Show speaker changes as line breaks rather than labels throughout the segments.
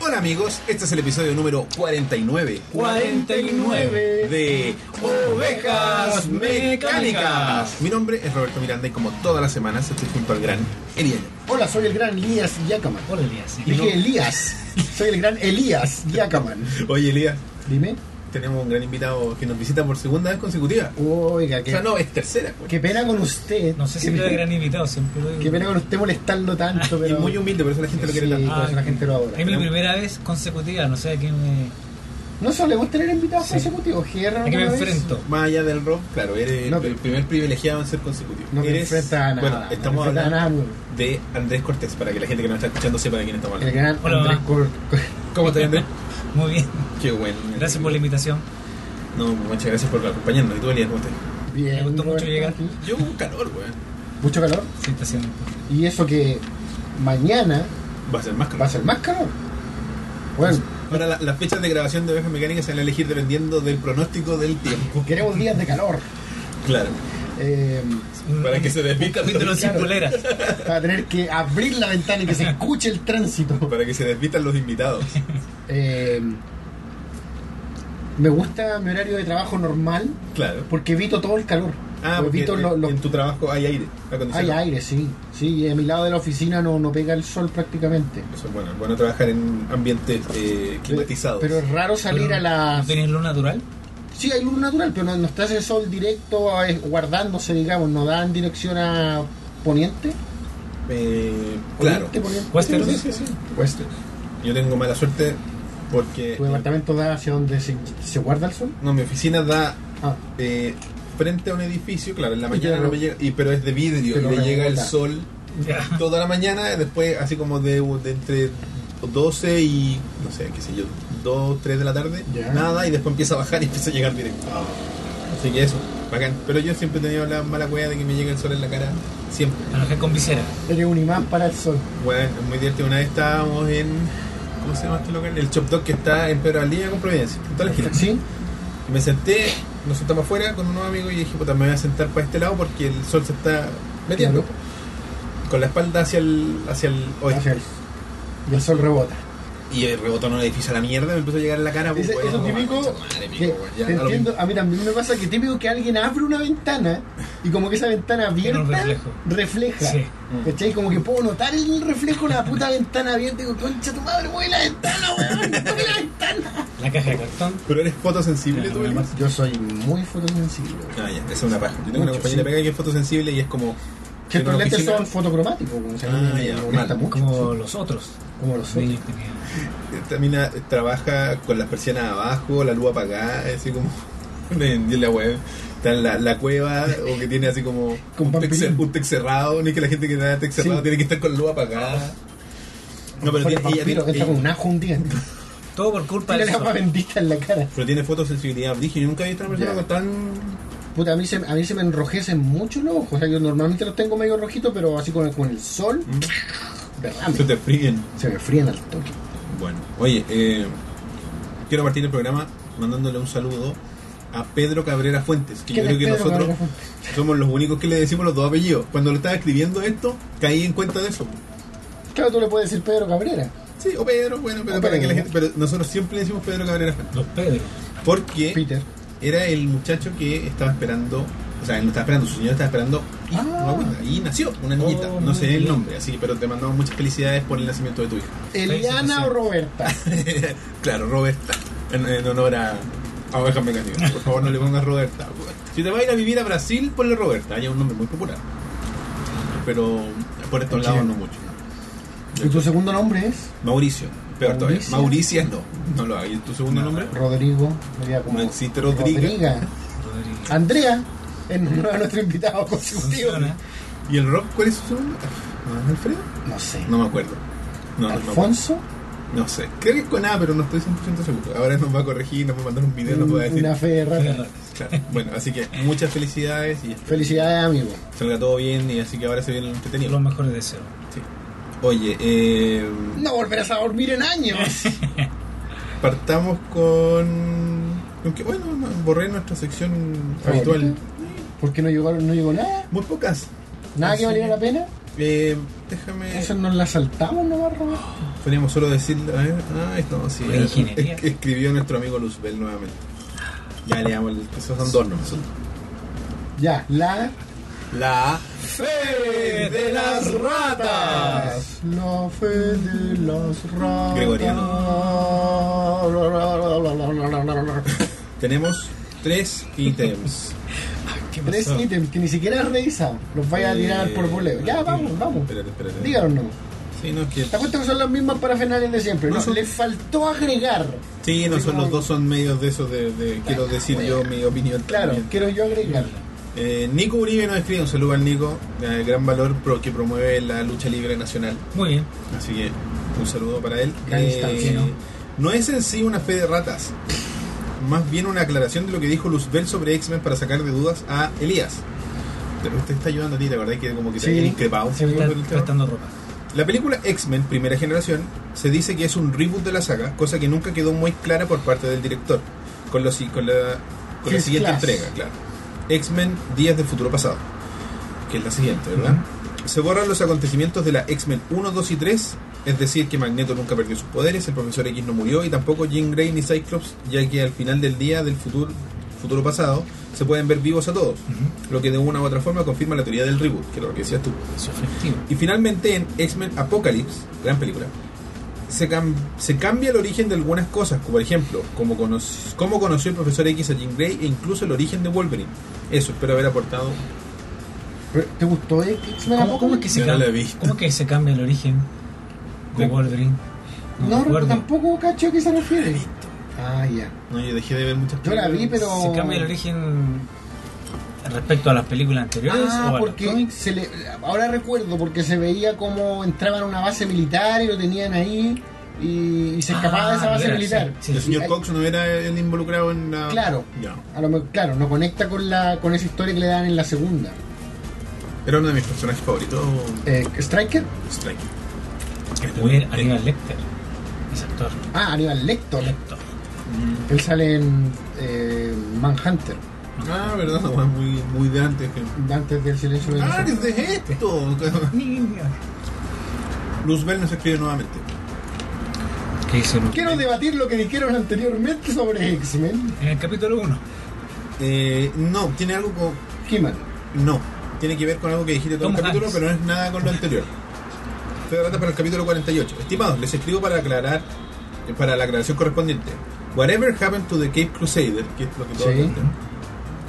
Hola amigos, este es el episodio número 49
49
de Ovejas Mecánicas. Mi nombre es Roberto Miranda y como todas las semanas estoy junto al gran Eliel.
Hola, soy el gran Elías Yacaman.
Hola Elías.
Dije Elías. Soy el gran Elías Yacaman.
Oye Elías,
Dime.
tenemos un gran invitado que nos visita por segunda vez consecutiva.
Oiga,
O
qué,
sea, no, es tercera. pues. güey.
qué pena con usted.
No sé si Ah,
Qué
era
pena-
gran invitado, siempre lo digo.
Qué pena con usted molestarlo tanto,
Y
pero.
es muy humilde, por eso la gente lo quiere
Sí.
tanto.
por eso la gente lo adora.
Es mi
Pero-
primera vez consecutiva, no sé a quién me,
No solemos tener invitados
Sí.
consecutivos, Gerardo.
a quién me
una vez.
enfrento.
Más allá del rock, claro, eres
No,
el
pero-
primer privilegiado en ser consecutivo.
No me
Eres-
enfrenta a nada.
Bueno,
no me
estamos
enfrenta a
hablando
nada nuevo.
de Andrés Cortés, para que la gente que nos está escuchando sepa de quién estamos
El
hablando.
gran
Hola,
Andrés
mamá.
Cor- Cor-
¿Cómo estás, Andrés?
Muy bien,
Qué bueno.
gracias por la invitación.
No, muchas gracias por acompañarnos. ¿Y tú, Elías, cómo estás?
Bien.
Me gustó mucho
Roberto,
llegar.
aquí.
Yo un calor, weón.
Mucho calor.
Sí, está haciendo.
Y eso que mañana
Va a ser más calor.
va a ser más calor. Bueno,
Ahora, la- las fechas de grabación de Ovejas Mecánicas se van a elegir dependiendo del pronóstico del tiempo.
queremos días de calor.
Claro.
Eh,
Un-
Para que se
Un
desvista
capítulo sin
Claro.
poleras.
Para tener que abrir la ventana y que se escuche el tránsito.
Para que se desvistan los invitados.
Eh, me gusta mi horario de trabajo normal
Claro.
porque evito todo el calor.
Ah, porque
evito
en,
lo- lo-
en tu trabajo hay aire.
Hay
acondicionado.
aire, sí. Sí, y a mi lado de la oficina no, no pega el sol prácticamente.
Eso es bueno. Es bueno trabajar en ambientes eh, climatizados.
Pero es raro salir a
¿No
la...
tienes luz natural?
Sí, hay luz natural, pero no, no está ese sol directo eh, guardándose, digamos, no da en dirección a poniente.
Eh, claro.
Poniente, poniente.
Western.
Sí, sí, sí. Western.
Yo tengo mala suerte porque.
¿Tu departamento da hacia donde se, se guarda el sol?
No, mi oficina da
Ah,
eh, frente a un edificio, claro, en la
Y
mañana
claro.
no me llega, y, pero es de vidrio,
Te
y
lo
le llega el
rebota.
sol
Ya.
toda la mañana, después así como de, de entre 12 y, no sé, qué sé yo, 2, 3 de la tarde,
Ya.
nada, y después empieza a bajar y empieza a llegar directo. Así que eso, bacán. Pero yo siempre he tenido la mala hueá de que me llega el sol en la cara, siempre.
A no ser con visera.
eres un imán para el sol.
Bueno, es muy divertido. Una vez estábamos en, ¿cómo se llama este local? El Chop Dog que está en Pedro Valdivia con Providencia, en toda la esquina.
¿Sí?
Y Me senté, nos sentamos afuera con unos amigos y dije, puta, me voy a sentar para este lado porque el sol se está metiendo. Con la espalda hacia el, hacia el oeste.
Hacia el- Y el sol rebota.
Y el rebotón en el edificio a la mierda, me empezó a llegar en la cara.
Ese-
pues,
eso
weón,
típico
no, madre mía,
Que-
weón, ya,
te
da lo
entiendo,
mismo.
a mí también me pasa que típico que alguien abre una ventana y como que esa ventana abierta
un reflejo.
refleja.
Sí.
¿Cachai? Como que puedo notar el reflejo de la puta ventana abierta y digo, concha tu madre, mueve la ventana, weón, mueve la ventana.
La caja de cartón.
Pero eres fotosensible
Ya,
tú,
no,
Elmas?
Yo soy muy fotosensible. weón.
Ah, ya, esa es una paja. Yo tengo una
Mucho,
compañera
sí.
pega que es fotosensible y es como.
Que
en una
estos lentes
oficina-
son fotocromáticos, weón, o sea,
Ah,
me-
ya,
me molesta
mal.
mucho.
Como
sí.
los otros.
Como los otros.
niños tenían.
Esta mina trabaja con las persianas abajo, la luz apagada, así como. En la web. Está en la, la cueva, o que tiene así como.
Con
un, tex,
vampirismo.
un tex cerrado, ni que la gente que da tex cerrado
Sí.
tiene que estar con la luz apagada. No, pero
Fue
tiene,
el
ella tiene,
vampiro que entra con un
ella-
ajo un día.
Todo por culpa
Tiene
del
la
sol.
capa bendita en la cara.
pero tiene fotosensibilidad. Dije, yo nunca he visto una persona
Ya.
con tan.
Puta, a mí se, a mí se me enrojecen mucho los ojos. O sea, yo normalmente los tengo medio rojitos, pero así con el, con el sol, derrame.
mm, Se te fríen.
Se me frían al toque.
Bueno, oye, eh, quiero partir el programa mandándole un saludo a Pedro Cabrera Fuentes, que yo
¿Quién
creo
es
que
Pedro
nosotros
Cabrera
somos los únicos que le decimos los dos apellidos. Cuando lo estaba escribiendo esto, caí en cuenta de eso.
Claro, tú le puedes decir Pedro Cabrera.
Sí, o Pedro, bueno, pero
O
para
Pedro.
que la gente, pero nosotros siempre le decimos Pedro Cabrera Fuentes,
Los Pedro.
porque
Peter.
era el muchacho que estaba esperando, o sea, él no estaba esperando, su señor estaba esperando y,
Ah.
una guagüita, y nació una
Oh,
niñita, no
muy
sé el
bien.
nombre, así, pero te mandamos muchas felicidades por el nacimiento de tu hija.
Eliana o Roberta.
Claro, Roberta. En, en honor a, a Ovejas Mecánicas. Por favor, no le pongas Roberta. Si te vas a ir a vivir a Brasil, ponle Roberta. Hay un nombre muy popular. Pero por estos
Sí.
lados no mucho.
¿Y tu segundo nombre es?
Mauricio. Peor todavía.
Mauricio.
Mauricia no. No lo hay. ¿Tu segundo nombre?
Rodrigo. Sería como
No existe Rodriga.
Rodriga.
Rodríguez.
Andrea. En honor a nuestro invitado consecutivo.
Funciona.
¿Y el Rob? ¿Cuál es su segundo? ¿No es Alfredo?
No sé.
No me acuerdo. No, no, no, me acuerdo.
Ah, Alfonso.
no sé. Creo que es con A, pero no estoy 100% seguro. Ahora nos va a corregir, nos va a mandar un video, nos va a decir.
Una fe de rata.
Claro. Bueno, así que muchas felicidades y
Felicidades, amigo.
salga todo bien y así que ahora se viene lo entretenido.
Los mejores deseos.
Sí. Oye, eh,
No volverás a dormir en años.
partamos con... con que, bueno, no, borré nuestra sección
¿Favorita?
habitual.
¿Por qué no llegó, no llegó nada?
Muy pocas.
¿Nada que
Sí.
valiera la pena?
Eh, déjame.
Eso nos la saltamos nomás, Roberto.
Podríamos solo decirle, a ver, ah, no, sí,
Por
eh,
ingeniería.
es- escribió nuestro amigo Luzbel nuevamente. Ya leamos, el- esos son dos nomás. son dos.
Ya, la.
La fe de las ratas.
La fe de las ratas.
Gregoriano. Tenemos tres ítems.
¿Qué
Tres
pasó?
ítems que ni siquiera has revisado. Los vaya a tirar
Eh,
por voleo. Ya, vamos, vamos.
Espérate, espérate.
Díganos nomás.
Sí, no, es que.
Te cuenta que son las mismas parafernales de siempre.
No,
No,
son-
le faltó agregar.
Sí, no, son los dos son medios de esos de, de quiero decir yo mi opinión.
Claro,
también.
quiero yo agregarla.
Eh, Nico Uribe nos escribe, un saludo al Nico, de gran valor pro que promueve la lucha libre nacional.
Muy bien.
Así que un saludo para él. Eh,
Gran instancia, ¿no?
no es en sí una fe de ratas, más bien una aclaración de lo que dijo Luzbel sobre X-Men para sacar de dudas a Elías. este Te- Usted está ayudando a ti, la verdad que como que te
Sí.
habían increpado.
Se me
por el
está
tema.
prestando ropa.
La película X-Men, primera generación, se dice que es un reboot de la saga, cosa que nunca quedó muy clara por parte del director, con, los- con la, con la
First
siguiente
Class.
entrega, claro. X-Men Días del Futuro Pasado, que es la siguiente, ¿verdad? Se borran los acontecimientos de la X-Men 1, 2 y 3, es decir, que Magneto nunca perdió sus poderes, el profesor X no murió y tampoco Jean Grey ni Cyclops, ya que al final del día del futuro, futuro pasado se pueden ver vivos a todos, lo que de una u otra forma confirma la teoría del reboot, que es lo que decías tú.
Eso es efectivo.
Y finalmente en X-Men Apocalypse, gran película, se, cam- se cambia el origen de algunas cosas, como por ejemplo, cómo, cono- cómo conoció el profesor X a Jean Grey e incluso el origen de Wolverine. Eso, espero haber aportado.
Pero, ¿Te gustó eh, X-Men
¿Cómo, cómo es
Apocalypse?
que se
Yo no la he
cambia?
visto.
¿Cómo es que se cambia el origen de
De-
Wolverine? me
No,
acuerdo.
tampoco cacho a qué se refiere. Ah, ya.
No, yo dejé de ver muchas
Yo la vi,
películas.
pero.
¿Se cambia el origen respecto a las películas anteriores
Ah,
o a los
porque
cómics?
se le, ahora recuerdo, porque se veía como entraban a una base militar y lo tenían ahí y, y se escapaba
Ah,
de esa base
mira,
militar.
sí,
El
sí,
señor
hay-
Cox no era el involucrado en la...
Claro.
Ya.
A lo mejor, claro, no conecta con la con esa historia que le dan en la segunda.
Era uno de mis personajes favoritos,
Eh, ¿Striker?
Strike.
Muy Aníbal Lecter, ese actor.
Ah, Aníbal Lector.
Lecter.
Él sale en eh, Manhunter,
Ah, verdad, no, es muy, muy de antes. que-
antes del silencio de los
Ah,
inocentes.
desde esto. Luzbel nos escribe nuevamente.
¿Qué dice Lu-
Quiero debatir lo que dijeron anteriormente sobre X-Men.
En el capítulo 1.
Eh, no, tiene algo con,
He-Man.
No, tiene que ver con algo que dijiste todo el
Tom
capítulo,
Hanks.
pero no es nada con lo anterior. Estoy hablando para el capítulo 48. Estimados, les escribo para aclarar, eh, para la aclaración correspondiente. Whatever Happened to the Cape Crusader, que es lo que todos
Sí.
cuentan,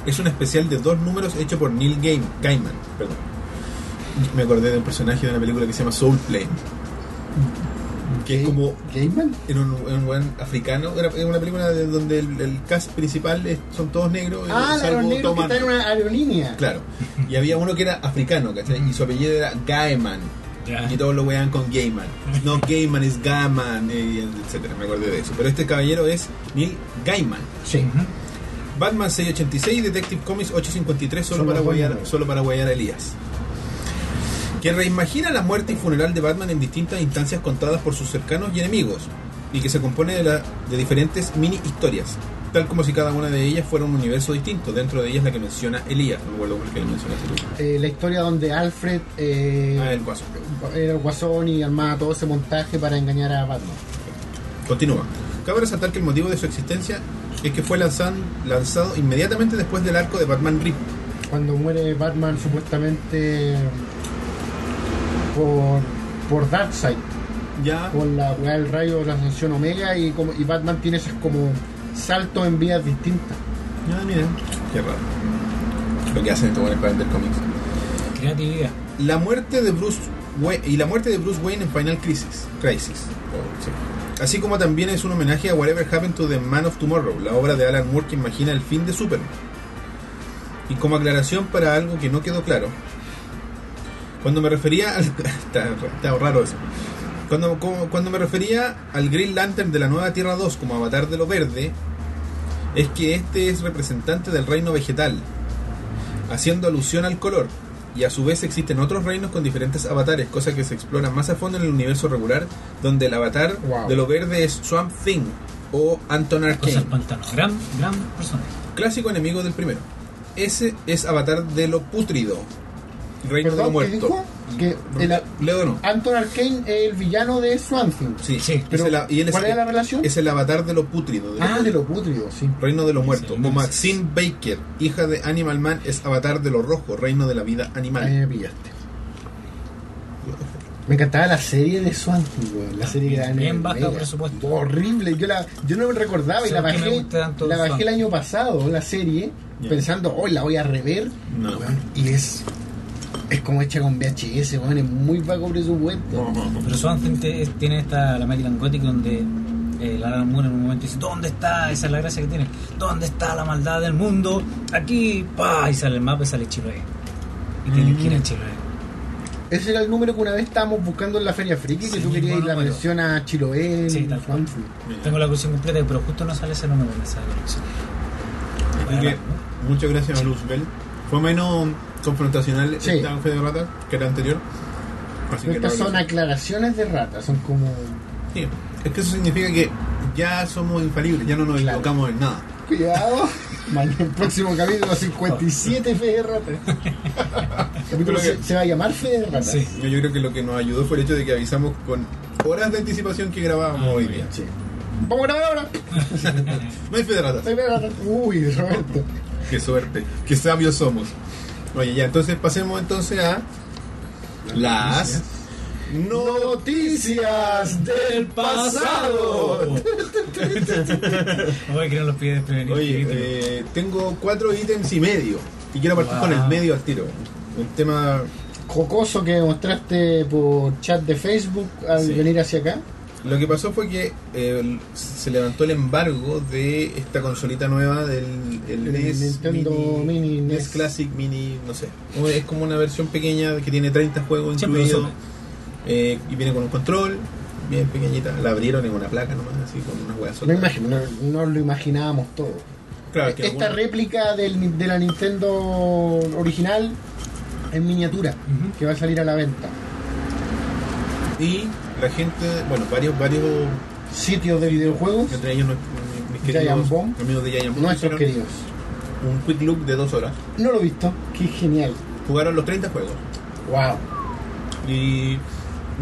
es un especial de dos números hecho por Neil Gaiman, Gaiman perdón. Me acordé de un personaje de una película que se llama Soul Plane. Que es como Eh,
¿Gateman?
era un, era un buen africano. Era, era una película de- donde el, el cast principal es- son todos negros. eh,
Ah, de los
salvo
negros
Tom
que están en
Arnold.
una aerolínea.
Claro. Y había uno que era africano, ¿cachai? Y su apellido era Gaiman.
Ya.
Y todos lo wean con Gaiman. No Gaiman es Gaiman, eh, etcétera. Me acordé de eso. Pero este caballero es Neil Gaiman.
Sí.
Batman 686 y Detective Comics 853 solo
Son
para
los buenos
guayar,
números.
solo para guayar a Elías. Que reimagina la muerte y funeral de Batman en distintas instancias contadas por sus cercanos y enemigos, y que se compone de, la- de diferentes mini historias, tal como si cada una de ellas fuera un universo distinto, dentro de ellas la que menciona Elías, no me acuerdo por qué mencionaste tú.
Eh, la historia donde Alfred eh,
Ah, el guaso.
era el guasón y armaba todo ese montaje para engañar a Batman.
Continúa. Cabe resaltar que el motivo de su existencia es que fue lanzan- lanzado inmediatamente después del arco de Batman Rip.
Cuando muere Batman supuestamente por, por Darkseid,
Ya.
con la weá del rayo de la sanción Omega y, como, y Batman tiene esos como saltos en vías distintas.
Ya, mira. Qué raro. Lo que hacen estos buenos para vender cómics.
Creatividad.
La muerte de Bruce Wayne y la muerte de Bruce Wayne en Final Crisis, Crisis. o- sí. Así como también es un homenaje a Whatever Happened to the Man of Tomorrow, la obra de Alan Moore que imagina el fin de Superman. Y como aclaración para algo que no quedó claro, cuando me refería al está, está raro eso. Cuando, como- cuando me refería al Green Lantern de la Nueva Tierra 2 como avatar de lo verde, es que este es representante del reino vegetal, haciendo alusión al color. Y a su vez existen otros reinos con diferentes avatares, cosa que se explora más a fondo en el universo regular, donde el avatar
Wow.
de lo verde es Swamp Thing o Anton
Cosas
Arcane,
pantanos. Gran, gran personaje.
clásico enemigo del primero. Ese es avatar de lo pútrido, reino de lo
¿Perdón, qué
muerto.
dijo? Que el,
Leo no.
Anton Arkane es el villano de Swansea.
Sí,
Sí.
pero
Pero,
es el, y él es,
¿Cuál
el-
era la relación?
es el avatar de lo pútrido, de lo-
ah, de lo putrido, sí.
Reino de lo Muerto.
sí,
O
sí.
Maxine Baker, hija de Animal Man, es avatar de lo rojo, reino de la vida
Ahí
animal.
me Eh, pillaste. Me encantaba la serie de Swanson, weón. La serie que
Bien,
daban en
bien
el
bajo
Mega.
presupuesto.
Horrible. Yo, la, yo no me recordaba y
Sí,
la
es que me
bajé,
gusta tanto
la bajé
Swanson.
el año pasado, la serie,
Ya.
pensando, hoy la voy a rever.
No.
Weón, y es. Es como hecha con VHS, weón. Es muy bajo presupuesto.
pues,
Pero Swanson te- tiene esta la American Gothic donde eh, la Alan Moore en un momento dice ¿Dónde está? Esa es la gracia que tiene ¿Dónde está la maldad del mundo? Aquí, pa Y sale el mapa y sale Chiloé Y tiene que ir
Mm.
a Chiloé
Ese era el número que una vez estábamos buscando en la Feria Friki, que
Sí,
tú querías ir la
bueno,
versión a Chiloé,
Sí, tal cual.
Swanson.
Tengo la colección completa pero justo no sale ese número en esa colección
Así que, muchas gracias a Luzbel. Fue menos confrontacional
Sí.
esta fe de rata que la anterior. Así
Pero estas
no-
son aclaraciones de rata, son como.
Sí. Es que eso significa que ya somos infalibles, ya no nos
Claro.
equivocamos en nada.
Cuidado. Mañana el próximo capítulo 57 Fe de Rata. capítulo se, se va a llamar Fe de Rata.
Sí
Yo, yo creo que lo que nos ayudó fue el hecho de que avisamos con horas de anticipación que grabábamos
Ah,
hoy
muy
día.
Sí. Vamos a grabar ahora.
No hay fe de ratas.
Fe de Rata. Uy, Roberto.
Qué suerte, qué sabios somos. Oye, ya, entonces pasemos entonces a las no
Noticias del pasado.
No voy a crear los pies desprevenidos
Oye,
chiquitito.
eh, tengo cuatro ítems y medio y quiero partir
Wow.
con el medio al tiro. El tema
Jocoso que mostraste por chat de Facebook al
Sí.
venir hacia acá.
lo que pasó fue que eh, se levantó el embargo de esta consolita nueva del el E
El
NES
Nintendo Mini E
NES
NES.
E Classic Mini, no sé. Es como una versión pequeña que tiene 30 juegos
Siempre lo
incluidos.
supe.
Eh, y viene con un control bien pequeñita. La abrieron en una placa nomás, así con unas hueas
No,
solas.
imagino, no, no lo imaginábamos todo.
Claro, es que
Esta
algunos-
réplica del, de la Nintendo original en miniatura
Ujú.
que va a salir a la venta.
Y la gente, bueno, varios, varios,
Sitios de videojuegos.
entre ellos nos- mis
Giant
queridos
Bomb.
amigos de Giant Bomb
Nuestros
hicieron
queridos.
un quick look de dos horas.
No lo he visto. Qué genial.
Jugaron los 30 juegos
Wow.
y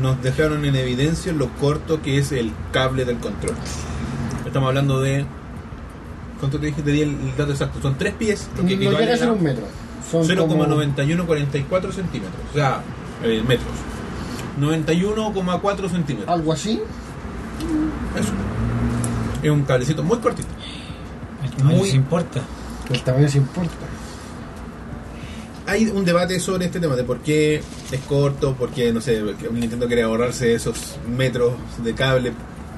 nos dejaron en evidencia lo corto que es el cable del control. Estamos hablando de. ¿Cuánto te dije? Te di el, el dato exacto. Son tres pies, lo
No
que equivale
llega a ser
a-
un metro. Son como-
0,9144 centímetros, o sea, eh, metros. 91,4 centímetros.
Algo así. Ah.
Eso. Es un cablecito muy cortito.
El tamaño
Muy-
se importa
El tamaño se importa.
Hay un debate sobre este tema de por qué es corto, por qué, no sé, porque Nintendo quiere ahorrarse esos metros de cable.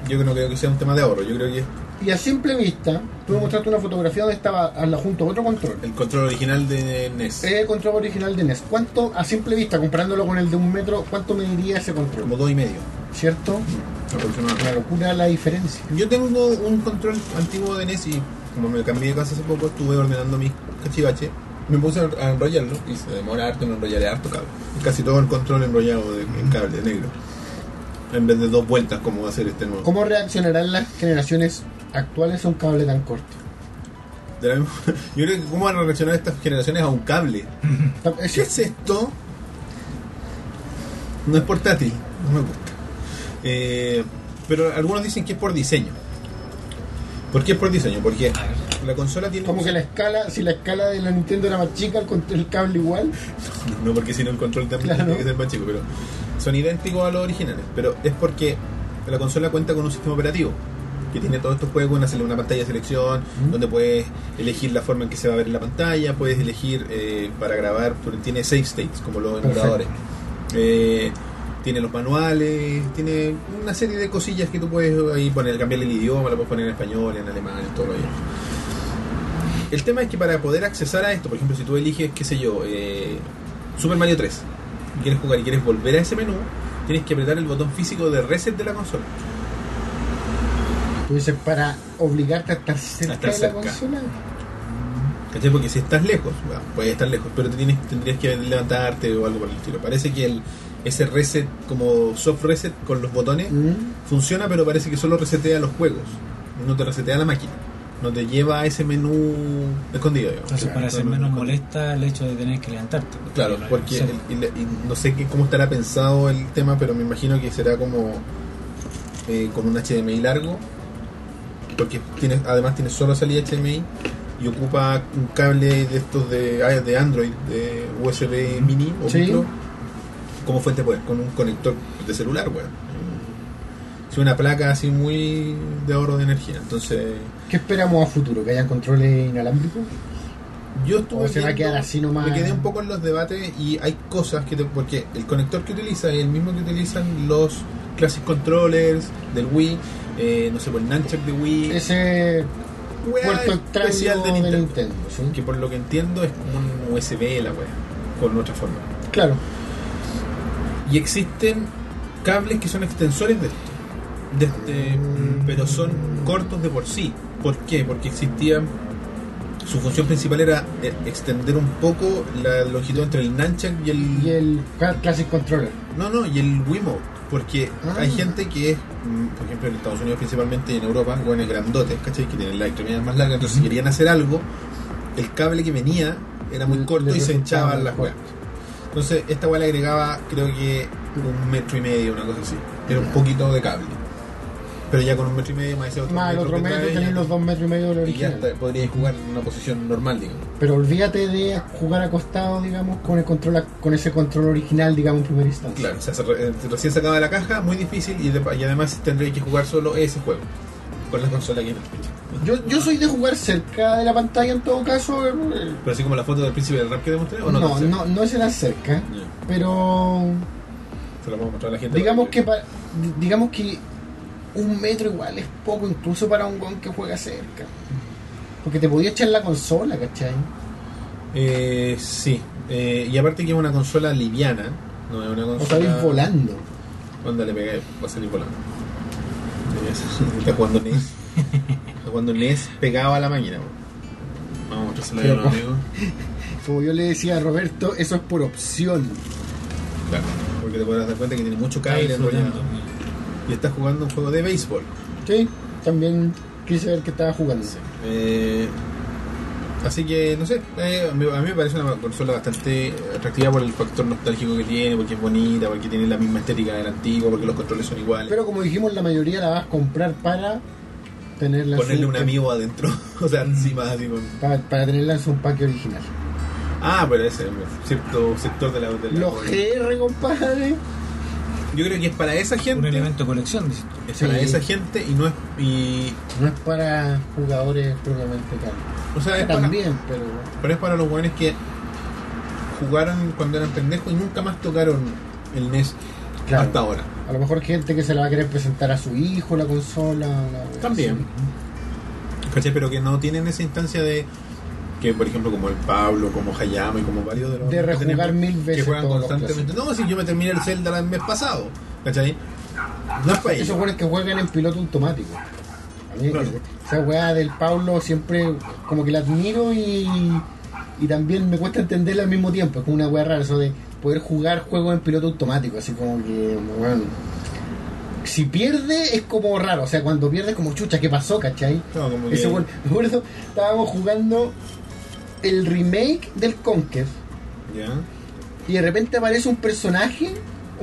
Yo no creo que sea un tema de ahorro, yo creo que
Y a simple vista, tú me
Mm.
mostraste una fotografía donde estaba a la- junto a otro control.
el control original de E NES,
El control original de NES. ¿Cuánto, a simple vista, comparándolo con el de un metro, cuánto mediría ese control?
como dos y medio
¿Cierto?
aproximadamente.
Una locura la diferencia.
Yo tengo un control antiguo de NES y como me cambié de casa hace poco, estuve ordenando mis cachivaches. Me puse a enrollarlo y se demora harto en enrollar harto cable. Casi todo el control enrollado de, en cable negro. En vez de dos vueltas como va a ser este nuevo.
¿Cómo reaccionarán las generaciones actuales a un cable tan corto?
De la misma- yo creo que cómo van a reaccionar estas generaciones a un cable. ¿Qué es esto? No es portátil, no me gusta. Eh, pero algunos dicen que es por diseño. ¿Por qué es por diseño? Porque
A ver.
la consola tiene...
Como que la escala, si la escala de la Nintendo era más chica, el, cont- el cable igual.
No porque si no el control también
Claro.
tiene que ser más chico, pero son idénticos a los originales. Pero es porque la consola cuenta con un sistema operativo que tiene todos estos juegos, una, sele- una pantalla de selección, donde puedes elegir la forma en que se va a ver en la pantalla, puedes elegir eh, para grabar, porque tiene save states como los
Perfecto.
emuladores. Eh, tiene los manuales, tiene una serie de cosillas que tú puedes ahí poner, cambiarle el idioma, lo puedes poner en español, en alemán, en todo lo demás. El tema es que para poder accesar a esto, por ejemplo, si tú eliges, qué sé yo, eh, Super Mario 3, y quieres jugar y quieres volver a ese menú, tienes que apretar el botón físico de reset de la consola.
Tú dices, para obligarte a estar cerca
A estar
de
cerca.
la consola.
¿Cachai? Porque si estás lejos, bueno, puedes estar lejos, pero te tienes, tendrías que levantarte o algo por el estilo. Parece que el, ese reset, como soft reset con los botones,
Mm.
funciona, pero parece que solo resetea los juegos, no te resetea la máquina. no te lleva a ese menú escondido. digamos.
Entonces,
Claro,
para ser
no, no,
menos
no.
molesta el hecho de tener que levantarte. porque
Claro,
lo
porque
hacen.
el- y le- y no sé qué, cómo estará pensado el tema, pero me imagino que será como eh, con un HDMI largo, porque tiene, además tiene solo salida HDMI y ocupa un cable de estos de, ah, de Android, de USB mini o
Sí.
micro, como fuente de poder, con un conector de celular, bueno. Es una placa así muy de ahorro de energía, entonces
¿Qué esperamos a futuro? ¿Que hayan controles inalámbricos?
Yo estuve
¿O se va a
viendo-
quedar así nomás?
Me quedé un poco en los debates y hay cosas que te- porque el conector que utiliza es el mismo que utilizan los classic controllers del Wii, eh, no sé, por el Nunchuck de Wii,
Ese
Weá
puerto
especial
extraño
de Nintendo,
¿sí?
que por lo que entiendo es como un USB la wea, con otra forma.
Claro,
Y existen cables que son extensores de esto, de este, pero son cortos de por sí. ¿Por qué? Porque existía su función principal era eh, extender un poco la longitud entre el Nunchuck y el,
y el ca- Classic Controller.
No, no, y el Wiimote, porque
Ah.
hay gente que es, mm, por ejemplo, en Estados Unidos principalmente y en Europa, bueno, es grandote, ¿cachai? Que tienen la extremidad más larga, entonces si querían hacer algo, el cable que venía era muy
Le-
corto
le
y se
resultaba
hinchaban las
corto.
weas. Entonces, esta wea le agregaba, creo que un metro y medio, una cosa así. Era un poquito de cable. Pero ya con un metro y medio más ese otro
Más el otro
que
metro,
trae,
tenéis
ya-
los dos metros y medio del
Y ya está,
original.
podrías jugar en una posición normal, digamos.
Pero olvídate de jugar acostado, digamos, con el control ac- con ese control original, digamos, en primera instancia.
Claro, o sea, se re- eh, recién sacada de la caja, muy difícil y, de- y además tendré que jugar solo ese juego con la consola que
Yo, yo soy de jugar cerca de la pantalla en todo caso. eh,
Pero así como la foto del príncipe del rap que demostré, ¿o no?
No,
te hace?
no, no es el cerca,
Ya,
pero
se la puedo mostrar a la gente.
digamos
para
que pa- di- digamos que un metro igual es poco incluso para un gon que juega cerca. Porque te podía echar la consola, ¿cachai?
Eh, sí, eh, y aparte que es una consola liviana, no es una
O
consola.
salir volando.
Onda le pegué, va a salir volando. Está jugando NES. Está jugando NES pegado a la máquina, bro. Vamos a mostrárselo
Qué
a los
guapo.
amigos.
Como yo le decía a Roberto, eso es por opción.
Claro, porque te podrás dar cuenta que tiene mucho
Está ahí
cable enrollado.
flotando, mira.
Y está jugando un juego de béisbol.
Sí, también quise ver que estaba jugando.
Eh, así que, no sé, eh, a mí a mí me parece una consola bastante atractiva por el factor nostálgico que tiene, porque es bonita, porque tiene la misma estética de la antigua, porque los controles son iguales.
Pero como dijimos, la mayoría la vas a comprar para tenerla en
Ponerle
su-
un amigo adentro, o sea,
Mm.
encima, así con...
Para, para tenerla en su empaque original.
Ah, pero ese es cierto sector de la... de la-
Los GR, compadre.
Yo creo que es para esa
Un
gente,
elemento de colección, dices tú.
es para
Sí.
esa gente y no es... Y,
No es para jugadores propiamente tal.
o sea, es para,
También, pero.
pero es para los jóvenes que jugaron cuando eran pendejos y nunca más tocaron el NES
Claro.
hasta ahora.
A lo mejor gente que se la va a querer presentar a su hijo, la consola. la-
También. ¿Cachai? Pero que no tienen esa instancia de que, por ejemplo, como el Pablo, como Hayama y como varios de los.
De
que
rejugar
tenemos,
mil
Que
veces
juegan
todos los
constantemente. No, si yo me terminé el Zelda el mes pasado. ¿Cachai? No es para
Esos
ellos.
jugadores que juegan en piloto automático. A mí,
Claro.
esa weá del Pablo siempre como que la admiro y, y también me cuesta entenderla al mismo tiempo. Es como una weá rara eso de poder jugar juegos en piloto automático. Así como que, weón. Si pierde es como raro. O sea, cuando pierde es como chucha, ¿qué pasó, cachai?
No, como que-
Ese weón- me acuerdo, estábamos jugando el remake del Conquer
Ya.
y de repente aparece un personaje,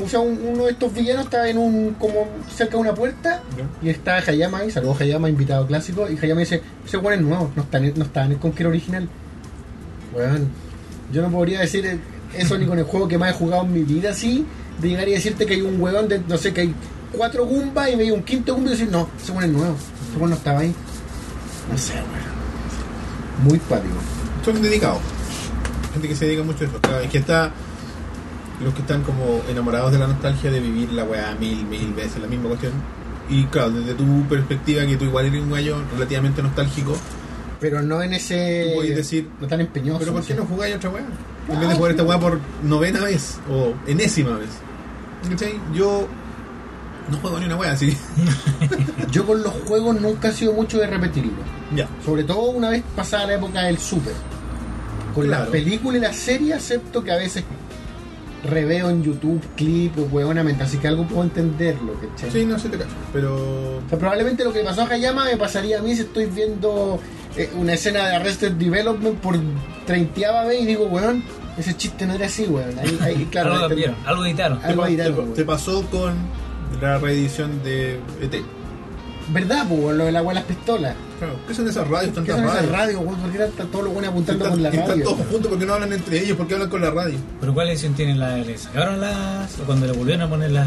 o sea, un- uno de estos villanos está en un como cerca de una puerta
Ya.
y está Hayama ahí, saludos Hayama, invitado clásico, y Hayama dice, ese weón es nuevo, no está, en, no está en el Conquer original. Weón, yo no podría decir eso ni con el juego que más he jugado en mi vida así, de llegar y decirte que hay un weón de, no sé, que hay cuatro Goombas y me llega un quinto Goomba y decir, no, ese weón es nuevo, ese weón no estaba ahí. No sé, weón. Muy pático.
Son dedicados. Gente que se dedica mucho a eso. Claro, es que está. Los que están como enamorados de la nostalgia de vivir la weá mil, mil veces, la misma cuestión. Y claro, desde tu perspectiva, que tú igual eres un gallo relativamente nostálgico,
Pero no en ese...
Tú podés decir,
No tan empeñoso.
¿Pero por qué
sé.
no jugáis otra weá?
Ah,
En vez de jugar esta weá por novena vez o enésima vez. ¿Cachai? Yo no juego ni una weá así.
Yo con los juegos nunca he sido mucho de repetirlos.
Ya.
Sobre todo una vez pasada la época del Super. Con
Claro.
las películas y las series, acepto que a veces reveo en YouTube clip o huevonamente, así que algo puedo entenderlo, ¿cachai?
Sí, no sé, te cacho. Pero.
O sea, probablemente lo que le pasó a Hayama me pasaría a mí si estoy viendo eh, una escena de Arrested Development por treintiava vez y digo, weón, ese chiste no era así, weón. Ahí, ahí, claro,
algo
ahí
cambiaron,
te-
algo editaron.
Algo
te, pa-
irán,
te pa-
weón.
te pasó con la reedición de E ET.
¿Verdad, po, weón? Lo del agua de las pistolas.
Claro. ¿Qué son esas radios?
¿Qué
Tantas
son esas
radios.
radios, weón? ¿Por qué están todos los buenos
Y
apuntando
están-
con la
y están
radio?
todos juntos porque no hablan entre ellos, porque hablan con la radio.
Pero ¿cuál edición tienen la le sacaron las o cuando le volvieron a poner las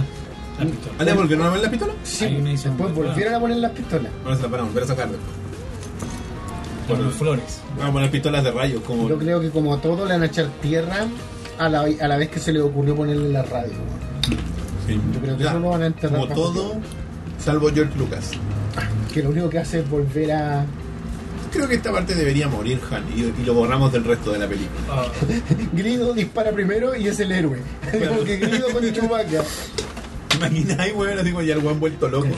las pistolas?
¿Vale? porque no hablan las pistolas?
Sí,
Hay una edición
después
muy buena.
volvieron a poner las pistolas.
Ahora se las paramos, voy a sacar después.
Con los flores.
Vamos a poner pistolas de rayos, como.
Yo creo que como a todo le van a echar tierra a la, a la vez que se le ocurrió ponerle la radio, weón.
Sí.
yo creo que
Ya,
eso lo van a enterrar
Como
bajo
todo, salvo George Lucas.
Que lo único que hace es volver a...
Creo que esta parte debería morir, Han, y, y lo borramos del resto de la película.
Ah. Grido dispara primero y es el héroe. Como que Grido con Chewbacca.
Imagináis, weón, así como ya el weón vuelto loco.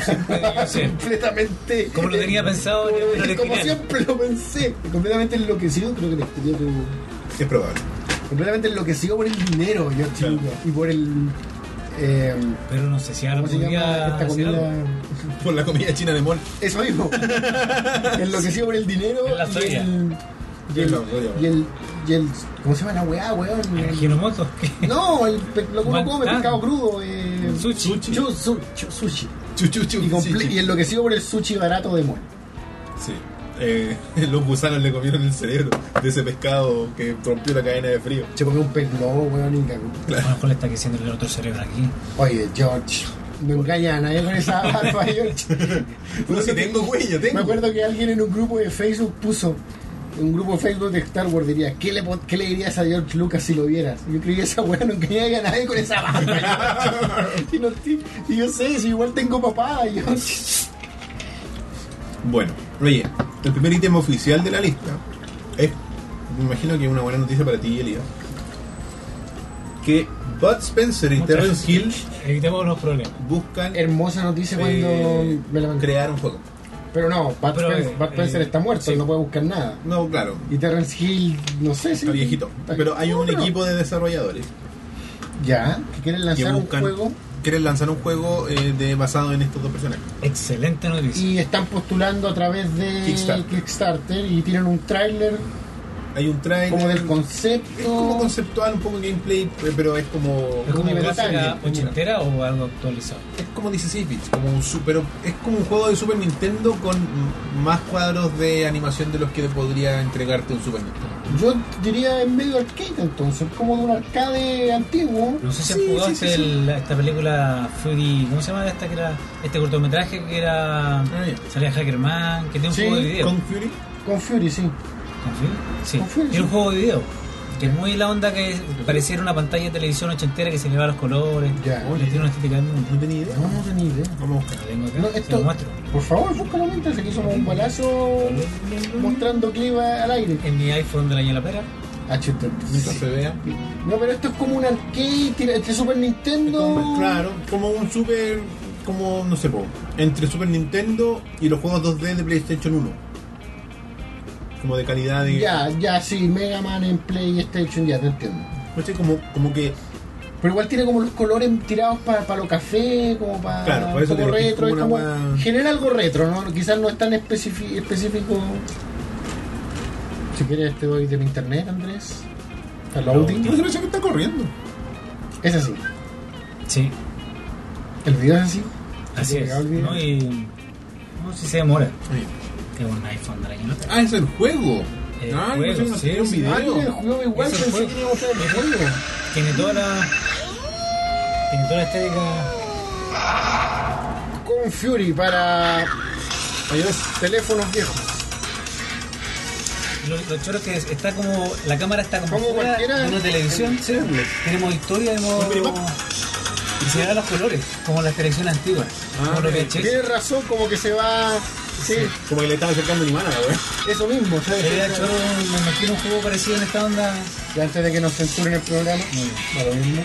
Ah, sí.
completamente. eh,
Como lo tenía pensado,
Como,
yo era el
como
genial.
siempre lo pensé. Completamente enloquecido, creo que le escribió tu-
es probable.
Completamente enloquecido por el dinero, George
Claro.
Lucas. Y por el. eh,
Pero no sé si ahora
¿Cómo se
podría
llama esta
hacer algo.
comida?
Por la comida china de Mon.
Eso mismo. enloquecido por el dinero.
Es la
y
soya.
el- Y el, y el, y el- ¿Cómo se llama la weá, weón?
¿El Ginomoto? ¿Qué?
No, el, pe- lo que uno
Man-
come,
ah.
pescado crudo. Eh,
Sushi.
Sushi.
chu- su- chu- sushi.
Chuchu,
Y, comple- y enloquecido por el sushi barato de Mon.
Sí. Eh, los gusanos le comieron el cerebro de ese pescado que rompió la cadena de frío.
Se comió un pez globo, weón, y cagó.
A lo mejor le está creciendo el otro cerebro aquí.
Oye, George, no engañan a nadie con esa barba, George.
No, si tengo cuello,
Me
tengo.
acuerdo que alguien en un grupo de Facebook puso, en un grupo de Facebook de Star Wars diría, ¿qué le, pon- qué le dirías a George Lucas si lo vieras? Y yo escribí esa weá, no engañan a nadie con esa barba. George". y, no ti- y yo sé, si igual tengo papá, George.
Bueno, oye, el primer ítem oficial de la lista es, me imagino que es una buena noticia para ti, Elías, que Bud Spencer y
Muchas
Terrence Hill
Evitemos los problemas.
buscan
Hermosa noticia cuando
eh,
me la mandé.
crear un juego.
Pero no, Bud
Pero,
Spencer-
eh,
Bud Spencer
eh,
está muerto,
sí.
no puede buscar nada.
No, claro,
Y Terrence Hill, no sé si.
está viejito.
está-
Pero hay
No,
un
pero-
equipo de desarrolladores
Ya, que quieren
que
lanzar un
buscan,
juego.
quieren lanzar un juego eh, de, basado en estos dos personajes.
Excelente noticia.
y están postulando a través de
Kickstarter.
Kickstarter, y tienen un tráiler
Hay un trailer...
como del
es como
concepto
conceptual, un poco gameplay, eh, pero es como...
¿Es como
Como
gráfica
Metallica,
ochentera o algo actualizado?
Es como 16 bits, como un super, es como un juego de Super Nintendo con m- más cuadros de animación de los que podría entregarte un Super Nintendo.
yo diría en medio arcade entonces como de un arcade antiguo
No sé si
Sí,
han jugado
sí, sí,
este- el- esta película Fury, ¿cómo se llama esta que era este cortometraje que era
ya.
salía Hackerman, que tiene un
Ah, Sí,
juego de video.
Kong Fury,
con Fury sí
¿Con Fury? Sí,
con Fury,
tiene un
sí.
juego de video. Que es muy la onda que pareciera una pantalla de televisión ochentera que se le va los colores.
Ya.
Oye, tiene una estética del mundo.
no tenía idea.
no, no tenía idea
Vamos a buscar.
La tengo acá,
No,
se
esto-
lo muestro.
por favor búscalo mientras aquí somos un balazo mostrando clip al aire
En mi iPhone de la ña la pera.
Ah, chuta.
Mientras se vea.
no pero esto es como un arcade tira- este Super Nintendo
Como- claro, como un Super, como no sé, po, entre Super Nintendo y los juegos 2D de PlayStation 1. Como de calidad de...
ya ya sí Mega Man en PlayStation ya te entiendo
No sé, como, como que...
Pero igual tiene como los colores tirados para lo café, como para
Claro, por eso
como
digo que es
retro,
como
es
una
como,
weá-
genera algo retro, ¿no? Quizás no es tan especifi- específico. Si quieres te doy de mi internet, Andrés. Está loading.
No sé, la que está corriendo.
Es así.
Sí,
El video es así.
así es.
Llegado el video.
No, y, no sé si se demora.
Oye.
Es un iPhone de la ña la pera.
Ah, es el juego.
El
ah,
juego,
no
sí,
sé, no sé,
sí.
un
Ah,
video.
tiene el juego igual,
Es el
pensé
juego.
que iba a mostrar el juego.
Tiene toda la. Tiene toda la estética.
Con Fury para
iOS.
teléfonos viejos.
Lo, lo choro es que es- está como. La cámara está como,
Como
fuera
cualquiera
de una
en-
televisión.
en-
sí.
en-
Tenemos historia, tenemos.
minimap.
Y se dan los colores, como las televisiones antiguas.
Ah,
como los
bien.
VHS.
Tienes razón, como que se va. Sí,
Como que le estaba acercando el imán a la wea.
eso mismo, ¿sabes?
Sería choro, me imagino un juego parecido en esta onda.
Y antes de que nos censuren el programa,
Muy bien.
da lo mismo.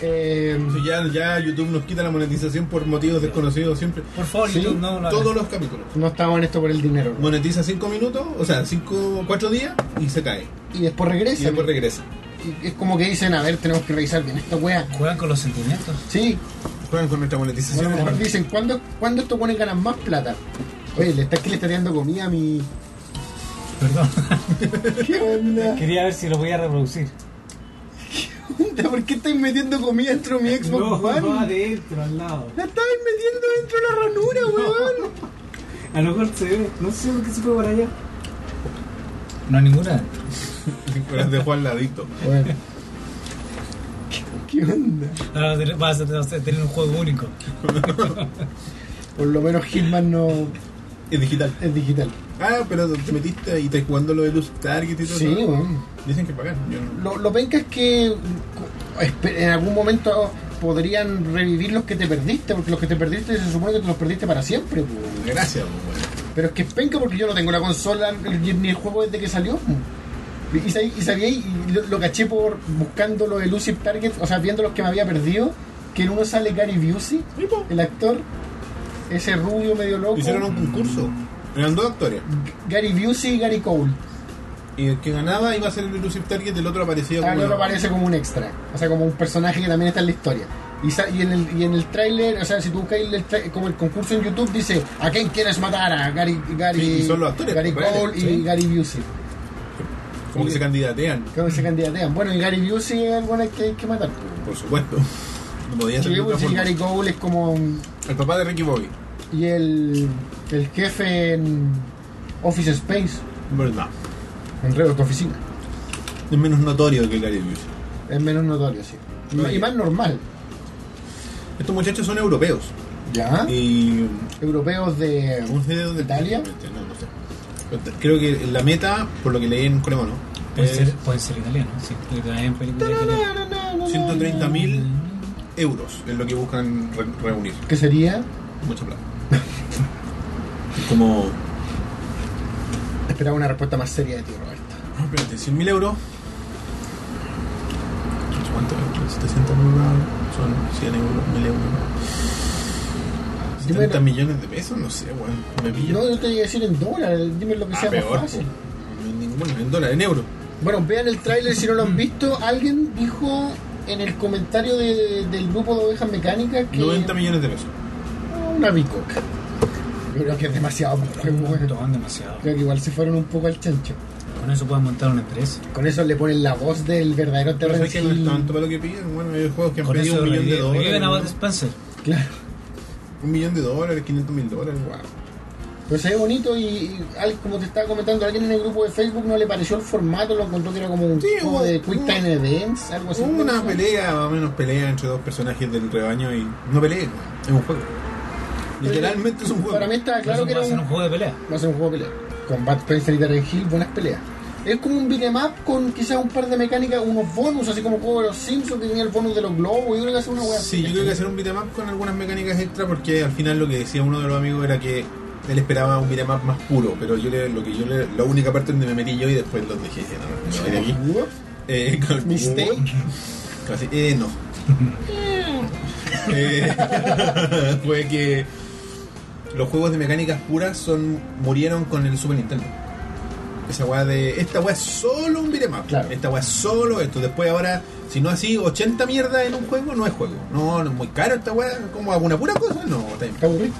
Eh,
Sí, Ya, ya YouTube nos quita la monetización por motivos desconocidos siempre.
Por favor,
Sí,
YouTube, no lo
Todos
hagas.
los capítulos.
no estamos en esto por el dinero. ¿no?
Monetiza 5 minutos, o sea, 5, 4 días y se cae.
Y después regresa.
Y después regresa.
y es como que dicen, a ver, tenemos que revisar bien esta wea.
Juegan con los sentimientos.
Sí,
Juegan con nuestra monetización.
bueno, dicen, ¿cuándo, ¿cuándo estos buenos ganan más plata? Oye, le está que le está tirando comida a mi.
Perdón.
¿Qué onda?
Quería ver si lo voy a reproducir.
onda? ¿Por qué estáis metiendo comida dentro de mi Xbox One?
adentro, al lado.
La estáis metiendo dentro de la ranura, weón.
A lo mejor se ve. No sé por qué se fue para allá. No hay ninguna.
Las dejó al ladito.
Bueno. ¿Qué, qué onda?
Ahora vas a tener- Ah, vas a tener- vas a tener un juego único.
Por lo menos Hitman no
Es digital.
es digital.
Ah, pero te metiste y estás jugando lo de Luz Target y todo
Sí,
eso.
weón.
Dicen que pagan. Yo no.
Lo, lo penca es que espe- en algún momento podrían revivir los que te perdiste, porque los que te perdiste se supone que te los perdiste para siempre. pues.
Gracias, pues, bueno.
Pero es que es penca porque yo no tengo la consola ni ni el juego desde que salió. pues. Y, sabí- y sabía, y lo, lo caché por buscando lo de Lucy Target, o sea, viendo los que me había perdido, que en uno sale Gary Busey, el actor, ese rubio medio loco.
Hicieron un concurso. Eran dos actores.
Gary Busey y Gary Cole.
Y el que ganaba iba a ser el Elusive Target, el otro aparecía
Ah,
como.
no, no
una-
aparece como un extra, o sea, como un personaje que también está en la historia. Y, sa- y en el, y en el tráiler, o sea, si tú buscas el tra- como el concurso en YouTube, dice, ¿a quién quieres matar? A Gary, Gary,
Sí, y son los actores,
Gary
reales,
Cole y
sí.
Gary Busey.
Como que se candidatean,
Creo que se candidatean. Bueno, y Gary Busey es el bueno que hay que matar. pues.
por supuesto. No podía ser.
Sí,
de otra
pues, sí,
forma.
Gary Cole es como...
El papá de Ricky Bobby.
Y el, el jefe en Office Space,
Verdad.
en Red Hot Oficina.
Es menos notorio que Gary Busey.
Es menos notorio, sí. Y,
Oye.
y más normal.
Estos muchachos son europeos.
¿Ya?
Y.
Europeos de...
¿Cómo se dice dónde-
Ah.
Este,
¿Italia?
No, no sé. Creo que la meta, por lo que leí en Coremono,
Pueden ser,
es
pueden ser italianos. Sí, porque también películas italianas.
130.000 euros. Es lo que buscan re- reunir.
¿Qué sería?
Mucha plata. Es como.
Esperaba una respuesta más seria de ti, Roberto.
Ah, Espérate, 100.000 euros. ¿Cuánto? 700 euros. Son 100 euros, 1.000 euros.
Yo
70
me-
millones de pesos, no sé, weón. Me pillo.
No, yo te voy a decir en dólares, dime lo que
Ah,
sea
peor,
más fácil.
po. En ningún- en dólares, en euros.
Bueno, vean el tráiler si no lo han
Mm.
visto. Alguien dijo en el comentario de- del grupo de ovejas mecánicas que... Ah,
90 millones de pesos.
Una bicoca. Yo creo que es demasiado. porque,
Un
bueno,
montón, demasiado.
Creo que igual se fueron un poco al chancho.
Con eso pueden montar una empresa.
Con eso le ponen la voz del verdadero
Pero
Terrence
es que no es
Hill.
tanto para lo que piden. Bueno, hay juegos que han
Con
pedido
eso
un millón de
reviven reviven a Bud
dólares. Ah,
Spencer.
Claro.
Un millón de dólares, 500 mil dólares, wow.
Pero se ve bonito y, y al- como te estaba comentando, alguien en el grupo de Facebook no le pareció el formato, lo encontró que era como un
Sí,
juego
hubo-
de Quick Time Events, algo así.
Hubo una
Eso.
pelea, más o menos pelea entre dos personajes del rebaño y. No pelea, weón. es un juego. Literalmente es un juego.
Para mí estaba claro
Eso
que
va
era
a ser un
un,
juego de pelea.
va a ser un juego de pelea. Con Bad Spencer y Terrence Hill, buenas peleas. Es como un beat'em up con quizás un par de mecánicas, unos bonus, así como juego de los Simpsons que tenía el bonus de los globos. Yo creo que hace una wea.
Sí, yo creo que hacer un beatmap con algunas mecánicas extra porque al final lo que decía uno de los amigos era que él esperaba un beatmap más puro, pero yo le- lo que yo le- la única parte donde me metí yo y después los dejé dije, no, no, no, de aquí. Eh, con-
Mistake.
Casi, eh, no. Eh, fue que los juegos de mecánicas puras son murieron con el Super Nintendo. Esa weá de. Esta weá es solo un beatmap.
Claro.
Esta weá es solo esto. Después ahora, si no así, 80 mierda en un juego no es juego. No, no es muy caro esta weá. ¿Cómo hago una pura cosa? No, está bien.
Está aburrido.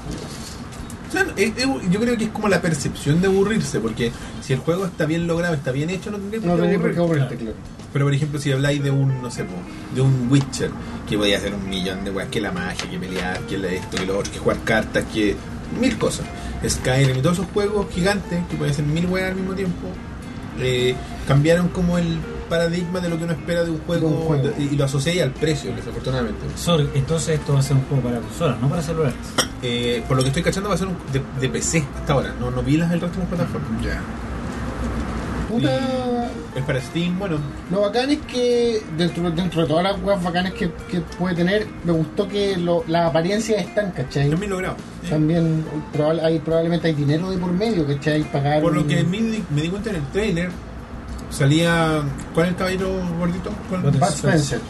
O sea, es- es- yo creo que es como la percepción de aburrirse, porque si el juego está bien logrado, está bien hecho, no tendría
No tenía por qué
aburrir.
aburrirte, claro.
Pero por ejemplo, si habláis de un, no sé, po, de un Witcher, que podía hacer un millón de weas, que la magia, que pelear, que la esto, que lo otro, que jugar cartas, que mil cosas. Skyrim y todos esos juegos gigantes, que pueden hacer mil weas al mismo tiempo, eh, cambiaron como el paradigma de lo que uno espera de un juego,
De un juego.
y, y lo asocié al precio, desafortunadamente.
Sorry, entonces esto va a ser un juego para consolas, no para celulares.
Eh, por lo que estoy cachando va a ser un, de, de PC hasta ahora, no, no vi las del resto de las plataformas.
Ya. Puta.
Es para Steam, bueno,
Lo bacán es que, dentro, dentro de todas las weas bacanes que, que puede tener, me gustó que lo, las apariencias están, ¿cachai?
no es bien logrado.
También probable- hay, probablemente hay dinero de por medio, ¿cachai? Pagar.
Por lo
un-
que me, di- me di cuenta en el trailer, salía. ¿Cuál es el caballero gordito? ¿Cuál?
Bud
Bud Spencer.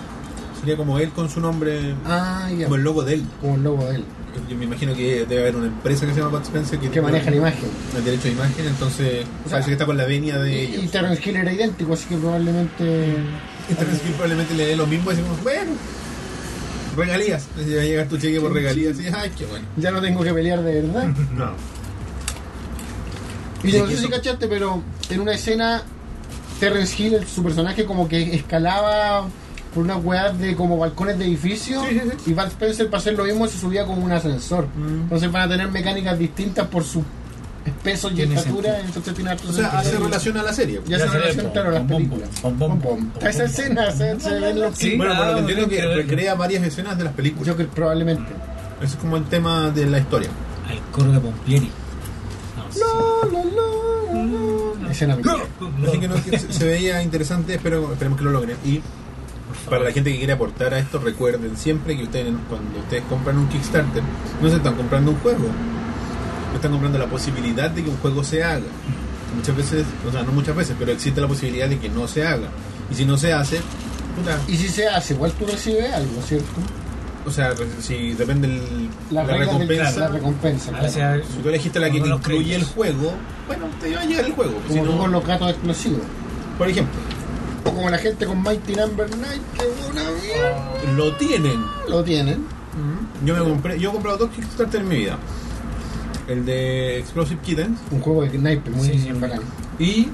Salía como él con su nombre,
Ah, ya.
como el logo de él.
Como el logo de él,
Yo me imagino que debe haber una empresa que se llama Bud Spencer que,
que maneja la imagen.
el derecho de imagen, entonces
O sea,
parece que está con la venia de
Y, y
ellos. Mm.
Terrence Hill era idéntico, así que probablemente.
Entonces que probablemente le dé lo mismo y decimos, bueno, regalías. Entonces va a llegar tu cheque por regalías. Y, ay, qué bueno.
Ya no tengo que pelear de verdad.
No.
Y
Sí,
no
que
sé si
eso-
cachaste, pero en una escena, Terrence Hill, su personaje, como que escalaba por unas weas de como balcones de edificios.
Sí, sí, sí.
Y Bart Spencer, para hacer lo mismo, se subía como un ascensor.
Mm.
Entonces van a tener mecánicas distintas por su peso y
Tiene
estatura. Entonces tiene harto
O sea, hace
sentido.
relación a la serie. pues.
Y hace
Ya se ve,
relación,
pom,
claro, a las
pom, pom,
películas.
pom, pom,
Pom,
pom,
pom.
pom,
Esa
pom.
escena, se, se ven los
Sí.
bueno, por lo
ah,
que entiendo que
creo que-
recrea varias escenas de las películas.
Yo creo probablemente.
Eso es como el tema de la historia.
Al coro de Pompieri. No, sí.
Escena mítica.
Así que, no, que se, se veía interesante, espero, esperemos que lo logren. Y para la gente que quiere aportar a esto, recuerden siempre que ustedes cuando ustedes compran un Kickstarter, no se están comprando un juego, están comprando la posibilidad de que un juego se haga. Muchas veces, o sea, no muchas veces, pero existe la posibilidad de que no se haga. Y si no se hace, puta,
Y si se hace, igual tú recibes algo, ¿cierto?
o sea, re- si depende el- la,
reglas del-
recompensa.
la recompensa.
Ahora
claro.
sí, a ver,
Si tú elegiste la que
con
te
los
incluye el
créditos.
juego, bueno, te va a llegar el juego. Si
Como
no-
tú con los gatos explosivos.
por ejemplo,
O como la gente con Mighty Number 9, que una mierda.
lo tienen.
Lo tienen.
Yo me compré, yo he comprado dos Kickstarter en mi vida. El de Explosive Kittens
Un juego de sniper muy
Sí, sí,
bacán.
y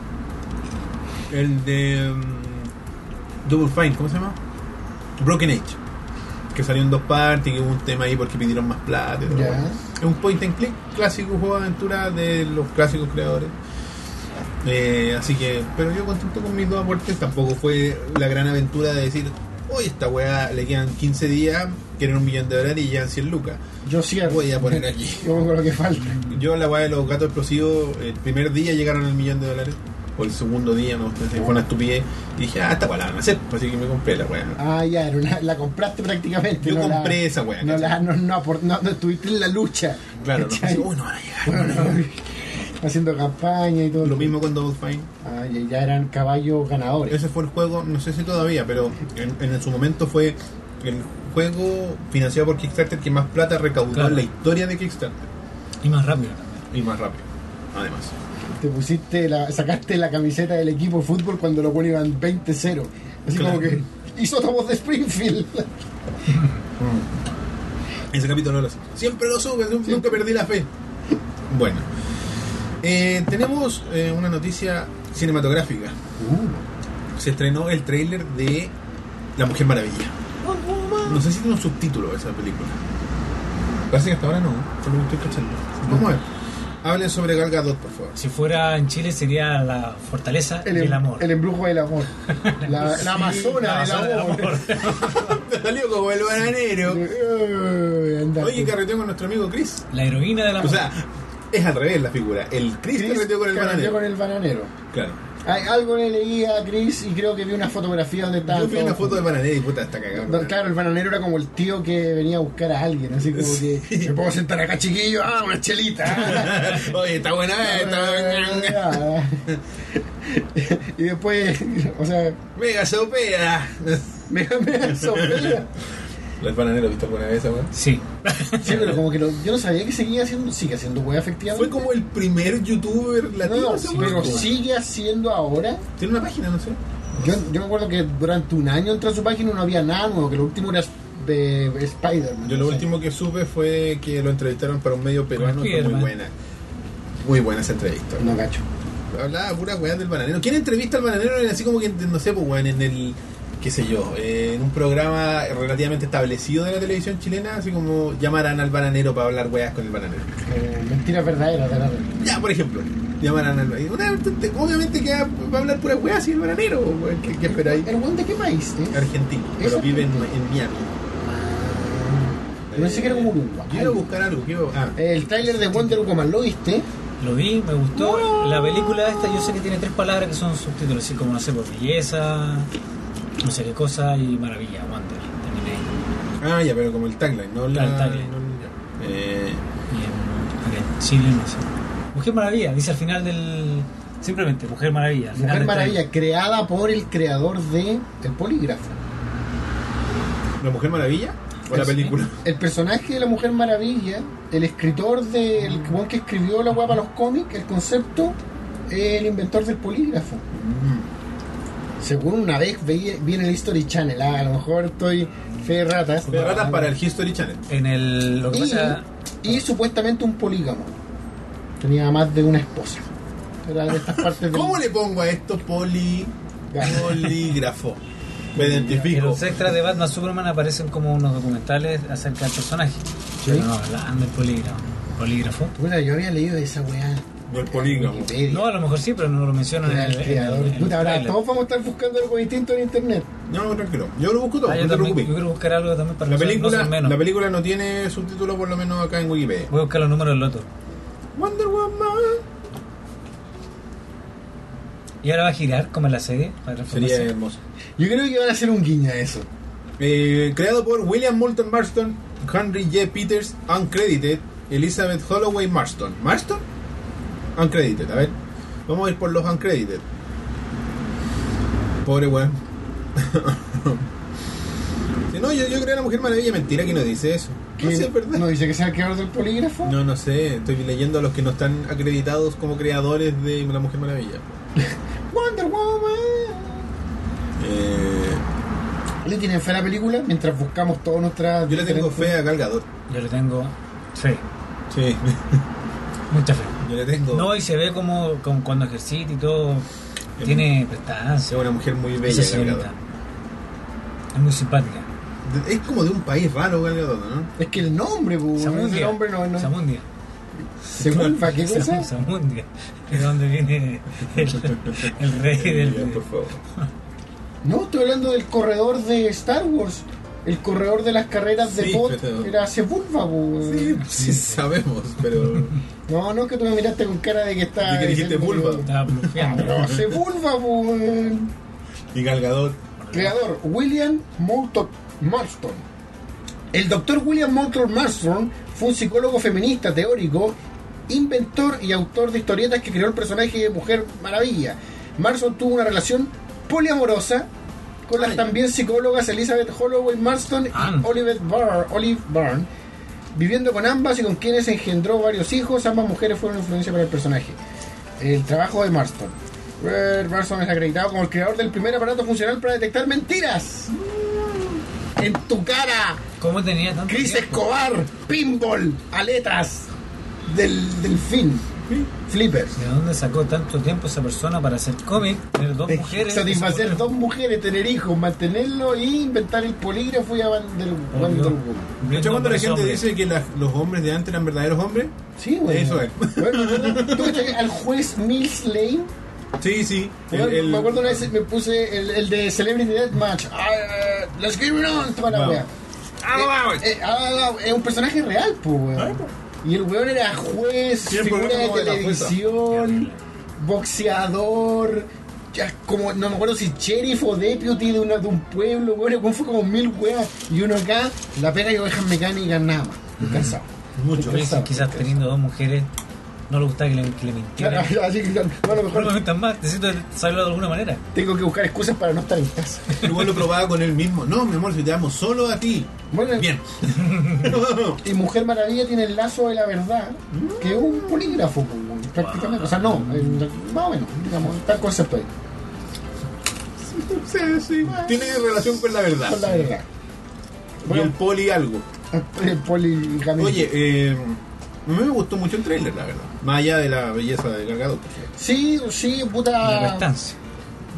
el de mm, Double Fine, ¿cómo se llama? Broken Age. Que salió en dos partes, que hubo un tema ahí porque pidieron más plata. y todo
Ya.
lo bueno. Es un point and click clásico, un juego de aventura de los clásicos creadores. Eh, así que, pero yo contento con mis dos aportes. Tampoco fue la gran aventura de decir, hoy esta weá le quedan 15 días, quieren un millón de dólares y llegan 100 lucas.
Yo cierro.
Voy a poner aquí.
Yo pongo lo que falta.
Yo la weá de los gatos explosivos, el primer día llegaron al millón de dólares. O el segundo día, no sé, fue una estupidez. Y dije, ah, esta weá la van a hacer. Así que me compré la weá.
Ah, ya, era una- la compraste prácticamente.
Yo
no la-
compré esa wea,
No,
¿cachai?
la, no, no, aport- no, no estuviste en la lucha.
Claro, no
¿cachai?
pensé, uy, no van a llegar.
Bueno, haciendo campaña y todo.
Lo mismo con Double Fine.
Ah, ya, ya eran caballos ganadores.
Ese fue el juego, no sé si todavía, pero en, en su momento fue el juego financiado por Kickstarter que más plata recaudó
Claro.
en la historia de Kickstarter.
Y más rápido también.
Y más rápido, además.
Te pusiste la, sacaste la camiseta del equipo de fútbol cuando los buenos iban 20-0. Así
Claro.
como que isótopos de Springfield.
Ese capítulo no lo sé. Siempre lo sube, nunca perdí la fe. Bueno, Eh, tenemos eh, una noticia cinematográfica.
Uh.
Se estrenó el tráiler de La Mujer Maravilla. No sé si tiene un subtítulo esa película. Parece que hasta ahora no, por lo que estoy cachando. Vamos a ver. Hablen sobre Gal Gadot, por favor.
Si fuera en Chile sería la fortaleza
El,
y
em-
el amor.
el embrujo del amor. La, la
La
amazona del
amazona del
amor.
Salió como el bananero.
Eh, anda.
Oye, carreteó con nuestro amigo Chris.
La heroína del
O
amor.
sea, es al revés la figura. El Chris,
Chris
carreteó con el bananero.
carreteó con el bananero.
Claro.
Hay algo le leía a Chris y creo que vi una fotografía donde estaba.
Yo vi
todo-
una foto del bananero y puta, está cagado.
No, Claro, el bananero era como el tío que venía a buscar a alguien, así como que me puedo sentar acá chiquillo, ah, una chelita.
Oye, está buena esta.
y después, o sea,
Mega sopera.
me, me sorprendía.
¿Los bananeros viste alguna vez esa weá?
sí.
Sí, pero como que no- yo no sabía que seguía haciendo, sigue haciendo wea efectivamente.
Fue como el primer youtuber
No,
latino.
no,
esa weá.
pero sigue haciendo ahora.
Tiene una página, no sé.
Yo, yo me acuerdo que durante un año entré a su página y no había nada nuevo, que lo último era de Spider-Man.
Yo lo
no sé.
último que supe fue que lo entrevistaron para un medio peruano
Con
y fue muy
Spiderman.
buena. Muy buena esa entrevista.
No cacho.
Hablaba pura weá del bananero. ¿Quién entrevista al bananero? Era así como que, no sé, pues weón, en el, qué sé yo, eh, en un programa relativamente establecido de la televisión chilena, así como llamarán al bananero para hablar weas con el bananero.
Eh, mentiras verdaderas, de la red.
Ya, por ejemplo, llamarán al bananero. Una- te- obviamente que va va a hablar pura weá así el bananero, weón, ¿qué, qué esperáis?
¿El weón de qué país es?
Argentino, pero
Esa-
vive en, en Miami.
Yo pensé que era como Uruguay.
Quiero buscar algo, quiero... Ah,
El tráiler de Wonder Woman, ¿lo viste?
Lo vi, me gustó. La película esta, yo sé que tiene tres palabras que son subtítulos, así como no sé, por belleza, no sé qué cosa y maravilla, Wonder. Terminé.
ah, ya, pero como el tagline, no la...
Claro, el tagline.
no- ya. Eh,
Y en, acá en Chile, no sé. Mujer Maravilla, dice al final del. Simplemente, Mujer Maravilla. al final
Mujer
del
Maravilla, creada por el creador de El Polígrafo.
¿La Mujer Maravilla? ¿O la
Sí.
película?
El personaje de la Mujer Maravilla, el escritor del
Mm.
el weón que escribió la
Mm.
weá para los cómics, el concepto, el inventor del polígrafo. Según una vez veía, vi en el History Channel, ah, a lo mejor estoy fe de ratas.
Pero ratas para el History Channel.
En el. Lo que
Y,
pasa.
y supuestamente un polígamo. Tenía más de una esposa. Era de estas partes del-
¿Cómo le pongo a esto poli... polígrafo? Me
En
identifico.
los extras de Batman Superman aparecen como unos documentales acerca del personaje.
Sí.
Pero no hablan del polígrafo. polígrafo.
Puta, yo había leído esa weá.
Del polígamo.
Wikipedia.
No, a lo mejor sí, pero no lo mencionan en
Era
el.
el creador.
en el- en el
Puta, ahora
tráiler.
todos vamos a estar buscando algo distinto en internet.
No, tranquilo. Yo lo busco todo,
Ah, yo,
no te
también,
preocupes.
yo quiero buscar algo también para
La
no ser- no ser
película,
menos.
la película no tiene subtítulo por lo menos acá en Wikipedia.
Voy a buscar los números del loto.
Wonder Woman.
Y ahora va a girar como en la serie. Para
Sería
transformarse.
hermoso.
Yo creo que van a hacer un guiño a eso.
Eh, creado por William Moulton Marston, Henry J. Peters, uncredited, Elizabeth Holloway Marston. ¿Marston? Uncredited, a ver. Vamos a ir por los uncredited. Pobre weón. Si no, yo, yo creo que la Mujer Maravilla mentira que no dice eso. No,
Que
sí, es verdad.
¿No dice que sea el creador del polígrafo?
No, no sé, estoy leyendo a los que no están acreditados como creadores de La Mujer Maravilla.
Wonder Woman.
Eh,
¿Le tienen fe a la película mientras buscamos todas nuestras...
yo le tengo
diferentes-
fe a Galgador.
Yo le tengo fe.
Sí,
Mucha fe.
yo le tengo.
No, y se ve como, como cuando ejercita y todo. Tiene
Es
prestancia.
una mujer muy
Esa
bella, Gal
señorita.
Gadot.
Es muy simpática.
De- Es como de un país raro, Gal Gadot, ¿no?
Es que el nombre, bu, ese
Samundia.
nombre no, no
Samundia.
Según, ¿para qué cosa?
Sam- Samundia. De donde viene el, el rey
Ya, por
del.
favor.
No, estoy hablando del corredor de Star Wars. El corredor de las carreras de
Sí,
bot
pero-
era Sepulva, bu.
Sí, sí sabemos, pero.
No, no, que tú me miraste con cara de que está...
De que dijiste
diciendo-
vulva.
Estaba blufeando.
No, Sepulva, bu.
Y Galgador.
Creador William Moulton Marston. El doctor William Moulton Marston fue un psicólogo feminista, teórico, inventor y autor de historietas que creó el personaje de Mujer Maravilla. Marston tuvo una relación poliamorosa con las
Ay.
también psicólogas Elizabeth Holloway Marston y
Ah.
Olivet Barr- Olive Byrne, viviendo con ambas y con quienes engendró varios hijos. Ambas mujeres fueron influencia para el personaje. El trabajo de Marston. Robert Marston es acreditado como el creador del primer aparato funcional para detectar mentiras. En tu cara,
¿Cómo tenía tanto?
Chris
tiempo?
Escobar, pinball, aletas del, del fin, flippers.
¿De dónde sacó tanto tiempo esa persona para hacer cómic? Tener dos mujeres.
Satisfacer dos mujeres, tener hijos, mantenerlo y inventar el polígrafo y a Wonder Wonder Woman.
De hecho, cuando la gente dice que las- los hombres de antes eran verdaderos hombres.
Sí, güey.
Eso es.
Bueno, ¿Tú cachai al juez Mills Lane?
Sí, sí. el-
Bueno,
el-
me acuerdo una vez me puse el, el de Celebrity Deathmatch. Ah, eh, los criminales, toda la
No.
wea.
Ah,
Eh,
va, va.
eh, ah, ah, es un personaje real, pues,
Ah,
weón.
po.
Y el weón era juez,
Sí, el
figura
programa
de
como de la jueza.
televisión, boxeador, ya como, no me acuerdo si sheriff o deputy de, una, de un pueblo, weón. El weón fue como mil weas. Y uno acá, la pega y ovejas mecánicas, nada más. Estoy cansado.
Mucho.
Estoy cansado,
quizás
estoy
teniendo dos mujeres, no le gustaba que le, que le
cansado.
mintieran.
Claro, así que, no, a lo
No me
mejor
mientan más, necesito saberlo de alguna manera.
tengo que buscar excusas para no estar en casa.
Igual lo probaba con él mismo. No, mi amor, si te amo solo a ti.
Bueno,
Bien. No, no, no.
Y Mujer Maravilla tiene el lazo de la verdad, que es un polígrafo, pues, prácticamente. O sea, no, eh, más o menos, digamos, tal concepto ahí,
Sí, sí. Tiene relación con la verdad.
con la verdad.
Y el
Bueno,
poli algo.
el poligamia.
Oye, eh, a mí me gustó mucho el trailer, la verdad. Más allá de la belleza de cargado.
Sí, sí,
La
puta.
prestancia.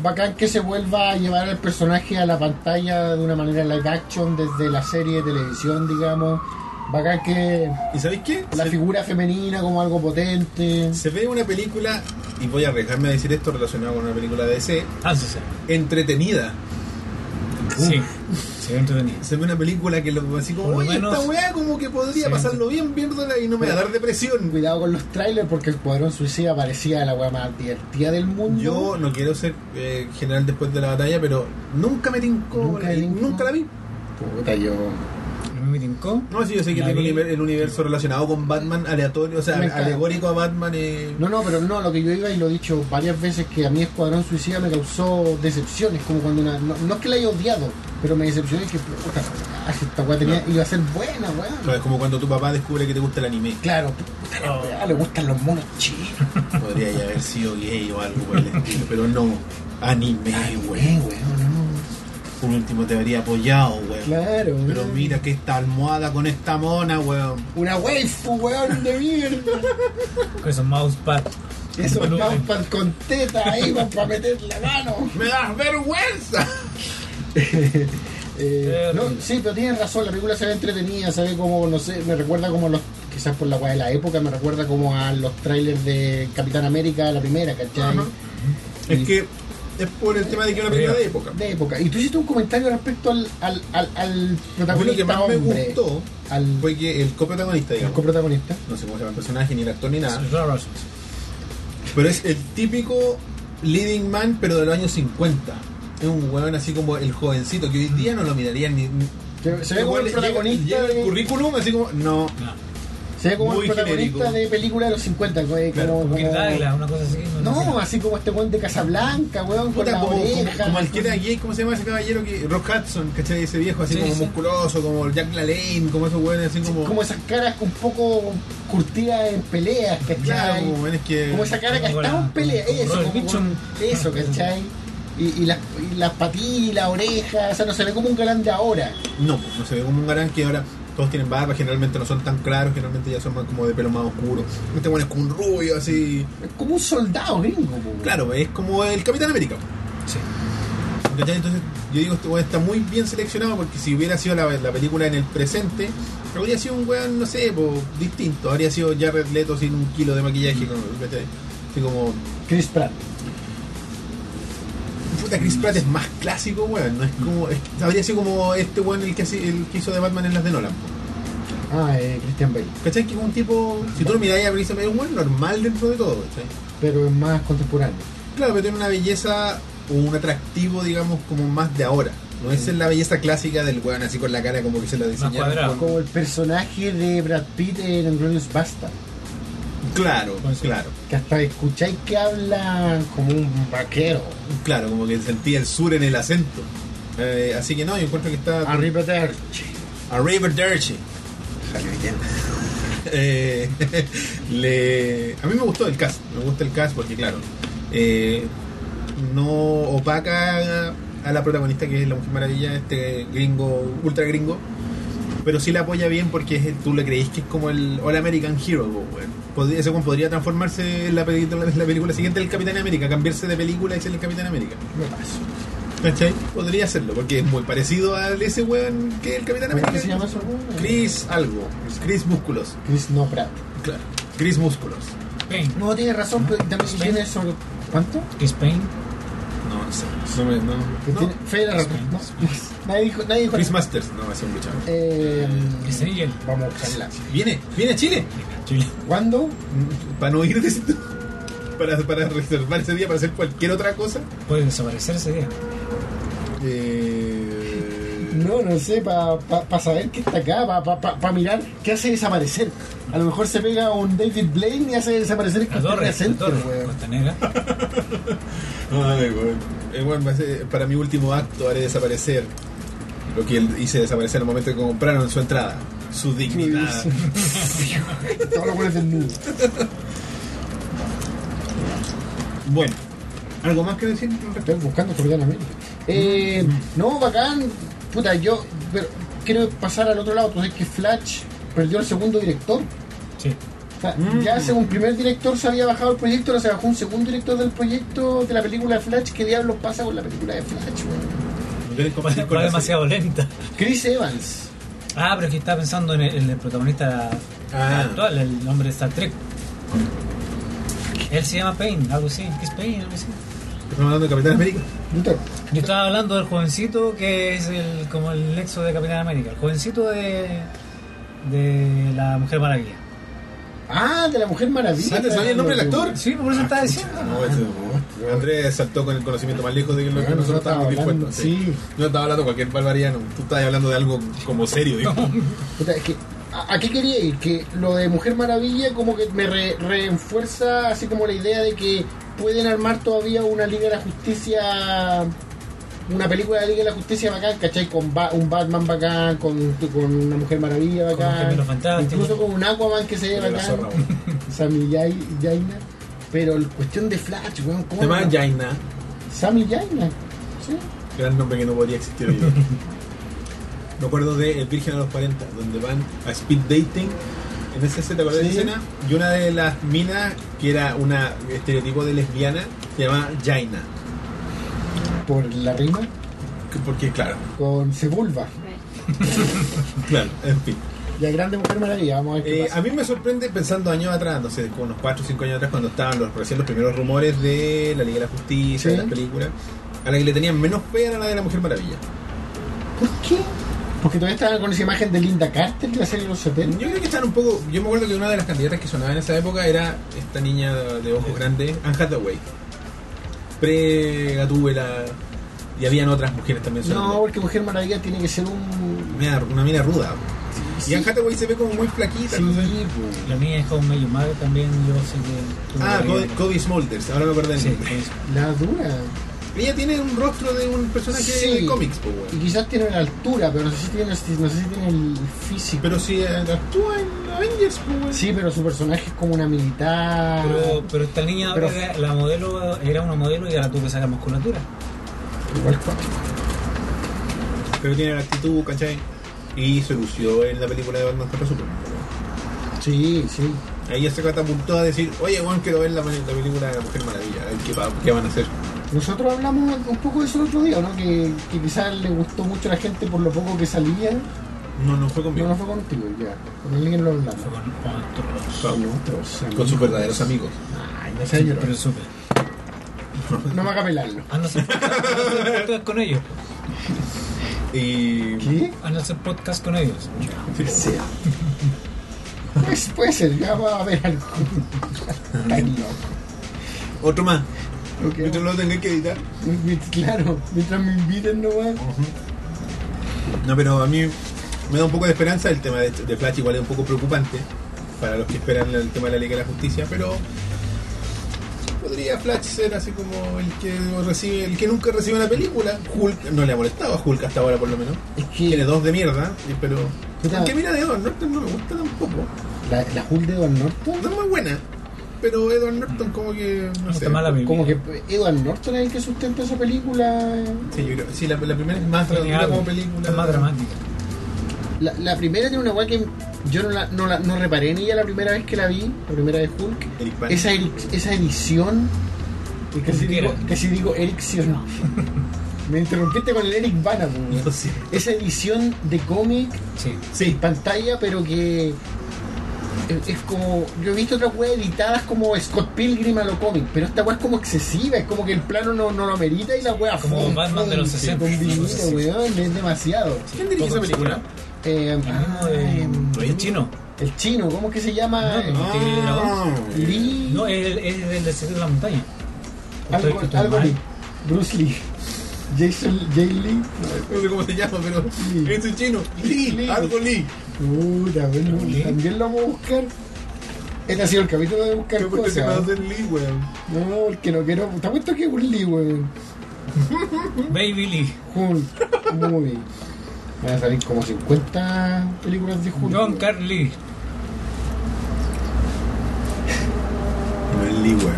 Bacán que se vuelva a llevar al personaje a la pantalla de una manera live action desde la serie de televisión, digamos. Bacán que
¿Y sabéis qué?
la
Se-
figura femenina como algo potente.
Se ve una película, y voy a arriesgarme a decir esto relacionado con una película de DC,
Ah, sí, sí.
entretenida.
Sí, se ve entretenido.
Se ve una película que lo, así como,
Por lo
oye,
menos-
esta weá como que podría
Sí.
pasarlo bien viéndola y no me va a dar depresión.
Cuidado con los trailers porque el cuadrón suicida parecía la weá más divertida del mundo.
Yo no quiero ser eh, general después de la batalla, pero nunca me tincó,
Nunca
la-
tincó.
nunca la vi.
Puta, yo.
A mí me tincó.
No, sí, yo sé que
La
tiene
vi.
un univer- el universo relacionado con Batman aleatorio, o sea,
Me encanta.
alegórico a Batman. eh,
No, no, pero no, lo que yo iba y lo he dicho varias veces, que a mí Escuadrón Suicida me causó decepciones, como cuando una... No, no es que la haya odiado, pero me decepcioné que puta, ay, esta weá tenía, iba a ser buena, weón.
no, es como cuando tu papá descubre que te gusta el anime.
Claro, puta la weá, le gustan los monos chinos.
Podría ya haber sido gay o algo por el estilo, pero no. Anime,
Eh,
güey.
weón,
Por último te habría apoyado, güey.
no. Claro,
Pero
weón.
mira que esta almohada con esta mona, weón.
Una waifu, weón, de mierda.
Con esos mousepad.
Eso
Con volumen.
mousepads con teta ahí para meter la mano.
¡Me das vergüenza!
Eh, no,
Terrible.
sí, pero tienen razón, la película se ve entretenida, se ve como, no sé, me recuerda como a los, quizás por la weá de la época, me recuerda como a los trailers de Capitán América, la primera, ¿cachai?
Ajá. Es que es por el tema de que es una película de época.
De época. Y tú hiciste un comentario respecto al, al, al, al
A mí
protagonista
lo que más me
hombre,
gustó
al
fue que el coprotagonista,
al
digamos,
coprotagonista.
no sé cómo se llama el personaje, ni el actor, ni nada,
Esos raros.
pero es el típico leading man, pero de los años 50. Es un weón así como el jovencito, que hoy día no lo mirarían ni...
Se, se ve como
Igual
el
llega-
protagonista,
llega el
de,
currículum así como, no,
No.
se ve como el
muy
protagonista
genérico.
de película de los 50, güey,
Claro,
como,
Como que
como-
Dagla, una cosa así.
No, así como este weón de Casablanca, weón, con
Puta,
la
como, como,
oreja.
como el que era gay, ¿cómo se llama ese caballero? que Rock Hudson, ¿cachai? Ese viejo así
Sí,
como
sí.
musculoso, como Jack LaLanne, como esos güeyes así como...
como esas caras un poco curtidas en peleas, ¿cachai?
claro, como güeyes que...
Como esa cara que
Como
estaba en
la-
pelea,
como
eso,
Robert
como
Mitchum.
con- eso, ¿cachai? Y, y las, y las patillas, las orejas, o sea, no se ve como un galán de ahora.
No, pues, no se ve como un garán que ahora todos tienen barba, generalmente no son tan claros, generalmente ya son más como de pelo más oscuro. Este bueno es como un rubio, así...
Es como un soldado gringo, po,
Claro, es como el Capitán América. pues.
Sí.
¿Cachai? Entonces, yo digo, este weón está muy bien seleccionado porque si hubiera sido la, la película en el presente, habría sido un weón, no sé, po, distinto. Habría sido Jared Leto sin un kilo de maquillaje, como- ¿cachai? Así como.
Chris Pratt.
Puta, Chris Pratt es más clásico, weón. No es como. es- habría sido como este weón el que, hace- el que hizo de Batman en las de Nolan. po.
Ah, eh, Christian Bale.
¿Cachai? Que es un tipo. Si tú lo miráis a Chris Pratt, es un weón normal dentro de todo, ¿cachai?
Pero es más contemporáneo.
Claro, pero tiene una belleza o un atractivo, digamos, como más de ahora. No es la belleza clásica del weón así con la cara como que se la
cuadrado.
diseñaron. con-
Como el personaje de Brad Pitt en Inglourious Basta.
Claro,
Con-
claro,
Que hasta escucháis que habla como un vaquero.
claro, como que sentía el sur en el acento. Eh, así que no, yo encuentro que está
Arriba de
a River Dirty. Eh, le- a mí me gustó el cast, me gusta el cast porque claro, eh, no opaca a la protagonista que es la Mujer Maravilla, este gringo, ultra gringo, pero sí la apoya bien porque es- tú le creís que es como el All American Hero, po, weón. Pod- ese weón podría transformarse en la, peli- en la película siguiente del Capitán América, cambiarse de película y ser el Capitán América.
Me paso.
¿Cachai? Podría hacerlo, porque es muy parecido a ese weón que es el Capitán América.
¿Cómo se llama eso?
Chris algo. Chris Músculos.
Chris no Pratt.
Claro. Chris Músculos.
Pain.
No, tiene razón, pero también tiene sobre. ¿Cuánto?
¿Qué es Pain?
No, no sé. No, me- no.
Que
no.
tiene- Fede la razón. No, nadie dijo. Nadie dijo
Chris Masters. No, ese es un bichado.
eh,
Es Angel.
Vamos a buscarla.
Viene, viene a Chile.
Chile.
¿Cuándo?
Para no ir de ese- Para, para reservar ese día, para hacer cualquier otra cosa.
Puede desaparecer ese día.
Eh,
No, no sé, para pa, pa saber que está acá, para pa, pa, pa mirar qué hace desaparecer. A lo mejor se pega un David Blaine y hace desaparecer el
La torre, la
presente,
torre.
weón.
Costanera.
Ay, weón. Eh, weón, va a ser- para mi último acto haré desaparecer lo que él hice desaparecer al momento que compraron su entrada. Su dignidad.
Todos los buenos desnudos.
Bueno, ¿algo más que decir? al respecto?
Estoy buscando Capitán América. Eh, no, bacán. Puta, yo pero quiero pasar al otro lado. Tú sabes que Flash perdió el segundo director.
Sí.
O sea,
Mm.
Ya hace un primer director se había bajado el proyecto, ahora se bajó un segundo director del proyecto de la película de Flash. ¿Qué diablos pasa con la película de Flash, weón?
No tienes que
Va,
compartir con
va
la
demasiado lenta.
Chris Evans.
Ah, pero es que estaba pensando en el, en el protagonista
Ah.
actual, el hombre de Star Trek. Él se llama Pain, algo así. ¿Qué es Pain? Algo así.
serie. Estamos hablando de Capitán América.
Puta,
Yo estaba hablando del jovencito que es el, como el nexo de Capitán América, el jovencito de, de la Mujer Maravilla.
Ah, de la Mujer Maravilla.
Ah, ¿te sabía el nombre del actor?
Sí, por eso estaba diciendo.
No, ese- Andrés saltó con el conocimiento más lejos de lo que
Ah,
nosotros
nosotros
estábamos
estábamos
dispuestos.
hablando-
sí. No estaba hablando cualquier barbaridad, no. tú estabas hablando de algo como serio, digo.
Puta, es que, ¿a, a qué quería ir? Que lo de Mujer Maravilla como que me re- reenfuerza así como la idea de que pueden armar todavía una Liga de la Justicia, una película de Liga de la Justicia bacán, ¿cachai? Con Ba- un Batman bacán, con, con una Mujer Maravilla
Con los
bacán,
Gemelos Fantásticos.
incluso con un Aquaman que se ve
Pero la zorra,
bacán,
bueno.
Sammy Yai- Yaina, pero el cuestión de Flash, weón, ¿cómo?
Se llama
no?
Jaina,
Sammy Yaina, ¿sí?
gran nombre que no podría existir hoy. día. Me acuerdo de El Virgen a los 40, donde van a speed dating. En ese set, ¿te acuerdas de
Sí.
esa escena? Y una de las minas, que era una estereotipo de lesbiana, se llama Jaina.
Por la rima,
Que- Porque, claro,
con Sepulva,
claro, en fin.
la grande Mujer Maravilla, vamos a ver qué
Eh,
pasa.
a mí me sorprende pensando años atrás, no sé, como unos 4 o 5 años atrás, cuando estaban los, recién los primeros rumores de la Liga de la Justicia,
Sí.
de las películas, a la que le tenían menos fe era la de la Mujer Maravilla.
¿Por qué? Porque todavía estaba con esa imagen de Linda Carter de la serie de los 70.
Yo creo que estaban un poco. Yo me acuerdo que una de las candidatas que sonaba en esa época era esta niña de de ojos grandes, Anne Hathaway. Pre-Gatúbela. Y habían otras mujeres también
No,
sonando.
porque Mujer Maravilla tiene que ser un.
Una, una mina ruda.
Sí.
Y Anne Hathaway se ve como muy flaquita.
Sí,
no sé.
pues.
La mía es Home Your Mother también, yo sé que... tuve
Ah,
la
Cody,
vida.
Cody Smulders, ahora me acuerdo del
Sí,
nombre.
eso.
la dura.
Ella tiene un rostro de un personaje
Sí.
de cómics, pues, weón.
Y quizás tiene la altura, pero no sé si tiene, no sé si tiene el físico.
Pero si eh, actúa en Avengers, pues, weón.
sí, pero su personaje es como una militar.
Pero, pero esta niña ahora
Pero-
era- la modelo era una modelo y ahora tuvo que sacar musculatura.
Igual cual.
Pero tiene la actitud, ¿cachai? Y se lució en la película de Batman contra Superman. pues, weón.
Sí, sí.
Ahí ya se catapultó a decir, oye, bueno, quiero ver la, la película de la Mujer Maravilla, a ver qué, va- qué van a hacer.
Nosotros hablamos un poco de eso el otro día, ¿no? Que, que quizás le gustó mucho a la gente por lo poco que salía.
No, no fue
No,
conmigo.
no fue contigo, ya. Con alguien lo hablamos.
Fue con otros.
Con-
Con otros
Con
amigos.
sus verdaderos amigos.
Ay, no sé,
Sí,
yo-
pero súper.
No me haga pelarlo.
Anda a hacer podcast con ellos.
Y.
¿Qué?
Anda a hacer podcast con ellos.
Sí.
Pues, puede ser, ya va a haber algo. Está loco.
Otro más.
Ok.
Mientras lo tengáis que editar.
Mi- Claro, mientras me inviten nomás.
No, pero a mí me da un poco de esperanza. El tema de, de Flash igual es un poco preocupante para los que esperan el tema de la Liga de la Justicia, pero. Podría Flash ser así como el que recibe, el que nunca recibe una película. Hulk no le ha molestado a Hulk hasta ahora por lo menos.
Es
Tiene
que
dos de mierda, pero.
Puta.
Aunque mira de Edward Norton no me gusta tampoco.
la, la Hulk de Edward Norton,
No es muy buena. Pero Edward Norton como que. No,
No
sé.
está mala mi
como que Edward Norton es el que sustenta esa película. eh.
Sí, yo creo. Sí, la, la primera es más
Tiene
dramática
algo,
como película.
Es más dramática.
La, la primera tiene una weá que yo no, la, no, la- no reparé en ella la primera vez que la vi, la primera de Hulk.
Eric Bana.
Esa, eri- esa edición. y Casi digo,
Hulkera.
casi digo Ericción. Me interrumpiste con el Eric Bana, pues.
Lo siento.
Esa edición de cómic
Sí.
Sí.
pantalla, pero que es, es como. Yo he visto otras weas editadas como Scott Pilgrim a lo cómic, pero esta wea es como excesiva, es como que el plano no, no lo amerita y la wea
Como
fum,
Batman
fum,
de los
se
60,
combina,
una cosa así.
weón, es demasiado.
¿Quién dirige esa película?
Eh,
El mismo
ay,
de... Ah, ¿Es chino?
el chino, ¿cómo es que se llama?
No,
Ah,
no.
Lee.
No, es el, es del desierto de la montaña.
algo,
Estoy- estoy
algo
mal.
Lee. Bruce Lee. Jason Jay Lee.
No sé cómo se llama, pero.
Lee.
Es un chino. Lee,
Lee.
algo Lee.
Puta, bueno,
Lee.
también lo vamos a buscar. Este ha sido el capítulo de buscar
Yo pensé que me va a
cosas.
hacer Lee, weón.
No, porque no quiero. Está puesto que es un Lee, weón.
Baby Lee.
Hulk Movie. Van a salir como 50 películas de Hulk.
John
weón.
Carly.
No es Lee, weón.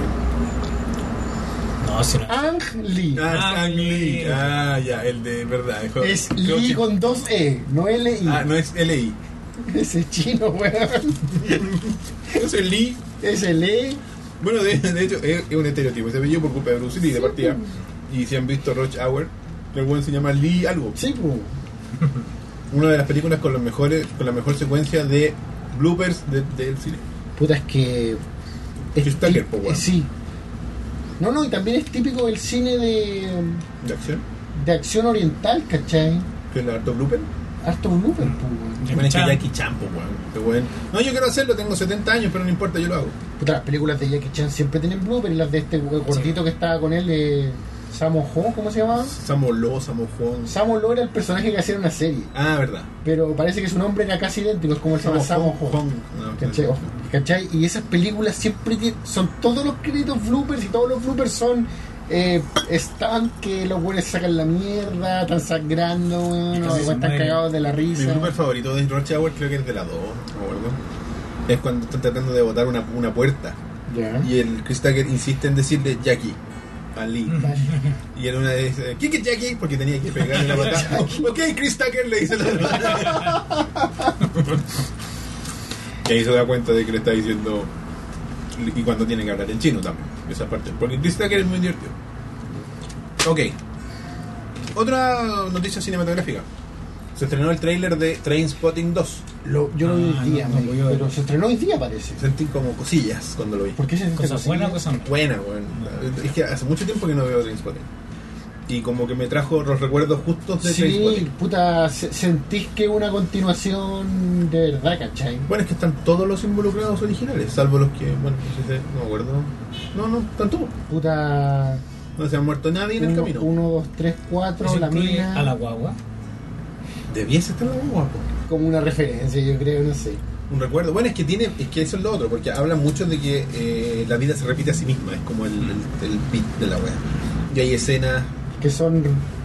No, si no.
Ang Lee.
Ah,
Ah,
Stan Lee.
Lee.
Ah, ya, el de verdad. el joven.
Es
Creo
Lee
que-
con dos E, no L I.
Ah, no es L.I.
Ese chino, weón.
Entonces Lee.
Es el E.
Bueno, de, de hecho, es, es un estereotipo. Se yo por culpa de Bruce Lee de partida.
pues.
Y si han visto Roach Hour, el weón se llama Lee algo.
Sí, pues.
Una de las películas con los mejores, con la mejor secuencia de bloopers de- del cine.
Puta, es que. es
Chris Tucker,
tip-
po, weón.
Sí. No, no, y también es típico del cine de,
De acción.
de acción oriental, ¿cachai?
Que es harto blooper.
harto un Looper, pues, weón.
Bueno, es que Jackie Chan, pues, weón. Este weón. No, yo quiero hacerlo, tengo 70 años, pero no importa, yo lo hago.
Puta, las películas de Jackie Chan siempre tienen bloopers y las de este weón gordito que estaba con él, eh, Samo Ho, ¿cómo se llamaba?
Samo Lo, Samo Juan.
Samo Ho era el personaje que hacía en una serie,
Ah, verdad.
pero parece que su nombre era casi idéntico, es como el Samo Samo Ho.
Juan. No,
¿Cachai?
no.
Ojo, ¿Cachai? Y esas películas siempre tien- son todos los créditos bloopers y todos los bloopers son eh, están que los buenos sacan la mierda, están sangrando, weón,
Casi
o
se
están
mueren.
cagados de la
Mi
risa.
blooper favorito de Rush Hour creo que es de la 2 o algo. Es cuando están tratando de botar una, una puerta.
Ya.
Y el Chris Tucker insiste en decirle Jackie a Lee. Y en una dice, ¿quién es Jackie? Porque tenía que pegarle la patada. ok, Chris Tucker le dice la verdad. y ahí se da cuenta de que le está diciendo. Y cuando tiene que hablar en chino también, esa parte. Porque Chris Tucker es muy divertido. Ok. Otra noticia cinematográfica. Se estrenó el tráiler de Trainspotting 2.
Lo- yo lo vi
Ah,
hoy día,
no, no
me-
voy a ver.
pero se estrenó hoy día parece.
Sentí como cosillas cuando lo vi.
¿Por qué se estrenó
Cosas
hoy
buenas,
día?
cosas malas.
Buena, weón. Es que hace mucho tiempo que no veo Trainspotting. Y como que me trajo los recuerdos justos de
Sí,
Trainspotting.
puta, se- sentís que una continuación de verdad, ¿cachai?
Bueno, es que están todos los involucrados originales, salvo los que, bueno, no sé, si- no me acuerdo. No, no, están todos.
Puta,
No se ha muerto nadie en el camino.
1, 2, 3, 4,
Eso
la
incluye
mina.
a la guagua.
Debiese estar la guapo.
Como una referencia, yo creo, no sé.
Un recuerdo. Bueno, es que tiene, es que eso es lo otro, porque habla mucho de que eh, la vida se repite a sí misma, es como el, el, el beat de la wea. Y hay escenas
Que son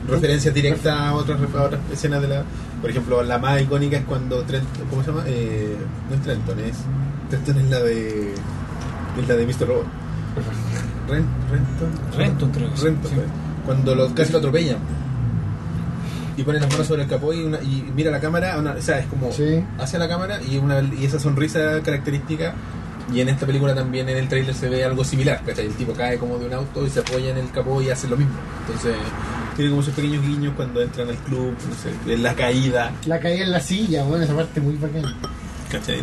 referencias directas a otras, a otras escenas de la. Por ejemplo, la más icónica es cuando Trenton. ¿Cómo se llama? Eh, no es Trenton, es. Trenton es la de. Es la de Mr. Robot. Ren- Renton.
Renton, creo que sí.
Renton,
Sí.
eh. Cuando los, casi lo atropellan. Y pone las manos sobre el capó y, una- y mira la cámara. una- o sea, es como.
Sí.
Hacia la cámara y, una, y esa sonrisa característica. Y en esta película también en el trailer se ve algo similar, ¿cachai? El tipo cae como de un auto y se apoya en el capó y hace lo mismo. Entonces, tiene como esos pequeños guiños cuando entran al club, no sé, en la caída,
La caída en la silla, bueno, esa parte muy bacán.
¿cachai?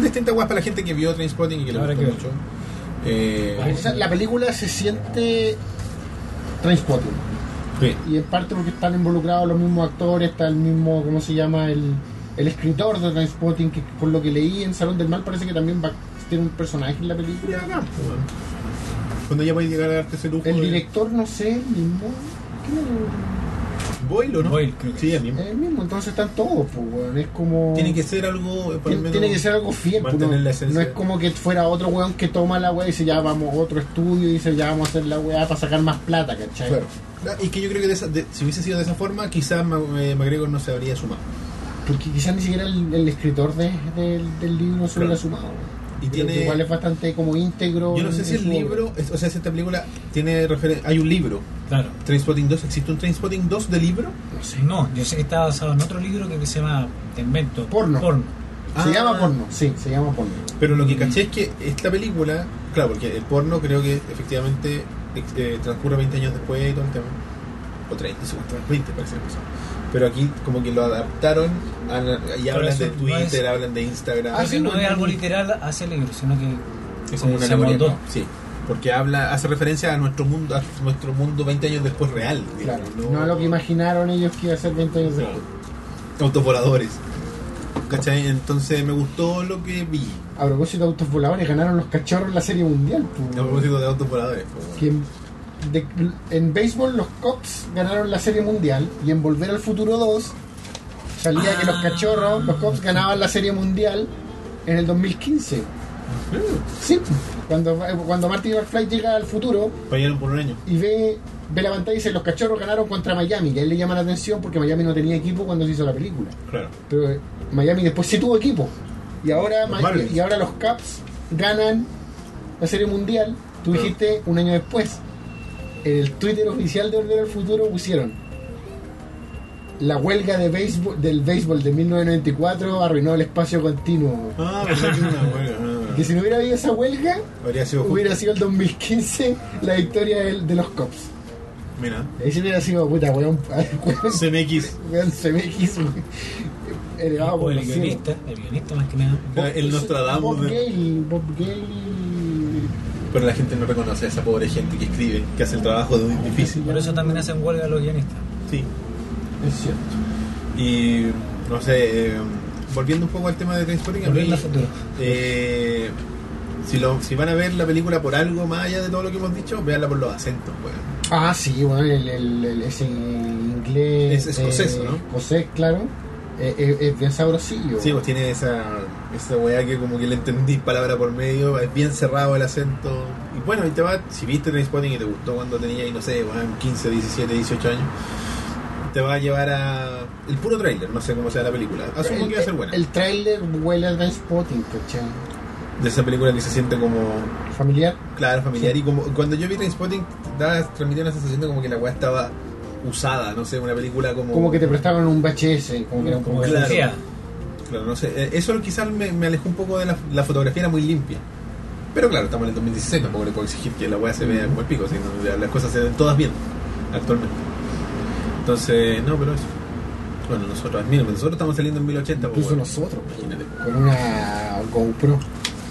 Distintas guas para la gente que vio Trainspotting y que le
Habrá
gustó
que ver.
mucho. Eh,
O sea, la película se siente Transpotting.
sí.
Y en parte porque están involucrados los mismos actores, está el mismo, ¿cómo se llama? El, el escritor de Transpotting, que por lo que leí en Salón del Mal parece que también va, tiene un personaje en la película.
Cuando ya voy a llegar a darte ese lujo.
El
de-
director, no sé, el mismo.
Boyle, ¿o no?
Boyle, creo que
Sí,
es.
a mí.
¿Quién era? El mismo, entonces están todos, pues, weón, es como...
Tiene que ser algo. eh, por lo
Tiene,
menos,
tiene que ser algo fiel, pues, no,
mantener la esencia.
no es como que fuera otro weón que toma la weá y dice ya vamos a otro estudio y dice ya vamos a hacer la weá para sacar más plata, ¿cachai?
Claro. Ah, Y que yo creo que de esa- de- si hubiese sido de esa forma, quizás Ma- eh, McGregor no se habría sumado.
Porque quizás ni siquiera el, el escritor de- del- del libro se lo
Claro.
ha sumado.
Y
Creo que
tiene.
Igual es bastante como íntegro.
Yo no sé
en-
si
en
el
su obra.
libro, es- o sea, si esta película tiene referen- hay un libro,
Claro.
Trainspotting 2, ¿existe un Trainspotting 2 de libro?
No sé.
No, yo sé que está basado en otro libro que se llama, te invento,
Porno.
Porno.
Ah.
Se llama porno, sí, se llama porno.
Pero lo que caché es que esta película, claro, porque el porno creo que efectivamente ex- eh, transcurre 20 años después y todo el tema. O 30, supuestamente 20 parece que pasó. Pero aquí como que lo adaptaron a la- y
Pero
hablan
eso
de
no
Twitter,
es-
hablan de Instagram.
Ah,
Creo
sí,
que no
bueno,
es algo
bueno.
literal hacia el libro, sino que
es como
se-
una
se
alegoría.
amoldó.
¿no? Sí. Porque habla, hace referencia a nuestro mundo, a nuestro mundo 20 años después real.
Claro.
digamos,
No, lo que imaginaron ellos que iba a ser 20 años después.
Autos voladores. ¿Cachai? Entonces me gustó lo que vi.
A propósito de autos voladores, ganaron los cachorros la serie mundial. pues.
A propósito de autos voladores. pues,
que en, de- en béisbol los Cops ganaron la Serie Mundial y en Volver al Futuro 2 salía que los cachorros, los Cops ganaban la Serie Mundial en el 2015. Sí, cuando, cuando Marty McFly llega al futuro
Fallaron por un año.
y ve, ve la pantalla y dice los cachorros ganaron contra Miami, que a él le llama la atención porque Miami no tenía equipo cuando se hizo la película.
Claro.
Pero eh, Miami después sí tuvo equipo. Y ahora,
Los
Ma-
Marlins.
y ahora los Caps ganan la Serie Mundial. Tú
Claro.
dijiste un año después. En el Twitter oficial de Volver al Futuro pusieron la huelga de béisbol, del béisbol de 1994 arruinó el espacio continuo.
Ah, pensé que era una huelga. Ah.
Que si no hubiera habido esa huelga,
Habría sido justo.
hubiera sido el 2015 la victoria del- de los Cops.
Mira.
Ahí sí hubiera sido, puta, weón, weón,
CMX.
weón, se me quiso. weón. Elevado
O
por
el
los cielos.
guionista, el guionista más que nada.
Era El Nostradamus.
Bob
de-
Gale, Bob Gale.
Pero la gente no reconoce a esa pobre gente que escribe, que hace el trabajo de- difícil.
Por eso también hacen huelga los guionistas.
Sí.
Es cierto.
Y No sé, eh, volviendo un poco al tema de Trainspotting, a mí,
Volviendo al futuro.
eh, si, lo, si van a ver la película por algo más allá de todo lo que hemos dicho, véanla por los acentos, weón.
Ah, sí, bueno, el, el, el- ese inglés.
Es escocés, ¿no?
Escocés, claro. Eh, eh, es bien sabrosillo.
Sí, pues tiene esa, esa weá que como que le entendís palabra por medio, es bien cerrado el acento. Y bueno, y te va, si viste Trainspotting y te gustó cuando tenías, no sé, weón, 15, 17, 18 años, te va a llevar a... El puro trailer, no sé cómo sea la película. Asumo
el,
que va a ser buena.
El tráiler huele a Spotting, ¿cachai?
de esa película que se siente como
Familiar.
Claro, familiar. Y como cuando yo vi Trainspotting, da, transmitía una sensación de como que la weá estaba usada, no sé, una película como.
Como que te prestaban un VHS, como que era un
Como
Claro.
que surgía.
Claro, no sé. eh, Eso quizás me, me alejó un poco de la, la fotografía, era muy limpia. Pero claro, estamos en el 2016, tampoco le puedo exigir que la weá se vea como el pico, sino ya las cosas se ven todas bien actualmente. Entonces, no, pero eso. Bueno, nosotros, mira, nosotros estamos saliendo en 1080, pues,
Incluso
weón.
nosotros,
Imagínate.
con una GoPro.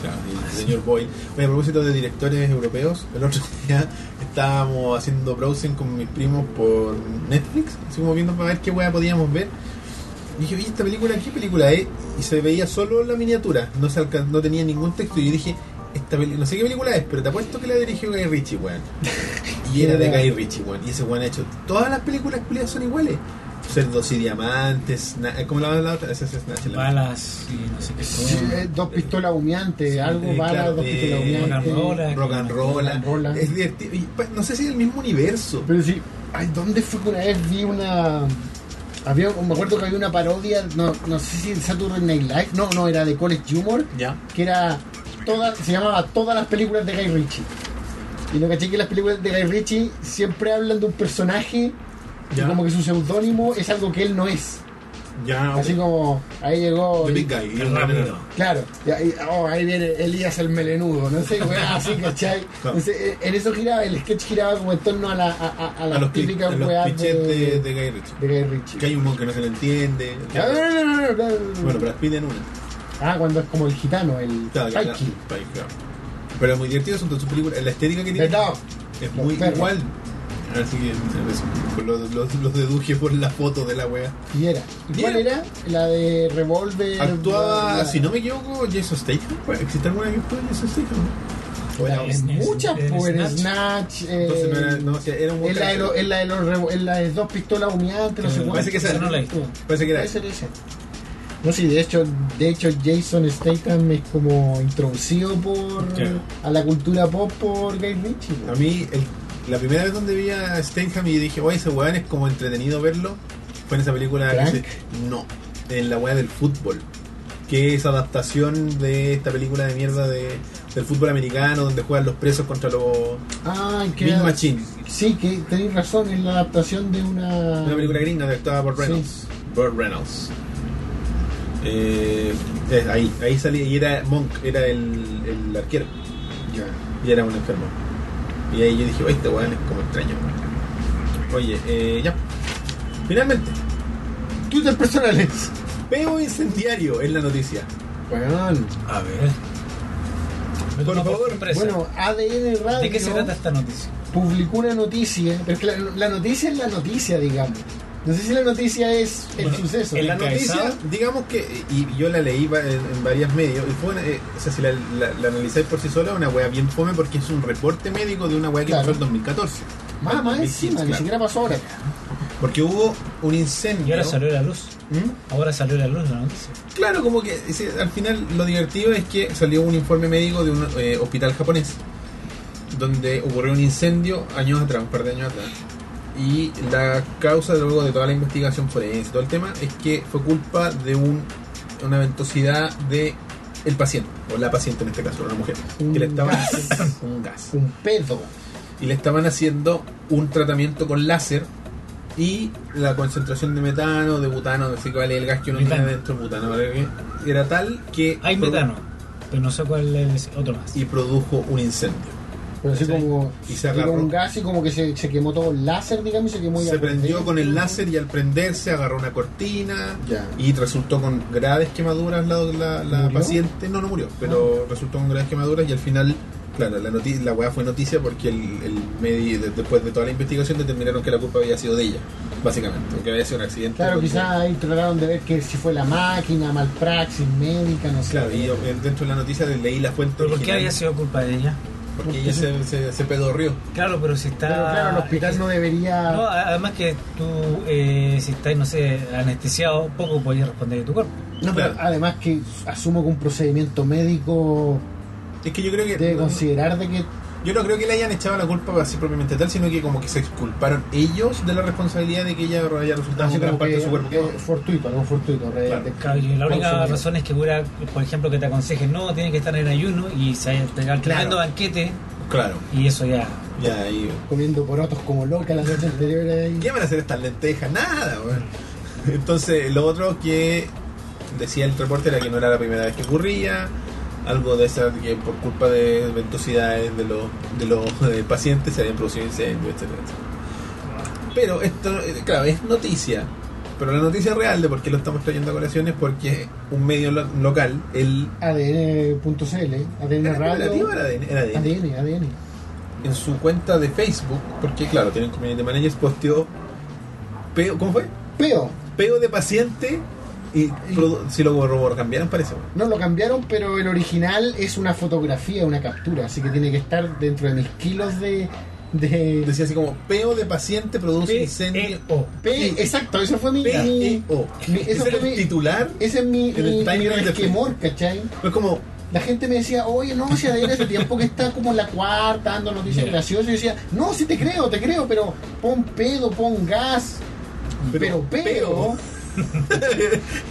Claro, y el señor Boyle. Oye, a propósito de directores europeos, el otro día estábamos haciendo browsing con mis primos por Netflix, así como viendo para ver qué hueá podíamos ver. Y dije, oye, esta película, ¿qué película es? Y se veía solo la miniatura, no se alca- no tenía ningún texto. Y yo dije, esta peli- no sé qué película es, pero te apuesto que la dirigió Guy Ritchie, weón. Y era de Guy Ritchie, weón. Y ese weón ha hecho. Todas las películas culiadas son iguales. Cerdos y diamantes, na- ¿cómo la la otra? Esa es Snatch, la-
Balas y no sé qué
Sí,
cosa.
eh, dos pistolas humeantes,
Sí,
algo
eh,
bala,
claro,
dos
eh,
pistolas
rock and roll,
humeantes.
rock and roll.
Rock and roll. ¿eh?
Es divertido. Y, pa- no sé si es el mismo universo.
Pero sí, ay, ¿dónde fue que una vez vi una. Había, me acuerdo que había una parodia, no, no sé si en Saturday Night Live, no, no, era de College Humor,
Ya.
que era. Toda, se llamaba Todas las películas de Guy Ritchie. Y lo caché que las películas de Guy Ritchie siempre hablan de un personaje y
Ya.
como que su seudónimo es algo que él no es.
Ya.
Así como ahí llegó.
The
y-
Ah, Big Guy.
El rápido.
Claro, y ahí, oh, ahí viene Elías el melenudo, no sé, weá, así, ¿cachai?
Claro.
Entonces, eh, en eso giraba, el sketch giraba como en torno a, la, a, a- a
A
las
los, cli-
típicas
a los
weas
clichés
de,
de,
de,
de Guy Ritchie.
Guy Ritchie.
Que hay un mon que no se le entiende.
Ah, no, no, no, no, no, no.
Bueno, pero piden una.
Ah, cuando es como el gitano, el
Claro, claro,
Taiki.
Pike, claro. Pero es muy divertido, son todas sus películas. La estética que tiene
¿Verdad?
es
Los
muy
perros.
igual. Así que eso, los, los, los deduje por la foto de la wea.
Y era. ¿Y cuál
Bien.
era? La de Revolver.
Actuaba,
la-
si no me equivoco, Jason Statham. pues, ¿Existe alguna que actúe Jason Statham?
la-
Bueno,
es muchas,
en
pues, en
Snatch.
Snatch. eh,
Entonces no era, no, o sea, era un buen
es la de
cacho.
los- es la de los revo- es la de dos pistolas humeantes, no sé
Claro,
Eh, parece que esa-
cuánto.
no la he visto.
Parece que era
Puede ser esa. No, sí, de hecho, de hecho Jason Statham es como introducido por
Claro.
a la cultura pop por Guy Ritchie.
A
¿no?
mí, el- la primera vez donde vi a Statham y dije, oye, ese weón es como entretenido verlo, fue en esa película. que
¿Crank?
se- no, en la weá del fútbol, que es adaptación de esta película de mierda de, del fútbol americano, donde juegan los presos contra los
Ah, que
Big Machine.
Sí, que tenéis razón, es la adaptación de una
Una película gringa que actuaba por
Sí.
Reynolds. Burt Reynolds. Eh, eh, ahí, ahí salía, y era Monk, era el, el arquero,
Ya.
y era un enfermo. Y ahí yo dije, oye, este weón es como extraño. weón". Oye, eh, ya. Finalmente,
Twitter personales.
Peo incendiario es la noticia.
Bueno,
A ver. Me
Por
toma
favor.
sorpresa.
bueno, ADN Radio
¿De qué se trata esta noticia?
publicó una noticia, pero es que la, la noticia es la noticia, digamos. No sé si la noticia es el
Bueno,
suceso.
el
La
encabezado?
noticia, digamos que, y yo la leí va- en, en varios medios, y fue una- eh, o sea, si la, la- la analizáis por sí sola, es una weá bien fome porque es un reporte médico de una weá que
Claro.
pasó en 2014.
Más, más encima, ni
Claro.
siquiera pasó ahora.
Porque hubo un
Y
incendio.
ahora salió la luz.
¿Mm?
Ahora salió la luz la noticia.
Claro, como que ese- al final lo divertido es que salió un informe médico de un eh, hospital japonés donde ocurrió un incendio años atrás, un par de años atrás. Y la causa luego de toda la investigación forense, todo el tema, es que fue culpa de un, una ventosidad de el paciente, o la paciente en este caso, una mujer, que le
Un
estaban
gas.
haciendo un gas.
Un pedo.
Y le estaban haciendo un tratamiento con láser y la concentración de metano, de butano, no sé cuál es el gas que uno
Metano.
tiene dentro de butano, ¿vale? era tal que
Hay
produ-
metano, pero no sé cuál es otro más.
y produjo un incendio.
Pero así
Sí.
como.
Y se agarró.
llegó un gas y como que se, se quemó todo el láser, digamos, y se quemó y
Se
algo
prendió
de-
con el láser y al prenderse agarró una cortina
Ya.
y resultó con graves quemaduras la, la, la
¿Murió? Ah.
paciente. No, no murió, pero resultó con graves quemaduras y al final, claro, la, noti- la weá fue noticia porque el, el medi- de- después de toda la investigación determinaron que la culpa había sido de ella. básicamente, aunque había sido un accidente.
Claro,
donde-
quizás ahí trataron de ver que si fue la máquina, malpraxis médica, no sé.
Claro, y yo, eh, dentro de la noticia leí la fuente
¿Pero por qué
original,
había sido culpa de ella?
Porque ella se, se, se pedorrió.
Claro, pero si está.
Pero claro, el hospital no debería.
No, a- además que tú, eh, si estás, no sé, anestesiado, poco podías responder de tu cuerpo.
No, pero
ah,
Claro.
además que asumo que un procedimiento médico
Es que yo creo que...
debe
no-
considerar de que
Yo no creo que le hayan echado la culpa así propiamente tal, sino que como que se exculparon ellos de la responsabilidad de que ella haya resultado
así
con gran
Ah, como
parte
que
de su cuerpo.
eh, fortuito, algo fortuito. re-
Claro.
de-
Claro, y la única
consumido.
razón es que hubiera, por ejemplo, que te aconsejen, no, tienes que estar en ayuno y se haya pegado el tremendo
Claro.
banquete
Claro,
y eso ya.
ya ahí...
comiendo porotos como loca las noches anteriores. ahí.
¿Qué van a hacer estas lentejas? Nada, weón. Entonces, lo otro que decía el reporte era que no era la primera vez que ocurría, algo de esa que por culpa de ventosidades de los, de los eh, pacientes se habían producido incendios, etcétera, etcétera. Pero esto, eh, claro, es noticia. Pero la noticia real de por qué lo estamos trayendo a colación es porque un medio lo- local, el...
ADN.cl, ADN
¿Era relativo
Radio.
al ADN? Era ADN.
ADN, ADN.
En su cuenta de Facebook, porque claro, tienen community managers, posteó... peo- ¿Cómo fue?
Peo.
peo de paciente y produ- si lo corroboran, cambiaron parece. weón.
No lo cambiaron, pero el original es una fotografía, una captura, así que tiene que estar dentro de mis kilos de. de
Decía así como peo de paciente produce incendio.
P.E.O..
E, P- exacto, eso fue mi. mi-
P-E-O.
mi-
Ese
eso
era
fue E.
el
mi-
titular.
Ese es mi,
eh, En el
mi, mi
timeline de
resquemor, ¿cachai?
Es como,
La gente me decía, oye, no, si ADN hace tiempo que está como en la cuarta, dando noticias
Ya.
graciosas. Y yo decía, no, sí te creo, te creo, pero pon pedo, pon gas, pero,
pero,
peo.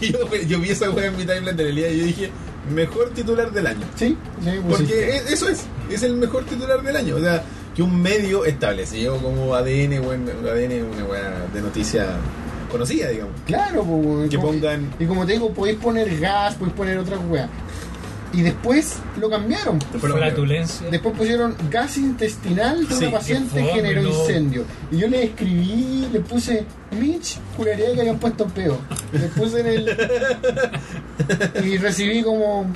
Y yo, yo vi esa weá en mi timeline de Elías y yo dije, mejor titular del año.
Sí, sí, pues sí.
Porque e- eso es, es el mejor titular del año. O sea, que un medio establecido como ADN, weón, ADN es una weá de noticia conocida, digamos.
Claro, pues,
Que
como-
pongan-
Y como te digo, podéis poner gas, podéis poner otra weá. Y después lo cambiaron.
Pero-
Flatulencia.
Después pusieron gas intestinal de
Sí,
una paciente
qué fome,
generó
no.
incendio. Y yo le escribí, le puse, Mitch, juraría que habían puesto peo. Le puse en el. y recibí como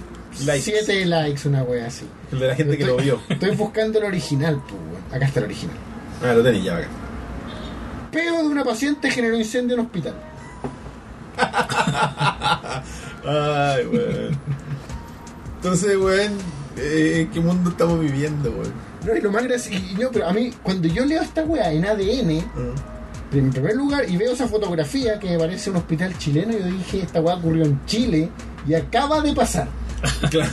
Likes.
siete likes, una wea así.
El de la gente que lo vio.
Estoy buscando el original, pues, weón. Acá está el original.
Ah, lo tenéis ya acá.
Peo de una paciente generó incendio en hospital.
Ay, weón. Entonces, weón, eh, ¿en qué mundo estamos viviendo, weón?
No, y lo más gracioso. y- y No, pero a mí, cuando yo leo esta wea en ADN, En primer lugar, y veo esa fotografía que me parece un hospital chileno, yo dije, esta weá ocurrió en Chile y acaba de pasar.
Claro.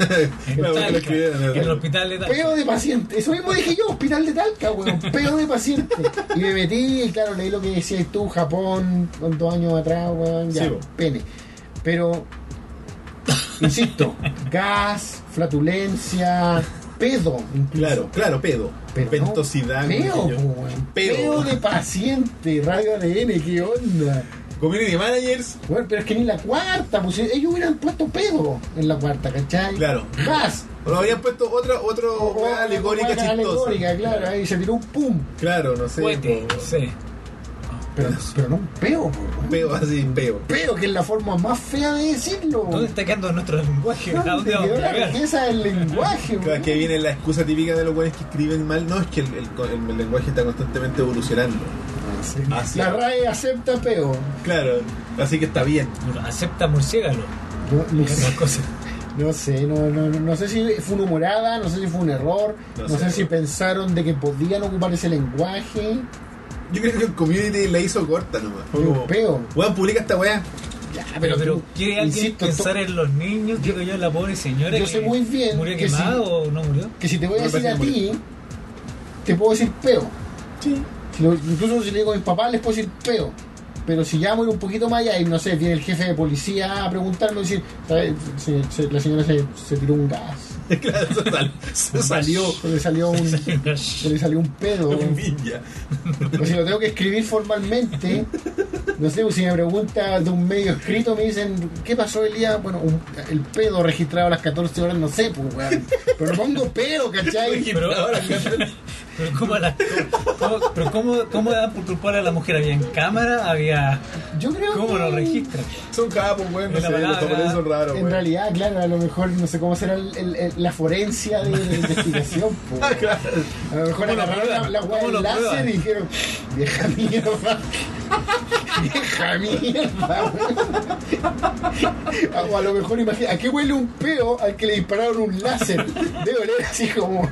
en,
Claro, porque
Talca,
lo escribieron,
en el
¿verdad?
hospital de Talca.
Peo de paciente. Eso mismo dije yo, hospital de Talca, weón, peo de paciente. Y me metí, y claro, leí lo que decías tú, Japón, cuántos años atrás, weón, ya,
Sí, po.
pene. Pero, insisto, gas, flatulencia, pedo, incluso.
Claro, claro, pedo.
Pero no,
Pentosidad.
Peo,
weón.
po, weón.
Pedo.
Peo de paciente, radio ADN, qué onda.
Community managers.
Bueno, pero es que ni la cuarta, pues ellos hubieran puesto pedo en la cuarta, ¿cachai?
Claro.
Más.
O habían puesto otra, Oh, otra weá alegórica
Bueno,
chistosa.
alegórica, claro, ahí se tiró un pum,
Claro, no sé.
Cohete,
po,
no sé.
pero, pero no un peo, pues. weón.
Peo, así, peo.
Peo, que es la forma más fea de decirlo.
¿Dónde está quedando nuestro lenguaje? ¿A
¿Dónde
dónde vamos
quedó
a
la
llegar?
riqueza del lenguaje,
Cada
weón?
que viene la excusa típica de los weones que escriben mal, no es que el, el- el lenguaje está constantemente evolucionando. Así.
La RAE acepta peo.
Claro, así que está bien.
Acepta murciélago.
No, no
Y otras
sé,
cosas.
no sé, no, no, no, no sé si fue una humorada, no sé si fue un error,
No
no,
sé,
sé, si
weón.
pensaron de que podían ocupar ese lenguaje.
Yo creo que el community la hizo corta nomás. Fue
Digo,
como,
peo.
Weón, publica esta weá.
Ya,
Pero, pero
tú-
¿quiere alguien
insisto,
pensar en los niños? Digo yo, la pobre señora
Yo
que
sé muy bien
murió
que
quemada
sí.
o no murió.
que si te voy a
No me
decir a
parece muy
ti, te puedo decir peo.
Sí.
Si lo- incluso si le digo a mis papás, les puedo decir peo. Pero si llamo y un poquito más allá y no sé, viene el jefe de policía a preguntarme y decir, "¿Sabe? Se- se- la señora se, se tiró un gas.
Claro, se, sal- se salió
Se le salió un, se le salió un pedo.
un ninja.
Pero si lo tengo que escribir formalmente, no sé, pues si me pregunta de un medio escrito, me dicen, ¿qué pasó el día? Bueno, un- el pedo registrado a las 14 horas, no sé, pues, weón. Pero no pongo pedo, ¿cachai?
Pero ahora,
Pero cómo, la- cómo- pero cómo, cómo dan por culpar a la mujer? ¿Había en cámara? ¿Había...?
Yo creo que-
¿Cómo lo registran?
Son capos, weón. No
Es la
sé, los
palabra.
japoneses son raros,
En
pues.
weón.
realidad, claro, a lo mejor no sé cómo será el- el- el- la forencia de, de investigación. po.
Ah,
A lo mejor
¿Cómo lo
agarraron la,
prueban?
la
¿Cómo
weá
lo
del láser
prueban?
y dijeron: Vieja mierda. Vieja mierda. weón". O a lo mejor imagina, ¿a qué huele un peo al que le dispararon un láser? Debe oler así como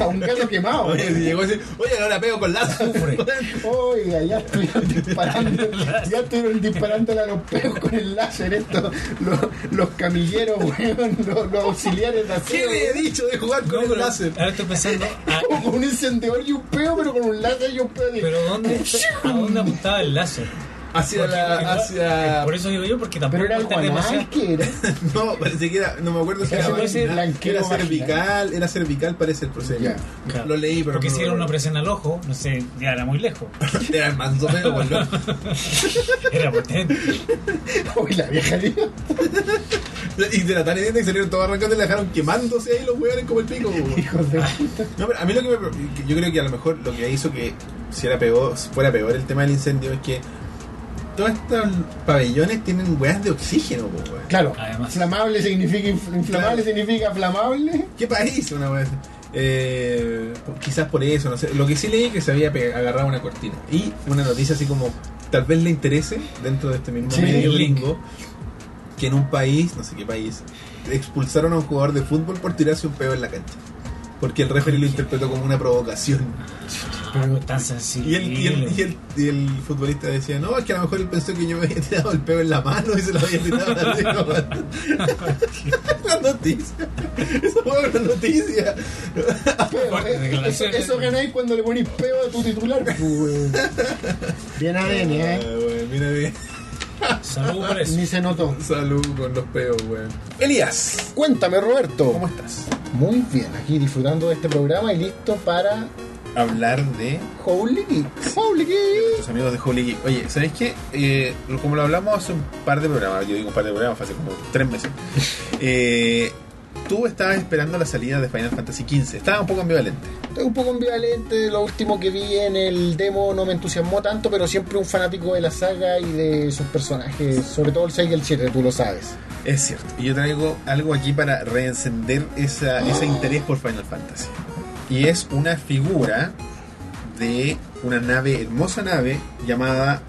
a un gato quemado.
Oye, si llegó así, oye, no la pego con lazo.
Sufre.
Oiga, ya estuvieron disparando, ya estuvieron disparándole a los peos con el láser estos, los, los camilleros, weón, los, los auxiliares de
¿Qué
acero.
le he dicho de jugar
No,
con el
pero
láser?
Ahora estoy pensando... ah,
weón. Como un encendedor y un peo, pero con un láser y un peo. de-
¿Pero dónde, a dónde apuntaba el láser?
Hacia
Porque
la.
igual-
Hacia.
Por eso digo yo, porque tampoco
Pero era el
está demasiado...
guanal que era.
No, parece que era. No me acuerdo si
Ese
era.
parece
vaginal,
blanqueo
Era
vaginal.
cervical, era cervical, parece el procedimiento.
Claro.
Lo leí, pero.
Porque
no
si
me
era una
acuerdo.
presión al ojo, no sé, ya era muy lejos.
Era el manso pego, weón.
Era potente.
Uy, la vieja, tío.
Y de la tan idiota que salieron todos arrancando y la dejaron quemándose ahí los weones como el pico, weón.
Hijos de puta.
No, pero a mí lo que me, que yo creo que a lo mejor lo que hizo que si era peor, si fuera peor el tema del incendio es que todos estos pabellones tienen weas de oxígeno, po, weón.
Claro,
Además.
flamable significa inf- inflamable,
Claro.
significa flamable.
¿Qué país? Una wea así. Eh, quizás por eso, no sé. Lo que sí leí es que se había pe- agarrado una cortina. Y una noticia así como, tal vez le interese dentro de este mismo
Sí,
medio
el link.
gringo, que en un país, no sé qué país, expulsaron a un jugador de fútbol por tirarse un peo en la cancha. Porque el referee lo interpretó como una provocación.
Pero tan sencillo.
Y el, y, el, y, el, y el futbolista decía, no, es que a lo mejor él pensó que yo me había tirado el peo en la mano y se lo había tirado a la mano". La noticia. Eso fue una noticia.
Peo,
Fuerte
eh, eso,
declaración.
eso ganáis cuando le ponéis peo a tu titular. pues, weón. Bien ADN,
Ah,
eh.
weón, mira bien.
Salud por eso.
Ni se notó.
Salud con los peos, weón. Elías,
Cuéntame, Roberto.
¿cómo estás?
Muy bien, aquí disfrutando de este programa y listo para
Hablar de
Holy Geeks. Holy Geeks.
los amigos de Holy Geek. Oye, ¿sabes qué? Eh, lo- como lo hablamos hace un par de programas, yo digo un par de programas, fue hace como tres meses. Eh, tú estabas esperando la salida de Final Fantasy XV. Estaba un poco ambivalente.
Estoy un poco ambivalente, lo último que vi en el demo no me entusiasmó tanto, pero siempre un fanático de la saga y de sus personajes, sobre todo el 6 y el 7, tú lo sabes.
Es cierto. Y yo traigo algo aquí para reencender esa, ese interés por Final Fantasy. Y es una figura de una nave, hermosa nave, llamada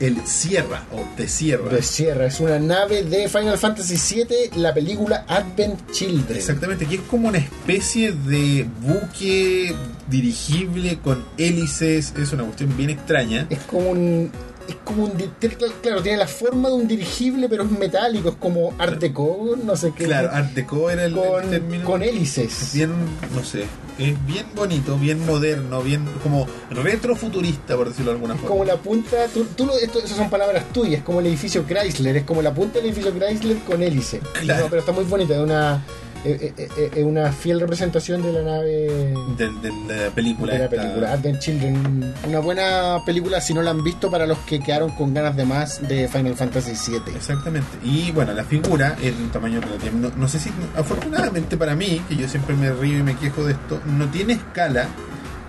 el Sierra o The Sierra.
De Sierra, es una nave de Final Fantasy VII, la película Advent Children.
Exactamente, que es como una especie de buque dirigible con hélices. Es una cuestión bien extraña.
Es como un... Es como un... di- tiene- Claro, tiene la forma de un dirigible, pero es metálico, es como Art Deco, no sé qué.
Claro, Art Deco era el, el
con,
término.
con
Es
hélices.
bien, no sé, es bien bonito, bien moderno, bien como retrofuturista, por decirlo de alguna
Es
forma.
como la punta, tú, tú lo- esto- esas son palabras tuyas, como el edificio Chrysler, es como la punta del edificio Chrysler con hélice.
Claro.
No, pero está muy bonita, es una, eh, eh, eh, es una fiel representación de la nave
del- de la película.
de la
esta.
película, Advent Children. Una buena película si no la han visto para los que quedaron con ganas de más de Final Fantasy VII.
Exactamente. Y bueno, la figura es de un tamaño relativo. No, no sé si, afortunadamente para mí, que yo siempre me río y me quejo de esto, no tiene escala,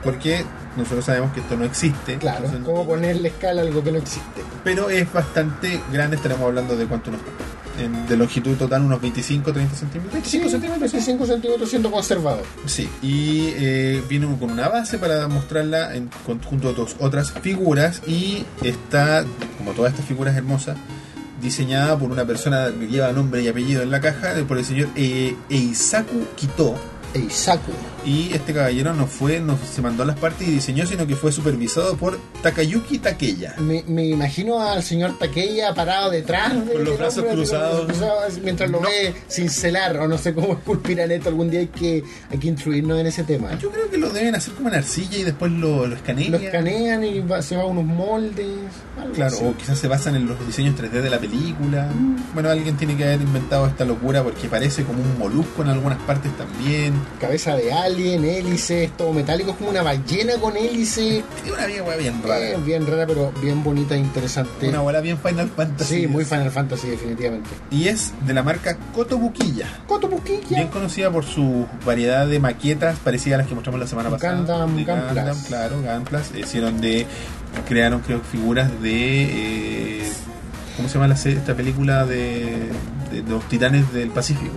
porque nosotros sabemos que esto no existe.
Claro,
Entonces, no
como
tiene-
ponerle escala a algo que no existe.
Pero es bastante grande, estaremos hablando de cuánto nos. en- de longitud total, unos 25, 30 centímetros.
25 centímetros, 25 centímetros siendo conservador.
Sí, y eh, viene con una base para mostrarla en conjunto de dos otras figuras y está, como todas estas figuras hermosas, diseñada por una persona que lleva nombre y apellido en la caja, eh, por el señor eh, Eisaku Kito.
Eisaku.
Y este caballero no fue, no se mandó a las partes y diseñó, sino que fue supervisado por Takayuki Takeya.
Me, me imagino al señor Takeya parado detrás de-
Con los
del
brazos
hombre, así,
cruzados.
con los brazos cruzados, mientras lo
No.
ve cincelar o no sé cómo esculpirán esto algún día hay que hay que instruirnos en ese tema
Yo creo que lo deben hacer como en arcilla y después lo, lo escanean.
lo escanean y va- se va a unos moldes algo
Claro,
así.
o quizás se basan en los diseños 3D de la película.
Mm.
Bueno, alguien tiene que haber inventado esta locura porque parece como un molusco en algunas partes también.
cabeza de alien, hélices, todo metálico, es como una ballena con hélices.
Es una bien, weá, bien rara.
Eh, bien rara, pero bien bonita, e interesante.
Una bola bien Final Fantasy.
Sí, muy Final Fantasy, definitivamente.
Y es de la marca Cotobuquilla.
Cotopuquilla.
Bien conocida por su variedad de maquetas parecidas a las que mostramos la semana pasada.
Gundam,
de
Gunplas.
Gundam, claro, Gunplas. Hicieron de. Crearon, creo, figuras de. eh, ¿Cómo se llama la, se- esta película de, de los titanes del Pacífico?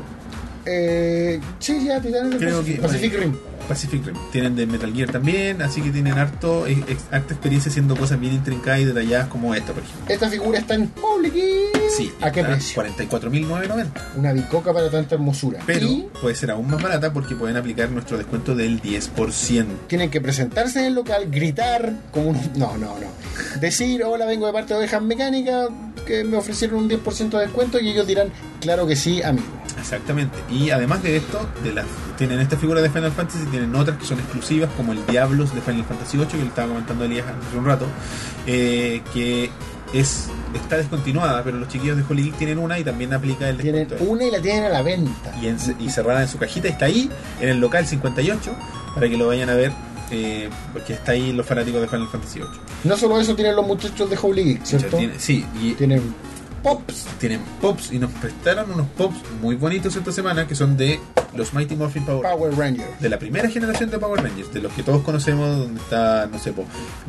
Eh, sí, ya, Titanes del
Creo
Pacific-
que-
Pacific
bueno.
Rim.
Pacific Rim. Tienen de Metal Gear también, así que tienen harto, eh, ex- harta experiencia haciendo cosas bien intrincadas y detalladas como esta, por ejemplo.
Esta figura está en Public. Inn.
Sí,
¿A qué
está
precio?
44.990.
Una bicoca para tanta hermosura.
Pero
Y
puede ser aún más barata porque pueden aplicar nuestro descuento del 10%.
tienen que presentarse en el local, gritar como un... No, no, no. Decir, hola, vengo de parte de Ovejas Mecánicas, que me ofrecieron un 10% de descuento y ellos dirán, claro que sí, amigo.
Exactamente. Y además de esto, de las, tienen esta figura de Final Fantasy, tienen otras que son exclusivas, como el Diablos de Final Fantasy VIII, que le estaba comentando a Elías hace un rato, eh, que es está descontinuada, pero los chiquillos de Holy Geek tienen una y también aplica el
Tienen
descuento.
una y la tienen a la venta.
y, en- y cerrada en su cajita. Está ahí, en el local 58, para que lo vayan a ver, eh, porque está ahí los fanáticos de Final Fantasy VIII.
No solo eso tienen los muchachos de Holy Geek,
Ya
¿cierto?
tiene- sí, y
Tienen pops.
tienen pops, y nos prestaron unos pops muy bonitos esta semana, que son de los Mighty Morphin Power.
Power Ranger.
de la primera generación de Power Rangers, de los que todos conocemos, donde está, no sé, po,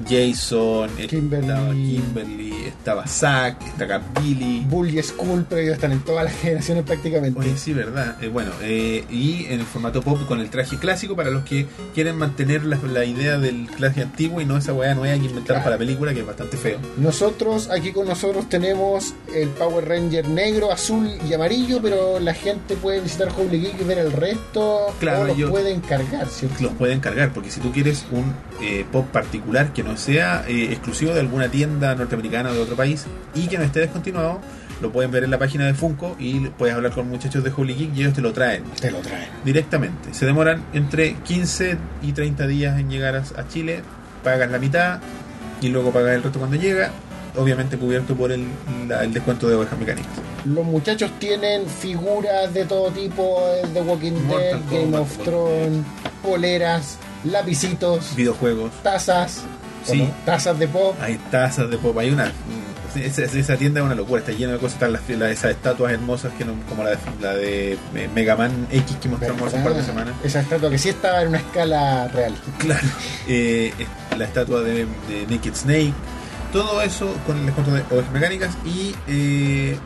Jason,
Kimberly.
estaba Kimberly, estaba Zack, estaba Billy.
Bull y Skull, pero ellos están en todas las generaciones prácticamente.
Oye, sí, verdad. Eh, bueno, eh, y en el formato pop con el traje clásico para los que quieren mantener la, la idea del traje antiguo y no esa weá nueva que inventaron
Claro.
para la película, que es bastante feo.
Nosotros, aquí con nosotros tenemos el Power Ranger negro, azul y amarillo, pero la gente puede visitar Holy Geek y ver el resto
Claro,
o los
yo-
pueden cargar, ¿cierto?
Los pueden cargar, porque si tú quieres un eh, pop particular que no sea eh, exclusivo de alguna tienda norteamericana o de otro país y que no esté descontinuado, lo pueden ver en la página de Funko y puedes hablar con muchachos de Holy Geek y ellos te lo traen.
Te lo traen.
directamente. Se demoran entre 15 y 30 días en llegar a, a Chile, pagas la mitad y luego pagas el resto cuando llega, obviamente cubierto por el, la- el descuento de ovejas mecánicas.
Los muchachos tienen figuras de todo tipo, el de Walking Dead,
Mortal
Game
Kombat,
of Thrones, poleras, lapicitos,
Videojuegos,
tazas, ¿o
Sí. Ah,
no? tazas de pop.
hay tazas de pop, hay una... Esa, esa tienda es una locura, está llena de cosas, están las, las- esas estatuas hermosas que no- como la de, la de eh, Mega Man X que mostramos hace un par de
¿Verdad?
semanas.
Esa estatua que sí estaba en una escala real.
Claro. Eh, es- la estatua de, de Naked Snake. Todo eso con el descuento de Ovejas Mecánicas. Y eh,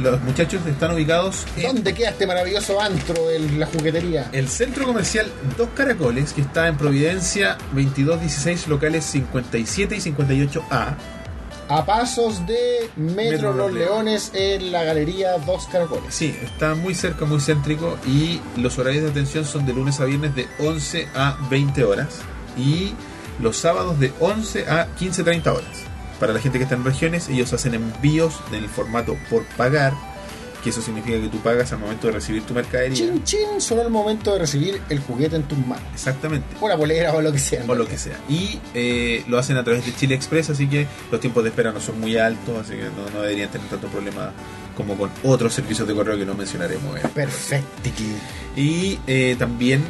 los muchachos están ubicados en
¿Dónde queda este maravilloso antro de la juguetería?
el centro comercial Dos Caracoles, que está en Providencia 2216, locales 57 y 58A.
A pasos de Metro
Metro
Los
Los
Leones en la galería Dos Caracoles.
Sí, está muy cerca, muy céntrico. Y los horarios de atención son de lunes a viernes de 11 a 20 horas. Y los sábados de 11 a 15.30 horas. Para la gente que está en regiones, ellos hacen envíos en el formato por pagar. Que eso significa que tú pagas al momento de recibir tu mercadería.
Chin chin, solo el momento de recibir el juguete en tus manos.
Exactamente.
O la polera o lo que sea.
O lo que sea. Y eh, lo hacen a través de Chile Express, así que los tiempos de espera no son muy altos, así que no, no deberían tener tanto problema como con otros servicios de correo que no mencionaremos. eh.
Perfecto.
Y eh, también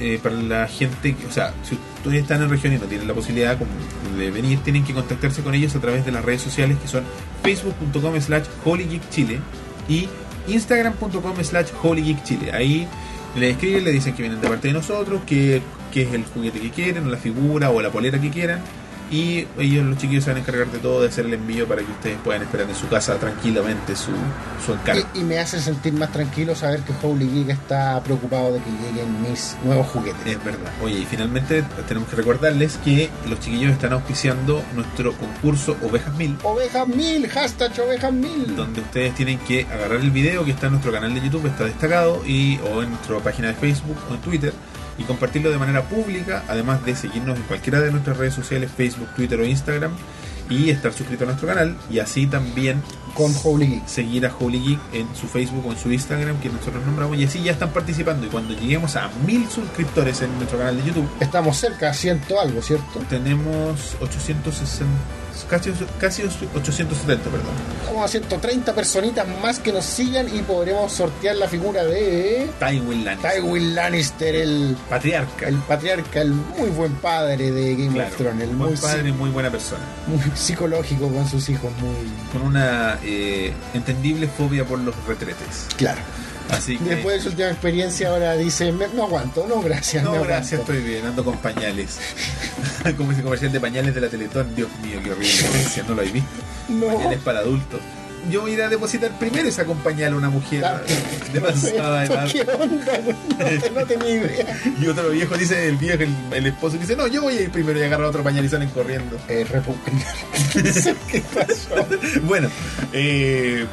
eh, para la gente, que- o sea, si ustedes están en regiones y no tienen la posibilidad como de venir, tienen que contactarse con ellos a través de las redes sociales que son facebook.com slash holygeekchile y instagram.com slash holygeekchile. Ahí le escriben, le dicen que vienen de parte de nosotros, que, que es el juguete que quieren, o la figura, o la polera que quieran. Y ellos, los chiquillos, se van a encargar de todo, de hacer el envío para que ustedes puedan esperar en su casa tranquilamente su, su encargo.
Y, y me hace sentir más tranquilo saber que Holy Geek está preocupado de que lleguen mis nuevos juguetes.
Es verdad. Oye, y finalmente tenemos que recordarles que los chiquillos están auspiciando nuestro concurso Ovejas Mil,
Ovejas mil, hashtag ovejas mil.
donde ustedes tienen que agarrar el video que está en nuestro canal de YouTube, está destacado, y, o en nuestra página de Facebook o en Twitter, y compartirlo de manera pública, además de seguirnos en cualquiera de nuestras redes sociales, Facebook, Twitter o Instagram, y estar suscrito a nuestro canal, y así también
Con Holy Geek.
seguir a Holy Geek en su Facebook o en su Instagram, que nosotros nombramos, y así ya están participando, y cuando lleguemos a mil suscriptores en nuestro canal de YouTube,
Estamos cerca, siento algo, ¿cierto?
Tenemos 860, casi, casi 870, perdón.
Vamos a 130 personitas más que nos sigan y podremos sortear la figura de
Tywin Lannister.
Tywin Lannister, el,
Patriarca.
el patriarca, el muy buen padre de Game
Claro,
of Thrones, el
buen
muy,
padre, muy buena persona.
psi- muy psicológico con sus hijos, muy
Con una eh, entendible fobia por los retretes.
claro.
Así que.
Después de su última experiencia ahora dice, "Me- no aguanto, no gracias, no,
no,
aguanto".
gracias, estoy bien, ando con pañales. Como ese comercial de pañales de la Teletón. Dios mío, qué horrible comercial, no lo he visto.
No.
Pañales para adultos. Yo voy a ir a depositar primero esa con pañal a una mujer
Ah,
de pasada
¿Esto
edad.
¿Qué onda? No, no tenía idea.
Y otro viejo dice, el viejo, el, el esposo dice, no, yo voy a ir primero y agarra otro pañal y salen corriendo.
Es repugnante. Eh, ¿Qué pasó?
Bueno, eh,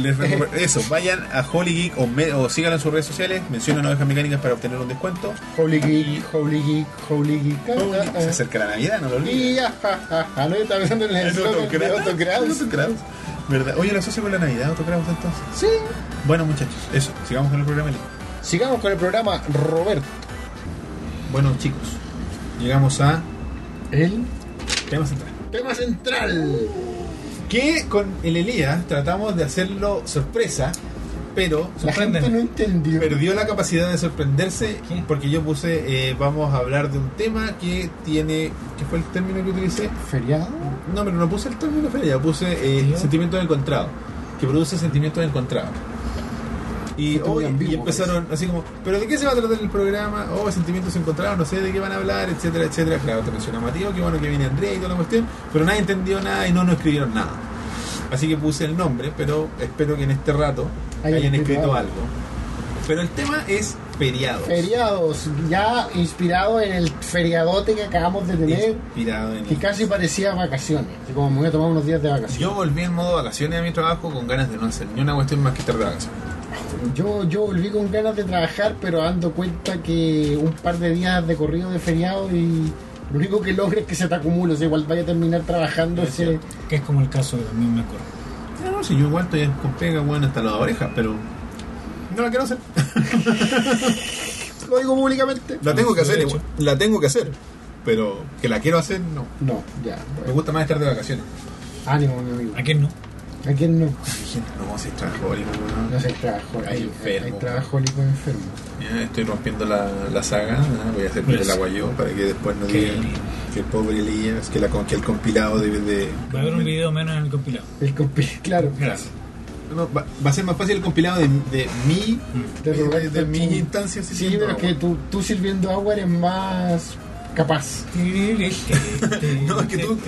les recom- eso, vayan a Holy Geek o, me- o síganlo en sus redes sociales, mencionen ovejas mecánicas para obtener un descuento.
Holy Geek, Holy Geek, Holy Geek. ah, ah, ah.
Se acerca la Navidad, no lo
Y
olviden.
ya, ja, ja, ja, no, yo estaba pensando en el
Es
eslogan de
Autocraus.
Autocraus.
Es Autocraus, ¿Verdad? Oye, lo asocio con la Navidad, Autocraus entonces.
Sí.
Bueno, muchachos, eso, sigamos con el programa. Eli.
Sigamos con el programa, Roberto.
Bueno, chicos, llegamos a
El
tema central.
tema central.
Que con el Elías tratamos de hacerlo sorpresa, pero
La
Sorprende.
gente no entendió.
perdió la capacidad de sorprenderse
¿Qué?
porque yo puse eh, vamos a hablar de un tema que tiene ¿qué fue el término que utilicé?
¿Feriado?
No, pero no puse el término feria, puse eh,
¿Sentido?
sentimientos encontrados, que produce sentimientos encontrados. Y
Fue muy
hoy
ambiguo,
y empezaron así como, ¿pero de qué se va a tratar el programa? Oh, sentimientos encontrados, no sé de qué van a hablar, etcétera, etcétera. Claro, te mencionamos a Tío, qué bueno que viene Andrea y toda la cuestión, pero nadie entendió nada y no nos escribieron nada. Así que puse el nombre, pero espero que en este rato
Hayan
hayan
escrito
escrito
algo.
algo. Pero el tema es feriados.
Feriados, ya inspirado en el feriadote que acabamos de tener,
Inspirado en
¿eh? que
el-
casi parecía vacaciones. Así como me voy a tomar unos días de vacaciones.
Yo volví en modo vacaciones a mi trabajo con ganas de no hacer ni una cuestión más que estar de vacaciones.
Yo, yo volví con ganas de trabajar, pero dando cuenta que un par de días de corrido de feriado y lo único que logra es que se te acumula. O sea, igual vaya a terminar trabajando
Es
ese-
cierto.
Que es como el caso de los mismos correos.
No, no, si yo igual estoy con pega, bueno, hasta las orejas, pero. No la quiero hacer.
Lo digo públicamente.
La tengo que hacer,
Derecho.
igual. La tengo que hacer. Pero que la quiero hacer, no.
No, ya.
Me
bueno.
gusta más estar de vacaciones.
Ánimo, mi amigo.
¿A quién no?
¿A quién no?
Ay, gente, no, vamos a ir trabajólico, weón.
No sé, trabajo.
Hay
Hay,
enfermo.
hay trabajólico enfermo.
Mira, Estoy rompiendo la, la saga. ah, Voy a hacer el
Pues.
agua yo para que después no
Qué
digan
lindo.
que el pobre Elías, que, la, con- que el compilado debe de.
Va a haber un video menos en el compilado.
El compi- claro.
Gracias.
No, va, va a ser más fácil el compilado de, de mi.
De
De, de,
Roberto, tú-
mi instancia.
Sí,
sirviendo
pero es
agua.
que tú, tú sirviendo agua eres más capaz.
No, es que tú, lo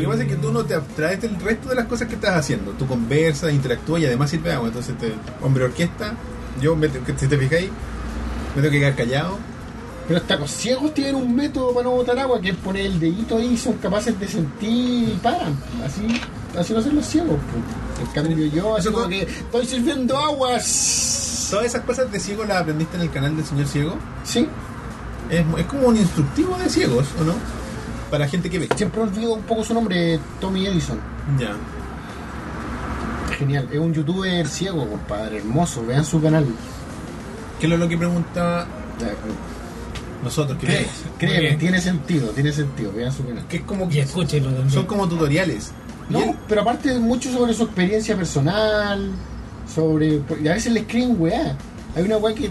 que pasa es que tú no te abstraes del resto de las cosas que estás haciendo. Tú conversas, interactúas y además sirve agua. Entonces, te, hombre orquesta, yo, me, te- si te fijáis, me tengo que quedar callado.
Pero hasta los ciegos tienen un método para no botar agua, que es poner el dedito ahí, son capaces de sentir y paran. Así, así lo hacen los ciegos. pues. En cambio yo, así
Eso
como
todo-
que estoy sirviendo agua. Sí,
Todas esas cosas de ciego las aprendiste en el canal del señor ciego. Es, mu- es como un instructivo de ciegos, ¿o no? Para gente que ve.
siempre olvido un poco su nombre, Tommy Edison.
Ya.
Genial, es un youtuber ciego, compadre, hermoso, vean su canal.
¿Qué es lo que pregunta nosotros que
Créeme,
vemos?
créeme,
bien.
tiene sentido, tiene sentido, vean su canal.
Que es como
Y
que
escúchenlo también.
son como tutoriales.
No,
Y él-
pero aparte mucho sobre su experiencia personal, sobre... Y a veces le escriben weá. Hay una weá que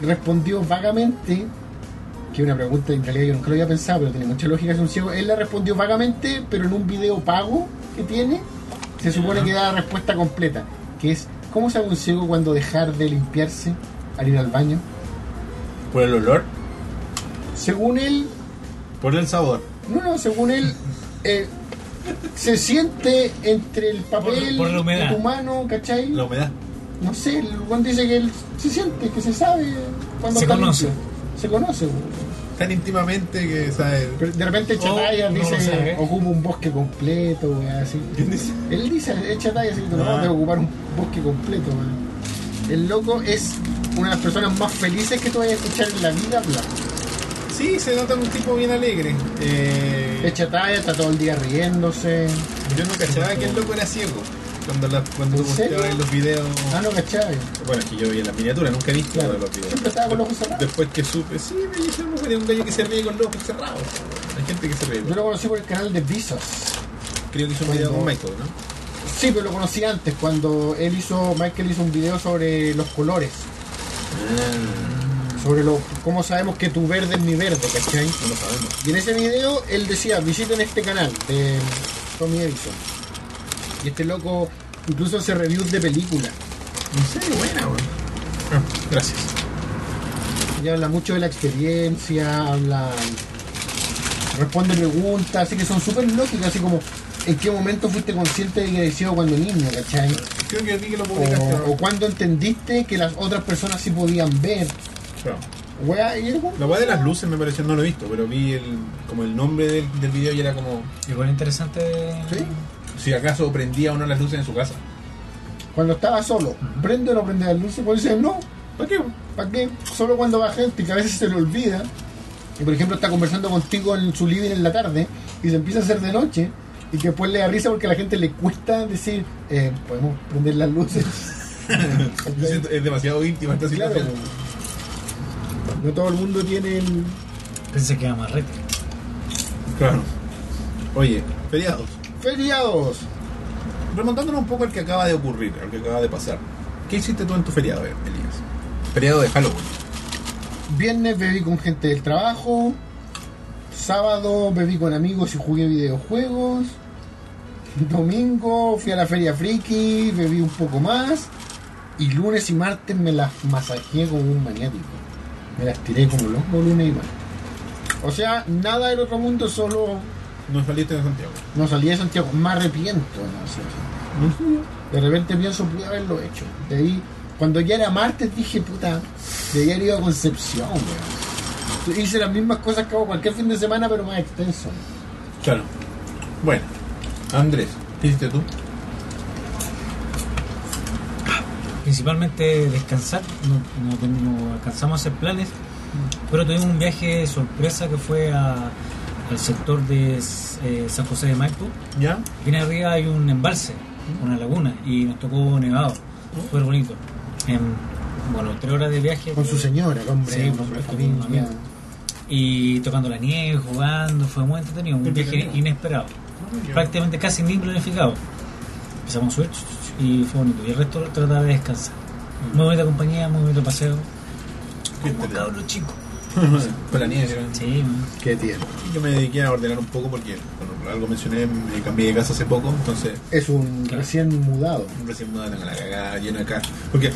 respondió vagamente, que es una pregunta que en realidad yo nunca lo había pensado, pero tiene mucha lógica, es un ciego. Él la respondió vagamente, pero en un video pago que tiene, se supone que da la respuesta completa, que es, ¿cómo sabe un ciego cuando dejar de limpiarse al ir al baño?
por el olor,
Según él,
por el sabor.
no, no, según él, eh, se siente entre el papel
por la humedad.
de tu mano, ¿cachai?
La humedad.
No sé, el Juan dice que él se siente, que se sabe cuando
Se
está
conoce.
limpio. Se conoce. güey.
Tan íntimamente que, ¿sabes?
Pero de repente Chataya
Oh, no lo ¿eh?
dice,
sabe.
ocupa un bosque completo, güey, así.
¿Quién dice?
Él dice, Chataya así, no,
Ah.
tengo que ocupar un bosque completo, güey". El loco es una de las personas más felices que tú vayas a escuchar en la vida hablar.
Sí, se nota un tipo bien alegre. Eh,
Es Chataya, está todo el día riéndose.
yo no cachaba que el loco era ciego. Cuando, la, cuando
¿En serio?
posteaba en los videos.
Ah, no, ¿cachai?
Bueno, es que yo vi en la miniatura, nunca he visto
Claro.
los videos.
Siempre estaba con los ojos cerrados.
Después que supe, sí, me dijeron que era un gallo que se ríe con los ojos cerrados. Hay gente que se ríe.
Yo lo conocí por el canal de Visos.
creo que hizo un
Cuando-
video con Michael, ¿no?
Sí, pero lo conocí antes, cuando él hizo, Michael hizo un video sobre los colores, sobre lo, cómo sabemos que tu verde es mi verde, ¿cachai?
No lo sabemos.
Y en ese video él decía, visiten este canal de Tommy Edison. Y este loco incluso hace reviews de películas.
En serio, buena, weón. Ah, gracias.
Y habla mucho de la experiencia, habla. responde preguntas, así que son súper lógicas, así como en qué momento fuiste consciente de que habías sido cuando niño, ¿cachai?
Creo que a ti que lo publicaste.
O,
¿no?
o cuando entendiste que las otras personas sí podían ver.
Claro.
Wea, y era como-
La weá de las luces me pareció, no lo he visto, pero vi el, como el nombre del, del video y era como
Igual interesante.
Sí.
si acaso prendía o no las luces en su casa.
Cuando estaba solo, prende o no prende las luces, pues dice no,
¿Para qué?
¿Para qué? Solo cuando va gente que a veces se le olvida. Y por ejemplo está conversando contigo en su living en la tarde y se empieza a hacer de noche y que después le da risa porque a la gente le cuesta decir, eh, podemos prender las luces.
Yo siento- Es demasiado íntima esta
claro,
situación.
no todo el mundo tiene el...
Pensé que era más rete.
Claro. Oye, feriados.
feriados.
Remontándonos un poco al que acaba de ocurrir, al que acaba de pasar. ¿Qué hiciste tú en tu feriado, eh, Elías? Feriado de Halloween.
Viernes bebí con gente del trabajo. Sábado bebí con amigos y jugué videojuegos. Domingo fui a la feria friki, bebí un poco más. Y lunes y martes me las masajeé como un maniático. Me las tiré como loco lunes y martes. O sea, nada del otro mundo, solo
No saliste de Santiago.
no salí de Santiago. Me arrepiento de no hacer eso. De repente pienso, pude haberlo hecho. De ahí, cuando ya era martes, dije, puta, de haber ido a Concepción, weón. Hice las mismas cosas que hago cualquier fin de semana, pero más extenso.
Claro. Bueno, Andrés, ¿qué hiciste tú?
Principalmente descansar, no, no, ten- no alcanzamos a hacer planes,
Mm.
pero tuvimos un viaje sorpresa que fue a- al sector de eh, San José de Maipo.
¿Ya?
Bien arriba hay un embalse,
Mm.
una laguna, y nos tocó nevado, súper bonito. Em, bueno, tres horas de viaje.
Con su señora, el hombre,
Sí,
el
por
hombre,
supuesto,
familia.
con amigos. Y tocando la nieve, jugando, fue muy entretenido, un viaje
Entretenido.
inesperado. Prácticamente casi ni planificado. Empezamos a subir ch, ch, ch, y fue bonito. Y el resto trataba de descansar. Muy bonita compañía, muy bonito paseo.
Qué
Como
entretenido.
cabros chicos.
Con la nieve.
Sí, man.
Qué tierno.
Yo me dediqué a ordenar un poco porque, bueno, algo mencioné, me cambié de casa hace poco, entonces
Es un
Claro.
recién mudado.
recién me tengo la cagada llena de cajas. Porque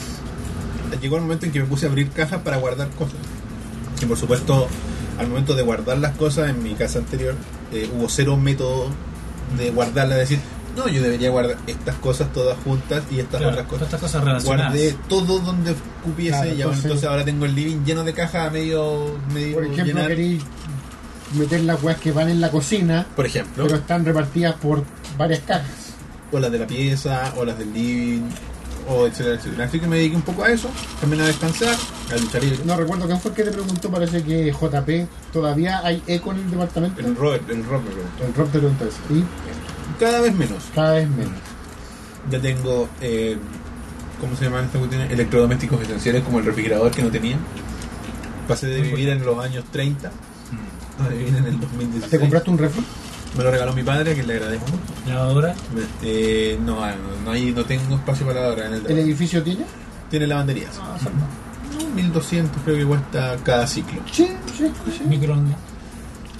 llegó el momento en que me puse a abrir cajas para guardar cosas. Y por supuesto, al momento de guardar las cosas en mi casa anterior, eh, hubo cero método de guardarlas, de decir, no, yo debería guardar estas cosas todas juntas y estas
Claro,
otras
todas
cosas.
estas cosas relacionadas.
Guardé todo donde cupiese
Claro,
y ahora-
entonces-
entonces ahora tengo el living lleno de cajas a medio, medio
Por ejemplo,
llenar.
querí meter las weas que van en la cocina,
Por ejemplo.
pero están repartidas por varias cajas.
o las de la pieza, o las del living, o etcétera, etcétera. Así que me dediqué un poco a eso, también a descansar, a luchar libre.
No recuerdo quién fue el que te preguntó, parece que JP, ¿todavía hay eco en el departamento?
El Robert, el Robert me preguntó.
El Rob te preguntó eso. Y
Cada vez menos.
cada vez menos.
Ya tengo, eh, ¿cómo se llaman estas cuestiones? Electrodomésticos esenciales como el refrigerador que no tenía. Pasé de vivir en los años 30
Mm.
a vivir en el 2016.
¿Te compraste un refri?
Me lo regaló mi padre, que le agradezco mucho.
Lavadora.
Me- eh, no, ah, no, no hay, no tengo espacio para ahora en el
¿El
trabajo.
edificio tiene?
Tiene lavanderías.
Ah, son más.
1200 creo que cuesta cada ciclo.
Sí, sí, sí.
Microondas.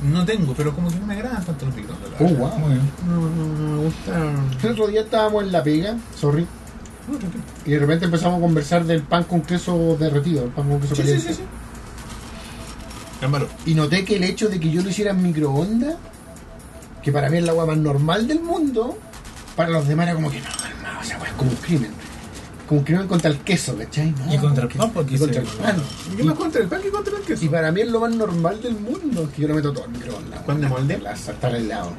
No tengo, pero como que no me agradan tanto los micrófonos. la
Oh,
verdad.
wow.
Muy bien.
No, no, no me gustan.
El otro día estábamos en la pega, sorry, Ah, y de repente empezamos a conversar del pan con queso derretido, el pan con queso
Sí, sí,
caliente.
sí, sí. Hermano,
Y noté que el hecho de que yo lo hiciera en microondas, que para mí es la agua más normal del mundo, para los demás era como que no, no, o sea, es como un crimen. Como un crimen contra el queso, ¿cachai? No,
Y contra el
porque-
pan, porque
y contra el
se-
pan.
yo más contra el pan que contra el queso.
Y para mí es lo más normal del mundo, que yo lo meto todo en microondas.
¿Pan de molde?
Las- Hasta el helado.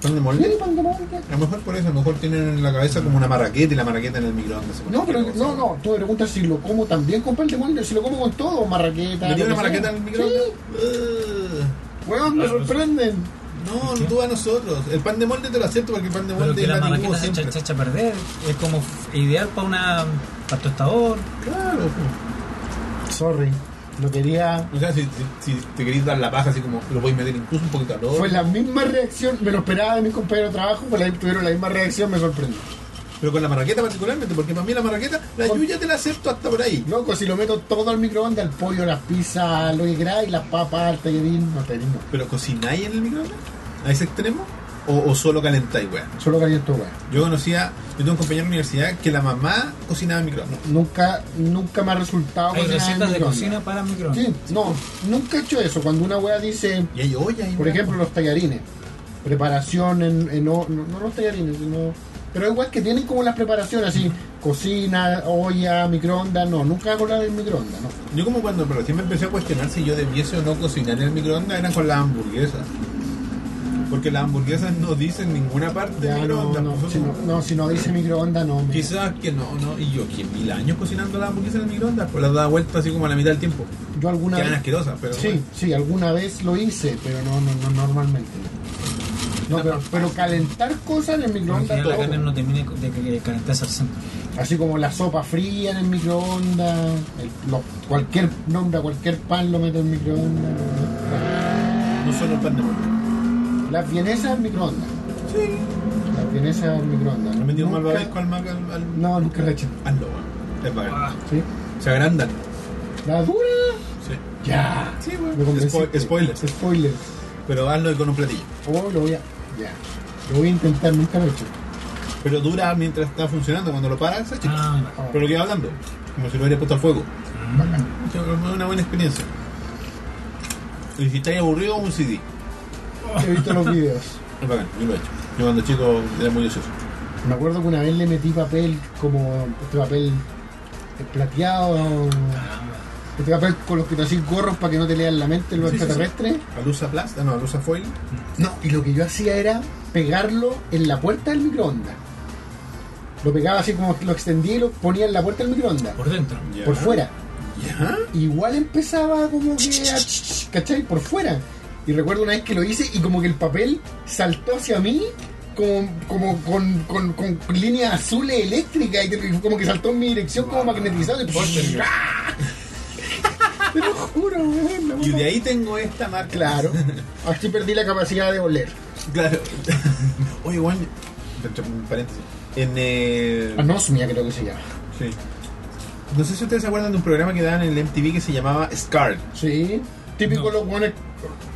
¿Pan de
¿Por
molde?
qué pan de molde?
A lo mejor por eso, a lo mejor tienen en la cabeza como una marraqueta y la marraqueta en el microondas. se pone
No, pero
asquerosa.
no, no, tú me preguntas si lo como también con pan de molde, si lo como con todo, marraqueta.
¿Metí
lo
una
que
marraqueta
sea.
en el microondas?
Sí,
Ugh.
weón, me
Ah, pues-
sorprenden.
No,
¿Qué?
tú a nosotros. El pan de molde te lo acepto porque el pan de
Pero
molde
que la
que hubo
marraqueta se echa, se echa a perder. Es como f- ideal para una para tostador.
Claro, pues.
Sorry, Lo quería.
O sea, si, si- si te queréis dar la paja, así como lo podéis meter incluso un poquito al horno.
Fue la misma reacción, me lo esperaba de mis compañeros de trabajo, pues la- tuvieron la misma reacción, me sorprendió.
Pero con la marraqueta particularmente, porque para mí la marraqueta, la
Con-
yuya te la acepto hasta por ahí.
Loco, si lo meto todo al microondas, el pollo, las pizzas, lo que queráis, las papas, el tallerín, no tallerín no.
¿Pero cocináis en el microondas? ¿A ese extremo? ¿O, o solo calentáis, weón?
Solo caliento, weón.
Yo conocía, yo tengo un compañero en la universidad que la mamá cocinaba en microondas.
Nunca, nunca me ha resultado
Hay
cocinar en
recetas de
Ah, microondas.
cocina para microondas.
Sí, no, nunca he hecho eso. Cuando una wea dice,
Y hay ollas y
por ejemplo, los tallarines, preparación en. en o- no, no los tallarines, sino. Pero igual que tienen como las preparaciones, así, cocina, olla, microondas, no, nunca hago la del microondas, no.
Yo como cuando pero recién me empecé a cuestionar si yo debiese o no cocinar en el microondas era con las hamburguesas. Porque las hamburguesas no dicen ninguna parte
Ya,
del
no,
microondas.
no,
pues,
si no, no, si no dice microondas, no. me-
Quizás que no, no. Y yo que mil años cocinando las hamburguesas en el microondas, pues las daba vuelta así como a la mitad del tiempo.
Yo alguna
Quedan
vez.
asquerosas, pero
Sí,
bueno.
sí, alguna vez lo hice, pero no, no, no normalmente. No, pero, pero calentar cosas en el
Al
microondas.
final la
todo.
carne no termina de de calentarse al centro.
Así como la sopa fría en el microondas, el- lo- cualquier nombre, a cualquier pan lo meto en el microondas.
no solo el pan de muerto.
Las vienesas en microondas.
Sí.
Las vienesas en microondas.
Me metió un
Nunca-
malvavisco al mac al, al-
No, Ah. nunca lo he hecho.
Hazlo, weón. Es bacán.
¿Sí?
Se agrandan.
La dura.
Sí.
Ya.
Sí,
Me
weón.
convenciste.
Spo- spoilers.
Spoilers.
Pero hazlo con un platillo.
Oh, lo voy a. Ya. Lo voy a intentar, nunca lo he hecho.
Pero dura mientras está funcionando. Cuando lo paras, se chica.
Ah,
Oh,
Pero lo queda hablando. Como si lo hubiera puesto al fuego.
bacán.
mm,
Es una buena experiencia. Y si estáis aburrido, un CD.
He visto los videos.
Es bacán, yo lo he hecho. Yo cuando chico era muy ocioso.
Me acuerdo que una vez le metí papel como este papel plateado, este papel con los que te hacís gorros para que no te lean la mente los
Sí, sí,
extraterrestres.
Alusa Plast, ah, no, Alusa Foil.
No, y lo que yo hacía era pegarlo en la puerta del microondas. Lo pegaba así como lo extendía y lo ponía en la puerta del microondas,
por dentro.
Ya.
por fuera.
Ya.
Igual empezaba como que a- ¿cachai? Por fuera. Y recuerdo una vez que lo hice y como que el papel saltó hacia mí, como, como con, con, con líneas azules eléctricas, y que- como que saltó en mi dirección como magnetizado. Y ¡ah! Te lo juro, weón. la
Y
puta-
de ahí tengo esta marca.
Claro. Aquí perdí la capacidad de oler.
Claro. Oye, Juan. entre paréntesis. En eh,
Anosmia Ah, creo que se llama.
sí. No sé si ustedes se acuerdan de un programa que daban en el MTV que se llamaba Scar.
Sí. Típico
No.
los guanes.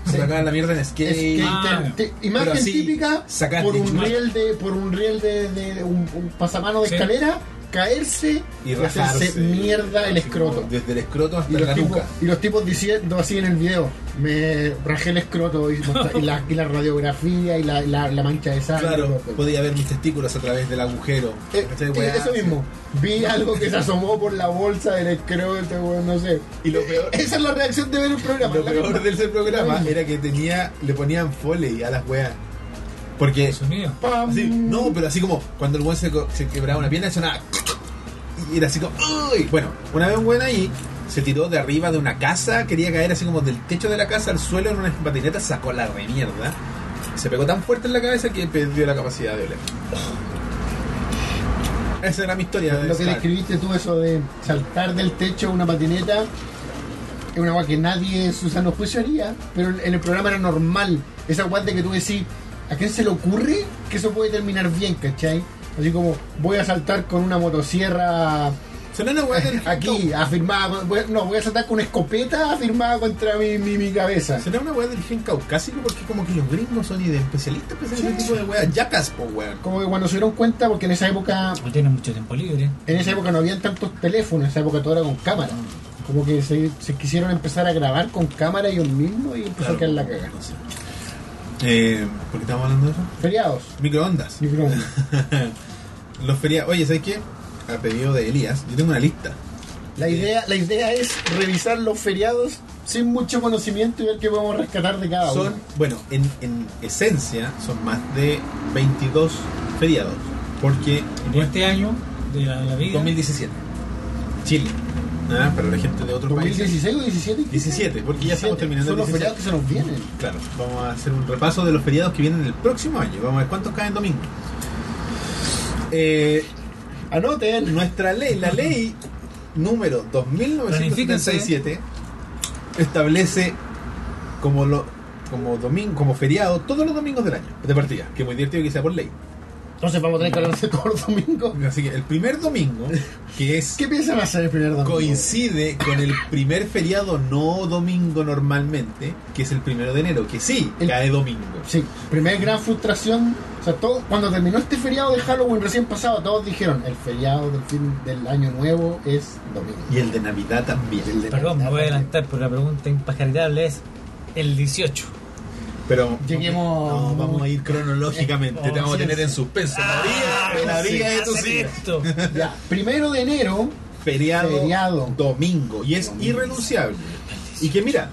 Se
Sí.
sacaban la mierda en skate.
Es que
Ah.
te- te- imagen
Pero así,
típica
sacar
por un,
dicho.
riel de, por un riel de, de- de un, un pasamano de
Sí.
escalera, caerse
y
hacerse
rajarse.
mierda el escroto.
Desde el escroto
Y
hasta
los,
la
tipos, Ah,
nuca.
y los tipos diciendo así en el video, me rajé el escroto y, mostra- y la, y la radiografía y la, y la- la mancha de sangre.
Claro,
todo.
podía ver mis testículos a través del agujero.
Eh,
¿Cachai,
eh,
weá?
eso mismo, vi algo que se asomó por la bolsa del escroto, weón, no sé.
Y lo peor,
Esa es la reacción de ver el programa.
lo
la
peor
misma.
de ese programa
Ay.
era que tenía, le ponían foley a las weas. Porque,
Sonido.
Pam.
así, no, pero así como cuando el weón se, co- se quebraba una pierna, sonaba. Y era así como, ¡Uy! Bueno, una vez un weón ahí se tiró de arriba de una casa, quería caer así como del techo de la casa al suelo en una patineta, sacó la remierda. Se pegó tan fuerte en la cabeza que perdió la capacidad de oler. Esa era mi historia. de
Lo que
Scar.
describiste tú, eso de saltar del techo a una patineta, es una agua que nadie en su sano juicio haría, pero en el programa era normal. Esa agua de que tú decís, ¿a quién se le ocurre que eso puede terminar bien, cachai? Así como, voy a saltar con una motosierra
Sonó una weá del-
aquí, afirmada, con- voy- no, voy a saltar con una escopeta afirmada contra mi, mi, mi cabeza.
Será una weá de origen caucásico porque como que los gringos son y de especialistas pues, en
Sí.
ese tipo de weá. Yacas, po weón.
Como que cuando se dieron cuenta, porque en esa época
No tiene mucho tiempo libre.
En esa época no habían tantos teléfonos, en esa época todo era con cámara. Como que se, se quisieron empezar a grabar con cámara ellos mismos y empezó a caer la caga.
No sé. Eh, ¿Por qué estamos hablando de eso?
Feriados,
Microondas.
microondas.
los feriados. Oye, ¿sabes qué? A pedido de Elías, yo tengo una lista.
La idea, la idea es revisar los feriados sin mucho conocimiento y ver qué podemos rescatar de cada
Son,
uno.
bueno, en, en esencia son más de 22 feriados. Porque
En este año de la, la vida.
2017. Chile. Ah, para la gente de otro país.
2016 o 17?
17, porque ya estamos terminando
Son
el
los
17.
feriados que se nos vienen.
Claro, vamos a hacer un repaso de los feriados que vienen el próximo año. Vamos a ver cuántos caen domingo. Eh,
Anoten.
nuestra ley, la ley número 2977, establece como lo como domingo como feriado todos los domingos del año de partida que es muy divertido que sea por ley
Entonces vamos a tener que hablar de todos los domingos.
así que el primer domingo que es
¿Qué piensan hacer el primer domingo?
coincide con el primer feriado no domingo normalmente que es el primero de enero que sí
El-
cae domingo
Sí, primer gran frustración. O sea, todo, cuando terminó este feriado de Halloween recién pasado, todos dijeron, el feriado del fin del año nuevo es domingo.
y el de navidad también
El de
Perdón,
Navidad
me voy a
también.
adelantar, pero la pregunta impajaritable es el 18.
pero
Lleguemos- Eh, oh,
no, vamos a ir cronológicamente te vamos a tener en suspenso
Ah,
María María
sí,
de tus
hacen
hijas.
esto.
Ya, primero de enero,
feriado,
Feriado.
domingo y es
Domingo.
irrenunciable. Y que mira,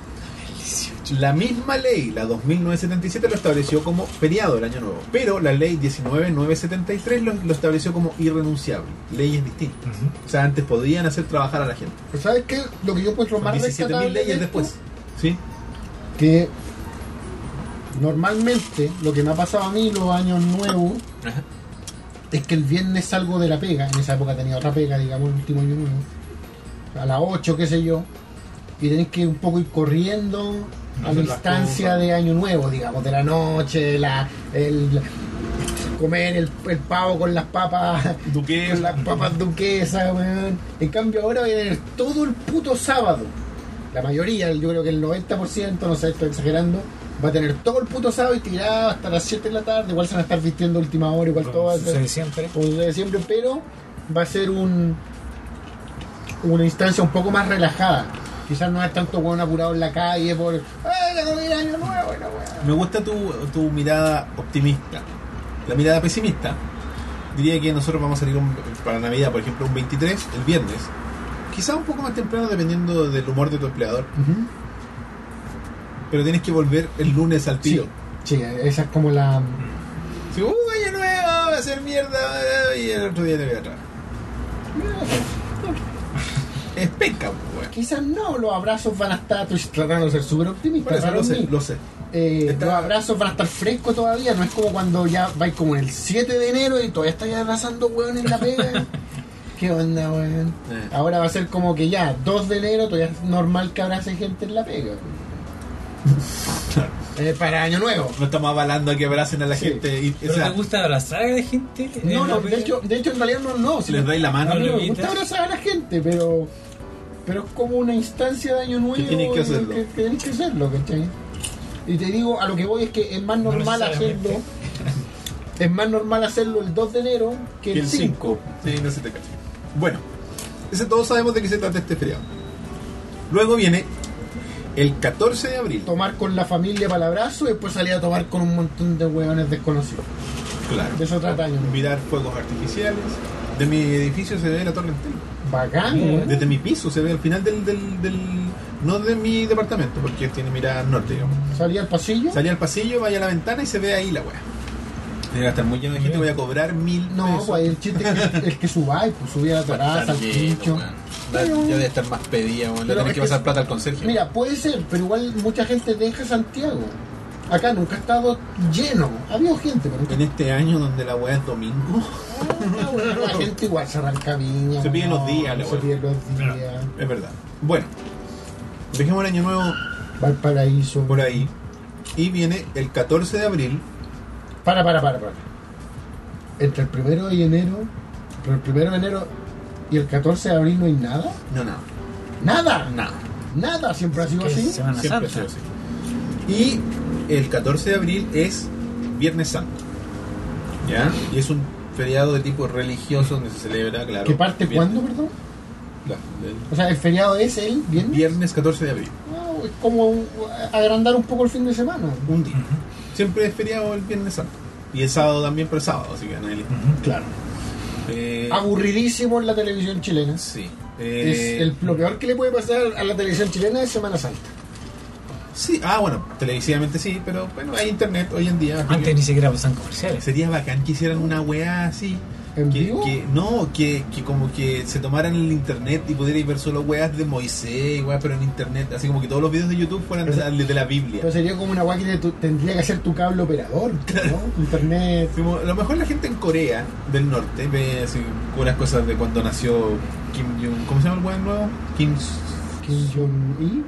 la misma ley, la 2977, lo estableció como feriado el año nuevo, pero la ley 19973 lo, lo estableció como irrenunciable. Leyes distintas. O sea, antes podían hacer trabajar a la gente.
pero ¿sabes qué? Lo que yo encuentro
Son
más
17.000
rescatable de
leyes
esto,
después. ¿Sí?
Que normalmente lo que me ha pasado a mí los años nuevos
Ajá.
es que el viernes salgo de la pega, en esa época tenía otra pega, digamos, el último año nuevo, a las 8, qué sé yo, y tenés que un poco ir corriendo a la
Hacer las
instancia
cosas.
de año nuevo, digamos, de la noche, la, el, comer el, el pavo con las papas,
Duquesa.
con las papas duquesas, weón. En cambio ahora voy a tener todo el puto sábado, la mayoría, yo creo que el 90%, no sé, estoy exagerando, va a tener todo el puto sábado y tirado hasta las 7 de la tarde, igual se van a estar vistiendo a última hora, igual todo va
Como
a ser
sucede siempre.
como sucede siempre, pero va a ser un una instancia un poco más relajada. Quizás no es tanto weón apurado en la calle por ¡Ay, la comida de año nuevo! y la weá".
Me gusta tu, tu mirada optimista. La mirada pesimista diría que nosotros vamos a salir un- para Navidad, por ejemplo, un 23, el viernes. Quizá un poco más temprano dependiendo del humor de tu empleador,
Ujú.
pero tienes que volver el lunes al
Sí,
tiro.
sí, esa es como la.
Sí, ¡Uh, año nuevo! ¡Va a ser mierda! Y el otro día te voy atrás.
eh,
Es penca, pues, güey.
Quizás no, los abrazos van a estar. Estoy tratando de ser súper optimista.
Por eso
raro
lo sé,
en mí.
lo sé.
Eh,
Está-
Los abrazos van a estar frescos todavía, no es como cuando ya vais como en el 7 de enero y todavía estáis abrazando weón en la pega. ¿Qué onda, weón?
Eh.
Ahora va a ser como que ya, 2 de enero todavía es normal que abrace gente en la pega. Eh, para Año Nuevo.
No estamos avalando a que abracen a la
Sí.
gente. Y, o
¿Pero
sea,
te gusta abrazar a la gente?
No,
Eh,
no, de
pero-
hecho, de hecho en realidad no, no. si
les
me-
dais la mano.
a mí
No,
me
le
gusta
evitas.
abrazar a la gente, pero pero es como una instancia de año nuevo
Que tienen que
y
hacerlo.
que, que tienen que hacerlo, ¿cachai? Y te digo, a lo que voy es que es más
No
normal
necesariamente.
hacerlo. Es más normal hacerlo el 2 de enero que
Y
el 5.
Sí, no se te cacha. Bueno, ese todos sabemos de qué se trata este feriado. Luego viene el 14 de abril.
Tomar con la familia para el abrazo y después salir a tomar con un montón de hueones desconocidos.
Claro.
De eso trata año nuevo.
Mirar fuegos artificiales. De mi edificio se ve la torre entera.
Bacán,
Mm.
weón.
Desde mi piso se ve al final del, del, del- No de mi departamento, porque tiene mirada norte, digamos.
Salir al pasillo.
Salí al pasillo, vaya a la ventana y se ve ahí la wea. Debe estar muy lleno de gente, voy a cobrar mil
No,
pesos.
pues el chiste es que, es que subáis, pues subí a la terraza, al pincho. Pero-
Ya debe estar más pedida, weón. Le
Pero
tenés que
es que-
pasar plata al conserje.
Mira, puede ser, pero igual mucha gente deja Santiago. Acá nunca ha estado lleno. Había gente, pero nunca
En este año donde la weá es domingo.
Ah, bueno, La gente igual se arranca viña.
Se piden
no,
los días, la
Se
wea.
piden los días.
Es verdad. Bueno, dejemos el año nuevo
Valparaíso.
por ahí. Y viene el 14 de abril.
Para, para, para, para. Entre el primero de enero, entre el primero de enero y el 14 de abril no hay nada.
No, no,
Nada.
no.
Nada. Siempre ha sido
que
así.
se van- Semana
Siempre ha sido
Santa.
así. Y el 14 de abril es Viernes Santo. ¿Ya? Y es un feriado de tipo religioso donde se celebra, claro.
¿Qué parte
vier-
cuándo, perdón?
la-
O sea, el feriado es el
el
viernes.
viernes 14 de abril.
Ah, es como un- agrandar un poco el fin de semana.
Un día. Siempre es feriado el Viernes Santo. Y el sábado también, pero es sábado, así que nadie le-
Claro.
Eh,
Aburridísimo en la televisión chilena.
Sí.
Ah, Es
Eh,
el, lo peor que le puede pasar a la televisión chilena es Semana Santa.
Sí, ah, bueno, televisivamente sí, pero bueno, hay internet hoy en día.
Ah,
así
Antes
que
ni siquiera pasan comerciales.
sería bacán que hicieran una weá así.
¿En
que,
vivo?
que- no, que, que como que se tomaran el internet y pudierais ver solo weas de Moisés, y weas, pero en internet, así como que todos los videos de YouTube fueran de la, de la Biblia.
Pero sería como una guay que tu- tendría que hacer tu cable operador, ¿no? Internet.
Como, a lo mejor la gente en Corea del Norte ve así unas cosas de cuando nació Kim Jong, ¿cómo se llama el weón nuevo? Kim
Kim Jong-il.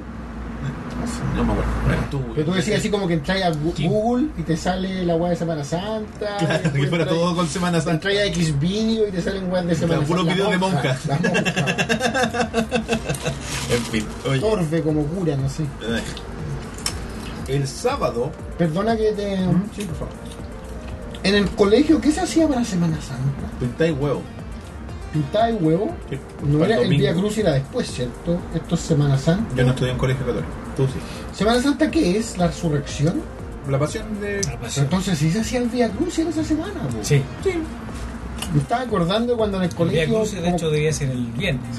No me acuerdo. Bueno, tú,
Pero tú decías así como que entras a Gu-
Sí.
Google y te sale la web de Semana Santa.
Claro, que fuera todo con Semana Santa.
Entras a X video y te salen web de Semana
puros
Santa.
videos de
monjas
En fin, oye.
Torbe como cura, no sé.
Ay. Eh, El sábado.
Perdona que te.
Sí, por favor.
En el colegio, ¿qué se hacía para Semana Santa?
Pintáis huevo.
Pintaba el huevo.
Sí.
No
Para
era el
domingo.
día cruz era después, ¿cierto? Esto es Semana Santa.
Yo no estudié en colegio católico. Tú sí.
¿Semana Santa qué es? ¿La resurrección?
La pasión de.
La pasión.
Entonces sí se hacía el Vía Cruz en esa semana. po.
Ah, pues Sí.
Me estaba acordando cuando en el
El
colegio.
Via Crucis, de
como-
hecho, debía ser el viernes.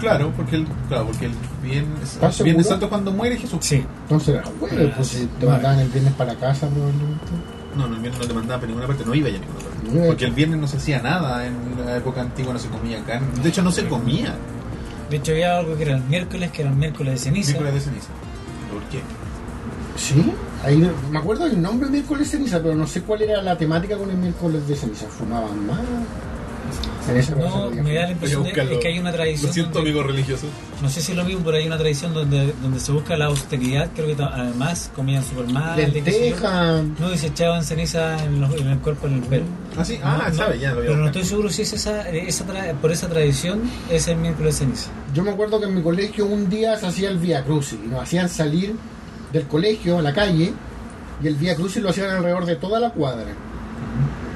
Claro, porque el, claro, porque el viernes,
¿Estás
viernes
seguro?
santo es cuando muere Jesús.
Sí.
Entonces era jueves, pues si te
Vale.
mandaban el viernes para casa probablemente.
No, no, el viernes no te mandaban para ninguna parte, no iba ya a ninguna parte.
No iba.
Porque el viernes no se hacía nada en la época antigua, no se comía carne. De hecho, no se comía
De hecho, había algo que era el miércoles, que era el miércoles de ceniza.
miércoles de ceniza. ¿Por qué?
Sí, ahí no- me acuerdo el nombre del miércoles de ceniza, pero no sé cuál era la temática con el miércoles de ceniza. Fumaban más. En esa
No, me da la impresión de, es que hay una tradición.
Lo siento,
donde-
amigo religioso.
No sé si es lo mismo, pero hay una tradición donde, donde se busca la austeridad. Creo que ta- además comían súper mal. de qué sé yo.
Lenteja.
No, y se echaban ceniza en, los- en el cuerpo, en el pelo.
Ah, sí, ah,
No,
sabe,
no,
ya lo había
Pero no estoy seguro si es esa, eh, esa tra- por esa tradición es el miércoles de ceniza.
Yo me acuerdo que en mi colegio un día se hacía el Vía Crucis y nos hacían salir del colegio a la calle y el Vía Crucis lo hacían alrededor de toda la cuadra.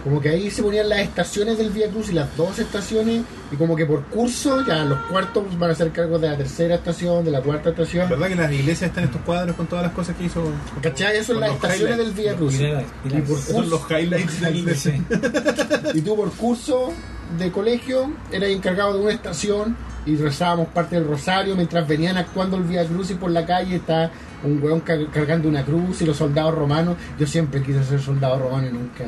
Como que ahí se ponían las estaciones del Vía Crucis, las dos estaciones, y como que por curso ya los cuartos van a ser cargos de la tercera estación, de la cuarta estación.
¿Verdad que las iglesias están estos cuadros con todas las cosas que hizo? con-
¿Cachai?
con
Eso son las
los
estaciones del
highlights?
Vía Crucis.
Pilares,
Y por
pilares.
Esos son los
curso,
highlights del
Sí.
y tú por curso de colegio eras encargado de una estación y rezábamos parte del rosario mientras venían actuando el Vía Cruz y por la calle está un weón ca- cargando una cruz y los soldados romanos. Yo siempre quise ser soldado romano y nunca.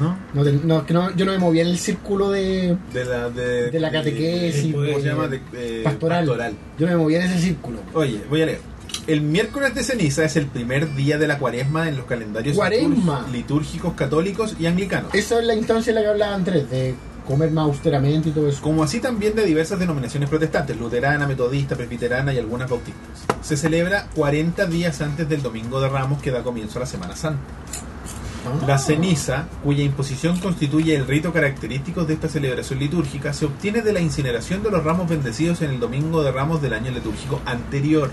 ¿No?
No, te- no, que no- yo no me movía en el círculo de
De la, de,
De la catequesis,
¿Cómo se
pues,
llama? De- de-
pastoral. Yo no me movía en ese círculo.
Oye, voy a leer. El miércoles de ceniza es el primer día de la cuaresma en los calendarios
Cuaresma.
litur- litúrgicos católicos y anglicanos.
Esa es la instancia en la que hablaba Andrés, de comer más austeramente y todo eso.
Como así también de diversas denominaciones protestantes, luterana, metodista, presbiterana y algunas bautistas. Se celebra 40 días antes del domingo de Ramos que da comienzo a la Semana Santa. La ceniza, cuya imposición constituye el rito característico de esta celebración litúrgica, se obtiene de la incineración de los ramos bendecidos en el domingo de ramos del año litúrgico anterior.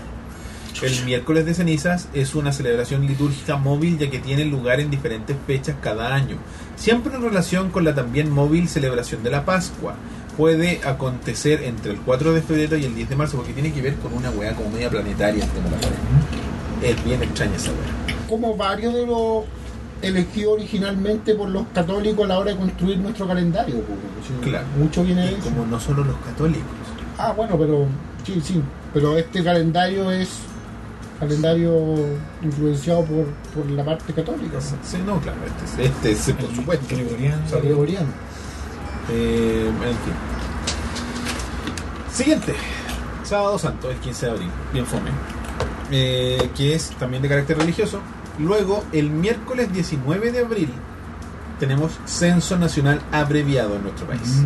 El miércoles de cenizas es una celebración litúrgica móvil ya que tiene lugar en diferentes fechas cada año, siempre en relación con la también móvil celebración de la Pascua. Puede acontecer entre el 4 de febrero y el 10 de marzo porque tiene que ver con una weá como media planetaria. como la weá. Es bien extraña esa weá.
como varios de los elegidos originalmente por los católicos a la hora de construir nuestro calendario. pues, sí,
Claro.
Mucho viene
Y
de eso.
como no solo los católicos.
Ah, bueno, pero sí, sí. Pero este calendario es calendario influenciado por, por la parte católica, ¿no?
Sí, no, claro, este, es- este es, por supuesto.
Gregoriano.
Salud.
gregoriano.
Eh, en fin. Siguiente. Sábado Santo, el 15 de abril. Bien fome. Eh, que es también de carácter religioso. Luego, el miércoles 19 de abril, tenemos Censo Nacional abreviado en nuestro país.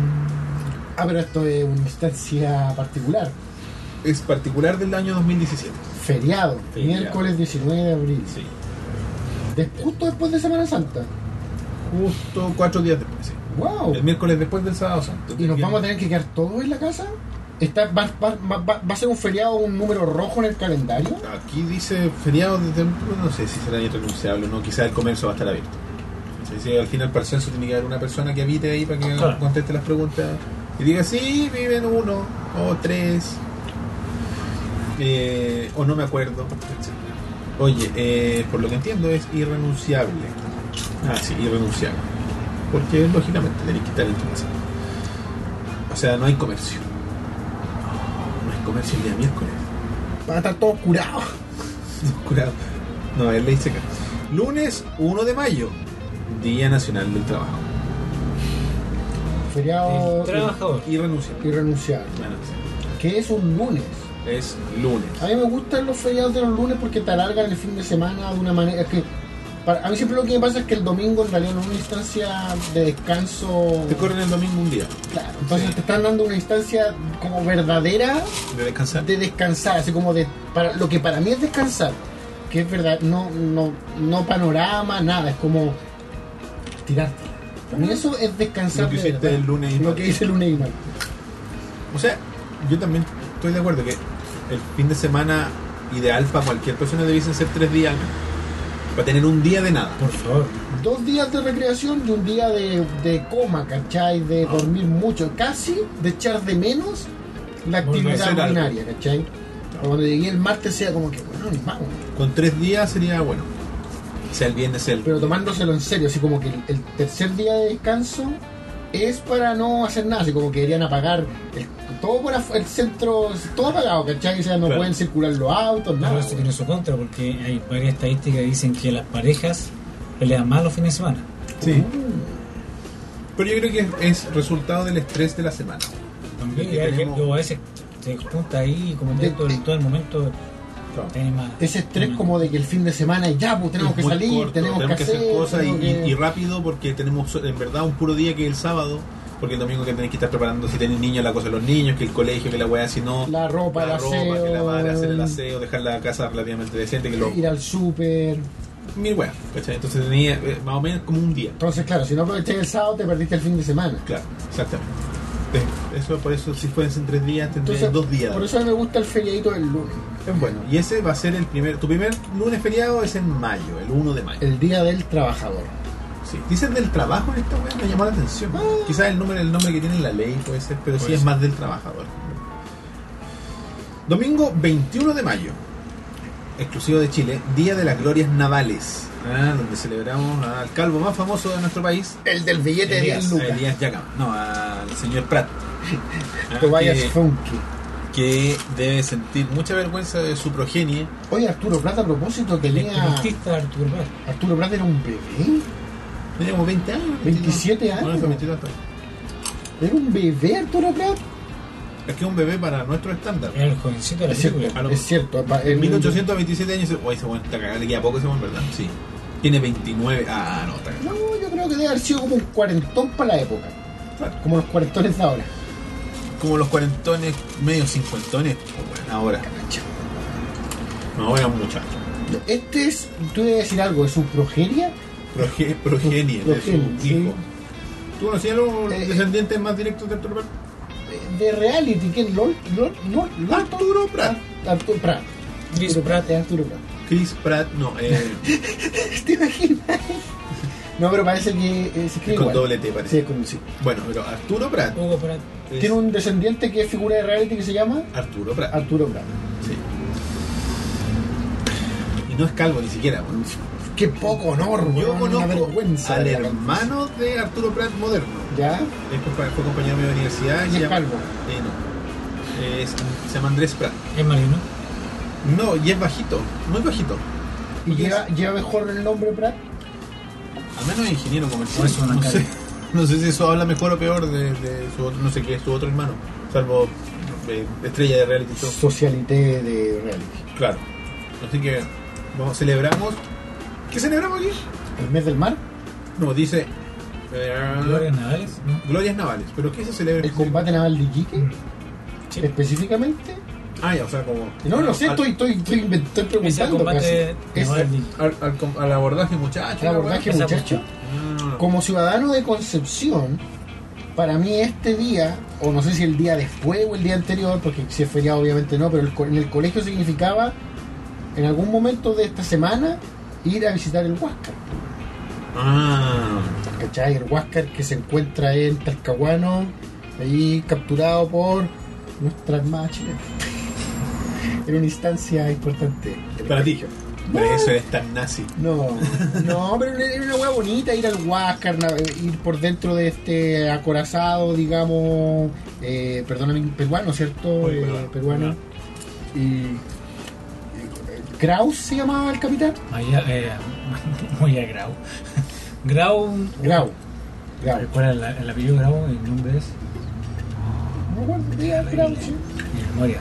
Ah, pero esto es una instancia particular.
Es particular del año 2017.
Feriado,
Feriado.
miércoles 19 de abril.
Sí.
De- justo después de Semana Santa.
Justo cuatro días después. sí.
¡Wow!
El miércoles después del Sábado Santo.
Oh. ¿Y nos
Bien.
vamos a tener que quedar todos en la casa? ¿Está, va, va- va- va- va a ser un feriado, un número rojo en el calendario?
Aquí dice feriado de templo, no sé si será irrenunciable o no, quizás el comercio va a estar abierto. Sí, sí, al final para el censo tiene que haber una persona que habite ahí para que
Claro.
conteste las preguntas y diga sí, viven uno o tres eh, o no me acuerdo. etc. Oye, eh, por lo que entiendo es irrenunciable. Ah, sí, irrenunciable. Porque lógicamente tenéis que estar en tu casa. O sea, no hay comercio. No hay comercio el día miércoles.
Van a estar todos curados.
Curado. No, él le dice acá. Lunes 1 de mayo, Día Nacional del Trabajo.
Feriado Oh,
El trabajador.
Irrenunciable.
irrenunciable. Que es un lunes.
Es lunes.
A mí me gustan los feriados de los lunes porque te alargan el fin de semana de una manera es que. pa- para- a mí siempre lo que me pasa es que el domingo en realidad no es una instancia de descanso.
Te corren el domingo un día
Claro, entonces
Sí.
te están dando una instancia como verdadera
de descansar.
de descansar, así como de para lo que para mí es descansar, que es verdad, no no no panorama, nada, es como tirarte. Para mí eso es descansar
Lo que
de
hiciste
verdad.
el lunes y
lo
martes.
que hice el lunes y martes.
O sea, yo también estoy de acuerdo que el fin de semana ideal para cualquier persona debiesen ser tres días al menos, para tener un día de nada.
Por favor.
Dos días de recreación y un día de, de coma, ¿cachai? De
Ah.
dormir mucho, casi, de echar de menos la
Volver a
actividad
hacer algo.
ordinaria, ¿cachai? O Cuando llegué el martes sea como que, bueno, ni vamos.
Con tres días sería bueno. Sea el viernes, sea el.
Pero tomándoselo en serio, así como que el, el tercer día de descanso es para no hacer nada, así como que deberían apagar el- todo por afu- el centro, todo apagado, ¿cachai? O sea, no
Claro.
pueden circular los autos,
Pero
nada.
eso tiene su contra, porque hay varias estadísticas que dicen que las parejas pelean más los fines de semana.
Sí. Pero yo creo que es, es resultado del estrés de la semana.
También
Porque
ya que
tenemos-
yo a veces te junta ahí, como te
De-
todo, el- todo el momento,
Claro.
tenés más.
Ese estrés como de que el fin de semana ya, pues tenemos
Mm. Es
que
muy
salir,
corto,
tenemos, que hacer,
hacer cosas y,
tenemos que-
y- y rápido porque tenemos so- en verdad un puro día que es el sábado. Porque el domingo que tenés que estar preparando si tenés niños, la cosa de los niños, que el colegio, que la weá, si no.
la ropa,
la
el
ropa,
aseo,
que la madre, hacer el aseo, dejar la casa relativamente decente, que lo.
ir al súper.
Mil weá, ¿cachai? Entonces tenía eh, más o menos como un día.
Entonces, claro, si no aproveché el sábado, te perdiste el fin de semana.
Claro, exactamente. Te- Eso por eso, si fuesen tres días, tendrías
Entonces,
dos días.
Por eso a mí me gusta el feriadito del lunes.
Es bueno. Y ese va a ser el primer. Tu primer lunes feriado es en mayo, el 1 de mayo.
El día del trabajador.
Sí. Dicen del trabajo en esta web, me llamó la atención. Quizás el nombre, el nombre que tiene la ley Ah. puede ser, pero sí
Puede
es
ser.
más del trabajador. Domingo 21 de mayo, exclusivo de Chile, Día de las Glorias Navales, ah, donde celebramos al calvo más famoso de nuestro país,
El del billete de 10
Elías, a
lucas.
Elías Yacama. No, al señor Pratt. Ah,
Tobias
que,
Funky.
que debe sentir mucha vergüenza de su progenie.
Oye, Arturo Plata, a propósito, tenía.
Espiritista Arturo Paz.
Arturo Plata era un bebé.
Tenía como 20 años.
27
22. Bueno,
años.
22 hasta ahora.
Era un bebé, Arturo Plata.
es que es un bebé para nuestro estándar.
Era el jovencito de la
Es cierto,
película.
lo-
es cierto. pa- el-
1827 años. Oye, ese weón está cagado, le queda poco ese weón, ¿verdad? Sí. Tiene 29. Ah, no, está
No, yo creo que debe haber sido como un cuarentón para la época.
cagado.
Como los cuarentones de ahora.
Como los cuarentones, medio cincuentones. pues, weón, ahora. No, era un muchacho.
Este es. Tú debes decir algo de su progeria.
Proge- progenie, de su
Progenie, sí.
hijo. ¿Tú conocías los
Eh,
descendientes más directos de Arturo Prat?
de reality que es Lord, Lord, Lord, Lord
Arturo Prat.
Arturo Prat.
Chris
Arturo
Pratt.
es Arturo Prat.
Chris Pratt, no, eh,
¿Te imaginas? No, pero parece que eh, se escribe
con
igual.
doble T
Sí,
parece.
es con- sí.
Bueno, pero Arturo Prat.
Hugo Pratt.
es
Tiene un descendiente que es figura de reality que se llama
Arturo Prat.
Arturo Prat.
Sí. Y no es calvo ni siquiera, weón.
Qué poco honor,
Yo
weón, una
conozco
vergüenza.
al
de la-
hermano de Arturo Prat moderno.
¿Ya?
Es compa- fue compañero mío de universidad.
Y
se
es
llama-
calvo.
Eh, no. Es- se llama Andrés Prat.
Es marino.
No, y es bajito, muy bajito.
¿Y lleva, lleva mejor el nombre Prat?
Al menos es ingeniero comercial.
Por eso no
no,
cabe.
sé, no sé si eso habla mejor o peor de, de su otro, no sé qué es su otro hermano. Salvo eh, estrella de reality show.
Socialité de reality.
Claro. Así que vamos, celebramos. ¿Qué celebramos aquí?
¿El mes del mar?
No, dice. eh,
Gloria Navales, ¿no?
Glorias navales. ¿Pero qué se celebra?
¿El combate naval de Iquique?
Sí.
¿Específicamente?
Ah, ya, o sea, como.
No, no sé,
Al-
estoy, estoy, estoy, invent- estoy
Ese
preguntando.
combate
casi. Es-
naval.
Al, al com- al abordaje, muchacho.
El abordaje,
Esa
muchacho.
Ah,
Como ciudadano de Concepción, para mí este día, o no sé si el día después o el día anterior, porque si es feriado obviamente no, pero el co- en el colegio significaba en algún momento de esta semana ir a visitar el Huáscar.
Ah,
¿Cachai? El Huáscar que se encuentra en Talcahuano, ahí capturado por nuestra armada chilena. Era una instancia importante.
para ti. Pero eso eres tan nazi.
No, no, pero era una hueá bonita ir al Huáscar, na- ir por dentro de este acorazado, digamos, eh, perdóname, peruano, ¿cierto?
Oye,
Eh,
peruano.
peruano. Y. eh, Kraus se llamaba el capitán.
Maya, eh, Moya Grau. Grau.
Grau. Grau.
¿Cuál es la- el apellido Grau? El nombre es.
No me acuerdo, era Grau, sí.
Mi memoria.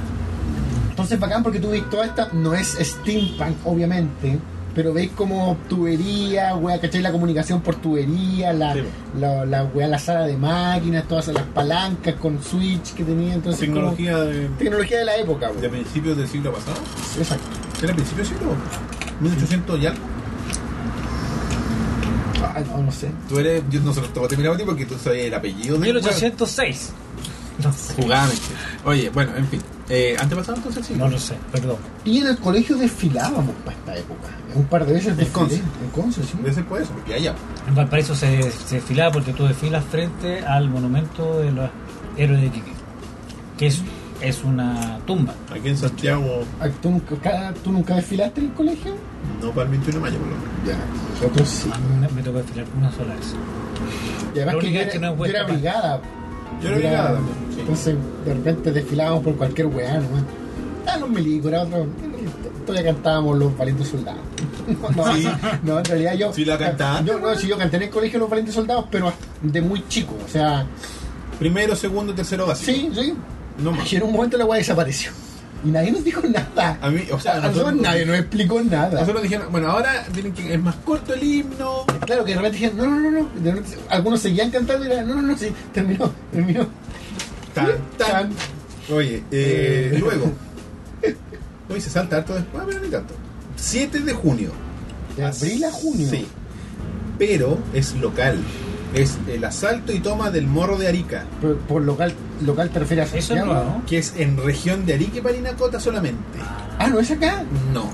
Entonces, bacán porque tú viste toda esta. No es steampunk, obviamente, Pero veis como tubería, weá, ¿cachai? La comunicación por tubería, la,
Sí.
la, la weá, la sala de máquinas, todas las palancas con switch que tenía. Entonces, como-
Tecnología de,
tecnología de la época,
de
weón.
principios del siglo pasado.
Exacto.
¿Era principio del siglo? 1800 y algo.
Ah, no, no sé.
Tú eres. Yo no se lo te miraba a ti porque tú sabías el apellido de
1806. No sé.
Jugame. Oye, bueno, en fin. Eh, ¿Antepasado entonces sí?
No lo sé, perdón.
Y en el colegio desfilábamos para esta época. Un par de veces desfilé.
Conce.
En Conce, sí.
Debe ser por eso, porque allá.
En Valparaíso se, se desfilaba porque tú desfilas frente al monumento de los héroes de Quique, que es, es una tumba.
Aquí en Santiago,
Ah, ¿Tú nunca, ¿Tú nunca desfilaste en el colegio?
no para el 21 de mayo, por lo menos.
Ya, nosotros sí.
A mí me, me tocó desfilar una sola vez.
Y además
Ah, Lo
que
único
yo
es
era,
que no he
yo
vuelto
era
acá.
brigada.
Yo era brigada también, sí.
Entonces, de repente desfilábamos por cualquier weá nomás. Estaban los milicos, era otro. Todavía cantábamos los valientes soldados. No,
Sí.
no, en realidad yo.
Sí, la cantaba.
Yo, no, sí, yo canté en el colegio los valientes soldados, pero de muy chico. O sea,
Primero, segundo, tercero básico.
sí, sí.
No más.
Y en un momento la weá desapareció. Y nadie nos dijo nada.
A mí, o sea,
A nosotros nadie nos explicó nada.
Nosotros dijeron, bueno, ahora tienen que. Es más corto el himno.
Claro, que de repente dijeron, no, no, no, no. De repente, algunos seguían cantando y era, no, no, no, sí, terminó, terminó.
Tan, tan.
Tan.
Oye, eh,
Eh.
luego. Oye, se salta harto después, pero ni tanto. 7 de junio.
De abril a junio.
Sí. Pero es local. Es el asalto y toma del morro de Arica,
Por, por local, local te refieres a
Eso es
Santiago?
nuevo.
que es en región de Arica y Parinacota solamente.
Ah, no es acá.
No,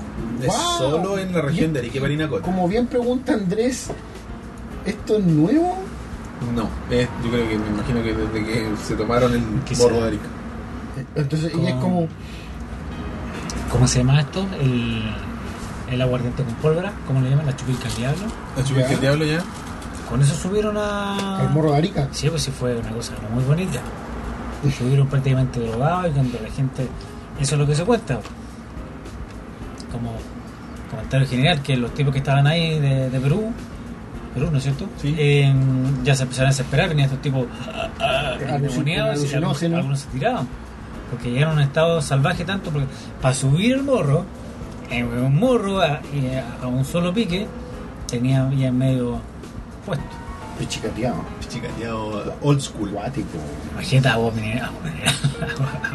es
Wow.
solo en la región de Arica y Parinacota.
Como bien pregunta Andrés, ¿esto es nuevo?
No, es- yo creo que me imagino que desde que se tomaron el
Quizá.
morro de Arica.
Entonces, y es
Como-
como.
¿Cómo se llama esto? El, el aguardiente con pólvora, ¿cómo le llaman? La chupilca al diablo.
¿La chupé
Ya.
el diablo ya?
Con eso subieron a...
El morro de Arica.
Sí, pues sí fue una cosa muy bonita. Estuvieron prácticamente drogados y cuando la gente... Eso es lo que se cuenta. Como comentario general, que los tipos que estaban ahí de, de Perú, Perú, ¿no es cierto?
Sí.
Eh, ya se empezaron a desesperar, venían estos tipos ah, ah,
Eh, Alucin-
endemoniados y algunos,
alucinógenos.
algunos se tiraban. Porque llegaron a un estado salvaje tanto, porque para subir el morro, en un morro a, y a- a un solo pique, tenía ya medio puesto.
Pichicateado.
Chicaneado old school.
Guático.
Imagínate agua mineral. agua mineral.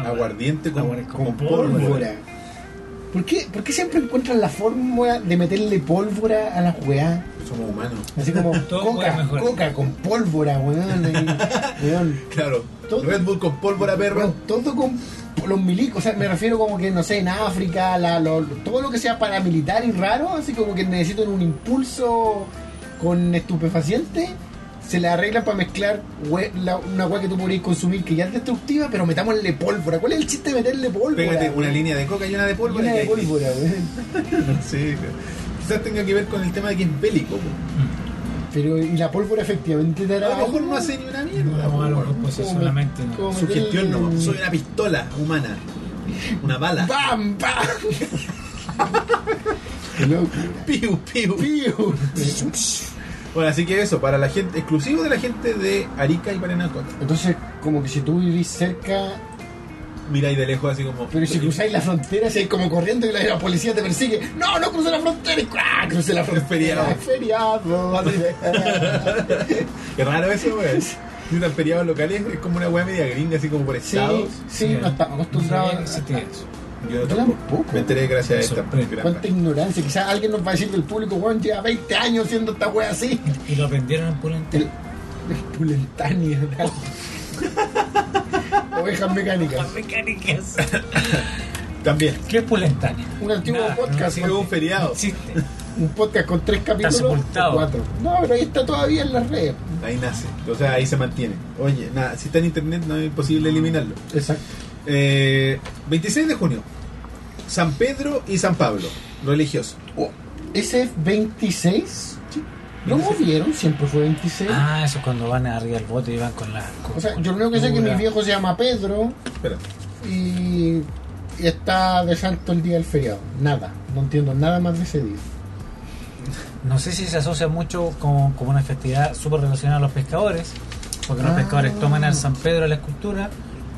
Aguardiente con,
Aguardiente
con
con
pólvora.
Pólvora. ¿Por qué, ¿Por qué siempre encuentran la fórmula de meterle pólvora a las weas?
Somos humanos.
Así como
Todo hueá
coca,
mejor.
coca con pólvora, weón. ahí, weón.
Claro.
Todo-
Red Bull con pólvora, perro.
Bueno, todo con los milicos, o sea, me refiero como que, no sé, en África, la- lo- todo lo que sea paramilitar y raro, así como que necesitan un impulso con estupefaciente, se la arreglan para mezclar hue- la- una agua que tú podrías consumir que ya es destructiva, pero metámosle pólvora. ¿Cuál es el chiste de meterle pólvora?
Pégate una línea de coca y una de
Y
pólvora.
una de
y ahí-
pólvora, weón.
sí. Quizás tenga que ver con el tema de que es bélico. po.
Pero, ¿y la pólvora efectivamente te
A
hará
lo mejor no
algo?
hace ni una mierda.
No,
po,
a lo
weón.
mejor pues,
Como-
solamente no.
como-
Su gestión no. Soy una pistola humana. Una bala.
¡Bam! ¡Bam! Qué locura.
Piu, piu.
Pío.
Bueno, así que eso, para la gente, exclusivo de la gente de Arica y Parinacota.
Entonces, como que si tú vivís cerca
Mira ahí de lejos así como.
Pero si cruzáis la frontera, si hay como corriendo y la, la policía te persigue, no, no crucé la frontera, y ¡cuá! crucé la frontera.
feriado.
Es feriado. así de-
Qué raro eso, weón. Si tan feriados locales es como una weá media gringa, así como por
sí,
estados.
sí, no estamos
No sabía que
acostumbrados.
existía eso.
Yo
tampoco.
Me enteré gracias a
Me
esta.
sorprende.
gran
Cuánta ignorancia, quizás alguien nos va a decir del público, weón, lleva 20 años haciendo esta wea así.
Y lo aprendieron en Pulente.
El, el Pulentania. Ovejas mecánicas.
Las mecánicas.
También.
¿Qué es Pulentania?
Un antiguo
Nada,
podcast,
Fue un feriado.
Existe.
un podcast con tres capítulos. o
sepultado.
Cuatro. No, pero ahí está todavía en las redes.
Ahí nace. O sea, ahí se mantiene. Oye, nada, si está en internet no es imposible eliminarlo.
Exacto.
Eh, 26 de junio. San Pedro y San Pablo. Religioso.
Oh, ¿Ese es 26? ¿Lo
26.
movieron? Siempre fue 26.
Ah, eso es cuando van arriba al bote y van con la. con-
O sea,
con
yo creo que sé que mi
cultura.
viejo se llama Pedro
Espera.
y, y está de santo el día del feriado. Nada, no entiendo nada más de ese día.
No sé si se asocia mucho con, como una festividad súper relacionada a los pescadores. Porque los
Ah.
pescadores toman al San Pedro de la escultura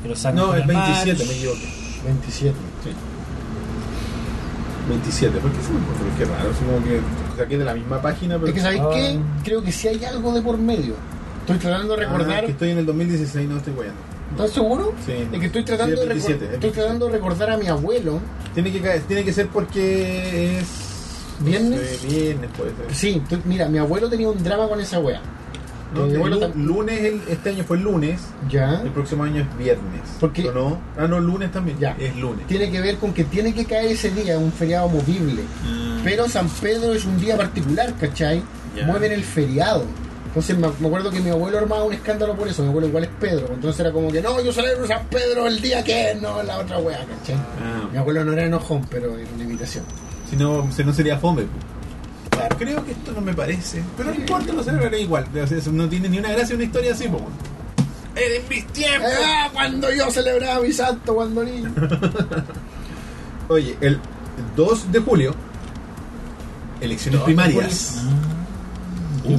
y lo sacan
Ah, No,
con
es
el mar.
27, me equivoqué.
27.
Sí. 27. ¿Por qué se me importa? Qué raro, es como que saqué de la misma página, pero.
Es que sabéis
Ah.
qué? creo que sí hay algo de por medio. Estoy tratando de
Ah,
recordar.
que estoy en el 2016, no estoy guayando.
¿Estás seguro?
Sí.
Es que estoy
Sí,
tratando,
el
de, recor-
27, el
estoy
27.
tratando de recordar a mi abuelo.
Tiene que, caer- tiene que ser porque es. no
¿Viernes? Pues,
sé, viernes puede ser.
Sí, estoy- mira, mi abuelo tenía un drama con esa wea.
No,
Mi
el
abuelo
lu-
tam-
lunes, el- este año fue el lunes.
Ya.
El próximo año es viernes.
¿Por qué?
¿O no? Ah, no, lunes también.
Ya.
Es lunes.
Tiene que ver con que tiene que caer ese día, un feriado movible.
Ah.
Pero San Pedro es un día particular, ¿cachai?
Ya.
Mueven el feriado. Entonces me me acuerdo que mi abuelo armaba un escándalo por eso. Mi abuelo igual es Pedro. Entonces era como que, no, yo celebro San Pedro el día que es, no la otra wea, ¿cachai?
Ah.
Mi abuelo no era enojón, pero era una invitación.
Si no, si no sería fome. pues.
Claro.
Creo que esto no me parece. Pero no importa, lo celebraré igual. O sea, eso no tiene ni una gracia una historia así, pues. bueno. Era en mis tiempos.
Ah, cuando yo celebraba mi santo cuando niño.
Oye, el 2 de julio, elecciones primarias.
Ah,
Mm,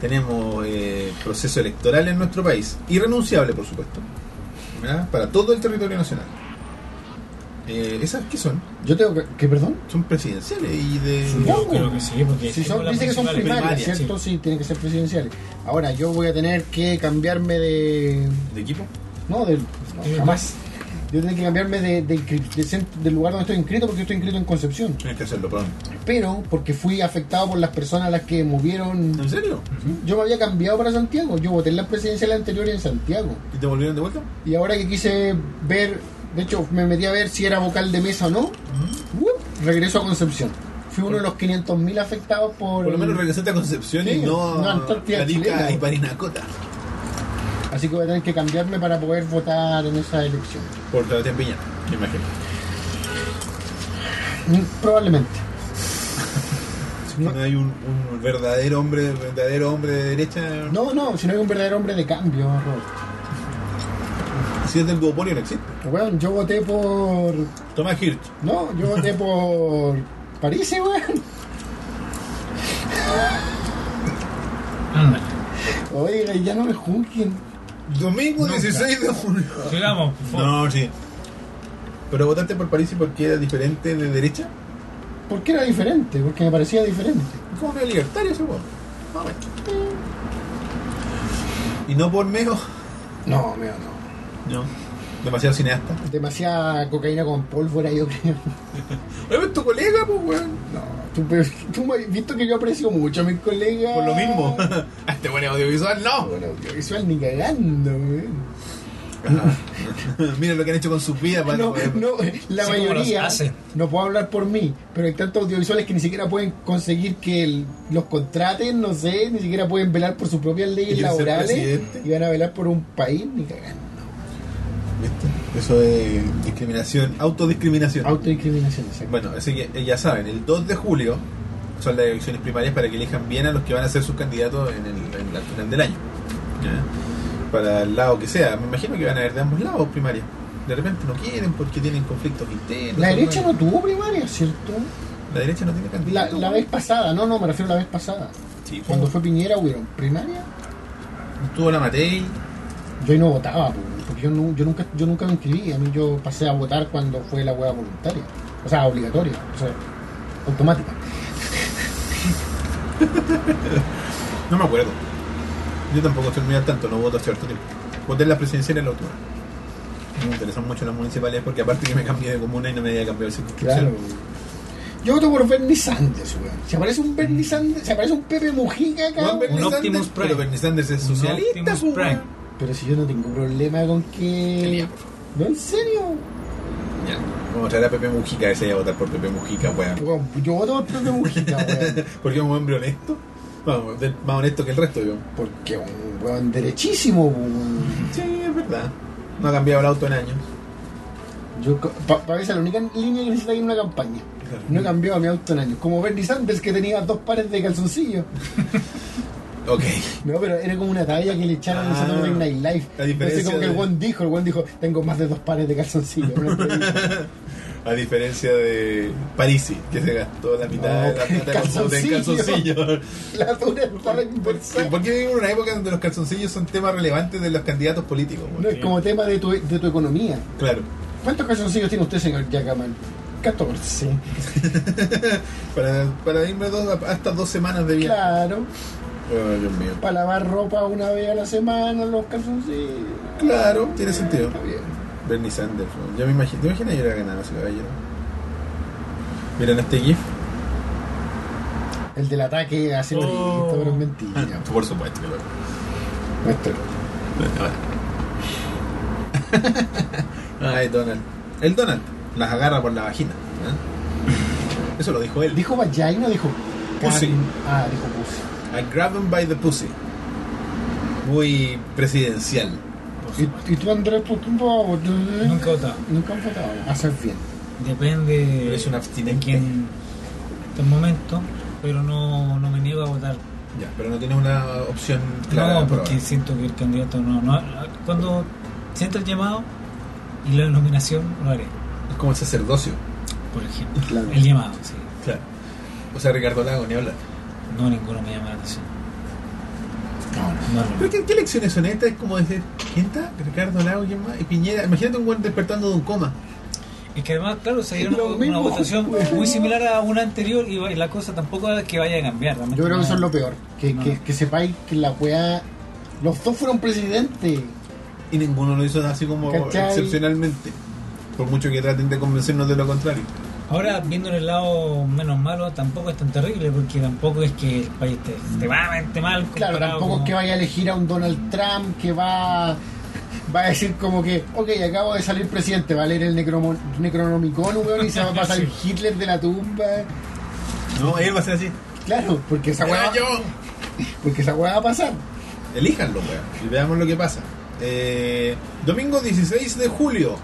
Tenemos eh, proceso electoral en nuestro país, irrenunciable por supuesto, ¿verdad? para todo el territorio nacional. Eh, ¿Esas qué son?
Yo tengo que, que perdón.
Son presidenciales y de...
Yo creo que sí, porque
Si
tengo
son,
la
dice que son
principal.
primarias,
primaria,
¿cierto? Sí. tienen que ser presidenciales. Ahora, yo voy a tener que cambiarme de.
¿De equipo?
No, de. no, jamás.
pues.
Yo tengo que cambiarme de, de inscri- de cent- del lugar donde estoy inscrito porque yo estoy inscrito en Concepción.
Tienes que hacerlo perdón.
Pero porque fui afectado por las personas a las que movieron.
¿En serio?
Yo me había cambiado para Santiago. Yo voté en las presidenciales anteriores en Santiago.
¿Y te volvieron de vuelta?
Y ahora que quise ver, de hecho me metí a ver si era vocal de mesa o no, ¡wup! regreso a Concepción. Fui uno de los 500.000 afectados por...
Por lo menos regresaste a Concepción y
Sí,
no
no,
a
Antártida
Arica
chilena.
y Parinacota.
Así que voy a tener que cambiarme para poder votar en esa elección.
Por la Tempiña, me imagino.
Mm, Probablemente.
No,
No.
hay un, un verdadero hombre, verdadero hombre de derecha.
No, no, si no hay un verdadero hombre de cambio, Roberto.
Si es del duopolio no existe.
Weón, yo voté por...
Tomás Hirsch.
No, yo voté por... París, eh, weón.
Ándale.
Oiga, ya no me juzguen.
Domingo
Nunca.
16 de julio.
Sigamos, por favor.
No, sí. Pero votaste por París y porque era diferente de derecha.
¿Por qué era diferente? Porque me parecía diferente.
Como medio libertario ese weón. Más o menos. Y no por Mego.
No, mira, no.
No. Demasiado cineasta.
Demasiada cocaína con pólvora, yo creo.
Oye, es tu colega, pues, weón.
No, tú, pero tú me has visto que yo aprecio mucho a mis colegas.
Por lo mismo. A este buen audiovisual, no.
Bueno, audiovisual ni cagando, güey.
Mira lo que han hecho con sus vidas para
No,
poder-
no, la
Sí, como
mayoría.
los hacen.
No puedo hablar por mí, pero hay tantos audiovisuales que ni siquiera pueden conseguir que el- los contraten, no sé, ni siquiera pueden velar por sus propias leyes
quieren ser
laborales
presidente.
y van a velar por un país ni cagando.
¿Viste? Eso es discriminación, autodiscriminación.
Autodiscriminación, exacto.
bueno, así que eh, ya saben, el 2 de julio son las elecciones primarias para que elijan bien a los que van a ser sus candidatos en el, en la- final del año. ¿Ya? Para el lado que sea, me imagino que van a haber de ambos lados primarias. De repente no quieren porque tienen conflictos internos.
La derecha
bueno,
no tuvo primaria, ¿cierto?
la derecha no tiene
La,
candidato.
la vez pasada, no, no, me refiero a la vez pasada.
Sí, pues.
Cuando
cuando
fue Piñera hubieron primaria.
tuvo la Matei,
Yo ahí no votaba, po, porque yo, nu- yo nunca yo nunca me inscribí. A mí yo pasé a votar cuando fue la hueá voluntaria. O sea, obligatoria. O sea, automática.
no me acuerdo. Yo tampoco estoy muy al tanto, no voto hace harto tiempo. Voté en las presidenciales en la última. No me interesan mucho las municipales porque aparte que me cambié de comuna y no me había cambiado de circunscripción.
Yo voto por Bernie Sanders, weón. Se aparece un Bernie Sanders, se aparece un Pepe Mujica acá.
Juan
weón.
Mm. Bernie
Un
Sanders,
Optimus Prime.
Pero Bernie Sanders es
Un
socialista,
Optimus
pues,
Prime.
weón.
Pero si yo no tengo problema con que.
Elía, por favor.
No, en serio.
Ya. Vamos a traer a Pepe Mujica, ese a votar por Pepe Mujica, weón.
Weón, Yo voto por Pepe Mujica, weón.
Porque es un hombre honesto. Vamos, de- más honesto que el resto, yo.
Porque es un weón derechísimo, weón.
Sí, es verdad. No ha cambiado el auto en años.
Yo, para esa es la única línea que necesita ir en una campaña.
Claro.
No he cambiado mi auto en años. Como Bernie Sanders que tenía dos pares de calzoncillos.
Ok.
No, pero era como una talla que le echaron en
Ah,
Saturday Night Live.
la
Entonces
diferencia
como que el
de-
buen dijo, el buen dijo, tengo más de dos pares de calzoncillos. No,
A diferencia de Parisi, que se gastó la mitad de la plata en bote en
Calzoncillo.
calzoncillos.
la dura está
Porque,
la inversa.
porque vivimos en una época donde los calzoncillos son temas relevantes de los candidatos políticos, weón.
No, es como tema de tu, de tu economía.
Claro.
¿Cuántos calzoncillos tiene usted, señor Jackman? 14.
Para, para irme dos, hasta dos semanas de viaje.
Claro.
Oh, Dios mío.
Para lavar ropa una vez a la semana, los calzoncillos.
Claro, tiene sentido.
Está bien.
Bernie Sanders, ¿no? yo me imagino, ¿te imaginas yo era ganado ese caballero? Miren este GIF.
El del ataque a ser
Oh. Ah.
listo, pero es mentira.
Por supuesto que lo
Muéstralo.
Ay, Ah, Donald. El Donald las agarra por la vagina. ¿eh? Eso lo dijo él.
¿Dijo vagina o dijo
Pussy.
can- Ah, dijo pussy.
I grab him by the pussy. Muy presidencial.
¿Y, y tú, Andrés, por qué no vas a votar?
Nunca he votado.
Nunca han votado. Hacer bien.
Depende
Es un
de
abstinente.
quién en el momento, pero no, no me niego a votar.
Ya, pero no tienes una opción clara.
no,
para
porque siento que el candidato no, no- Cuando sienta el llamado y la nominación, lo haré,
probar. Es como el sacerdocio.
por ejemplo.
Claro.
El llamado, sí.
Claro. O sea, Ricardo Lago, ni hablar.
No, ninguno me llama la atención. No, no.
¿Pero qué, qué lecciones son estas? Es como decir, ¿quién está? Ricardo Lago, ¿quién más? Y Piñera. Imagínate un buen despertando de un coma.
Es que además, claro, se dio una,
Lo
una
mismo,
votación
güey.
muy similar a una anterior y va- y la cosa tampoco es que vaya a cambiar. realmente
Yo creo que
no.
eso es lo peor. Que,
No.
que, que sepáis que la weá. Los dos fueron presidentes.
Y ninguno lo hizo así como
¿Cachai?
excepcionalmente. Por mucho que traten de convencernos de lo contrario.
Ahora, viendo el lado menos malo, tampoco es tan terrible porque tampoco es que el país esté extremadamente mal.
Claro,
comparado
tampoco es
con-
que vaya a elegir a un Donald Trump que va, va a decir como que, ok, acabo de salir presidente, va a leer el necromo- Necronomicon, weón, y se va a pasar Hitler de la tumba.
No, él va a ser así.
Claro, porque esa weá,
¡Era yo!
porque esa weá va a pasar.
Elíjanlo, weón. Y veamos lo que pasa. Eh, domingo 16 de julio.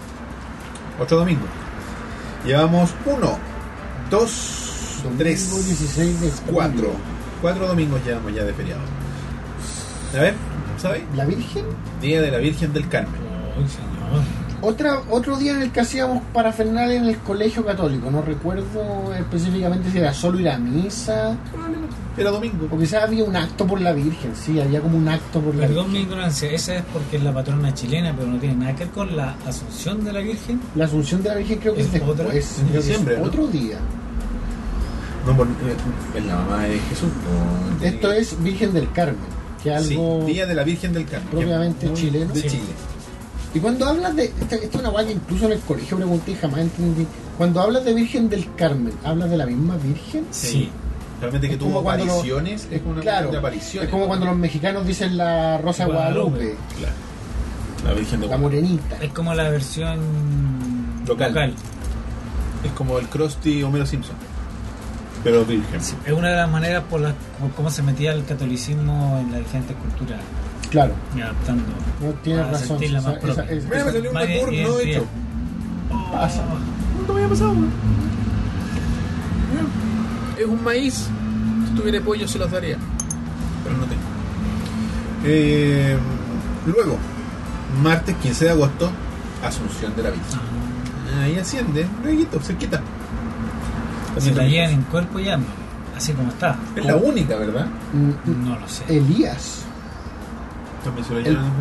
Otro domingo. Llevamos 1, 2,
Domingo
3,
16 de
4.
julio.
4 domingos llevamos ya de feriado. A ver, ¿sabes?
La Virgen,
Día de la Virgen del Carmen.
Ay, señor.
otra, otro día en el que hacíamos parafernal en el colegio católico, no recuerdo específicamente si era solo ir a misa,
Era domingo.
o quizás había un acto por la Virgen, sí, había como un acto por la
Perdón
Virgen.
mi ignorancia, esa es porque es la patrona chilena, pero no tiene nada que ver con la asunción de la Virgen.
La Asunción de la Virgen creo que
¿Es
es después,
otra?
creo
En
que es
diciembre, ¿no?
otro día.
No, por- eh, es la mamá de Jesús. no, tiene
Esto
que-
es Virgen del Carmen, que es
Sí,
algo...
Día de la Virgen del Carmen.
propiamente
Muy
chileno.
De
Sí.
Chile.
Y cuando hablas de... Esta, esta es una guay que incluso en el colegio pregunté y jamás entendí. Cuando hablas de Virgen del Carmen, ¿hablas de la misma Virgen?
Sí.
Sí.
Realmente que
Es
tuvo
como cuando lo-
apariciones. Es como una
claro,
de apariciones.
es como cuando los mexicanos dicen la Rosa de
Guadalupe.
Guadalupe,
Claro. La Virgen de
la
Guadalupe.
morenita.
Es como la versión
Local. Es como el Krusty Homero Simpson. Pero Virgen.
Sí, Es una de las maneras por, las por cómo se metía el catolicismo en las diferentes culturas,
Claro,
y adaptando.
no tienes
Para
razón.
sentirla
esa-
más propia.
esa- esa-
Mira, me salió un
Más
albur
bien,
no Ah,
bien,
hecho.
bien.
pasa.
No había pasado, Es un maíz. Si tuviera pollo se los daría. Pero no tengo. Eh, luego, martes 15 de agosto, Asunción de la
Ah,
Virgen. Ahí asciende, luego, cerquita.
Se la llevan en cuerpo y alma, así como está.
Es la única, ¿verdad?
Mm, mm,
No lo sé.
Elías,
También se la
llevan
llevan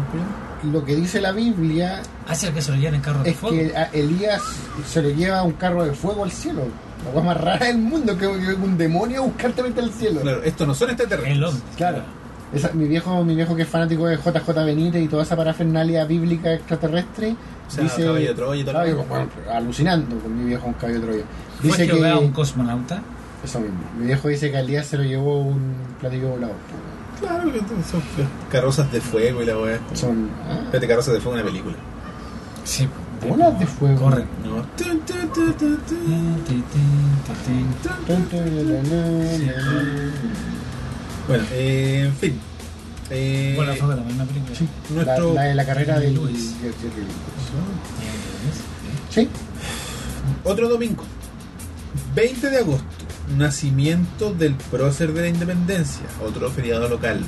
en
lo que dice la Biblia
Hace el que se lo llevan en carro de
es
fuego.
que a Elías se lo lleva un carro de fuego al cielo. La cosa más rara del mundo que que un demonio a buscarte vete al cielo.
Claro, estos no son extraterrestres.
El hombre.
Claro. Esa- mi viejo, mi viejo que es fanático de JJ Benítez y toda esa parafernalia bíblica extraterrestre.
O sea, Caballo de Troya y todo lo
Claro,
demás.
bueno, alucinando con mi viejo un caballo de Troya.
¿Fue
Dice que,
Jehová un cosmonauta?
eso mismo. Mi viejo dice que al día se lo llevó un platillo volador. pues,
Claro, que son carrozas de fuego y la weá.
Son ah,
Espérate, carrozas de fuego en una película.
Sí.
bolas de fuego.
Corre.
No. Tun, tun, tun, tun, tun, tun, tun, tun. Bueno, eh, en fin. Eh,
Bueno, fue también una película.
Sí. La,
nuestro.
la de la carrera del
Luis.
del- del- del- Sí,
Otro domingo. 20 de agosto. Nacimiento del prócer de la independencia. Otro feriado local.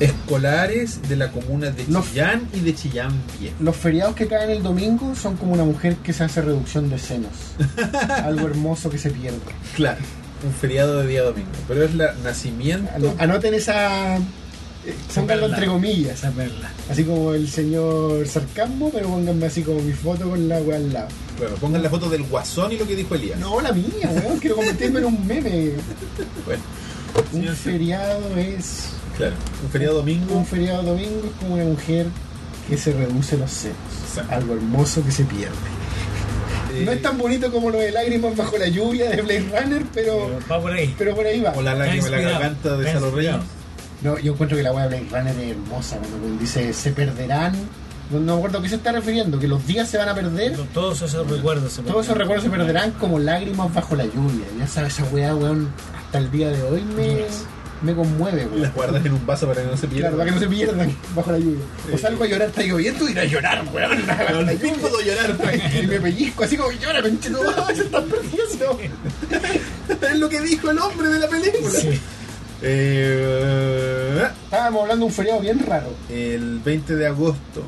Escolares de la comuna de
Los-
Chillán y de Chillán Viejo.
los feriados que caen el domingo son como una mujer que se hace reducción de senos. Algo hermoso que se pierde.
Claro, un feriado de día domingo. Pero es la nacimiento.
Ano- Anoten esa eh, Pónganlo entre comillas. ¿ah?
Esa perla.
Así como el señor sarcasmo, pero pónganme así como mi foto con la weá al lado.
Claro, pongan la foto del guasón y lo que dijo Elías.
No, la mía, weón. Quiero convertirme en un meme.
Bueno,
Un
Sí, sí.
feriado es.
claro. Un feriado domingo.
Un feriado domingo es como una mujer que se reduce los senos.
Exacto.
Algo hermoso que se pierde.
eh,
No es tan bonito como lo de lágrimas bajo la lluvia de Blade Runner, pero.
Pero Va por ahí.
Pero por ahí va.
O la lágrima en la
Ten
garganta
cuidado,
de
ten
Salo Reyes.
cuidado.
No, yo encuentro que la weá de Blade Runner es hermosa, cuando dice se perderán. No, no me acuerdo a qué se está refiriendo, que los días se van a perder.
Todos esos recuerdos se
Todos esos recuerdos se perderán como lágrimas bajo la lluvia. Ya sabes, esa weá, weón, hasta el día de hoy me, me conmueve,
Las
weón.
guardas en un vaso para que no se pierda.
Claro, para que no se pierdan bajo la lluvia. O
Sí.
salgo a llorar, está lloviendo y ir a llorar, weón. bajo la
Al fin
lluvia.
puedo llorar, tranquilo.
Y me pellizco así como llora, conchito, se está perdiendo.
Es lo que dijo el hombre de la película.
Sí.
Eh,
Estábamos hablando de un feriado bien raro.
el 20 de agosto.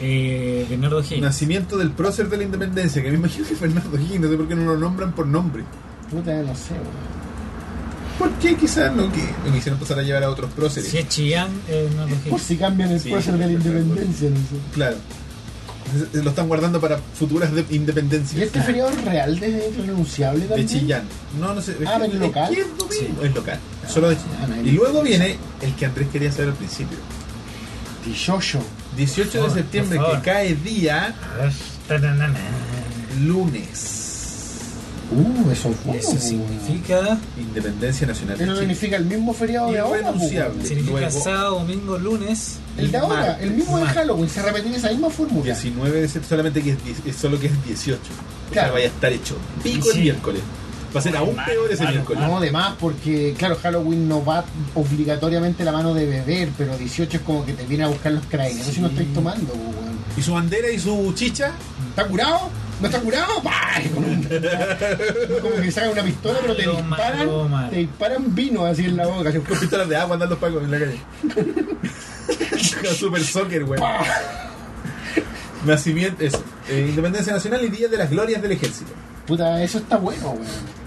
Eh, Bernardo G.
Nacimiento del prócer de la independencia, que me imagino que es Fernando Higgins, no sé por qué no lo nombran por nombre.
Puta, no sé, weón.
¿Por qué quizás no, que, no quisieron pasar a llevar a otros próceres?
Si es Chillán, eh, Bernardo
Por
G.
si cambian el
Sí,
prócer de la
perfecto.
independencia, no sé.
Claro. Es- es- Lo están guardando para futuras de-
¿Y
independencias.
este feriado es real de renunciable
de
también?
Chillán. No, no sé.
Ah,
que-
¿del local?
que es domingo. Es local. Solo de
Ah,
Chillán.
no,
Y luego viene el que Andrés quería saber al principio.
Tiyoyo.
18
Por
de
favor,
septiembre,
por
que
favor.
cae día
A ver, tananana.
lunes.
Uh, eso es bueno,
Eso
weón.
significa,
Independencia Nacional. de
Eso
Chile.
significa el mismo feriado de ahora. po,
Irrenunciable.
weón.
significa
Luego-
sábado, domingo, lunes.
El de ahora,
Martes.
el mismo de
Martes.
Halloween, se repetía esa misma fórmula.
19 de septiembre, solamente que es, diez- es solo que es 18. O sea,
Claro.
vaya a estar hecho pico
Sí.
el miércoles. Va a ser aún
Mal,
peor ese
malo,
miércoles.
No, de más, porque claro, Halloween no va obligatoriamente la mano de beber, pero 18 es como que te viene a buscar los cranes. No sé si no estoy tomando, po, weón.
Y su bandera y su chicha.
¿Está curado? ¿No está curado? ¡Pah! Con un- Como que saca una pistola, pero te
Malo, malo,
disparan,
malo.
te disparan vino así en la boca. así,
Con pistolas de agua andan los pacos en la calle. Con Super soccer, güey. Nacimiento, eso. Eh, Independencia Nacional y Día de las Glorias del Ejército.
Puta, eso está bueno, weón.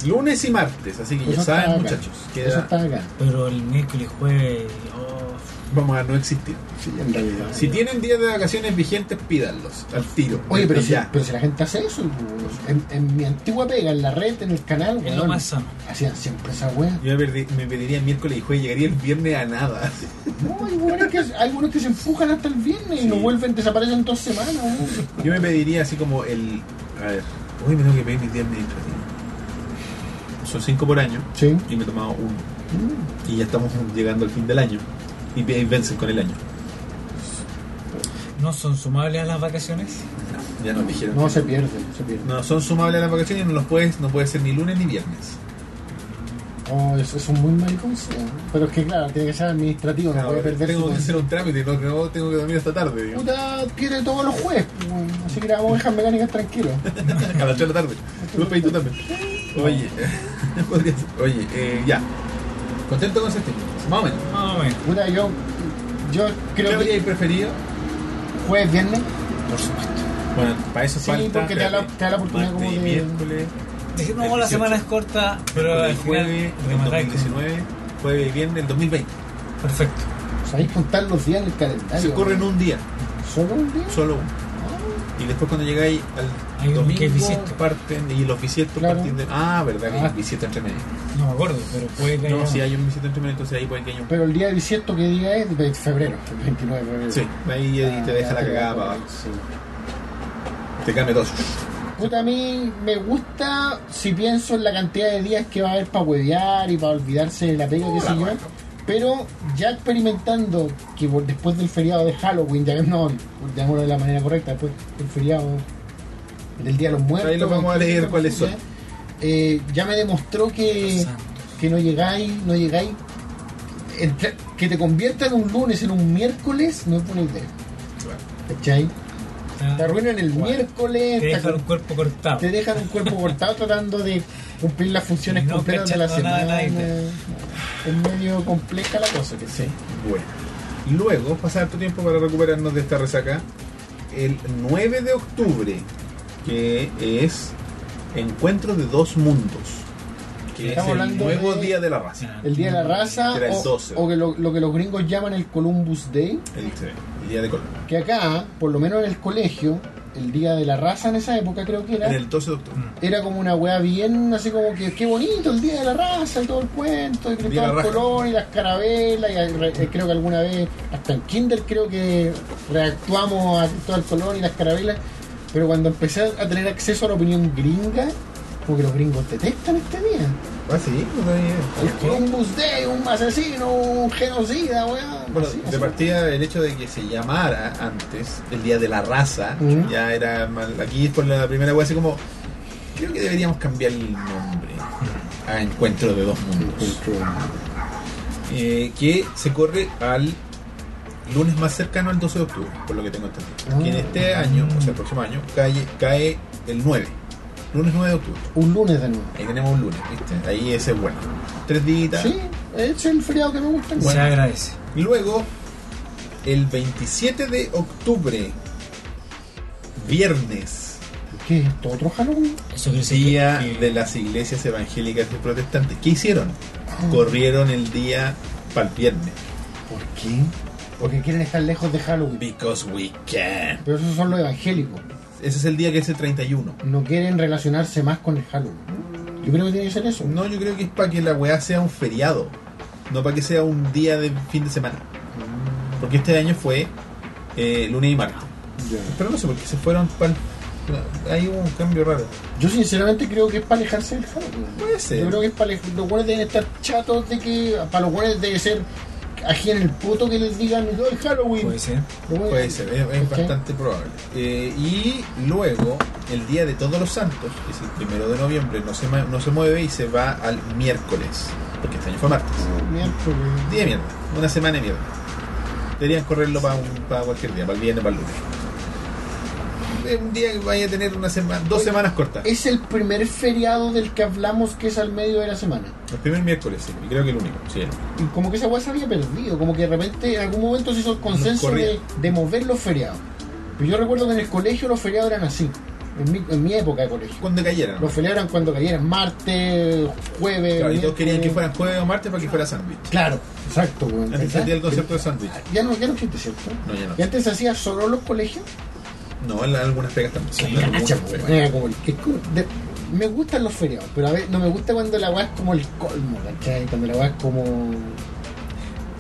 Lunes y martes, así que
Eso
ya
Pues está
saben,
acá.
muchachos.
Eso
Queda,
está acá.
Pero el miércoles, jueves. oh,
Vamos a no existir.
Sí, en realidad.
Si tienen días de vacaciones vigentes, pídanlos al tiro.
Oye, pero si,
ya.
pero si la gente hace eso, weón. en, en mi antigua pega, en la red, en el canal,
es lo
weón,
más sano.
hacían siempre esa weá.
Yo me, perdi- me pediría el miércoles y jueves, llegaría el viernes a nada.
No, hay weones que, hay weones que se empujan hasta el viernes y no vuelven, desaparecen dos semanas, weón.
Yo me pediría así como el. A ver, hoy me tengo que pedir mis días administrativos. Son cinco por año
Sí.
y me he tomado uno. Y ya estamos llegando al fin del año. Y pe- vencen con el año.
¿No son sumables a las vacaciones?
No, ya nos dijeron.
No
que
se pierden, se pierden.
No, son sumables a las vacaciones y no los puedes, no puede ser ni lunes ni viernes.
Oh, eso es un muy maricón, sí, weón. Pero es que claro, tiene que ser administrativo, no,
Claro,
puede perder
tengo
su
que hacer un trámite, no, no tengo que dormir hasta tarde, digamos.
puta quiere todos los jueves, pues, weón. Así que la vamos a dejar mecánicas tranquilos.
A las 3 de la tarde. Lo pedí tú también. Oye, podría ser. Oye, eh, ya. Contento con septiembre. Más o menos.
Más o menos.
Puta, yo, yo
¿Qué
creo que
habríais preferido?
jueves, viernes,
Por supuesto. Bueno, para eso
Sí,
falta.
porque te da la-
espérate,
te da la oportunidad
martes
como
y
de-
miércoles.
Dije,
El
no, la
18.
semana es corta, pero
Pero
al
el jueves,
final
el
rematáis con-
2019. Jueves y viernes, el 2020.
Perfecto.
sabéis contar los días en el calendario.
Se corre en
weón.
un día,
¿Solo un día?
solo uno. Y después cuando llegáis
Hay
al
un
domingo,
que es bisiesto.
parten y los bisietos
Claro.
parten de. Ah, verdad que
Ah.
hay un bisiesto entre medio.
No me acuerdo, pero puede que
No,
haya-
si hay un bisiesto entre medio, entonces ahí puede que haya un.
Pero el día bisiesto que día es de febrero, el 29 de febrero.
Sí, ahí eh,
Ah,
te deja
ya
la cagada para abajo.
Sí.
Te cambia todo.
Puta, a mí me gusta si pienso en la cantidad de días que va a haber para huevear y para olvidarse de la pega que
No,
se
la
lleva.
hueá.
Pero ya experimentando que por- después del feriado de Halloween, ya no, llamémoslo de la manera correcta, después del feriado del Día de los Muertos.
Ahí lo vamos a leer cuáles son.
Eh, ya me demostró que,
Los santos.
que no llegáis, no llegáis. Entra- que te convierta en un lunes, en un miércoles, no es buena idea. ¿Cachai? Te arruinan el
Bueno,
miércoles,
Te
te
dejan
acor-
un cuerpo cortado.
te dejan un cuerpo cortado tratando de cumplir las funciones
No
completas de la
cachando nada,
semana.
nadie
Es medio compleja la cosa que sí.
Bueno, luego, pasar tu tiempo para recuperarnos de esta resaca, el 9 de octubre, que es Encuentro de Dos Mundos, que
Estamos
es el
hablando
nuevo
de-
día de la raza.
Ah,
El Día de la Raza,
Que era el
o,
12.
o que lo, lo que los gringos llaman el Columbus Day,
El, sí, el día de Colón.
que acá, por lo menos en el colegio, el Día de la Raza en esa época creo que era,
En el 12 de octubre.
era como una weá bien, así como que qué bonito el Día de la Raza y todo el cuento, y
de la
Cristóbal
Raza.
Colón y las carabelas, y a- re- eh, creo que alguna vez, hasta en Kinder creo que reactuamos a Cristóbal Colón y las carabelas, pero cuando empecé a tener acceso a la opinión gringa, como que los gringos detestan este día.
Ah, sí, no tenía idea.
El Columbus Day, un asesino, un genocida, weón.
Bueno,
Así,
de
así.
partida el hecho de que se llamara antes el Día de la Raza,
Mm.
ya era mal- aquí por la primera wea así como creo que deberíamos cambiar el nombre a Encuentro de dos mundos. Eh, que se corre al lunes más cercano al 12 de octubre, por lo que tengo entendido. Que en este año, o sea, el próximo año, cae, cae el 9, lunes 9 de octubre.
Un lunes de nuevo.
Ahí tenemos un lunes, ¿viste? Ahí ese es bueno. Tres días.
Sí, es el feriado que me gusta.
Se agradece.
Luego, el 27 de octubre, viernes,
¿Qué es esto? ¿Otro Halloween?
Eso quiere decir
día
que- que-
de las iglesias evangélicas y protestantes. ¿Qué hicieron? Ah. Corrieron el día para el viernes.
¿Por qué? Porque quieren estar lejos de Halloween.
Because we can.
Pero esos son los evangélicos.
Ese es el día que es el 31.
No quieren relacionarse más con el Halloween. Yo creo que tiene que ser eso.
No, yo creo que es para que la weá sea un feriado. No para que sea un día de fin de semana. Porque este año fue eh, lunes y martes. Pero no sé por qué se fueron para... Ahí hubo un cambio raro.
Yo sinceramente creo que es para alejarse del Halloween.
Puede ser.
Yo creo que es para alejarse. Los buenos deben estar chatos de que... Para los buenos debe ser... Aquí en el puto que les digan, no, es Halloween.
Puede ser.
Los buenos-
Puede ser, es, es
¿Cachai?
bastante probable. Eh, y luego, el Día de Todos los Santos, que es el primero de noviembre, no se, ma- no se mueve y se va al miércoles, porque este año fue martes.
Miércoles.
Día de mierda, una semana de mierda. Deberían correrlo para cualquier día, para el viernes, para el lunes. Es un día que vaya a tener una semana, dos semanas cortas.
Es el primer feriado del que hablamos que es al medio de la semana.
El primer miércoles, sí, y creo que el único, sí. el-
Y como que esa weá se había perdido, como que de repente en algún momento se hizo el consenso
corría.
de, de mover los feriados. Pero yo recuerdo que en el colegio los feriados eran así, en mi, en mi época de colegio.
Cuando cayera, ¿no?
Los feriados eran cuando cayeran martes, jueves.
Claro, y todos
miércoles.
querían que fueran jueves o martes para que fuera sándwich.
Claro, exacto, weón,
Antes
¿cachai?
existía el concepto de sándwich.
Ya no, ya no existe, ¿cierto?
No, ya no.
Y antes se hacía solo en los colegios.
No, en algunas pegas también.
Sí,
en algunas
gacha,
pegas.
weón. Era como el- es como- de- me gustan los feriados, pero a ver, no me gusta cuando la weá es como el colmo, ¿cachai? Cuando la weá es como.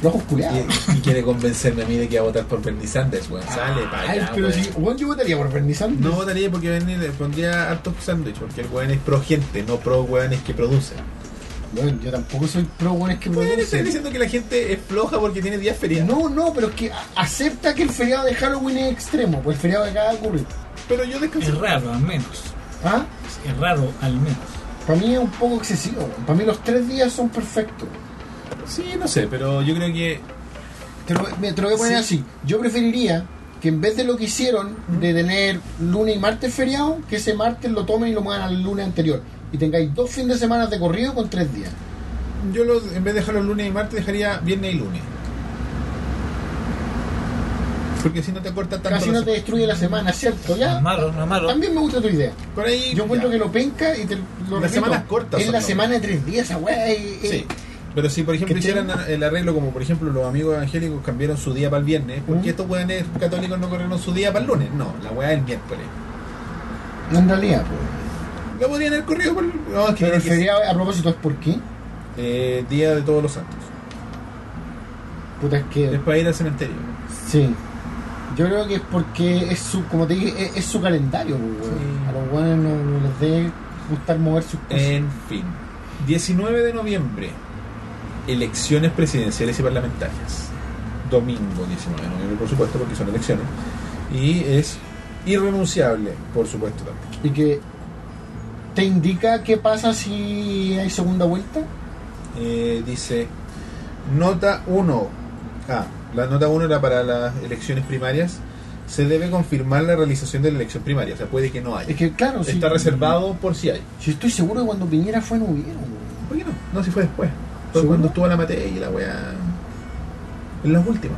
Los ojos culiados.
y, y quiere convencerme a mí de que va a votar por Bernie Sanders, weón. Sale, pa'
Ay,
allá,
pero
weón.
si, weón, yo votaría por Bernie Sanders.
No votaría porque Bernie le pondría hartos sándwich, porque el weón es pro gente, no pro weones que producen.
Weón, yo tampoco soy pro weones que
Weón, estás
producen.
diciendo que la gente es floja porque tiene días feriados.
No, no, pero es que a- acepta que el feriado de Halloween es extremo, pues el feriado de cada ocurre.
Pero yo descansé.
Es raro, al menos.
¿Ah?
Es raro, al menos.
Para mí es un poco excesivo, weón. para mí los tres días son perfectos.
Sí, no sé, pero yo creo que.
Te lo, mira, te lo voy a poner así. Yo preferiría que en vez de lo que hicieron de tener lunes y martes feriado, que ese martes lo tomen y lo muevan al lunes anterior. Y tengáis dos fines de semana de corrido con tres días.
Yo los, en vez de dejarlo lunes y martes, dejaría viernes y lunes. Porque si no te acorta tanto.
Casi
la
no te
semana.
destruye la semana, ¿cierto?
No
¿Ya?
es malo, no es malo.
También me gusta tu idea.
Por ahí.
Yo encuentro
ya.
que lo penca y te lo repito,
semanas cortas
Es
son
la
lo
semana de tres días, esa weá. eh, eh.
Sí. Pero si, por ejemplo,
¿Cachai?
hicieran el arreglo como, por ejemplo, los amigos evangélicos cambiaron su día para el viernes, ¿por qué
¿Mm?
estos weones católicos no corrieron su día para el lunes? No, la weá es el miércoles.
No, en realidad, pues.
Lo podrían haber corrido por el... No, es que
Pero
tiene
el
que
feriado, a propósito, es por qué.
ser, eh, Día de Todos los Santos.
Puta, es que.
Es para ir al cementerio.
Sí. Yo creo que es porque es su, como te dije, es, es su calendario, pues, weón.
Sí. Eh.
A los guanes no, no les debe gustar mover sus cosas.
En fin. 19 de noviembre. Elecciones presidenciales y parlamentarias. Domingo 19 de noviembre, por supuesto, porque son elecciones. Y es irrenunciable, por supuesto, también.
Y que te indica qué pasa si hay segunda vuelta.
Eh, dice, nota 1. Ah, la nota 1 era para las elecciones primarias. Se debe confirmar la realización de la elección primaria, o sea, puede que no haya.
Es que, claro, si,
Está reservado por si hay.
si estoy seguro que cuando Piñera fue no hubieron, weón.
¿Por qué no? No, si fue después. Fue
¿Seguro?
cuando estuvo la Matei y la weá. En las últimas.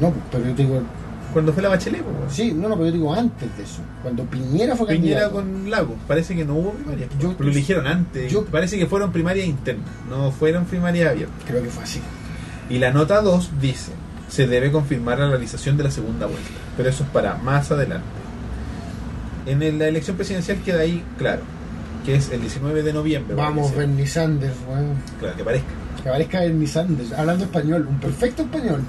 No, pues, pero yo te digo,
Cuando cuando fue la bachelet, po, weón.
Sí, no, no, pero yo digo antes de eso. Cuando Piñera fue
Piñera
candidato.
con Lago, parece que no hubo primaria.
Yo-
pero lo eligieron antes.
yo-
parece que fueron primarias internas, no fueron primarias abiertas.
Creo que fue así.
Y la nota 2 dice, se debe confirmar la realización de la segunda vuelta, pero eso es para más adelante. En el- la elección presidencial queda ahí claro, que es el 19 de noviembre.
Vamos,
parece.
Bernie Sanders, weón.
Claro, que parezca.
Que parezca Bernie Sanders, hablando español, un perfecto español.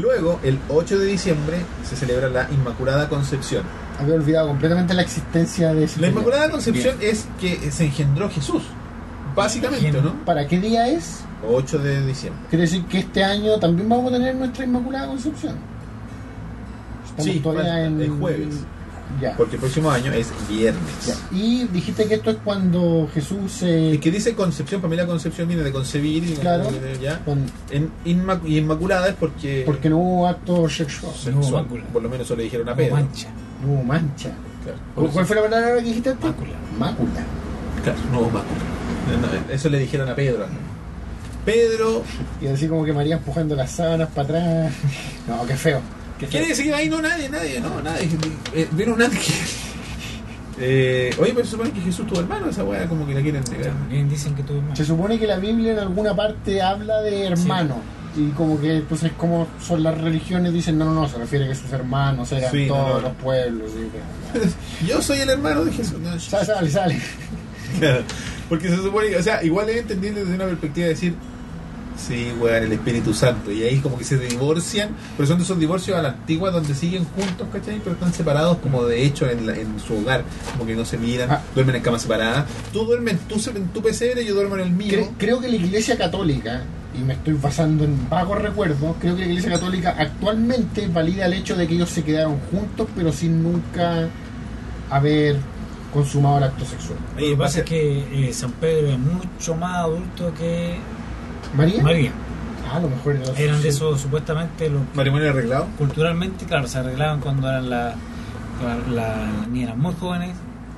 Luego, el 8 de diciembre, se celebra la Inmaculada Concepción.
Había olvidado completamente la existencia de ese
La
día.
Inmaculada Concepción es que se engendró Jesús, básicamente,
Gen-
¿no?
¿Para qué día es?
8 de diciembre.
Quiere decir que este año también vamos a tener nuestra Inmaculada Concepción. Estamos
Sí, falta,
todavía en.
el jueves.
Ya.
Porque el próximo año es viernes.
ya. Y dijiste que esto es cuando Jesús se.
El que dice concepción, para mí la concepción viene de concebir. y-
Claro.
ya.
con-
En inma- y inmaculada es porque.
porque no hubo acto sexual,
sexual.
No, mácula.
por lo menos eso le dijeron a
Como
Pedro.
mancha,
no hubo mancha.
Claro.
¿Cuál cuál fue la palabra que dijiste antes?
mácula.
Mácula.
Claro, no hubo mácula. No, no, eso le dijeron a Pedro. Pedro.
Y así como que María empujando las sábanas para atrás. No, qué feo.
¿Qué
Quiere decir que ahí no nadie, nadie, no, nadie. Eh, vino un ángel. Eh, oye, pero se supone que Jesús tu hermano, esa weá como que la quieren negar.
También dicen que tuve más.
Se supone que la Biblia en alguna parte habla de hermano. Y como que, entonces, como son las religiones, dicen, no, no, no, se refiere a que sus hermanos eran
Sí, no,
todos
no.
los pueblos. y que-
Yo soy el hermano de Jesús. No,
sale, sale, sale.
Claro, Porque se supone, que- o sea, igual es entendible desde una perspectiva de decir, sí, weón, el Espíritu Santo. Y ahí como que se divorcian, pero son de esos divorcios a la antigua donde siguen juntos, ¿cachai? Pero están separados como de hecho en, la- en su hogar, como que no se miran,
Ah.
duermen en camas separadas. Tú duermes en tu, se- en tu pesebre, yo duermo en el mío.
Cre- creo que la Iglesia Católica, y me estoy basando en vagos recuerdos, creo que la Iglesia Católica actualmente valida el hecho de que ellos se quedaron juntos, pero sin nunca haber consumado el acto sexual.
Lo que pasa es que eh, San Pedro es mucho más adulto que
¿María?
María.
Ah, a lo mejor era
Eran de esos supuestamente los que
Matrimonio arreglado.
culturalmente, claro, se arreglaban cuando eran las la, la- ni eran muy jóvenes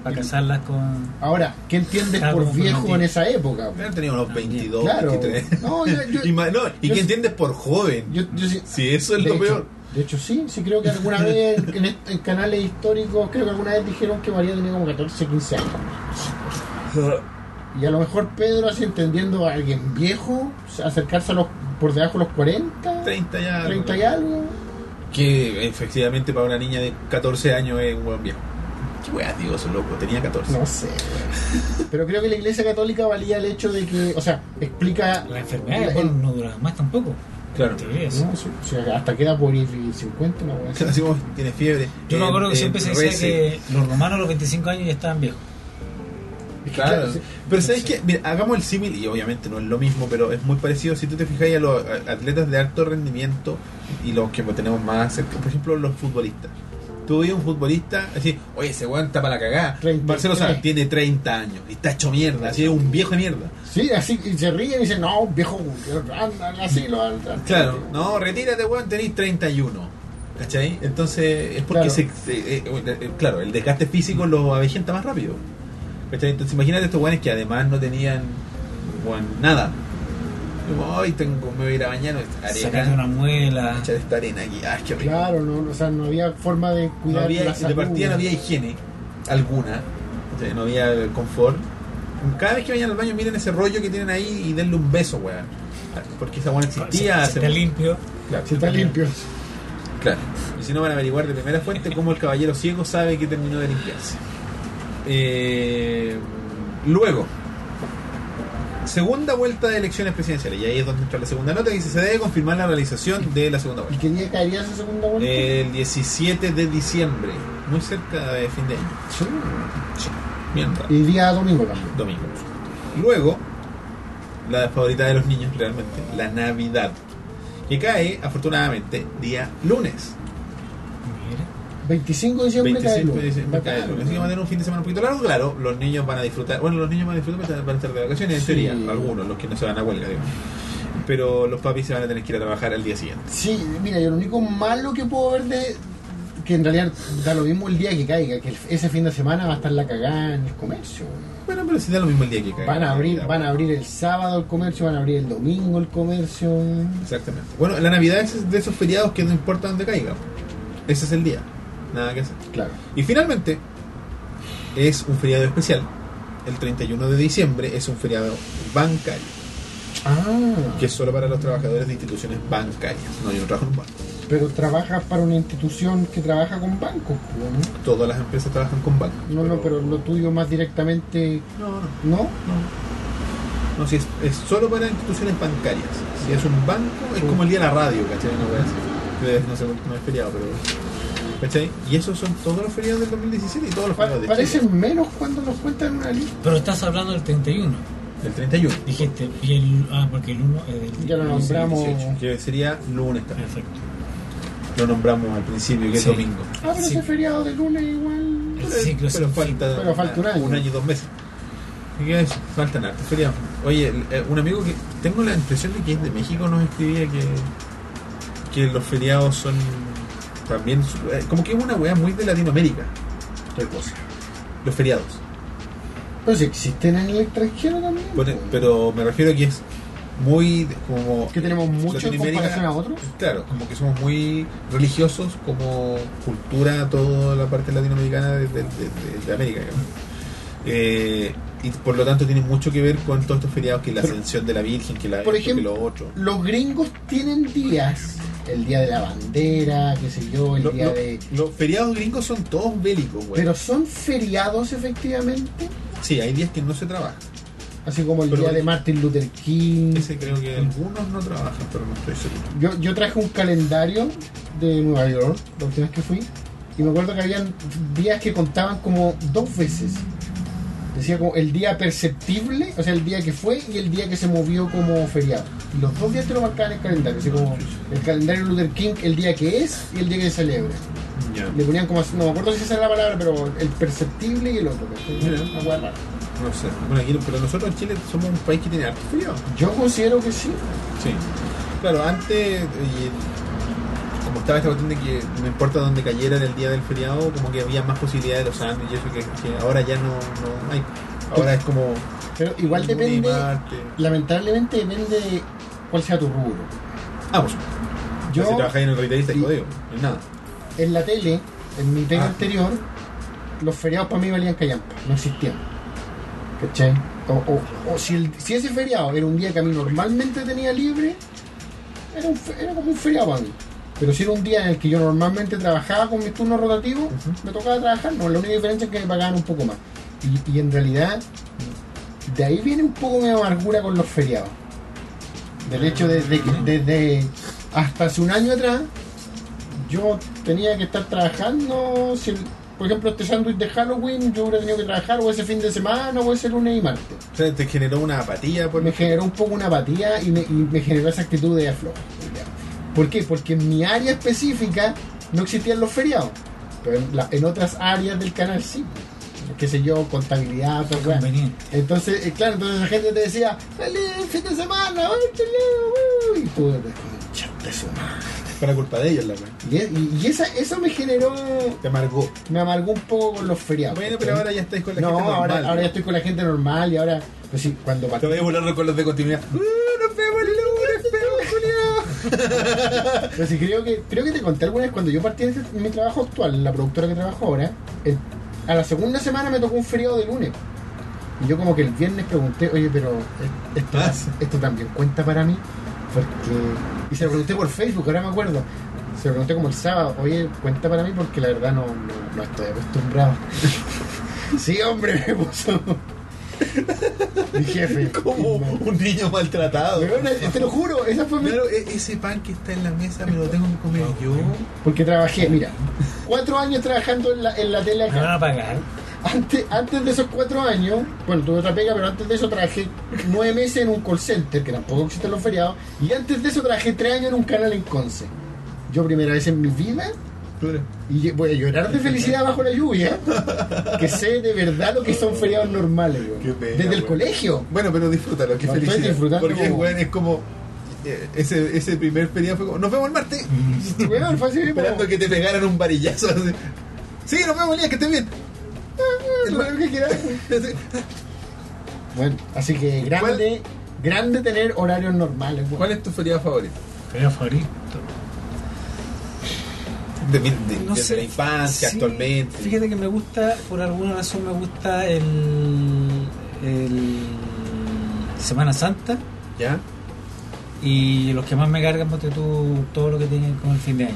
para casarlas con
Ahora, ¿qué entiendes
Claro,
por
como que no
viejo en
entiendo.
esa época?
Yo tenía unos 22,
Ah, Claro.
23.
No, yo, yo-
Y, ma- no, ¿y
yo-
qué entiendes por joven?
yo- yo sí-
si eso es
de
lo
hecho-
peor.
De hecho, sí, sí creo que alguna vez en, est- en canales históricos, creo que alguna vez dijeron que María tenía como 14, 15 años. Y a lo mejor Pedro, así entendiendo a alguien viejo, acercarse a los, por debajo de los 40,
30 ya.
30 y algo.
Que efectivamente para una niña de 14 años es un buen viejo. Qué weá, digo, eso loco, tenía 14.
No sé. Pero creo que la Iglesia Católica valía el hecho de que, o sea, explica...
la enfermedad,
el- Uh,
bueno, no duraba más tampoco.
Claro.
en teoría, sí.
no, sí, sí, hasta queda por ir 50, una wea así.
Así como tiene fiebre.
Yo me
eh,
acuerdo que
eh,
siempre se
rece.
decía que los romanos a los 25 años ya estaban viejos.
Es que,
Claro.
claro, sí.
Pero sabes que, mira, hagamos el símil, y obviamente no es lo mismo, pero es muy parecido si tú te fijáis a los a- atletas de alto rendimiento y los que tenemos más cerca. Por ejemplo, los futbolistas. Tú veías un futbolista, así, oye, ese weón está para la cagada.
33.
Marcelo Sanz tiene 30 años y está hecho mierda, así es un viejo de mierda.
Sí, así y se ríen y dicen, no, viejo, andan así, lo andan.
Claro, no, retírate, weón, tenéis 31. ¿Cachai? Entonces, es porque,
Claro.
se, se- eh, eh, claro, el desgaste físico lo avejenta más rápido. ¿Cachai? Entonces, imagínate estos weones que además no tenían weón, nada. Como, Ay, tengo, me voy a ir a bañar,
Sacando una
arena,
muela.
echar esta arena aquí, ay, qué rico.
Claro, no, o sea, no había forma de
no
cuidar
había,
la
de
salud.
partida no había higiene alguna, ¿cachai? no había confort. Cada vez que vayan al baño, miren ese rollo que tienen ahí y denle un beso, weón. Porque esa weón existía
Se,
hace
se está limpio.
Claro.
Si está limpio.
Claro. Y si no van a averiguar de primera fuente cómo el caballero ciego sabe que terminó de limpiarse. Eh, luego, segunda vuelta de elecciones presidenciales. Y ahí es donde entra la segunda nota. que Dice: Se debe confirmar la realización de la segunda
¿Y
vuelta.
qué día caería esa segunda vuelta?
El 17 de diciembre, muy cerca de fin de año.
Sí.
Mierda.
Y día domingo también.
Domingo. Luego, la favorita de los niños realmente, la Navidad. Que cae, afortunadamente, día lunes.
25 de diciembre
25
cae
de
el
diciembre cae el lunes. Así que van a tener un fin de semana un poquito largo, claro. Los niños van a disfrutar. Bueno, los niños van a disfrutar, pero van a estar de vacaciones, en
Sí.
teoría. Algunos, los que no se van a huelga, digo. Pero los papis se van a tener que ir a trabajar al día siguiente.
Sí, mira, yo lo único malo que puedo ver de que en realidad da lo mismo el día que caiga, que el- ese fin de semana va a estar la cagada en el comercio.
Bueno, pero si da lo mismo el día que caiga.
Van a abrir, van a abrir el sábado el comercio, van a abrir el domingo el comercio.
Exactamente. Bueno, la Navidad es de esos feriados que no importa dónde caiga. Ese es el día. Nada que hacer.
Claro.
Y finalmente, es un feriado especial. El 31 de diciembre es un feriado bancario,
Ah,
que es solo para los trabajadores de instituciones bancarias. No, yo no trabajo en un banco.
pero trabajas para una institución que trabaja con bancos, ¿no?
Todas las empresas trabajan con bancos.
No, no, pero lo tuyo más directamente,
No, no,
¿no?
no. No, si es, es solo para instituciones bancarias. Si es un banco, es
Sí.
como el día de la radio, ¿cachai? No, voy a decir. Ustedes no, sé, no es feriado, pero... ¿Cachai? Y esos son todos los feriados del 2017 y todos los
Pa-
feriados de Chile.
parecen menos cuando los cuentan en una lista.
Pero estás hablando del 31.
El 31.
Dijiste, y el, ah, porque el 1 es del
Ya lo nombramos.
18, que sería lunes también.
Perfecto.
Lo nombramos al principio, que es
Sí.
domingo.
Ah, pero
Sí.
ese feriado de lunes igual.
El ciclo
pero
sin
falta,
Pero falta un año.
Un año y dos meses. ¿Y qué es? Faltan hartos feriados. Oye, el- eh, un amigo que tengo la impresión de que es de México nos escribía que, que los feriados son también. su- eh, Como que es una weá muy de Latinoamérica, los feriados.
Pero si existen en el extranjero también.
Bueno,
pues.
e, pero me refiero a que es muy de- como.
que tenemos mucho en
Latinoamérica-
comparación a otros.
Claro, como que somos muy religiosos como cultura, toda la parte latinoamericana de, de- de- de América. digamos. Eh, y por lo tanto tiene mucho que ver con todos estos feriados, que la
Pero-
ascensión de la Virgen, que la
por
esto, que
ejemplo,
lo otro.
Los gringos tienen días. El día de la bandera, qué sé yo, el
Lo-
día
lo-
de.
Los feriados gringos son todos bélicos, güey.
Pero son feriados efectivamente.
Sí, hay días que no se trabaja.
Así como el
Pero-
día de Martin Luther King.
Ese creo que algunos no trabajan, pero no estoy seguro.
Yo, yo traje un calendario de Nueva York, la última vez que fui, y me acuerdo que habían días que contaban como dos veces. Decía como el día perceptible, o sea, el día que fue y el día que se movió como feriado. Y los dos días te lo marcaban en el calendario, así como el calendario Luther King, el día que es y el día que se celebra. Le ponían como, así- no me acuerdo si esa es la palabra, pero el perceptible y el otro. ¿cachai?
Mira.
Una hueá rara.
No sé. Bueno, aquí- pero nosotros en Chile somos un país que tiene hartos feriados.
Yo considero que sí.
Sí. Claro, antes, eh, como estaba esta cuestión de que no importa dónde cayera en el día del feriado, como que había más posibilidades de los sándwiches, y eso que, que ahora ya no, no hay. Ahora es como.
Pero igual
lunes y
depende,
martes.
lamentablemente depende de cuál sea tu rubro.
Ah, pues.
Yo-
si trabajáis en el retail, estáis
y-
jodido. Es nada.
en la tele, en mi pega
Ah.
anterior, los feriados para mí valían callampa, no existían. ¿Cachai? O, o- o si, el- si ese feriado era un día que a mí normalmente tenía libre, era, un fe- era como un feriado para mí. Pero si era un día en el que yo normalmente trabajaba con mis turnos rotativos,
Ujú.
me tocaba trabajar, no, la única diferencia es que me pagaban un poco más. Y, y en realidad, de ahí viene un poco mi amargura con los feriados.
Ah.
Del hecho desde que- desde hasta hace un año atrás, yo tenía que estar trabajando. Si el- por ejemplo, este sándwich de Halloween, yo hubiera tenido que trabajar o ese fin de semana o ese lunes y martes. Pues
O sea, te generó una apatía por
Me generó un poco una apatía y me, y me generó esa actitud de aflojo. ¿Por qué? Porque en mi área específica no existían los feriados, pero en, la- en otras áreas del canal sí. pues, Qué sé yo, contabilidad, otra weá.
Conveniente.
Entonces, eh, claro, entonces la gente te decía, feliz fin de semana, ¡ay, qué lindo, uy". Y tú, "Chate su madre".
para culpa de ellos, la verdad.
Y, es- y- y esa, eso me generó,
Te amargó.
me amargó un poco con los feriados.
Bueno, pero ahora ya estáis con la
Ah, no,
gente normal.
ahora, ahora ya estoy con la gente normal y ahora, pues sí, cuando
Te
partí,
voy a volar con los de continuidad. ¡Uh, nos vemos el lunes, feo, culiao!
pues sí, creo que, creo que te conté alguna vez cuando yo partí de este- mi trabajo actual, en la productora que trabajo ahora, el- a la segunda semana me tocó un feriado de lunes. Y yo como que el viernes pregunté, oye, pero eh, esto,
Ah, sí.
esto también cuenta para mí, porque... Y se lo pregunté por Facebook, ahora me acuerdo. Se lo pregunté como el sábado, oye, cuenta para mí porque la verdad no, no, no estoy acostumbrado. sí, hombre, me puso mi jefe.
Como un niño maltratado.
Weona, Te lo juro, esa fue mi...
Claro, e- ese pan que está en la mesa me lo tengo que comer yo.
Porque trabajé, mira, cuatro años trabajando en la, en la tele
Me van
acá.
Ah.
a pagar.
Antes, antes de esos cuatro años, bueno, tuve otra pega, pero antes de eso trabajé nueve meses en un call center, que tampoco existen los feriados. Y antes de eso trabajé tres años en un canal en Conce. Yo primera vez en mi vida, y lle- voy a llorar de felicidad bajo la lluvia, que sé de verdad lo que son feriados normales, güey.
Qué pena,
Desde el
güey.
colegio.
Bueno, pero disfrútalo, qué
No, estoy
felicidad.
disfrutando
Porque
como-
weón, es como eh, ese, ese primer periodo fue como, nos vemos el martes.
Mm. Weón, fue así,
Esperando que te pegaran un varillazo. así. Sí, nos vemos, Elías, que estés bien.
Ah, que quieras. Bueno, así que grande, grande tener horarios normales. weón.
¿Cuál es tu feria favorita?
Pero favorito.
De, mi- de-
No
desde
sé.
la infancia,
Sí,
actualmente.
Fíjate que me gusta, por alguna razón me gusta el. el Semana Santa
¿Ya?
y los que más me cargan, porque tú, todo lo que tienen con el fin de año.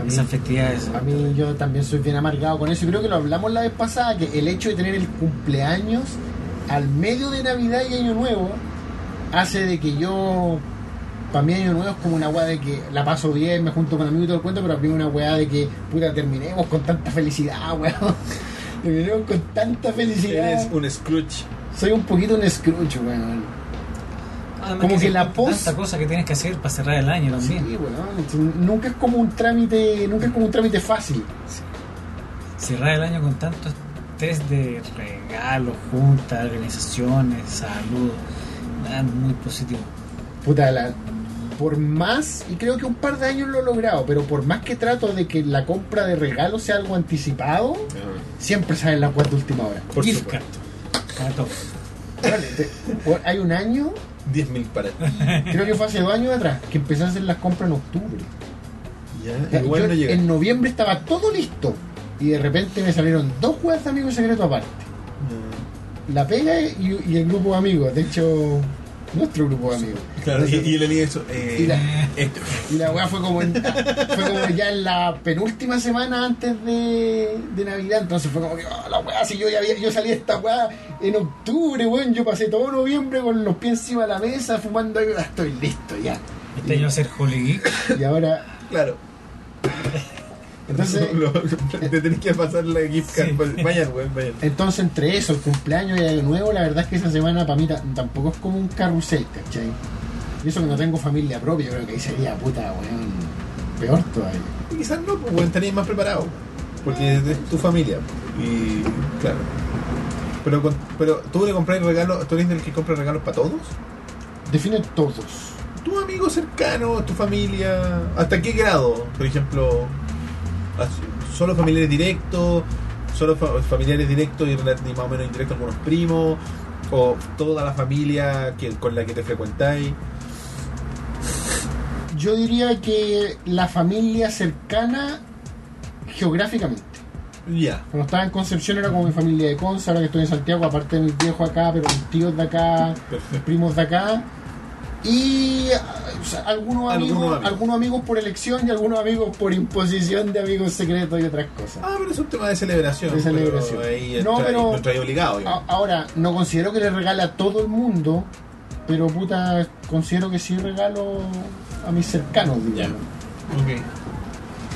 A mí-
Esas festividades.
A mí yo también soy bien amargado con eso y creo que lo hablamos la vez pasada, que el hecho de tener el cumpleaños al medio de Navidad y Año Nuevo hace de que yo, para mí Año Nuevo es como una weá de que la paso bien, me junto con amigos y todo el cuento, pero a mí una weá de que, puta, terminemos con tanta felicidad, weón. Terminemos con tanta
Eres
felicidad.
un Scrooge.
Soy un poquito un Scrooge, weón.
Además
como que
son
la pos-
Tanta cosa que tienes que hacer para cerrar el año
Sí,
también.
weón. Entonces, Nunca es como un trámite, nunca es como un trámite fácil.
Cerrar el año con tantos test de regalos, juntas, organizaciones, salud. Nada, muy positivo.
Puta, la- por más, y creo que un par de años lo he logrado, pero por más que trato de que la compra de regalos sea algo anticipado, siempre salen las cuatro de última hora.
Ah, Por
Gift
supuesto.
card. Para todos.
Bueno, te- bueno, hay un año,
10.000 para ti.
creo que fue hace dos años atrás, que empecé a hacer las compras en octubre. O
¿Ya?
sea,
Igual
yo
no llegué.
en noviembre estaba todo listo y de repente me salieron dos juegos de amigos secretos aparte. La pega y, y el grupo de amigos, de hecho, nuestro grupo de amigos.
Claro, y,
Entonces-
y el Elías hizo, eh,
Y la-
esto.
Y la weá fue como, en- fue como ya en la penúltima semana antes de, de Navidad. Entonces fue como que, oh, la weá, si yo ya había- yo salí de esta weá en octubre, weón. Yo pasé todo noviembre con los pies encima de la mesa, fumando ahí, ah, estoy listo ya.
Este año va a ser Holy Geek.
Y ahora,
Claro.
entonces,
Lo- lo- te tenés que pasar la gift card. pues,
Sí.
Vayan, weón, vayan.
entonces entre eso, el cumpleaños y año nuevo, la verdad es que esa semana para mí ta- tampoco es como un carrusel, ¿cachai? Y eso que no tengo familia propia, yo creo que ahí sería puta, weón, peor todavía.
Quizás no, pues, weón, estarías más preparado. Porque es tu familia. Y claro. Pero, con- pero tú le compras regalos, tú eres del que compra regalos para todos.
Define todos.
Tu amigo cercano, tu familia. ¿Hasta qué grado? Por ejemplo, as- solo familiares directos, solo fa- familiares directos y rela- y más o menos indirectos algunos primos, o toda la familia que, con la que te frecuentáis.
Yo diría que la familia cercana geográficamente.
Ya.
Cuando estaba en Concepción era como mi familia de Conce, ahora que estoy en Santiago, aparte de mis viejos acá, pero mis tíos de acá, mis primos de acá. Y ah, o sea, algunos,
Algunos
amigos,
amigos.
algunos amigos por elección y algunos amigos por imposición de amigos secretos y otras cosas.
Ah, pero es un tema de celebración.
De celebración.
pero ahí
No,
no,
pero- Ah,
pero... obligado. digamos.
A- Ahora, no considero que le regale a todo el mundo, pero puta, considero que sí regalo a mis cercanos, digamos.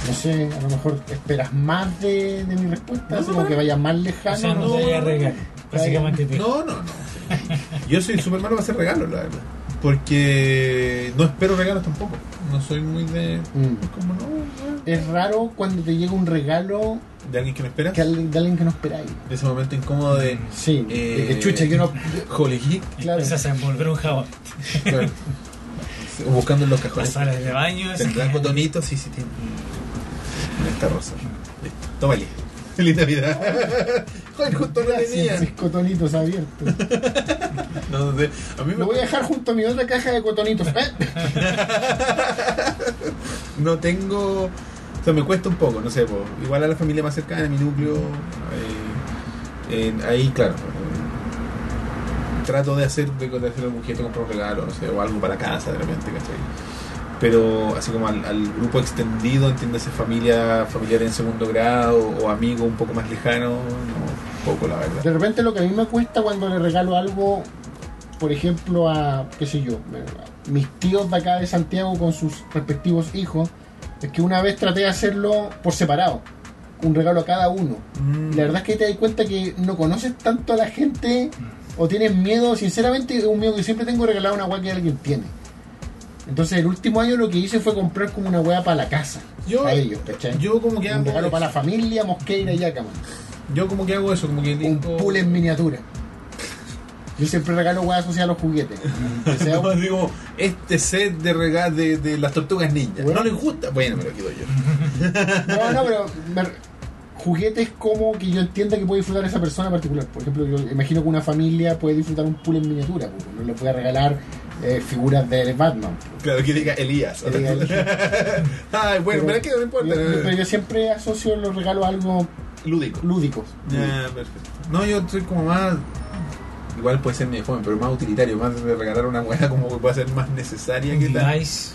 No sé, a lo mejor esperas más de, de mi respuesta,
No,
así
no,
como
no.
que vaya más
O
lejano.
sea, no,
no
te
sé.
voy a regar. Básicamente te.
No, no, no. Yo soy súper malo para hacer regalos, la verdad. Porque no espero regalos tampoco. No soy muy de.
Mm.
Como no, no.
Es raro cuando te llega un regalo
De alguien que no espera.
que alguien- de alguien que no esperáis.
De ese momento incómodo de.
Sí,
Eh,
de que chucha, yo no.
Holy Geek.
Claro.
Empiezas a envolver un jabón.
Claro. O buscando en los
Las
cajones.
salas de baño. esas
¿Tendrás
que-
botonitos? Sí, sí, tiene. Esta rosa. Listo. Tómale. Feliz Navidad. Joder, justo no
Gracias,
tenía.
Seis cotonitos abiertos.
No, no sé. A mí me
Lo voy a dejar junto a mi otra caja de cotonitos. Eh,
no tengo. O sea, me cuesta un poco, no sé. po. igual a la familia más cercana, a mi núcleo. eh, en- ahí, claro. eh, trato de hacer, de, de hacer algún gesto, comprar un regalo, no sé, o algo para casa de repente, ¿cachai? Pero así como al, al grupo extendido, entiéndase familia, familiar en segundo grado o amigo un poco más lejano, no, poco la
De
verdad.
repente lo que a mí me cuesta cuando le regalo algo, por ejemplo, a, qué sé yo, a mis tíos de acá de Santiago con sus respectivos hijos, es que una vez traté de hacerlo por separado, un regalo a cada uno.
Mm.
Y La verdad es que ahí te das cuenta que no conoces tanto a la gente o tienes miedo, sinceramente, es un miedo que siempre tengo de regalar una weá que alguien tiene. Entonces, el último año lo que hice fue comprar como una weá para la casa.
Yo-
para ellos, ¿cachai?
yo como que
un
hago
regalo
eso.
para la familia, Mosqueira y Yacaman.
Mm, Yo como que hago eso, como que
Un
digo-
pool en miniatura. Yo siempre regalo weas asociadas a los juguetes. Que sea
No,
un-
digo, este set de regalo de, de las tortugas ninja.
Bueno.
No les gusta. Bueno, me lo quedo yo.
No, no, pero me- juguetes como que yo entienda que puede disfrutar esa persona en particular. Por ejemplo, yo imagino que una familia puede disfrutar un pool en miniatura. pues, No le puede regalar eh, figuras de Batman. pues.
Claro, que diga Elías.
Que diga
Ay, bueno, me la quedo, no importa.
Yo- yo- pero yo siempre asocio los regalos a algo
Lúdico.
lúdico.
Ah, perfecto. No, yo soy como más. Igual puede ser medio joven, pero más utilitario, más de regalar una weá como que pueda ser más necesaria que
Un
la.
device.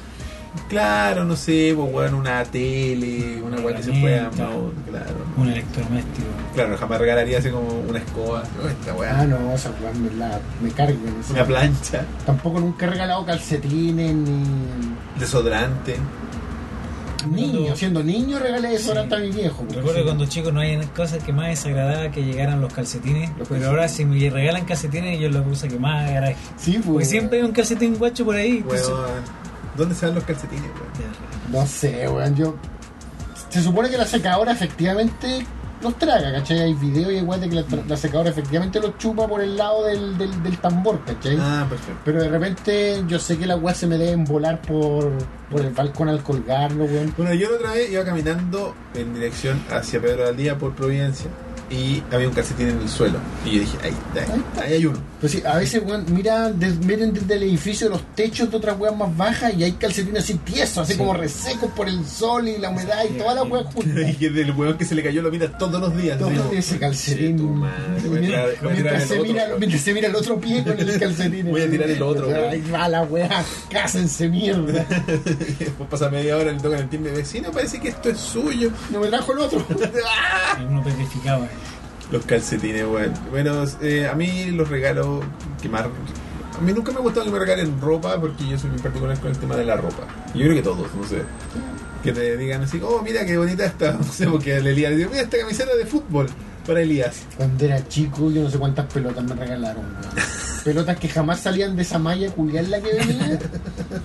Claro, no sé, pues weón, una tele, una weá que se pueda.
Herramienta.
no, claro.
Un electrodoméstico.
Claro, jamás regalaría así como una escoba. No, esta
Ah,
weá.
no, esas weas me, la- me cargan. esas-
Una plancha,
Tampoco nunca he regalado calcetines ni.
desodorante.
Niño,
Cuando-
siendo niño regalé eso ahora a mi viejo. porque
Recuerdo
sí.
que cuando chico no hay cosas que más desagradaba que llegaran los calcetines.
Los
pero
calcetines.
ahora si me regalan calcetines yo es la cosa que más agradezco.
Sí, pues.
Porque siempre hay un calcetín guacho por ahí. entonces-
Weón. ¿Dónde se dan los calcetines, weón?
No sé, weón, yo... Se supone que la secadora efectivamente los traga, ¿cachai? Hay videos y igual de que la, tra- la secadora efectivamente los chupa por el lado del, del, del tambor, ¿cachai?
Ah, perfecto.
Pero de repente yo sé que las weas se me deben volar por, por el balcón al colgarlo, weón.
Bueno, yo la otra vez iba caminando en dirección hacia Pedro del Día por Providencia y había un calcetín en el suelo. Y yo dije, ahí, está, ahí, ahí hay uno.
Pues sí, a veces, weón, mira, des- miren desde el edificio los techos de otras weas más bajas y hay calcetines así tiesos, así
Sí.
como resecos por el sol y la humedad y
Sí,
todas las
sí.
weas
Y
juntas.
dije, del hueón que se le cayó lo mira todos los días.
Todos
Digo,
ese calcetín.
"Che, tu madre, voy a tirar- voy a tirar
Mientras
el
se,
otro,
mira,
weón".
mientras se mira el otro pie con el calcetín.
Voy a tirar el otro, weón.
Ahí va la weá. Cásense mierda.
Después pasa media hora, le tocan el timbre vecino, parece que esto es suyo.
No me trajo el otro.
Alguno petrificaba.
Los calcetines, weón. Bueno, eh, a mí los regalos que más. A mí nunca me ha gustado que me regalen ropa porque yo soy muy particular con el tema de la ropa. Yo creo que todos, no sé. Que te digan así, oh, mira qué bonita está. No sé, porque el Elías dice, mira esta camiseta de fútbol para Elías.
Cuando era chico, yo no sé cuántas pelotas me regalaron, weón. Pelotas que jamás salían de esa malla culiar la que venía.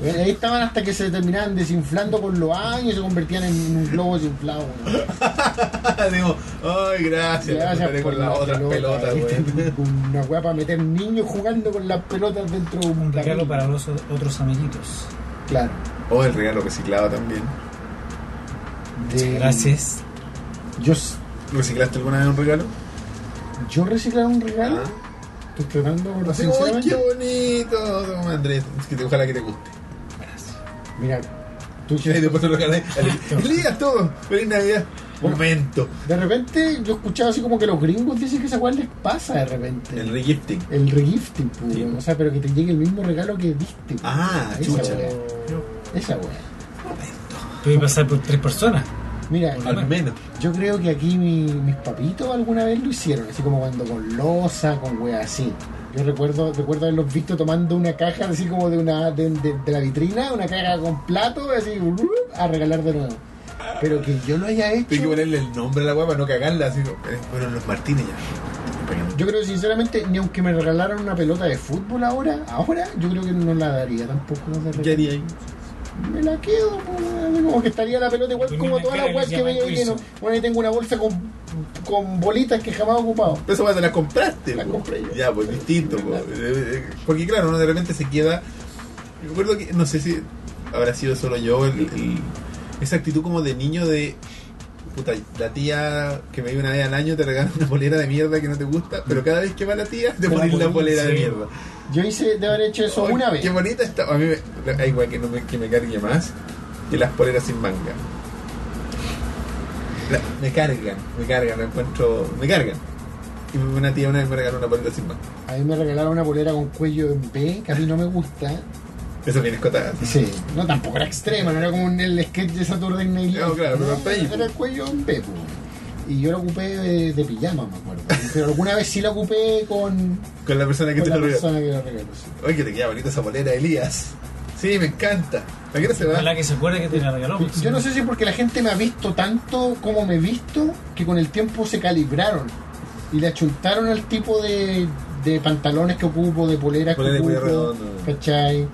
Weón, Ahí estaban hasta que se terminaban desinflando con los años y se convertían en un globo desinflado. weón.
Ah, Digo, ay, gracias. me encontré con las otras pelotas, weón.
¿viste? Una weá para meter niños jugando con las pelotas dentro de
Un regalo
camino.
para los o- otros amiguitos.
Claro.
Oh, el regalo reciclado también.
De-
Gracias.
Yo,
¿Reciclaste alguna vez un regalo?
yo reciclar un regalo.
Ah.
Estoy tratando por
Así, ¡ay, qué bonito! Toma, Andrés, es que te- ojalá que te guste.
Mira, tú
Y ahí
que-
después te lo regalé. Elías, todo. Feliz Navidad. Momento.
de repente yo escuchaba así como que los gringos dicen que esa weá les pasa de repente.
El
El,
regifting.
regifting, pues,
Sí.
o sea, pero que te llegue el mismo regalo que diste. pues.
Ah,
esa
chucha.
weá. Esa weá.
Tuve que pasar por tres personas.
Mira,
Al menos.
yo creo que aquí mi- mis papitos alguna vez lo hicieron, así como cuando con losa, con weá así. Yo recuerdo, recuerdo haberlos visto tomando una caja así como de una de, de- de la vitrina, una caja con plato, así a regalar de nuevo. Pero que yo lo haya hecho.
Tengo que ponerle el nombre a la guapa, no cagarla. Así como, "Eh, fueron los Martínez ya.
Yo creo sinceramente, ni aunque me regalaran una pelota de fútbol ahora, ahora yo creo que no la daría tampoco. no se
¿Qué
regala.
haría ahí?
Me la quedo, pues, como que estaría la pelota igual
Tú
como
misma
todas las
cara
weas
le
que
llamas
veía ahí que no.
Wilson.
Bueno, ahí tengo una bolsa con, con bolitas que jamás he ocupado.
Pero esa guapa te la compraste.
La
po.
compré yo.
Ya, pues distinto. po. Eh, eh, Porque claro, uno de repente se queda. Yo recuerdo que, no sé si habrá sido solo yo, el- el- esa actitud como de niño de. Puta, la tía que me dio una vez al año te regala una polera de mierda que no te gusta, pero cada vez que va la tía te
la
pones la
pones,
polera de
sí.
mierda.
Yo hice de haber hecho eso
Ay,
una
Qué
vez.
bonita está. A mí me, hay igual que, no me, que me cargue más que las poleras sin manga. La- me cargan, me cargan, me encuentro. Me cargan. Y una tía una vez me regaló una polera sin manga.
A mí me regalaron una polera con cuello en B, que a mí no me gusta.
Eso viene escotada.
Sí, no tampoco era extrema, no era como un- el sketch de Saturday Night Live.
No, claro, pero está ahí.
Era el cuello en B, pues. Y yo lo ocupé de, de pijama, me acuerdo. Pero alguna vez sí la ocupé con,
Con la persona que
con
te
la
lo regaló.
persona que lo regaló. sí.
Oye, que te queda bonita esa polera, Elías. Sí, me encanta. ¿A qué hora se va?
Ojalá que se acuerde que te la regaló.
Yo no sé si porque la gente me ha visto tanto como me he visto, que con el tiempo se calibraron y le achuntaron al tipo de, de pantalones que ocupo, de poleras
Polera de
que
cuello
ocupo,
redondo.
¿cachai?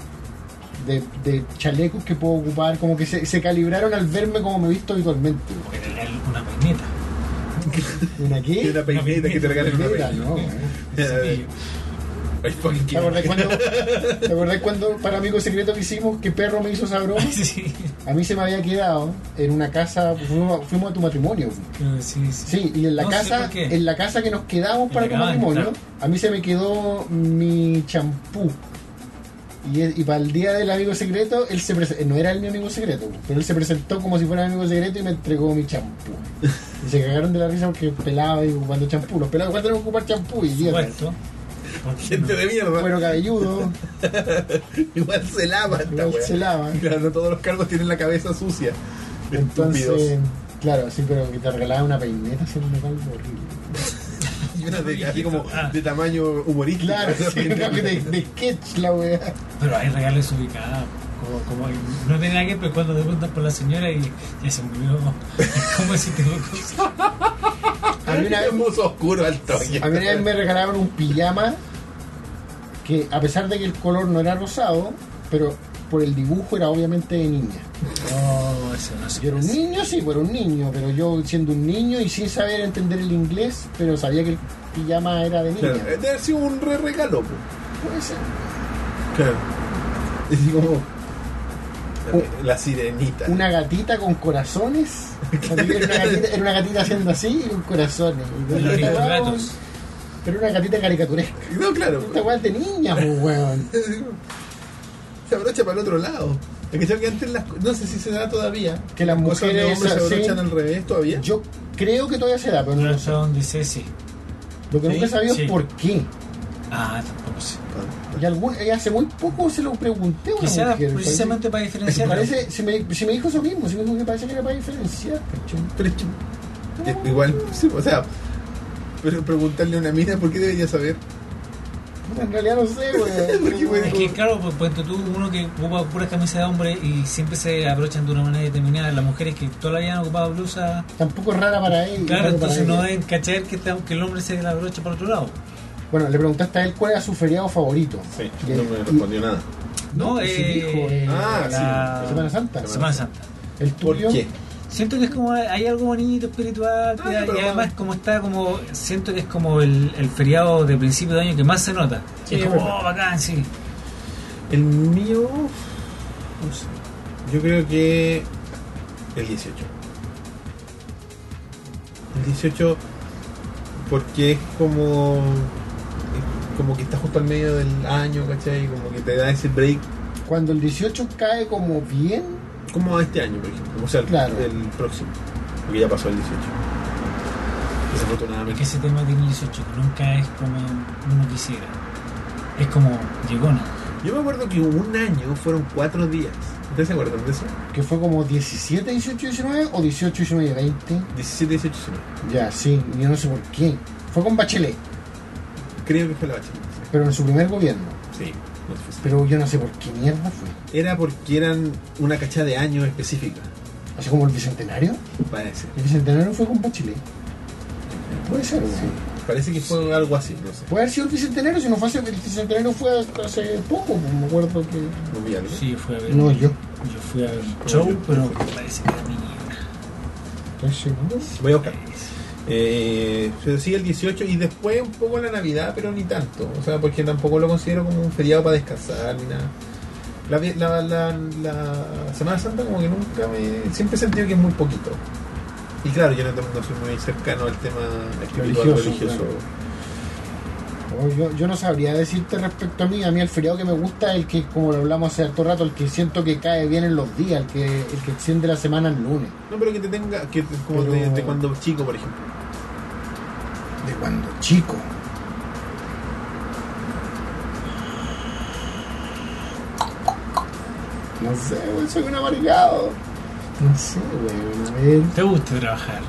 De, de chalecos que puedo ocupar, como que se, se calibraron al verme como me he visto habitualmente.
Porque te regaló una peineta.
¿Una
Y
qué?
una peineta que te regalen una
Peineta,
peineta.
¿no?
un cepillo.
acordáis fucking
¿Te
que-
acordás cuando, ¿te acordás cuando para amigo secreto que hicimos que perro me hizo esa broma?
Sí,
A mí se me había quedado en una casa, fuimos, fuimos a tu matrimonio.
creo que sí, sí.
Sí, y en la
No sé
casa,
por qué.
en la casa que nos quedamos
En
para
la
tu
cabaña,
matrimonio,
claro.
a mí se me quedó mi champú. Y, y para el día del amigo secreto, él se prese- no era el mi amigo secreto, pero él se presentó como si fuera mi amigo secreto y me entregó mi champú. Y se cagaron de la risa porque pelaba y ocupando champú. Los pelados igual tenemos que ocupar champú y
Supuesto.
Gente de mierda.
Bueno, cabelludo,
Igual se lava esta
igual
wea.
se lava.
Claro, no todos los cargos tienen la cabeza sucia.
Entonces,
Estúpidos.
claro, sí, pero que te regalaba una peineta siendo calvo horrible.
Y una de, así como
Ah.
de tamaño humorístico.
Claro,
Esa
sí,
pendeja.
no, que de, de sketch la weá.
Pero hay regalos ubicados. Como, como, no tiene nada que ver, pero cuando te preguntas por la señora y ya se murió. Es como si te
A mí una
Es
vez,
mozo oscuro al toque.
a mí una vez me regalaron un pijama que a pesar de que el color no era rosado, pero por el dibujo era obviamente de niña.
No, Oh, eso no se
Yo era un niño, sí, pero un niño, pero yo siendo un niño y sin saber entender el inglés, pero sabía que el pijama era de niña.
Claro, eh, debe haber sido un re regalo. po.
Puede ser.
Claro. Es así como.
Un-
La sirenita.
una gatita con corazones. Era una gatita, era una gatita haciendo así y con corazones. Y
Los
esta weá,
gatos.
Pero una gatita caricaturesca.
No, claro.
Esta weá es de niña, pues, weón.
Se abrocha para el otro lado. Es que sabe que antes las. No sé si se da todavía.
Que las
Cosas de
mujeres
hombres se
así-
abrochan al revés todavía.
Yo creo que todavía se da, pero no
No
lo
sé
sé.
dónde sé, sí.
Lo que nunca he
Sí,
sabido
sí.
es por qué.
Ah, tampoco sé.
Y, algún- y hace muy poco se lo pregunté a una
Quizás
mujer. parece-
precisamente para diferenciar.
Parece, si, me, si me dijo eso mismo, si me dijo que parece que era para diferenciar. ¿cachai?
Pero es que- eh, Igual, sí, o sea. Pero preguntarle a una mina por qué debería saber.
Puta, En realidad no sé,
Porque,
weón.
weón,
Es que claro, pues ponte tú uno que ocupa puras camisas de hombre y siempre se abrochan de una manera determinada. Las mujeres que toda la vida han ocupado blusa,
Tampoco es rara para él.
claro,
raro para
entonces no
ella.
deben cachar que, está- que el hombre se la abrocha por otro lado.
Bueno, le preguntaste a él cuál era su feriado favorito. Y él-
nada.
No,
pues,
eh,
sí dijo, eh,
ah,
la-
sí, Semana Santa.
Semana Santa.
El
¿Por
tuyo.
qué?
Siento que es como hay algo bonito, espiritual,
Ah,
y,
pero-
y además como está como siento que es como el, el feriado de principio de año que más se nota.
Sí,
es
es
como
verdad.
oh, bacán, sí.
El mío. No sé. Yo creo que. El 18. El 18. Porque es como. es Como que está justo al medio del año, ¿cachai? Como que te da ese break.
Cuando el 18 cae como bien,
Como este año, por ejemplo. O sea, el,
Claro.
el próximo. Porque ya pasó el 18.
Es
Desafortunadamente.
que ese tema tiene 18, que nunca es como uno quisiera. Es como llegona.
Yo me acuerdo que un año fueron cuatro días. ¿Ustedes se acuerdan de eso?
que fue como 17, 18, 19 o 18, 19, 20.
17, 18, 19.
Ya, sí, yo no sé por qué. Fue con Bachelet,
Creo que fue la bachillerato.
pero en su primer gobierno.
Sí, no fue
Pero yo no sé por qué mierda fue.
Era porque eran una cachada de años específica,
Así como el bicentenario.
parece.
El bicentenario fue con Bachelet. Puede ser, güey.
Parece que fue algo así, no sé.
Puede haber sido el bicentenario, si no fue hace, el bicentenario fue hasta hace poco, me acuerdo que.
No vi algo.
Sí, yo fui a ver.
No, yo.
Yo fui a ver un show, pero parece que era mierda.
¿Estoy seguro?
Voy a buscar. Eh, pero sí, el 18 y después un poco la Navidad, pero ni tanto. O sea, porque tampoco lo considero como un feriado para descansar ni nada. La, vi- la, la- la Semana Santa como que nunca me... Siempre he sentido que es muy poquito. Y claro, yo no, no soy muy cercano al tema espiritual
Religioso,
religioso.
claro. Oh, Yo, yo no sabría decirte respecto a mí, a mí el feriado que me gusta es el que, como lo hablamos hace harto rato, el que siento que cae bien en los días, el que, el que extiende la semana al lunes.
No, pero que te tenga... Que, te- como
Pero-
de, de cuando chico, por ejemplo.
De cuando chico. No sé, güey, soy un amargado. No sé, güey, a ver.
¿Te gusta trabajar?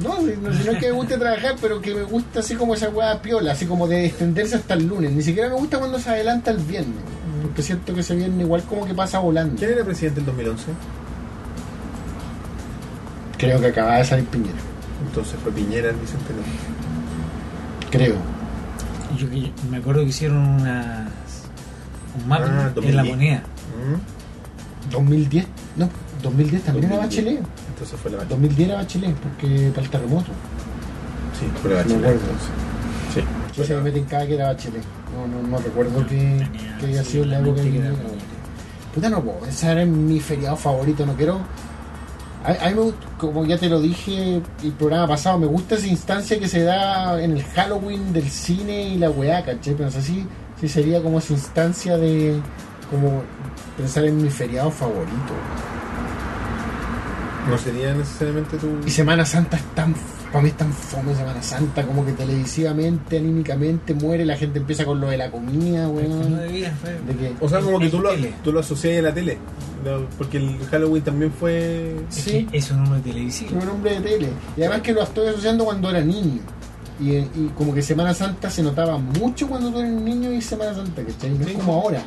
No, si no, si no es que me guste trabajar, pero que me gusta así como esa hueá piola, así como de extenderse hasta el lunes. Ni siquiera me gusta cuando se adelanta el viernes, porque siento que ese viernes igual como que pasa volando.
¿Quién era presidente en 2011?
Creo que acaba de salir Piñera.
Entonces fue Piñera el bicentenario.
Creo.
Yo que me acuerdo que hicieron una un mapa
Ah,
en la
2010.
moneda.
Mm.
2010, no, 2010 también era
2010.
Bachelet.
Entonces fue la
2010 era Bachelet, porque para el terremoto.
Sí, fue la
Me
Bachelet.
acuerdo.
entonces. Sí.
Entonces me meten cada que era Bachelet. No, no, no recuerdo que, que haya sido la época en que era. Puta, no puedo pensar en mi feriado favorito, no quiero. A, a mí me gust- como ya te lo dije el programa pasado, me gusta esa instancia que se da en el Halloween del cine y la weá, ¿cachai? Pero no sé si, si sería como esa instancia de como pensar en mi feriado favorito.
No sería necesariamente tu.
Y Semana Santa es tan. Para mí es tan fome Semana Santa, como que televisivamente, anímicamente muere, la gente empieza con lo de la comida,
No
weón.
debías, fue-
De que,
O sea, como que tú lo,
Tele.
tú lo asocias a la tele. ¿no? Porque el Halloween también fue.
Es
Sí.
que eso no es televisivo.
Fue un hombre de tele. Y además que lo estoy asociando cuando era niño. Y, y como que Semana Santa se notaba mucho cuando tú eres niño y Semana Santa, ¿cachai? No
Sí.
es como ahora.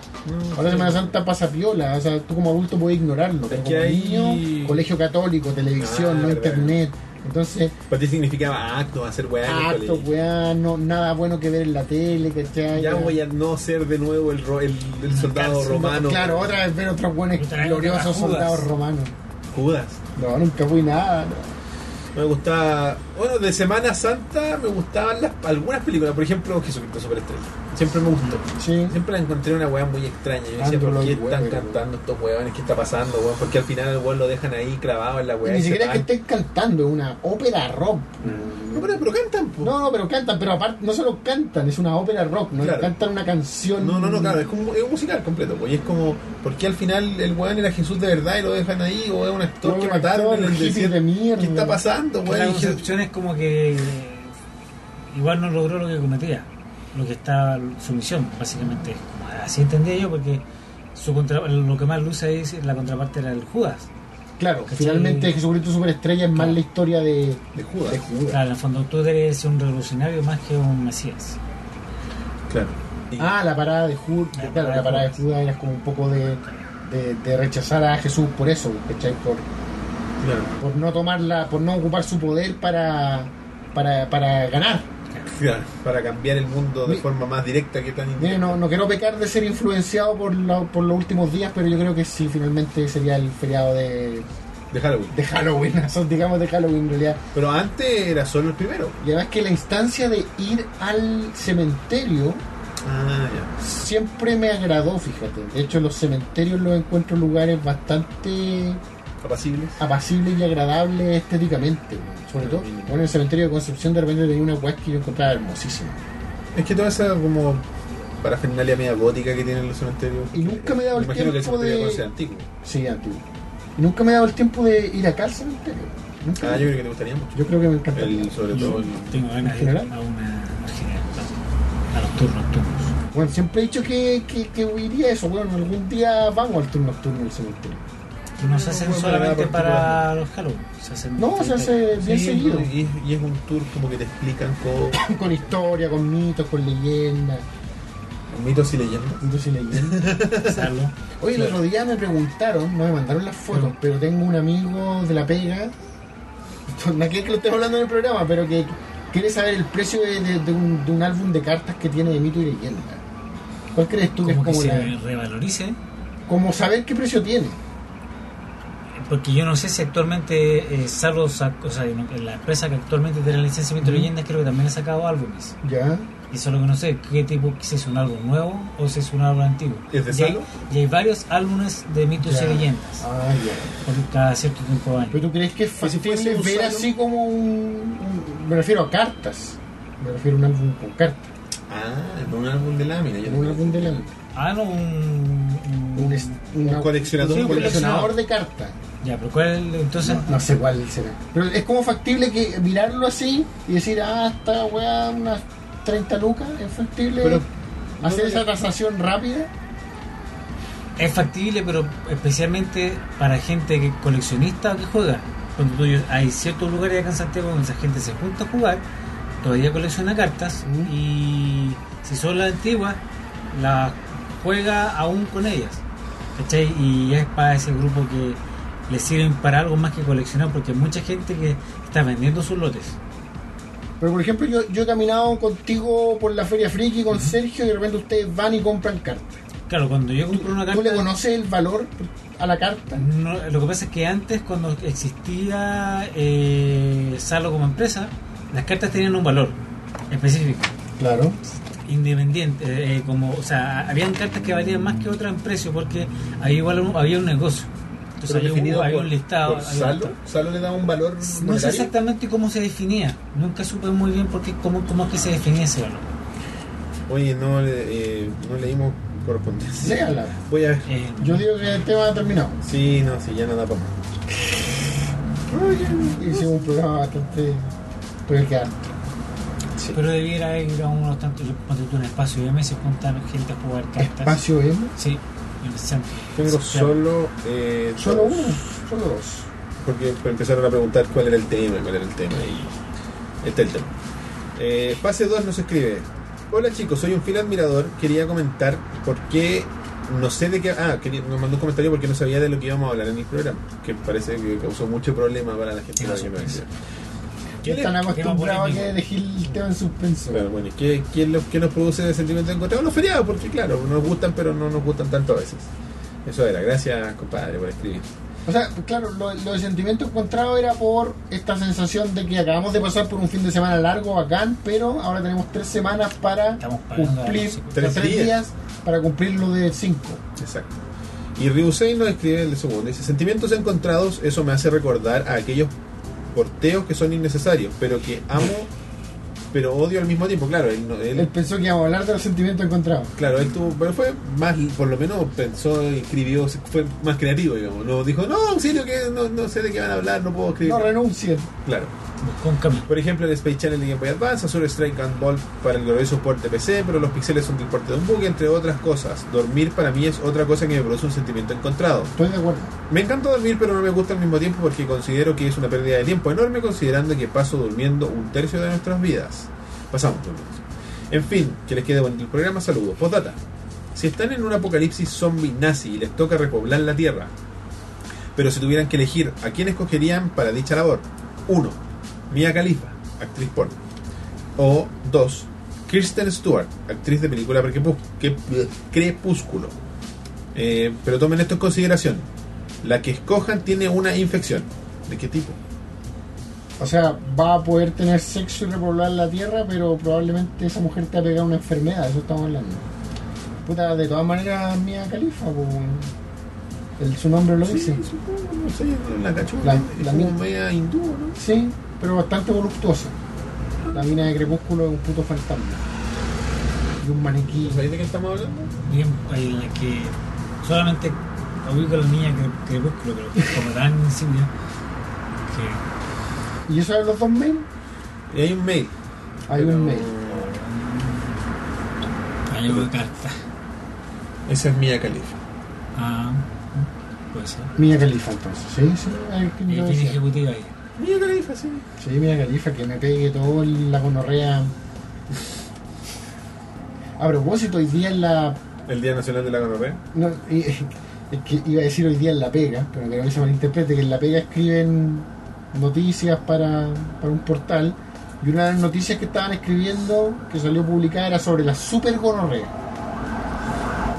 Ahora Semana Santa pasa piola, o sea, tú como adulto puedes ignorarlo. Pero
que
como
ahí-
niño, colegio católico, televisión,
Ah,
no
verdad.
internet. Entonces,
Para ti significaba acto, hacer weá. en el
harto,
Ah, colegio.
weá, no, nada bueno que ver en la tele, ¿cachai?
Ya voy a no ser de nuevo el, ro- el, el soldado
Cárcel,
romano.
Claro, otra vez ver otros buenos
Otra vez
gloriosos
ver a Judas.
soldados romanos.
Judas.
No, nunca fui nada. no.
Me gustaba. Bueno, de Semana Santa me gustaban las- algunas películas. Por ejemplo, Jesucristo Superestrella. Siempre me gustó.
Sí.
Siempre la encontré una weá muy extraña. Yo decía,
Dándolo
¿por qué
al
están
huevo,
cantando estos weones? ¿Qué está pasando, weón? Porque al final el weón lo dejan ahí clavado en la
Y
weá.
ni
y se
siquiera es que
van.
estén cantando, es una ópera rock.
No, pero, pero cantan, po.
No, no, pero cantan, pero aparte no solo cantan, es una ópera rock, no
Claro.
cantan una canción.
No, no, no, claro, es, como, es un musical completo, pues, y es como, ¿por qué al final el weón era Jesús de verdad y lo dejan ahí? ¿O es un actor
Weón,
que
un
mataron
actor,
en el
hippie
desierto?
de mierda.
¿Qué está pasando,
Pues la
weón? Y Jesús-
concepción es como que eh, igual no logró lo que cometía, lo que estaba su misión, básicamente. Como Así entendía yo, porque su contra- lo que más luce ahí es la contraparte era el Judas.
Claro,
¿Cachai?
finalmente Jesucristo Superestrella es más la historia de,
De Judas.
de Judas.
Claro, en el fondo tú eres un revolucionario más que un Mesías.
Claro. Y-
Ah, la parada de Judas,
La
claro,
parada
la
de
parada de
Judas.
Judas era como un poco de, de- de rechazar a Jesús por eso, ¿cachai? Por,
claro,
por no tomarla, por no ocupar su poder para, para, para ganar.
claro, Para cambiar el mundo de
Mi-
forma más directa que tan
Mire,
indirecta.
no, no quiero pecar de ser influenciado por, la- por los últimos días, pero yo creo que sí, finalmente sería el feriado de,
De Halloween.
de Halloween, eso, digamos de Halloween en realidad.
Pero antes era solo el primero.
Y además que la instancia de ir al cementerio
Ah, ya.
siempre me agradó, fíjate. De hecho, los cementerios los encuentro lugares bastante
Apacibles.
apacibles y agradables estéticamente. weón. Sobre todo, bueno, en el cementerio de Concepción de repente tenía una weá que yo encontraba hermosísima.
Es que toda esa como parafernalia media gótica que tienen los cementerios.
Y nunca me he dado el
Me imagino que el
tiempo
cementerio
de-
debe ser antiguo.
Sí, antiguo. Y nunca me he dado el tiempo de ir acá al cementerio. Nunca.
Ah, yo creo que te gustaría mucho.
Yo creo que me encantaría.
El, sobre
Yo
todo el...
tengo ganas de ir a
¿General?
una marginal, a los turnos nocturnos.
Bueno, siempre he dicho que, que, que huiría eso. Bueno, algún día vamos al turno nocturno del cementerio.
Que no se hacen
No, no,
solamente
no,
para los Halloween. Se hacen
No, se hace bien
Sí,
seguido.
Y, y es un tour como que te explican cómo
Con historia, con mitos, con leyendas.
mitos y leyendas.
Mitos y leyendas.
Pensarlo.
Oye, el otro día me preguntaron, no me mandaron las fotos, pero tengo un amigo de la pega, no es que lo estemos hablando en el programa, pero que quiere saber el precio de, de- de un, de un álbum de cartas que tiene de mito y leyenda. ¿Cuál crees tú que es
Como que
como,
se
la-
revalorice.
como saber qué precio tiene?
Porque yo no sé si actualmente, eh, salvo sa- o sea, no- la empresa que actualmente tiene la licenciamiento de
Ujú.
leyendas, creo que también ha sacado álbumes.
¿Ya?
Y eso es lo que no sé, qué tipo, si es un álbum nuevo o si es un álbum antiguo.
¿Es de
Y hay-
Salo?
Y hay varios álbumes de mitos
Ya.
y leyendas,
Ah, ya.
por cada cierto tiempo de año.
¿Pero tú crees que es
Pues si
factible
fuese un
ver
solo-
así como un, un- Me refiero a cartas. Me refiero a un álbum con cartas.
Ah, no un álbum de lámina. Yo
no Un álbum de la...
Ah, no, un...
un, est- una-
Un coleccionador.
un
Sí, un
coleccionador
coleccionador.
de cartas.
Ya, pero ¿cuál entonces?
No, no sé cuál será. Pero es como factible que mirarlo así y decir, ah, esta weá, unas 30 lucas, es factible
Pero-
hacer
no,
esa
no.
transacción rápida.
Es factible, pero especialmente para gente que coleccionista o que juega. Cuando tú, hay ciertos lugares acá en Santiago donde esa gente se junta a jugar, todavía colecciona cartas
Mm.
y si son las antiguas, las juega aún con ellas. ¿Cachai? Y es para ese grupo que le sirven para algo más que coleccionar, porque hay mucha gente que está vendiendo sus lotes.
Pero por ejemplo, yo, yo he caminado contigo por la Feria Friki con Sergio y de repente ustedes van y compran cartas.
Claro, cuando yo compro una carta.
¿Tú le conoces el valor a la carta?
No, lo que pasa es que antes, cuando existía eh, Salo como empresa, las cartas tenían un valor específico.
Claro.
independiente, eh, como, o sea, habían cartas que valían más que otras en precio porque ahí igual un- había un negocio. Entonces
Pero
había un,
definido
había
por-
un listado.
Por
había un
Salo,
listado.
Salo le da un valor
No sé
monetario.
exactamente cómo se definía, nunca supe muy bien porque cómo, cómo es que se definía ese valor.
Oye, no, le- eh, no leímos correspondencia.
Léala.
Voy a ver.
Eh,
Yo digo que el tema ha terminado.
Sí, no, sí, ya no da para más.
Hicimos un programa bastante. Puede quedar.
Sí.
pero debiera ir a unos tantos, yo ponte tú un espacio de meses, juntar gente a jugar cartas.
Espacio M.
Sí, en el centro.
Tengo
Sí,
solo. eh,
Solo
dos.
uno, solo dos.
Porque empezaron a preguntar cuál era el tema, cuál era el tema. Y este es el tema. Eh, Pase 2 nos escribe. Hola chicos, soy un fiel admirador. Quería comentar por qué no sé de qué... Ah, quería- nos mandó un comentario porque no sabía de lo que íbamos a hablar en el programa. Que parece que causó mucho problema para la gente.
Sí,
que
sí,
me
sí.
escribe. ¿Qué le-
Están acostumbrados a
polémico.
que dejar el tema en suspenso.
Claro, bueno, ¿y qué, qué es lo- qué nos produce sentimientos encontrados? Los feriados, porque claro, nos gustan, pero no nos gustan tanto a veces. Eso era, gracias compadre por escribir.
O sea, claro, lo, lo de sentimiento encontrado era por esta sensación de que acabamos de pasar por un fin de semana largo, bacán, pero ahora tenemos tres semanas para
Estamos pagando la
cumplir,
música.
Tres
tres, tres
días.
días. para cumplir lo de cinco.
Exacto. Y Ryusei nos escribe el segundo. Dice, sentimientos encontrados, eso me hace recordar a aquellos porteos que son innecesarios, pero que amo, pero odio al mismo tiempo. Claro, él, no- él-
Él pensó que íbamos a hablar de los sentimientos encontrados.
claro, él tuvo, pero fue más, por lo menos pensó, escribió, fue más creativo, digamos. No dijo, no, en serio, que no, no sé de qué van a hablar, no puedo escribir.
No renuncien.
claro.
Buscó un camino.
Por ejemplo, el Space Channel de Game Boy Advance, Azure Strike and Ball para el glorioso porte PC, pero los píxeles son del porte de un bug, entre otras cosas. Dormir para mí es otra cosa que me produce un sentimiento encontrado.
Estoy de acuerdo.
Me encanta dormir, pero no me gusta al mismo tiempo porque considero que es una pérdida de tiempo enorme considerando que paso durmiendo un tercio de nuestras vidas. Pasamos, por lo menos. En fin, que les quede bonito el programa, saludos. Postdata. Si están en un apocalipsis zombie nazi y les toca repoblar la Tierra, pero si tuvieran que elegir a quién escogerían para dicha labor, 1. Mia Khalifa, actriz porno. O 2. Kirsten Stewart, actriz de película Crepú- que- Crepúsculo. Eh, pero tomen esto en consideración. La que escojan tiene una infección. ¿De qué tipo?
O sea, va a poder tener sexo y repoblar la tierra, pero probablemente esa mujer te va a pegar una enfermedad, de eso estamos hablando. Puta, de todas maneras, Mia Califa, pues, weón. El- su nombre lo dice.
supongo, no sé, la cachona.
La-
es
la
como
mina.
media hindú, ¿no?
Sí, pero bastante voluptuosa. La mina de Crepúsculo es un puto fantasma. Y un maniquí.
¿Sabéis de qué estamos hablando?
Bien, en la que solamente ubico a la niña que crepúsculo, pero como tan insignia que
¿Y eso de los dos mails?
Y hay un mail.
Hay
pero-
un mail.
hay una carta.
Esa es Mia Khalifa.
Ah, puede ser.
Mia Califa, entonces. Sí, sí, hay que
Y
me lo
tiene
decía.
ejecutiva ahí.
Mia Khalifa, sí.
Sí, Mia Califa, que me pegue todo la gonorrea. A propósito, hoy día en la.
El Día Nacional de la Gonorrea.
No, y- es que iba a decir hoy día en la pega, pero que no se malinterprete, que en la pega escriben noticias para, para un portal. Y una de las noticias que estaban escribiendo, que salió publicada, era sobre la super gonorrea.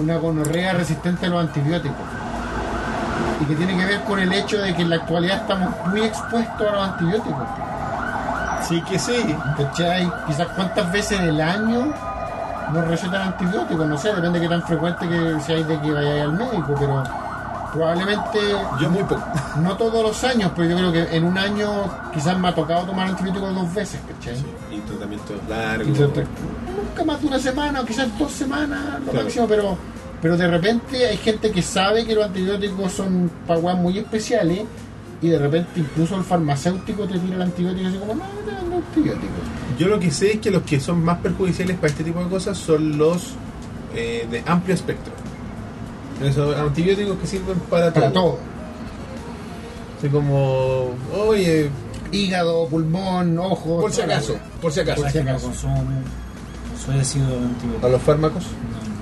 Una gonorrea resistente a los antibióticos. Y que tiene que ver con el hecho de que en la actualidad estamos muy expuestos a los antibióticos.
Sí que sí.
¿Cachai? Quizás cuántas veces en el año nos recetan antibióticos, no sé, depende de qué tan frecuente que seáis de que vayáis al médico, pero probablemente
Yo muy poco.
no todos los años, pero yo creo que en un año quizás me ha tocado tomar antibióticos dos veces, ¿cachai?
Y tratamientos
Y
largos.
te- te- nunca más de una semana, o quizás dos semanas, lo
Claro.
máximo, pero, pero de repente hay gente que sabe que los antibióticos son paguas muy especiales y de repente incluso el farmacéutico te tira el antibiótico y así como, no, no te dando antibióticos.
Yo lo que sé es que los que son más perjudiciales para este tipo de cosas son los eh, de amplio espectro. Esos antibióticos que sirven para,
Para todo.
Así como, oye,
hígado, pulmón, ojos.
por si
toda la
acaso,
wea.
por si acaso.
Por
si
que no
acaso.
consumo, soy ácido
A
antibiótico.
los fármacos.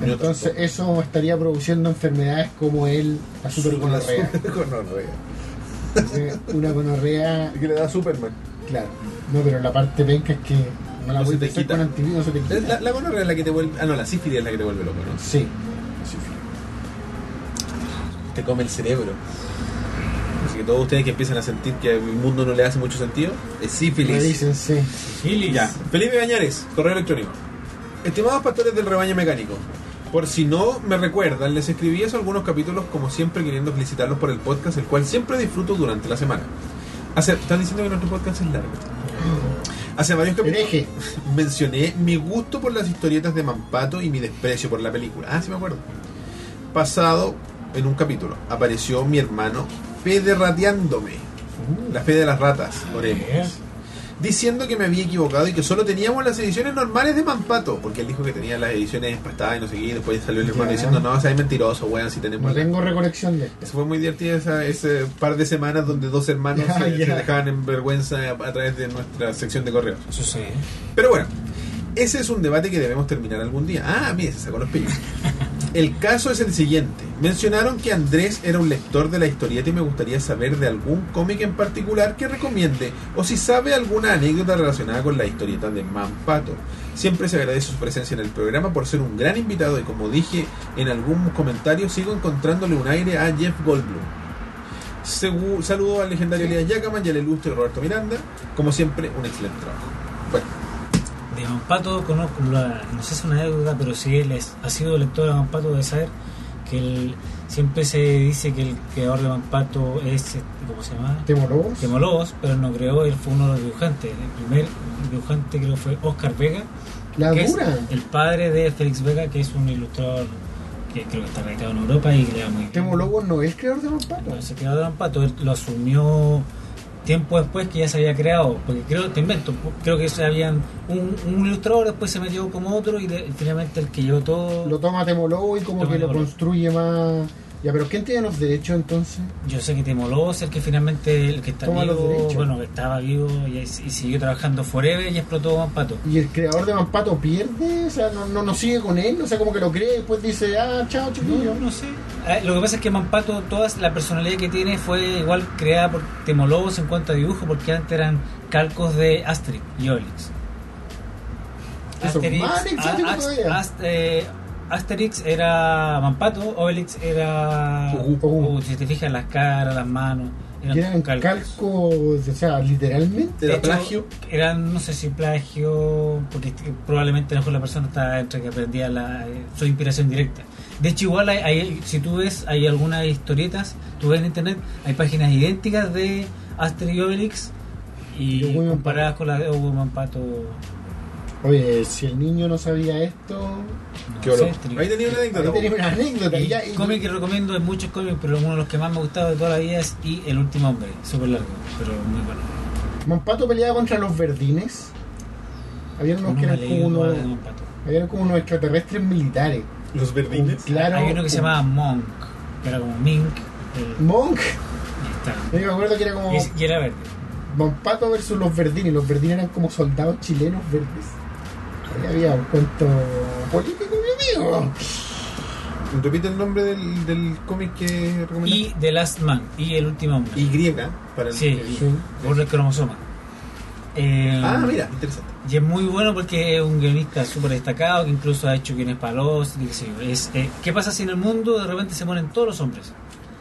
No,
Yo
Entonces
tampoco.
eso estaría produciendo enfermedades como el la supergonorrea.
Gonorrea.
Sí, Una gonorrea,
Que le da Superman.
claro. No, pero la parte penca es que no la
No se
voy a
te
hacer
quita.
con antibióticos, no se te quita.
Es La, la gonorrea es la que te vuelve. Ah, no, la sífilis es la que te vuelve loco, ¿no?
Sí.
Te come el cerebro. Así que todos ustedes que empiezan a sentir que el mundo no le hace mucho sentido, es sífilis.
Revísense.
Sífilis.
Ya. Felipe Bañares, correo electrónico. Estimados pastores del rebaño mecánico, por si no me recuerdan, les escribí hace algunos capítulos como siempre queriendo felicitarlos por el podcast, el cual siempre disfruto durante la semana. Hace, están diciendo que nuestro podcast es largo. Hace varios capítulos
Hereje.
mencioné mi gusto por las historietas de Mampato y mi desprecio por la película. Ah, sí me acuerdo. Pasado en un capítulo apareció mi hermano Fede rateándome. La fe de las ratas, oremos. Diciendo que me había equivocado y que solo teníamos las ediciones normales de Mampato. Porque él dijo que tenía las ediciones empastadas y no sé qué. Y después salió el hermano
Ya.
diciendo, no, o sea, es mentiroso, weón, si tenemos...
No
la-".
tengo recolección de.
Eso fue muy divertido esa- ese par de semanas donde dos hermanos
Ya,
se,
ya.
se dejaban en vergüenza a, a través de nuestra sección de correos.
Eso sí. ¿eh?
Pero bueno, ese es un debate que debemos terminar algún día. Ah, mire, se sacó los pillos. El caso es el siguiente. Mencionaron que Andrés era un lector de la historieta y me gustaría saber de algún cómic en particular que recomiende o si sabe alguna anécdota relacionada con la historieta de Mampato. Siempre se agradece su presencia en el programa por ser un gran invitado y como dije en algún comentario sigo encontrándole un aire a Jeff Goldblum. Segu- saludo al legendario Elías Yacaman y al ilustre Roberto Miranda. Como siempre, un excelente trabajo. Bueno,
De Mampato conozco, la- no sé si es una anécdota, pero si él es- ha sido lector de Mampato debe saber que él siempre se dice que el creador de Mampato es, este, ¿cómo se llama?
¿Temorobos?
Temolobos, pero no creó, él fue uno de los dibujantes. El primer dibujante creo fue Oscar Vega,
La
que es
Ah, dura.
el padre de Félix Vega, que es un ilustrador que creo que está radicado en Europa y que le va muy bien.
Temolobos no es creador de Mampato.
Bueno, se creó Don Pato, él lo asumió tiempo después que ya se había creado, porque creo, te invento, creo que se habían un, un ilustrador, después se metió como otro y de- finalmente el que llevó todo,
Lo toma Temolobo y como
Toma
que lo
Temolobo.
construye más. Ya, pero ¿quién tiene los derechos entonces?
yo sé que Temoló es el que finalmente el que está
Toma los
vivo,
derechos.
bueno, que estaba vivo y, y siguió trabajando forever y explotó Don Pato.
¿Y el creador de Mampato pierde? O sea, no, no, no sigue con él, o sea, como que lo cree y después dice, ah, chao, chiquillo.
No, no sé. Eh, Lo que pasa es que Mampato, toda la personalidad que tiene fue igual creada por Temolobos en cuanto a dibujo, porque antes eran calcos de Asterix y Obelix.
Eso, más exótico
a- Ax-
todavía.
Ast- eh, Asterix era Mampato, Obelix era.
Ujú,
ujú.
Uh, si te fijas, las caras, las manos.
Y eran calcos, o sea, literalmente.
¿Era
De hecho,
plagio?
Eran, no sé si plagio, porque este- probablemente a lo mejor la persona está entre que aprendía la, eh, su inspiración directa. De hecho, igual, hay, hay- si tú ves, hay algunas historietas, tú ves en internet, hay páginas idénticas de Asterix y Obelix
Y
y
Hugo
comparadas con la de Hugo Mampato.
Oye, si el niño no sabía esto.
no
qué
sé,
oro.
Asterix.
Ahí tenía una
Ahí
anécdota.
tenía una anécdota. Y ya, y-
El cómic que recomiendo es muchos cómics, pero uno de los que más me ha gustado de toda la vida es Y El último hombre, súper largo, pero muy bueno.
Mampato peleaba contra los verdines. Habían unos
Uno
que
me
eran
ha
como
leído todas las de
unos,
Mampato.
habían como unos extraterrestres militares.
Los verdines.
Claro.
Hay uno que se
un-
llamaba Monk, que era como Mink. el-
Monk.
y está.
Yo me acuerdo que era como
Y- Y era verde.
Mampato versus los verdines. Los verdines eran como soldados chilenos verdes. Ahí había un cuento político, mi amigo.
Repite el nombre del, del cómic que recomendaste.
Y The Last Man, y el último hombre.
Y griega para el
Sí,
que-
Sí.
por el cromosoma. Eh,
Ah, mira, interesante.
Y es muy bueno porque es un guionista súper destacado que incluso ha hecho guiones para los. y qué sé yo. Es, eh, ¿Qué pasa si en el mundo de repente se mueren todos los hombres?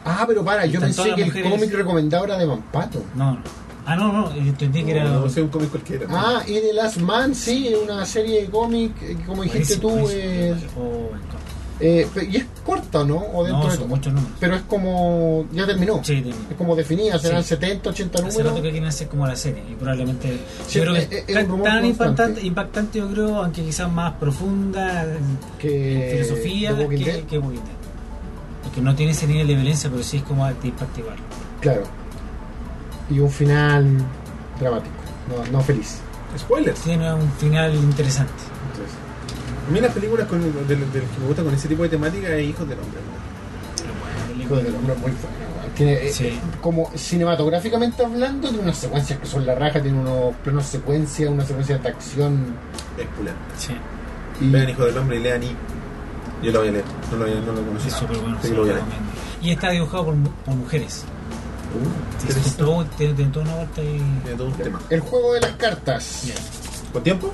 Ah, pero para, yo
Están
pensé
todas
que
las
el
mujeres.
cómic recomendado era de Mampato.
No, no. Ah, no, no, entendí que era.
No, no sé, un cómic cualquiera.
Ah, y The Last Man, sí, es una serie de cómic, eh, que como dijiste
Buenísimo,
tú,
buenísimo.
es,
Oh, entonces.
eh, pe- y es corta, ¿no? O dentro
No,
de
son
todo.
muchos números.
Pero es como, ya terminó.
Sí, terminó.
Es como definida, serán
Sí.
70, 80
Hace rato
números.
que quieren hacer como la serie y probablemente
Sí,
yo creo
es-
que
es
es,
un rumor
tan
constante.
impactante, impactante yo creo, aunque quizás más profunda en
Que,
filosofía
Eh, de
que,
Walking Dead,
que Walking Dead. Porque no tiene ese nivel de violencia, pero sí es como de impactivar.
Claro. Y un final dramático, no, no feliz.
Spoilers.
Tiene un final interesante.
Entonces,
A mí las películas con, de, de- de las que me gustan con ese tipo de temática es Hijos del Hombre. ¿no?
Pero bueno,
Hijo del Hombre es muy bueno, weón. Tiene, eh,
Sí.
eh, como cinematográficamente hablando, tiene unas secuencias que son la raja, tiene unos planos secuencia, una secuencia de acción.
Es pulenta.
sí,
Y
Vean Hijos del Hombre y lean y. Yo lo voy a leer. No lo, había- no lo conocí.
es súper bueno.
Sí,
se
lo
lo
voy a leer.
recomiendo. y está dibujado por, mu- por mujeres.
Uh,
Sí, sí,
interesante.
todo- tiene, tiene toda una vuelta y...
Tiene todo un tema.
el juego de las cartas.
Ya.
¿Con tiempo?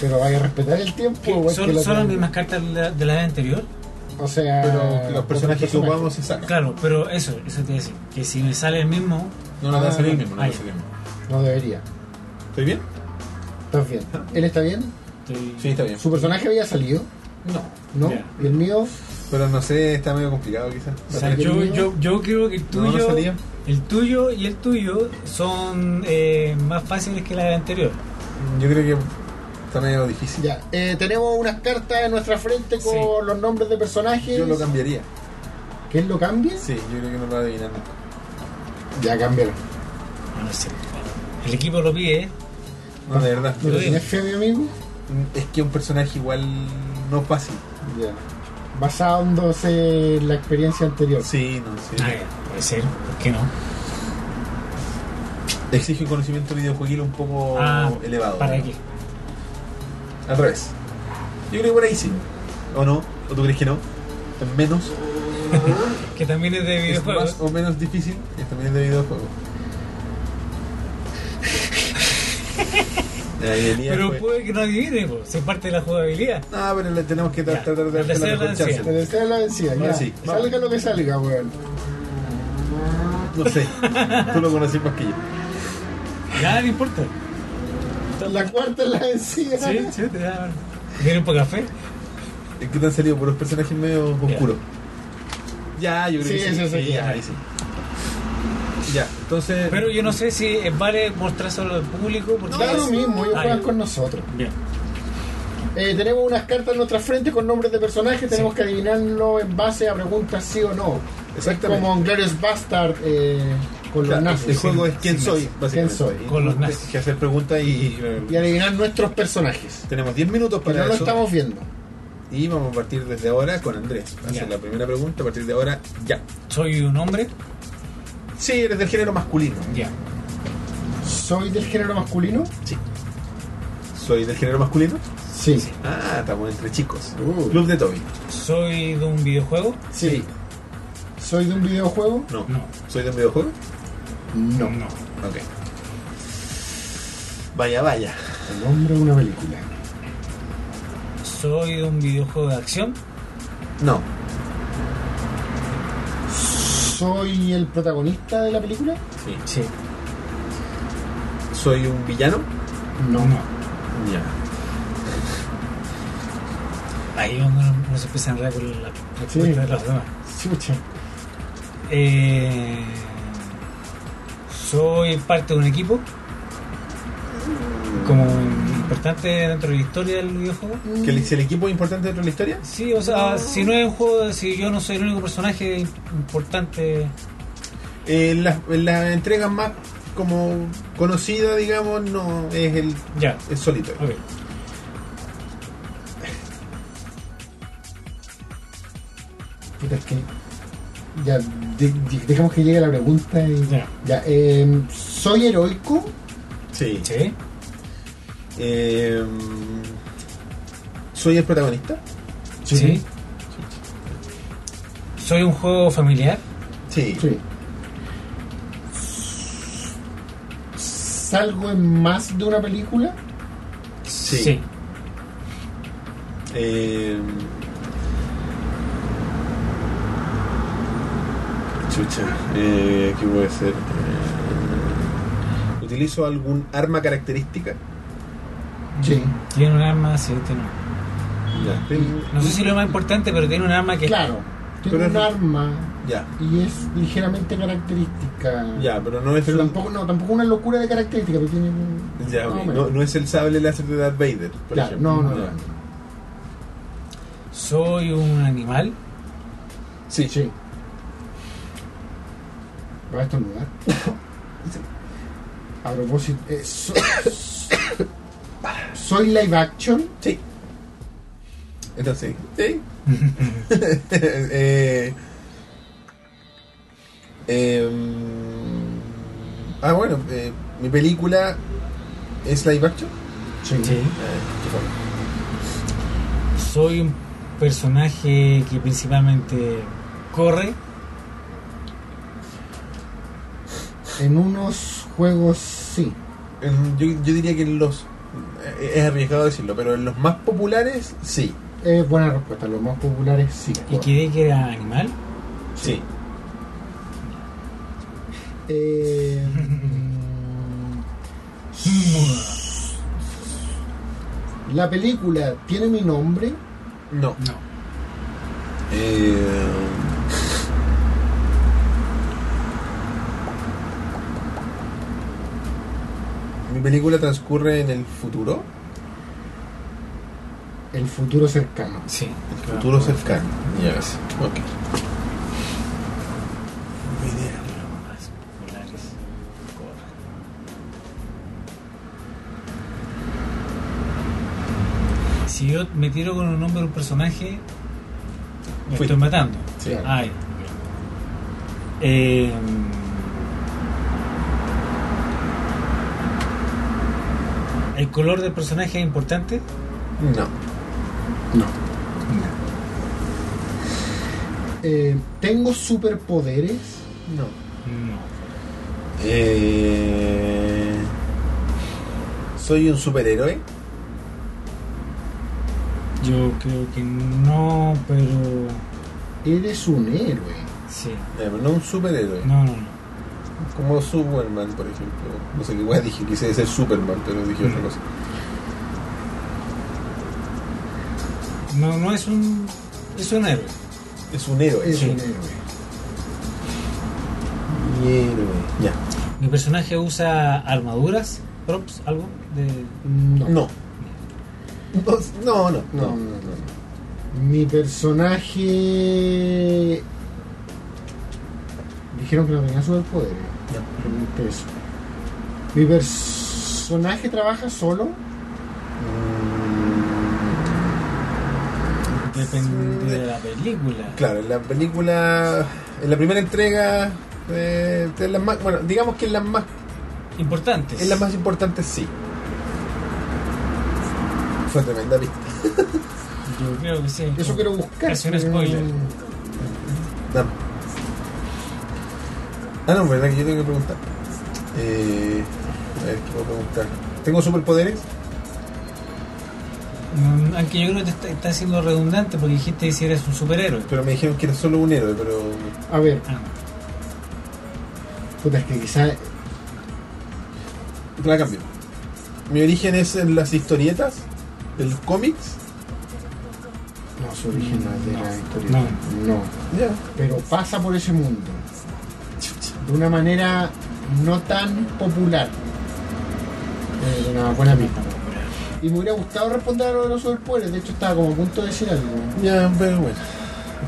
Pero vaya a respetar el tiempo.
¿Qué?
igual que
¿Son,
la-
son las mismas cartas de la, de la vez anterior?
O sea,
Pero los personajes que
otros
ocupamos se sacan.
Claro, pero eso, eso te decía. Que si me sale el mismo,
No, no, no,
Ah,
salió el mismo. No,
ah,
no
ya.
salió el mismo.
No debería.
¿Estoy bien?
Está Estás bien. ¿Él está bien?
Estoy...
Sí, está bien.
¿Su personaje había salido?
No.
¿No?
Ya.
¿Y el mío?
Pero no sé, está medio complicado quizás.
O sea, yo, yo, yo creo que el
No, no
tuyo,
salía.
el tuyo y el tuyo son eh, más fáciles que la del anterior.
Yo creo que está medio difícil.
Ya. Eh, tenemos unas cartas en nuestra frente con
Sí.
los nombres de personajes.
Yo lo cambiaría.
¿Que él lo cambie?
Sí, yo creo que no lo adivinan.
Ya, cámbialo.
No, no sé. El equipo lo pide, ¿eh?
No, de verdad.
¿No
Yo
lo
digo.
tienes fe, mi amigo?
Es que un personaje igual no fácil.
Ya. Basándose en la experiencia anterior.
Sí, no sé.
Ah, ya, puede ser, ¿por qué no?
Exige un conocimiento videojueguil un poco
Ah,
elevado.
¿Para qué?
Al revés. Yo creo que por ahí sí. ¿O no? ¿O tú crees que no? Es menos.
Que también es de
Es
videojuegos.
más o menos difícil. Es también de videojuegos.
Pero puede que no adivine, po, si es parte de la jugabilidad.
Ah, pero le tenemos que
Ya,
tra- tratar de
la
darle la
tercera
mejor
la
chance.
La tercera es la vencida,
Ahora
ya.
sí.
Salga lo que salga, weón.
No sé. Tú lo conoces más que yo.
Ya, no importa.
La cuarta es la vencida.
Sí, sí, te da. ¿Quieres un poco de café?
Es que te han salido puros personajes medio oscuros. Ya, yo creo
Sí,
que sí.
eso sí, ya.
ya, ahí sí. Ya, entonces.
Pero yo no sé si vale mostrar solo al público. Porque
Da lo mismo, ellos
Ah,
juegan
ya.
con nosotros.
Bien.
Eh, tenemos unas cartas en nuestra frente con nombres de personajes, tenemos que adivinarlo en base a preguntas sí o no.
Exactamente.
Como en Glorious Bastard eh, con los
Claro,
nazis.
el juego es quién
Sí,
soy,
sí.
básicamente.
¿Quién soy?
Y
Con los
tenemos
nazis.
Que hacer preguntas y. eh,
Y adivinar nuestros personajes.
Tenemos 10 minutos
Pero
para
no lo
eso.
estamos viendo.
Y vamos a partir desde ahora con Andrés. Va a
Ya.
ser la primera pregunta a partir de ahora, ya.
Soy un hombre.
Sí, eres del género masculino.
Ya.
¿Soy del género masculino?
Sí. ¿Soy del género masculino?
Sí.
Ah, estamos entre chicos.
Uh.
Club de Toby.
Soy de un videojuego.
Sí. ¿Soy de un videojuego?
No.
No.
¿Soy de un videojuego?
No.
No.
Ok. Vaya, vaya.
El nombre de una película.
Soy de un videojuego de acción.
No.
¿Soy el protagonista de la película?
Sí.
Sí.
¿Soy un villano?
No.
Ya.
Ahí uno, uno se empieza a enredar con la
Sí.
respuesta de los demás.
Chucha.
Eh, soy parte de un equipo. Como importante dentro de la historia del videojuego.
¿Que el, si el equipo es importante dentro de la historia?
Sí, o sea, si no es un juego, si yo no soy el único personaje importante.
En las en las entregas más como conocida, digamos, no es el
Ya,
es solitario.
ok.
Puta, es que. Ya, de- de- dejemos que llegue la pregunta y.
Ya.
Ya, eh, ¿soy heroico?
Sí.
Sí,
Eh, ¿Soy el protagonista?
sí. Soy un juego familiar.
Sí.
Sí. ¿Salgo en más de una película?
Sí. Eh, chucha, eh, ¿qué puede ser? Eh, ¿Utilizo algún arma característica?
Sí.
Tiene un arma, sí, tiene un-
Ya.
No sé si lo más importante, pero tiene un arma que.
Claro. Tiene
Pero
un
es-
arma
Ya,
y es ligeramente característica.
ya, pero no es
Pero
el...
tampoco, no, tampoco una locura de característica, pero tiene. un-
Ya, ok.
más o menos.
no, no es el sable láser de Darth Vader, por
Claro,
ejemplo.
no, no,
Ya.
no.
Soy un animal.
Sí,
Sí. ¿Vas a estornudar? A propósito, eh, so- ¿soy live action?
Sí. Entonces, sí. eh, em, ah, bueno, eh, mi película es live action.
Sí.
Soy un personaje que principalmente corre.
En unos juegos sí.
En- Eh, yo, yo diría que en los. eh, Es arriesgado decirlo, pero en los más populares, sí.
Es Eh, buena respuesta, los más populares sí.
Y quedé que era animal.
Sí.
mm, Eh, ¿La película tiene mi nombre?
No.
No.
Eh, Mi película transcurre en el futuro.
El futuro cercano.
Sí.
El
claro.
futuro cercano. Ya ves. Ok.
Más polares. Corre. Si yo me tiro con un nombre de un personaje, lo
Fui.
estoy matando.
Sí.
Claro.
Ay. Eh, ¿El color del personaje es importante?
No.
No. Eh, ¿Tengo superpoderes?
No.
No.
Eh, Soy un superhéroe.
Yo creo que no, pero
Eres un héroe.
sí.
Eh, No un superhéroe.
No, no, no.
Como Superman, por ejemplo. No sé qué guay dije, quise ser Superman, pero dije otra cosa.
No, no es un. Es un héroe.
Es un héroe.
Es
Sí.
un héroe.
Un héroe. Ya.
Mi personaje usa armaduras, props, algo de.
No.
No. No, no,
No, no, no, no. Mi personaje. Dijeron que no tenía superpoderes. pero no es eso. Mi personaje trabaja solo.
Depende de la película.
Claro, en la película, en la primera entrega, eh, de las más- bueno, digamos que en las más,
Importantes.
en las más importantes sí. Fue tremenda vista.
Yo creo que sí.
Eso quiero buscar.
Es un spoiler.
Dame. Ah, no, verdad que yo tengo que preguntar. Eh, a ver, ¿qué puedo preguntar? ¿Tengo superpoderes?
Mm, Aunque yo creo que está, está siendo redundante porque dijiste que si eres un superhéroe.
Pero me dijeron que era solo un héroe, pero...
A ver,
Ah,
puta, es que quizás.
Te la cambio. Mi origen es en las historietas, en los cómics.
No, su origen Mm, no es de la
No.
historia.
No.
no.
Ya.
Pero pasa por ese mundo. De una manera no tan popular. Eh, De una buena pista. Y me hubiera gustado responder a lo de los superpoderes. De hecho, estaba como a punto de decir algo.
Ya, pero bueno.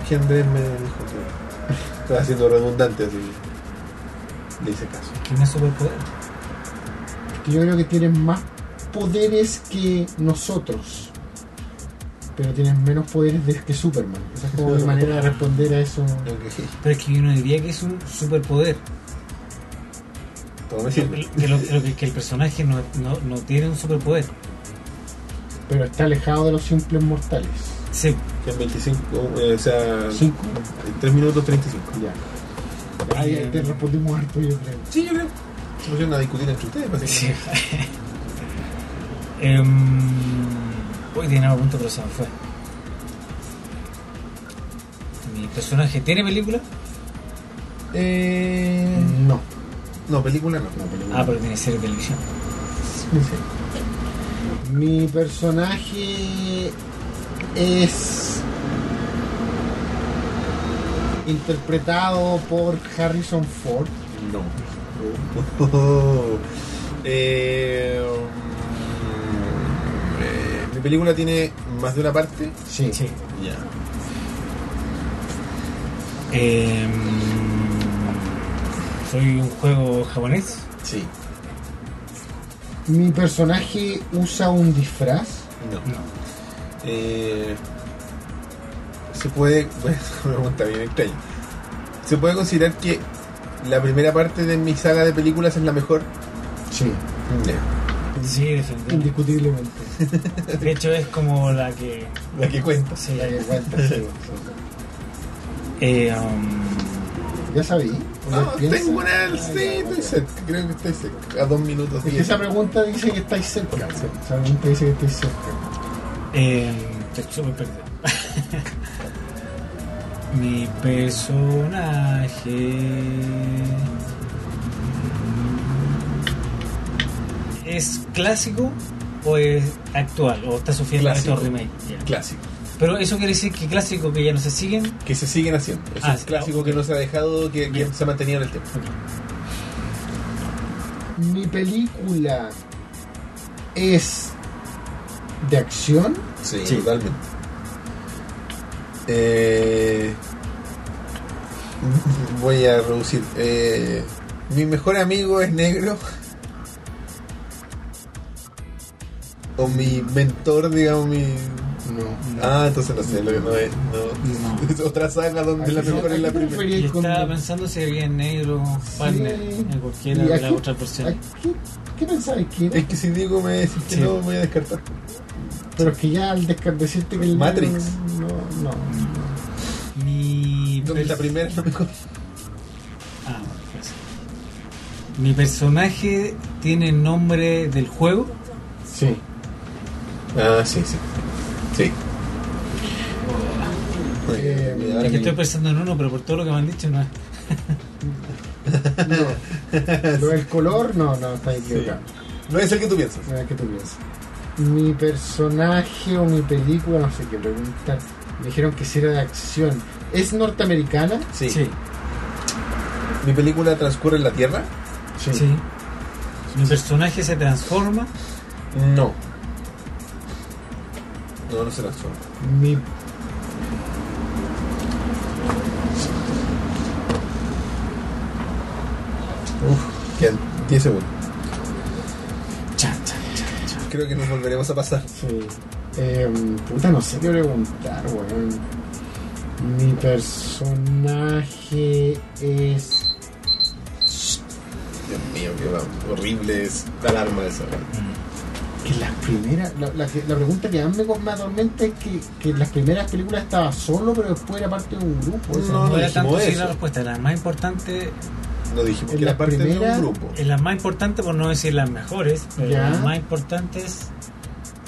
Es que Andrés me dijo que estaba siendo redundante, así que le hice caso.
que no es superpoder.
que yo creo que tienes más poderes que nosotros. Pero tienes menos poderes de- que Superman. Esa es como mi manera de responder a eso.
Ok,
Pero es que yo no diría que es un superpoder.
todo me sirve.
Que, lo- que lo- que- que el personaje no, no- no tiene un superpoder.
Pero está alejado de los simples mortales.
Sí.
Que en 25, eh, o sea,
Cinco.
en 3 minutos 35.
Ya. Ahí ahí te respondimos harto, yo creo.
Sí, yo creo. No pusieron a discutir entre ustedes, parece
Sí. Em, Hoy tenía una pregunta, pero se me fue. ¿Mi personaje tiene película?
Eh,
No.
no, película no.
no, pero no.
Ah, pero tiene serie de televisión.
Mi personaje es interpretado por Harrison Ford.
No. Oh. Eh, mm, eh, Mi película tiene más de una parte.
Sí.
Sí.
Ya.
Em, soy un juego japonés.
Sí.
Mi personaje usa un disfraz.
No.
No.
Eh, se puede. Bueno, es una pregunta bien extraña. ¿Se puede considerar que la primera parte de mi saga de películas es la mejor?
Sí.
Sí, definitivamente.
Indiscutiblemente.
De hecho, es como la que.
La que cuenta.
Sí,
Ya, ya, cuenta, sí, sí.
Eh, um,
Ya sabí. o sea,
No,
Pues, piensa.
tengo una.
Ah,
Sí,
ya,
estoy
ya.
cerca. Creo que estoy cerca. A dos minutos.
Es que
diez.
esa pregunta dice que estáis cerca.
Sí.
Esa pregunta dice que estáis cerca.
eh, estoy súper perdido. Mi personaje. ¿Es clásico o es actual o está sufriendo
Clásico.
estos remakes. ya.
Clásico.
Pero eso quiere decir que clásicos que ya no se siguen.
Que se siguen haciendo. Es
Ah,
un
sí.
clásico que no se ha dejado, que, que se ha mantenido en el tiempo.
ok.
Mi película es de acción.
Sí,
Sí.
totalmente. Eh, voy a reducir. Eh, mi mejor amigo es negro. O mi mentor, digamos, mi.
No.
Ah, entonces no sé, lo que no es. no.
No.
Es otra saga donde la mejor es la primera.
Y estaba pensando si había en negro, partner, en cualquiera de las otras versiones.
¿Qué, qué pensáis? ¿Quién?
Es que si digo, me decís que
Sí.
no, voy a descartar.
Pero es que ya al desca- decirte que el
Matrix.
No, no.
Mi
Donde la
pers-
primera es la mejor.
Ah, bueno, pues. Mi personaje tiene nombre del juego.
Sí.
Ah, sí, sí. Sí. Ahora
Eh,
Es que pues,
que-
estoy pensando en uno, pero por todo lo que me han dicho, no es.
No. Lo del color, no, no, está equivocado.
No es el que tú piensas.
A ver qué tú piensas. Mi personaje o mi película, no sé qué preguntar. Me dijeron que si era de acción. ¿Es norteamericana?
Sí. Mi película transcurre en la Tierra.
sí. sí. Mi personaje se transforma.
No. No, no se transforma.
Mi.
Uf, quedan 10 segundos.
Chan, chan, chan, chan.
Creo que nos volveremos a pasar.
Sí. Em, puta, no sé qué preguntar, weón. Mi personaje es.
Dios mío, qué horrible es la alarma esa.
Que las primeras. La, la que- la pregunta que más me, me atormenta es que, que en las primeras películas estaba solo, pero después era parte de un grupo. o sea,
No,
No,
no
era
dijimos
tanto así
eso.
la respuesta, la más importante,
No dijimos
En
que
la
era parte
primera-
de un grupo.
es la más importante por no decir las mejores, pero
Ya.
las más importantes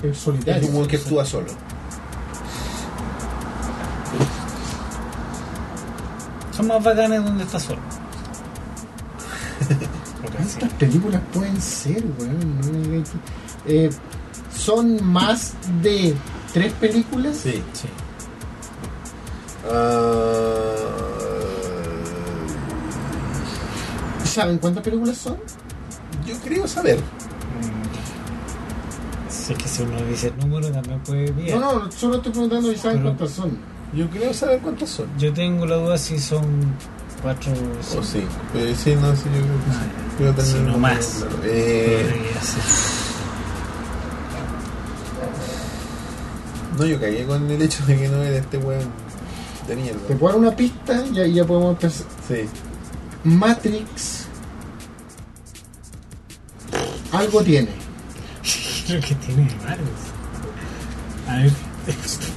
es solitario.
Es como que actúa solo.
son más bacanas donde está solo. Lo que decía.
¿Cuántas películas pueden ser, weón? No me digáis que- Eh, ¿Son más de tres películas?
Sí.
Sí.
Ah,
¿Saben cuántas películas son?
yo creo saber.
Mm. Si es que si uno dice el número también puede bien.
No, no, solo estoy preguntando si saben
Pero-
cuántas son.
Yo creo saber cuántas son.
Yo tengo la duda si son cuatro o
O
cinco.
sí. Eh, sí, no, sí, yo creo que sí. Creo tener
Si no
un número
más.
claro. Eh,
Podría ser.
no, yo cagué con el hecho de que no era este weón de mierda.
Te puedo dar una pista y ahí ya podemos empezar.
Sí.
Matrix. Algo tiene.
Creo que tiene varios. A ver.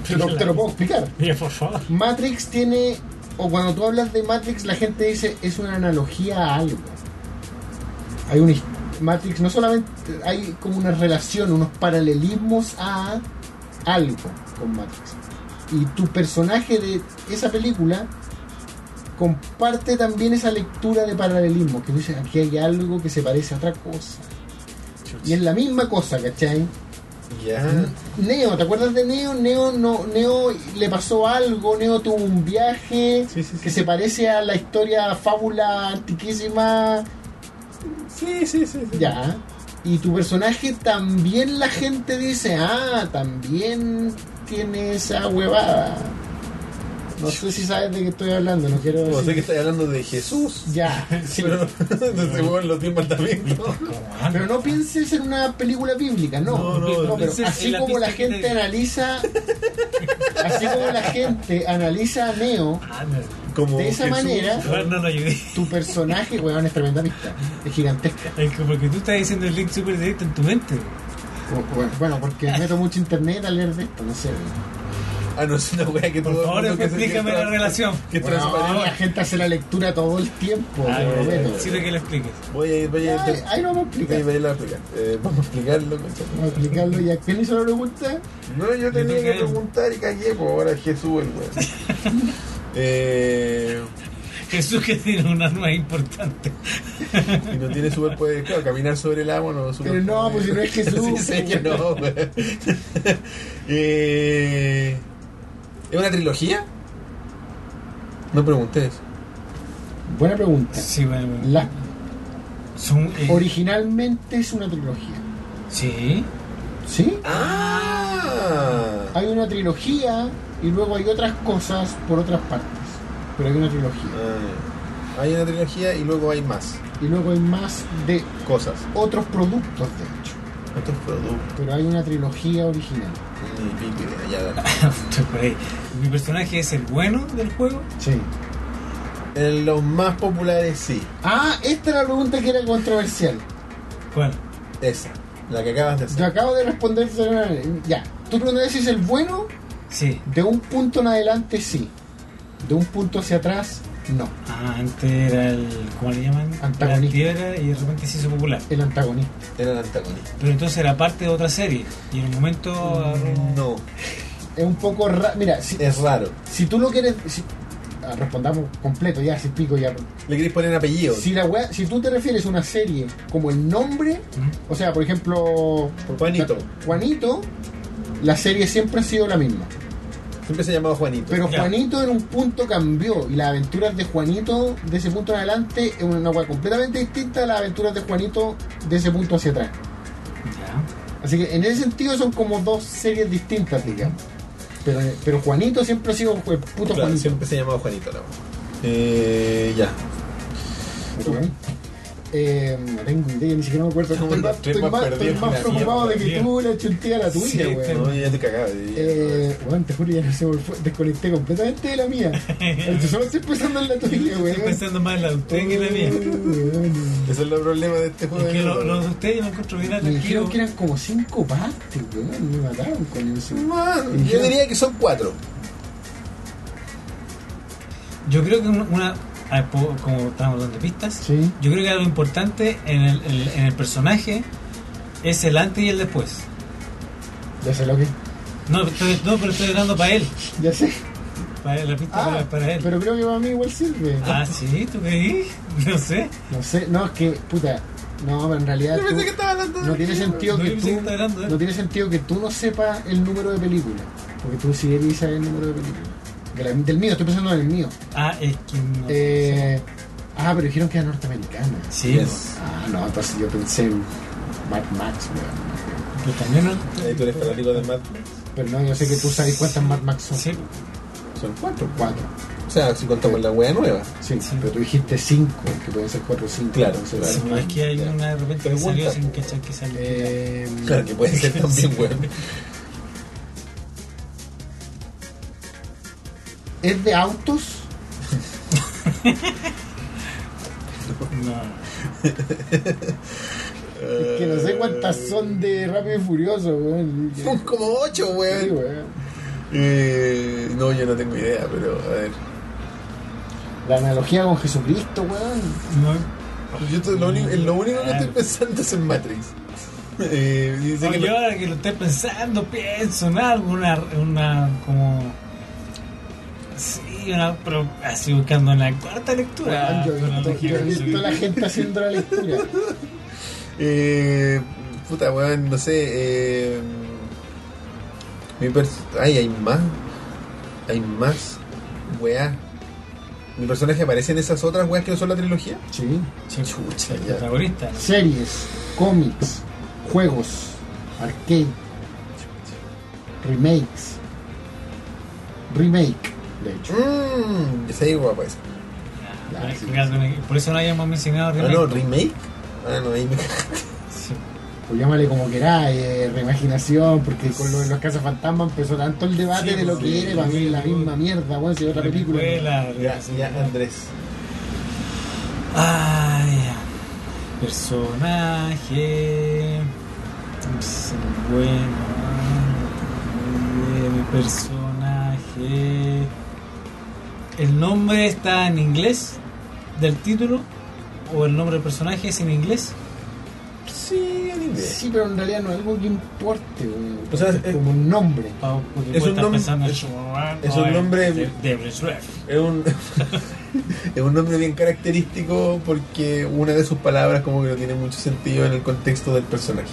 Te lo, te lo puedo explicar.
Mira, por favor.
Matrix tiene. O cuando tú hablas de Matrix, la gente dice es una analogía a algo. Hay un. Matrix no solamente. Hay como una relación, unos paralelismos a algo con Matrix. Y tu personaje de esa película comparte también esa lectura de paralelismo. Que tú dices aquí hay algo que se parece a otra cosa. Y ¿Mm? es la misma cosa, ¿cachai?
Ya. Mm.
Neo, ¿te acuerdas de Neo? Neo no, Neo le pasó algo, Neo tuvo un viaje
Sí, sí, sí.
que se parece a la historia fábula antiquísima.
Sí, sí, sí. sí.
Ya. Y tu personaje también la gente dice, ah, también tiene esa huevada. No sé si sabes de qué estoy hablando, no quiero
No Oh, sé
decir-
que estás hablando de Jesús.
Ya, sí.
Pero entonces weón los diez mandamientos.
Pero no pienses en una película bíblica, no.
No, no,
pero
pienses
así
en la
como la
pista que
gente
te-
analiza. así como la gente analiza a Neo,
Ah, no.
Como
de esa
Jesús.
manera,
Igual no lo ayudé.
tu personaje, weón, es tremenda pista. Es gigantesca.
Es que porque tú estás diciendo el link súper directo en tu mente.
Bueno, Bueno, porque meto mucho internet a leer de esto, no sé.
Ah, no, es una wea que
Por
todo el
favor,
mundo que se-
explícame
que
la relación.
Que es
Bueno, la
transparente.
gente hace la lectura todo el tiempo,
Ah,
te lo prometo.
Sirve que lo expliques.
Voy a ir, voy a ir.
Ahí- Ahí lo vamos a
voy a ir,
explicar.
voy a ir a explicar. Eh, Vamos a explicarlo. concha.
Vamos a explicarlo ya. ¿Quién hizo la pregunta?
No, yo tenía que preguntar y cagué, pues ahora Jesús el weón. eh,
Jesús que tiene un arma importante.
Y no tiene superpoderes. Claro, caminar sobre el agua no es
Pero no, pues si no es Jesús,
sí, sé que no. güey. Eh, ¿Es una trilogía? No pregunté eso.
Buena pregunta.
Sí, bueno. bueno.
La-
Son, eh,
originalmente es una trilogía.
sí.
¿Sí?
¡Ah!
Hay una trilogía y luego hay otras cosas por otras partes. Pero hay una trilogía.
Ah, Hay una trilogía y luego hay más
Y luego hay más de
cosas.
otros productos, de hecho.
Otros productos.
Pero hay una trilogía original.
Y pique, ya, dale.
Estoy por ahí. Mi personaje es el bueno del juego.
Sí.
Eh, Los más populares sí.
Ah, esta era la pregunta que era controversial.
¿Cuál?
Esa. La que acabas de hacer.
Yo acabo de responder. Ya. Tú preguntas si es el bueno.
Sí.
De un punto en adelante, sí. De un punto hacia atrás, no.
Ah, antes era el. ¿Cómo le llaman?
Antagonista.
La piedra y de repente se hizo popular.
El antagonista.
Era el antagonista.
Pero entonces era parte de otra serie. Y en un momento.
Mm.
ah, agarró-
No,
Es un poco raro. Mira, si,
es raro.
si tú lo quieres. si- ah, respondamos completo ya, si pico ya.
Le querés poner apellido.
Si, la wea- si tú te refieres a una serie como el nombre,
¿Mm?
o sea, por ejemplo.
Juanito.
Juanito, la serie siempre ha sido la misma.
Siempre se llamaba Juanito.
Pero
Ya.
Juanito en un punto cambió y las aventuras de Juanito de ese punto en adelante es una wea completamente distinta a las aventuras de Juanito de ese punto hacia atrás.
Ya.
Así que en ese sentido son como dos series distintas, digamos. Pero, pero Juanito siempre ha sido el puto
Claro,
Juanito.
siempre se llamaba Juanito la mamá. Eh, ya.
Eh, no tengo idea, ni siquiera me acuerdo.
Estamos los
Estoy más,
tres
estoy
más
más-
perdidos
estoy más
que la
preocupado de
mierda,
que tú le chunté a la tuya,
Sí, este
weón.
No, ya te cagaba.
Eh, weón, te juro, ya no sé, por fu- desconecté completamente de la mía. Entonces solo estoy pensando en la tuya,
Estoy
weón.
pensando más en la de ustedes que en la mía.
Mm. Weón.
Ese es el problema de este juego.
Es
de
que lo,
mierda.
lo de ustedes yo lo encuentro bien
Me dijeron
atractivo.
que eran como cinco partes, weón. Me mataron con eso.
Man, yo diría que son cuatro.
Yo creo que una. una- a ver, po- como estamos dando pistas.
Sí.
Yo creo que algo importante en el, en- en el personaje es el antes y el después.
Ya sé lo que.
No, estoy- no pero estoy hablando para él.
Ya sé.
Para él, la pista
Ah,
para, para él.
pero creo que para mí igual sirve.
Ah, sí, ¿tú creí? No sé.
No sé, no, es que, puta, no, pero en realidad tú-
estaba hablando
no tiene sentido
No,
que
yo
tú
pensé que estaba hablando de él.
no tiene sentido que tú no sepas el número de películas, porque tú sí deberías saber el número de películas. De la- del mío, estoy pensando en el mío.
Ah, es que no sé.
Eh, ah, pero dijeron que era norteamericana.
Sí,
Yes.
Ah, no, entonces yo pensé en Mad Max, weón.
pero también no.
Ahí tú eres fanático de Mad Max.
Pero no, yo sé que tú sabes cuántas Mad Max son.
Sí,
Son cuatro.
Cuatro.
O sea, si contamos la wea nueva.
Sí,
Sí.
pero tú dijiste cinco, que pueden ser cuatro o cinco.
Claro,
entonces-
claro.
sí, es que hay
Ya.
una de repente que
Pregunta,
salió sin
po.
cachar que salió.
Eh,
Claro que puede ser también, weón.
¿Es de autos?
No.
Es que no sé cuántas son de Rápido y Furioso, weón.
Son como ocho,
Sí,
weón.
weón.
Eh, no, yo no tengo idea, pero a ver.
La analogía con Jesucristo, weón.
No.
Pues Yo esto es lo, único, es lo único que estoy pensando es en Matrix. Eh, y sé
No,
que
yo
lo-
ahora que lo estoy pensando, pienso en algo, una, una como. Sí, una, pero así buscando en la cuarta lectura.
Weón, yo he
Con la
visto- yo he visto
lógica que
a la gente haciendo la lectura.
eh, puta, weón, no sé. Eh, mi pers Ay, hay más. Hay más. Weá. ¿Mi personaje aparece en esas otras weas que no son la trilogía?
Sí.
soy. Sí,
Chucha,
el
ya.
protagonista.
Series, cómics, juegos, arcade, remakes. Remake, de hecho.
Mmm, esa es guapa esa.
Ah,
sí,
Por eso no habíamos mencionado
Ah,
remake.
no, remake. Ah, no, ahí me
Sí.
Pues llámale como queráis, eh, reimaginación, porque con lo de los cazafantasmas empezó tanto el debate
Sí, pues
de lo
sí,
que era, para mí es la
sí.
misma mierda, weón, si es otra película.
Precuela,
Ya, ya, Andrés.
Ay, ya. personaje. Es el bueno. eh, Mi personaje. ¿El nombre está en inglés del título? ¿O el nombre del personaje es en inglés?
Sí,
terrible.
Sí, pero en realidad no es algo que importe, weón.
O sea, es-
eh,
como un nombre.
Pa- porque
Es
vos
un
estás
nombre-
pensando en
es-
Shrek,
es
no,
un
en-
nombre-
de, de Bruce Shrek.
Es un, es un nombre bien característico porque una de sus palabras como que no tiene mucho sentido en el contexto del personaje.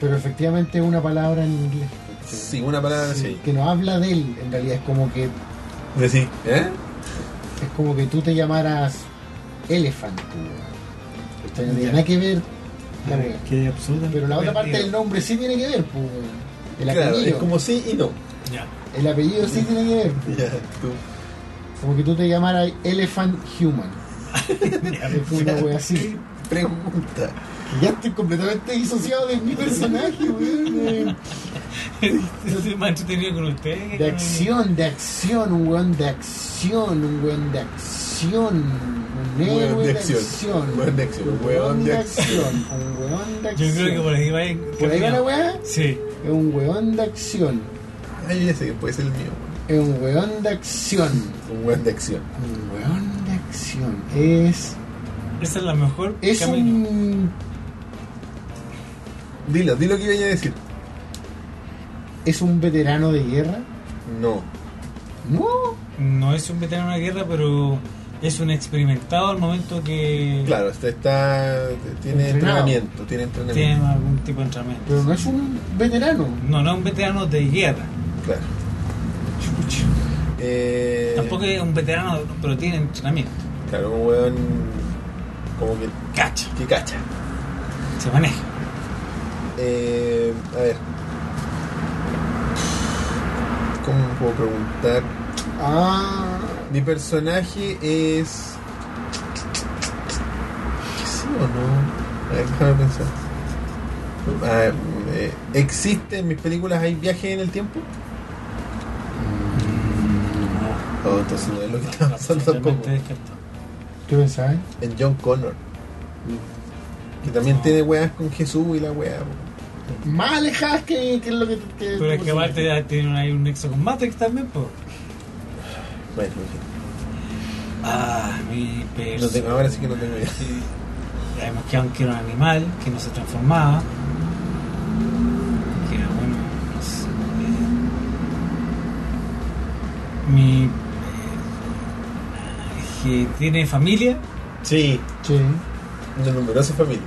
Pero efectivamente es una palabra en inglés.
Sí, una palabra
Sí,
así.
Que no habla de él, en realidad es como que
Decir, ¿eh?
es como que tú te llamaras Elephant. weón. Esto no tiene nada que ver. la weá.
Qué absurdo.
Pero la otra parte del nombre sí tiene que ver, pues. weón. El
Claro, es
apellido.
como sí y no.
Ya.
El apellido sí tiene que ver.
Ya, tú.
Como que tú te llamaras Elephant Human. Es una wea así.
Pregunta.
Ya estoy completamente disociado de mi personaje, weón. de-
Estoy más entretenido con usted. que
De
con-
acción, de acción, un weón de acción, un weón de acción. Un
Weón
héroe
de
de
acción,
acción.
weón de acción,
Un
weón
weón
de
de acción. Un weón de
Yo
acción.
creo que por ahí va en-
Por ahí va la weá.
Sí.
Es un weón de acción.
Ay, ya sé que puede ser el mío.
Es un weón de acción.
Un buen de acción.
Un weón de acción. Es.
Esa es la mejor
Es
camino.
un.
Dilo, dilo que iba a decir.
Es un veterano de guerra.
No.
No.
No es un veterano de guerra, pero es un experimentado al momento que
Claro, este está. Tiene
Entrenado.
entrenamiento, tiene entrenamiento.
tiene algún tipo de entrenamiento.
Pero no es un veterano.
No, no es un veterano de guerra.
Claro. Eh,
Tampoco es un veterano, pero tiene entrenamiento.
Claro, un weón. Como que,
Cacha,
que cacha.
se maneja.
Eh, a ver. ¿Cómo puedo preguntar?
Ah.
Mi personaje es. ¿Sí o no? A ver, déjame pensar. Ah, eh, ¿Existe en mis películas hay viaje en el tiempo? Oh, entonces no es lo que está pasando
Totalmente
tampoco.
descartado.
¿Qué pensabas?
En John Connor. Que también
No.
tiene weas con Jesús y la wea. po.
Más alejadas que, que lo que. que-
Pero es que aparte ya tiene un- hay un nexo con Matrix también, pues.
Bueno, en fin.
Ah, mi perro.
No tengo- ahora sí que no tengo idea.
Ya hemos quedado en que era un animal, que no se transformaba. Que era bueno, no sé. eh, Mi. eh, que tiene familia.
Sí,
Sí.
de numerosas familias.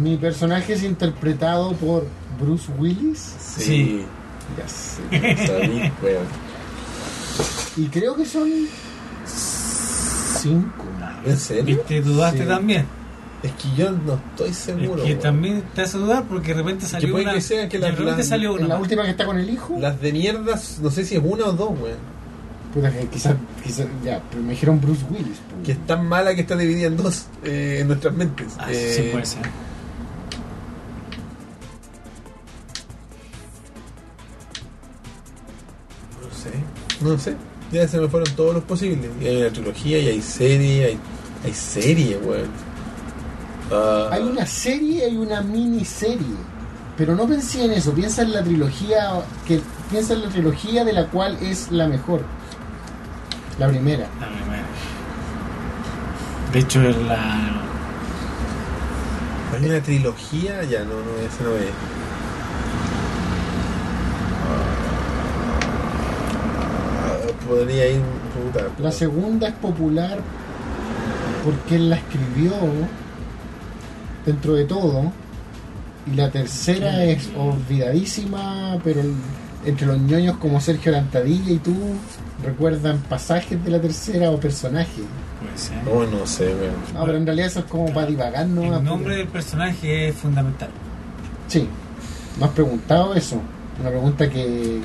Mi personaje es interpretado por Bruce Willis.
Sí.
Sí.
Ya sé, sabí, weón.
Y creo que son. Cinco.
¿En serio?
¿Viste? Este, Dudaste
Sí.
también.
Es que yo no estoy seguro.
es que
weón.
también te hace dudar porque de repente salió
puede
una.
que sea que la-
de
la-
repente salió una. Ah,
En la última que está con el hijo.
Las de mierdas, no sé si es una o dos, weón.
Puta, que quizás. Quizás. Ya, pero me dijeron Bruce Willis. pues.
Que es tan mala que está dividida en dos eh, en nuestras mentes.
Ah,
Eh,
sí, puede ser.
No sé. No sé. Ya se me fueron todos los posibles. Y hay una trilogía, y hay serie, hay, hay serie, weón. Ah,
Hay una serie, hay una miniserie. Pero no pensé en eso, piensa en la trilogía que piensa en la trilogía de la cual es la mejor. La primera.
La primera. De hecho, es la.
hay una trilogía, ya no, no, esa no es. Ah, podría ir. Puta,
La segunda es popular porque él la escribió dentro de todo. Y la tercera es olvidadísima, pero entre los ñoños como Sergio Lantadilla y tú recuerdan pasajes de la tercera o personajes.
Puede ser.
Oh, no sé, weón.
Ah, pero en realidad eso es como para divagar, ¿no?
El nombre del personaje es fundamental.
Sí, me has preguntado eso. Una pregunta que.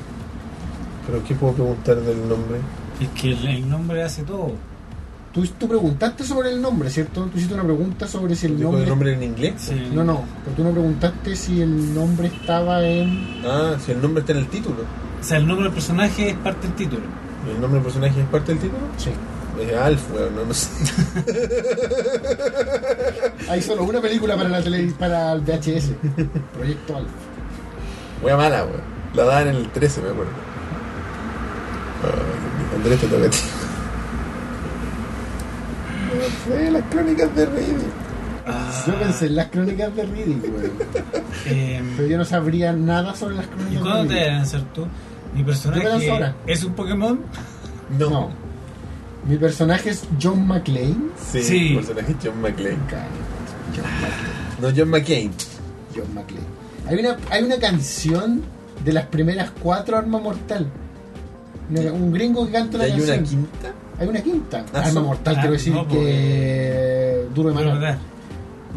¿Pero qué puedo preguntar del nombre?
Es que el, el nombre hace todo.
Tú, tú preguntaste sobre el nombre, ¿cierto? Tú hiciste una pregunta sobre si el
¿Dijo
nombre.
el nombre en inglés?
Sí.
¿Eh? No, no, pero tú no preguntaste si el nombre estaba en.
Ah, si el nombre está en el título.
O sea, el nombre del personaje es parte del título.
¿El nombre del personaje es parte del título?
Sí.
Es Alf, weón, no, no sé.
Hay solo una película para la tele, para el VHS. Proyecto Alfa.
Wea mala, weón. La daban en el 13, me acuerdo. Ay, Andrés, te toca a ti. No sé, las crónicas de Rey.
Ah,
Yo pensé en las crónicas de Riddick, weón.
em,
Pero yo no sabría nada sobre las crónicas
¿Y cuándo
de
te
Riddick.
lanzas tú?
Yo
Mi
me lanzo
personaje
ahora.
es un Pokémon.
No.
No. Mi personaje es John McClane.
Sí,
Sí.
el personaje es John McClane.
Claro, John McClane.
No, John McCain.
John McClane. Hay una, hay una canción de las primeras cuatro Arma Mortal. Una- un gringo que canta una
¿Hay
canción.
una quinta?
Hay una quinta.
Ah,
Arma
sí.
Mortal,
Ah,
quiero decir
no,
que. Duro de
Pero,
matar.
¿verdad?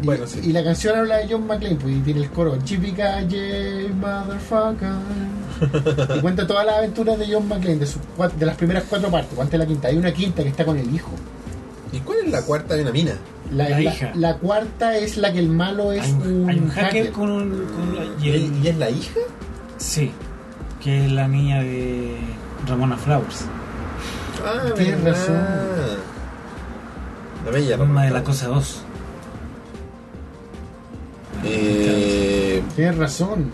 Y,
Bueno, sí.
y la canción habla de John McClane, pues, y tiene el coro Chippy Calle, motherfucker. y cuenta todas las aventuras de John McClane, de, sus cua- de las primeras cuatro partes, o antes de la quinta. Hay una quinta que está con el hijo.
¿Y cuál es la cuarta de una mina?
La,
La
la-
hija.
la cuarta es la que el malo es
Hay un,
un,
hay un hacker,
hacker.
con un. Con la-
¿Y
y el-
es- y es la hija?
sí, que es la niña de Ramona Flowers.
Ah,
Tienes
verdad.
razón.
La bella.
La misma
Ramona
de la
Flowers.
cosa 2.
Eh,
Tienes razón.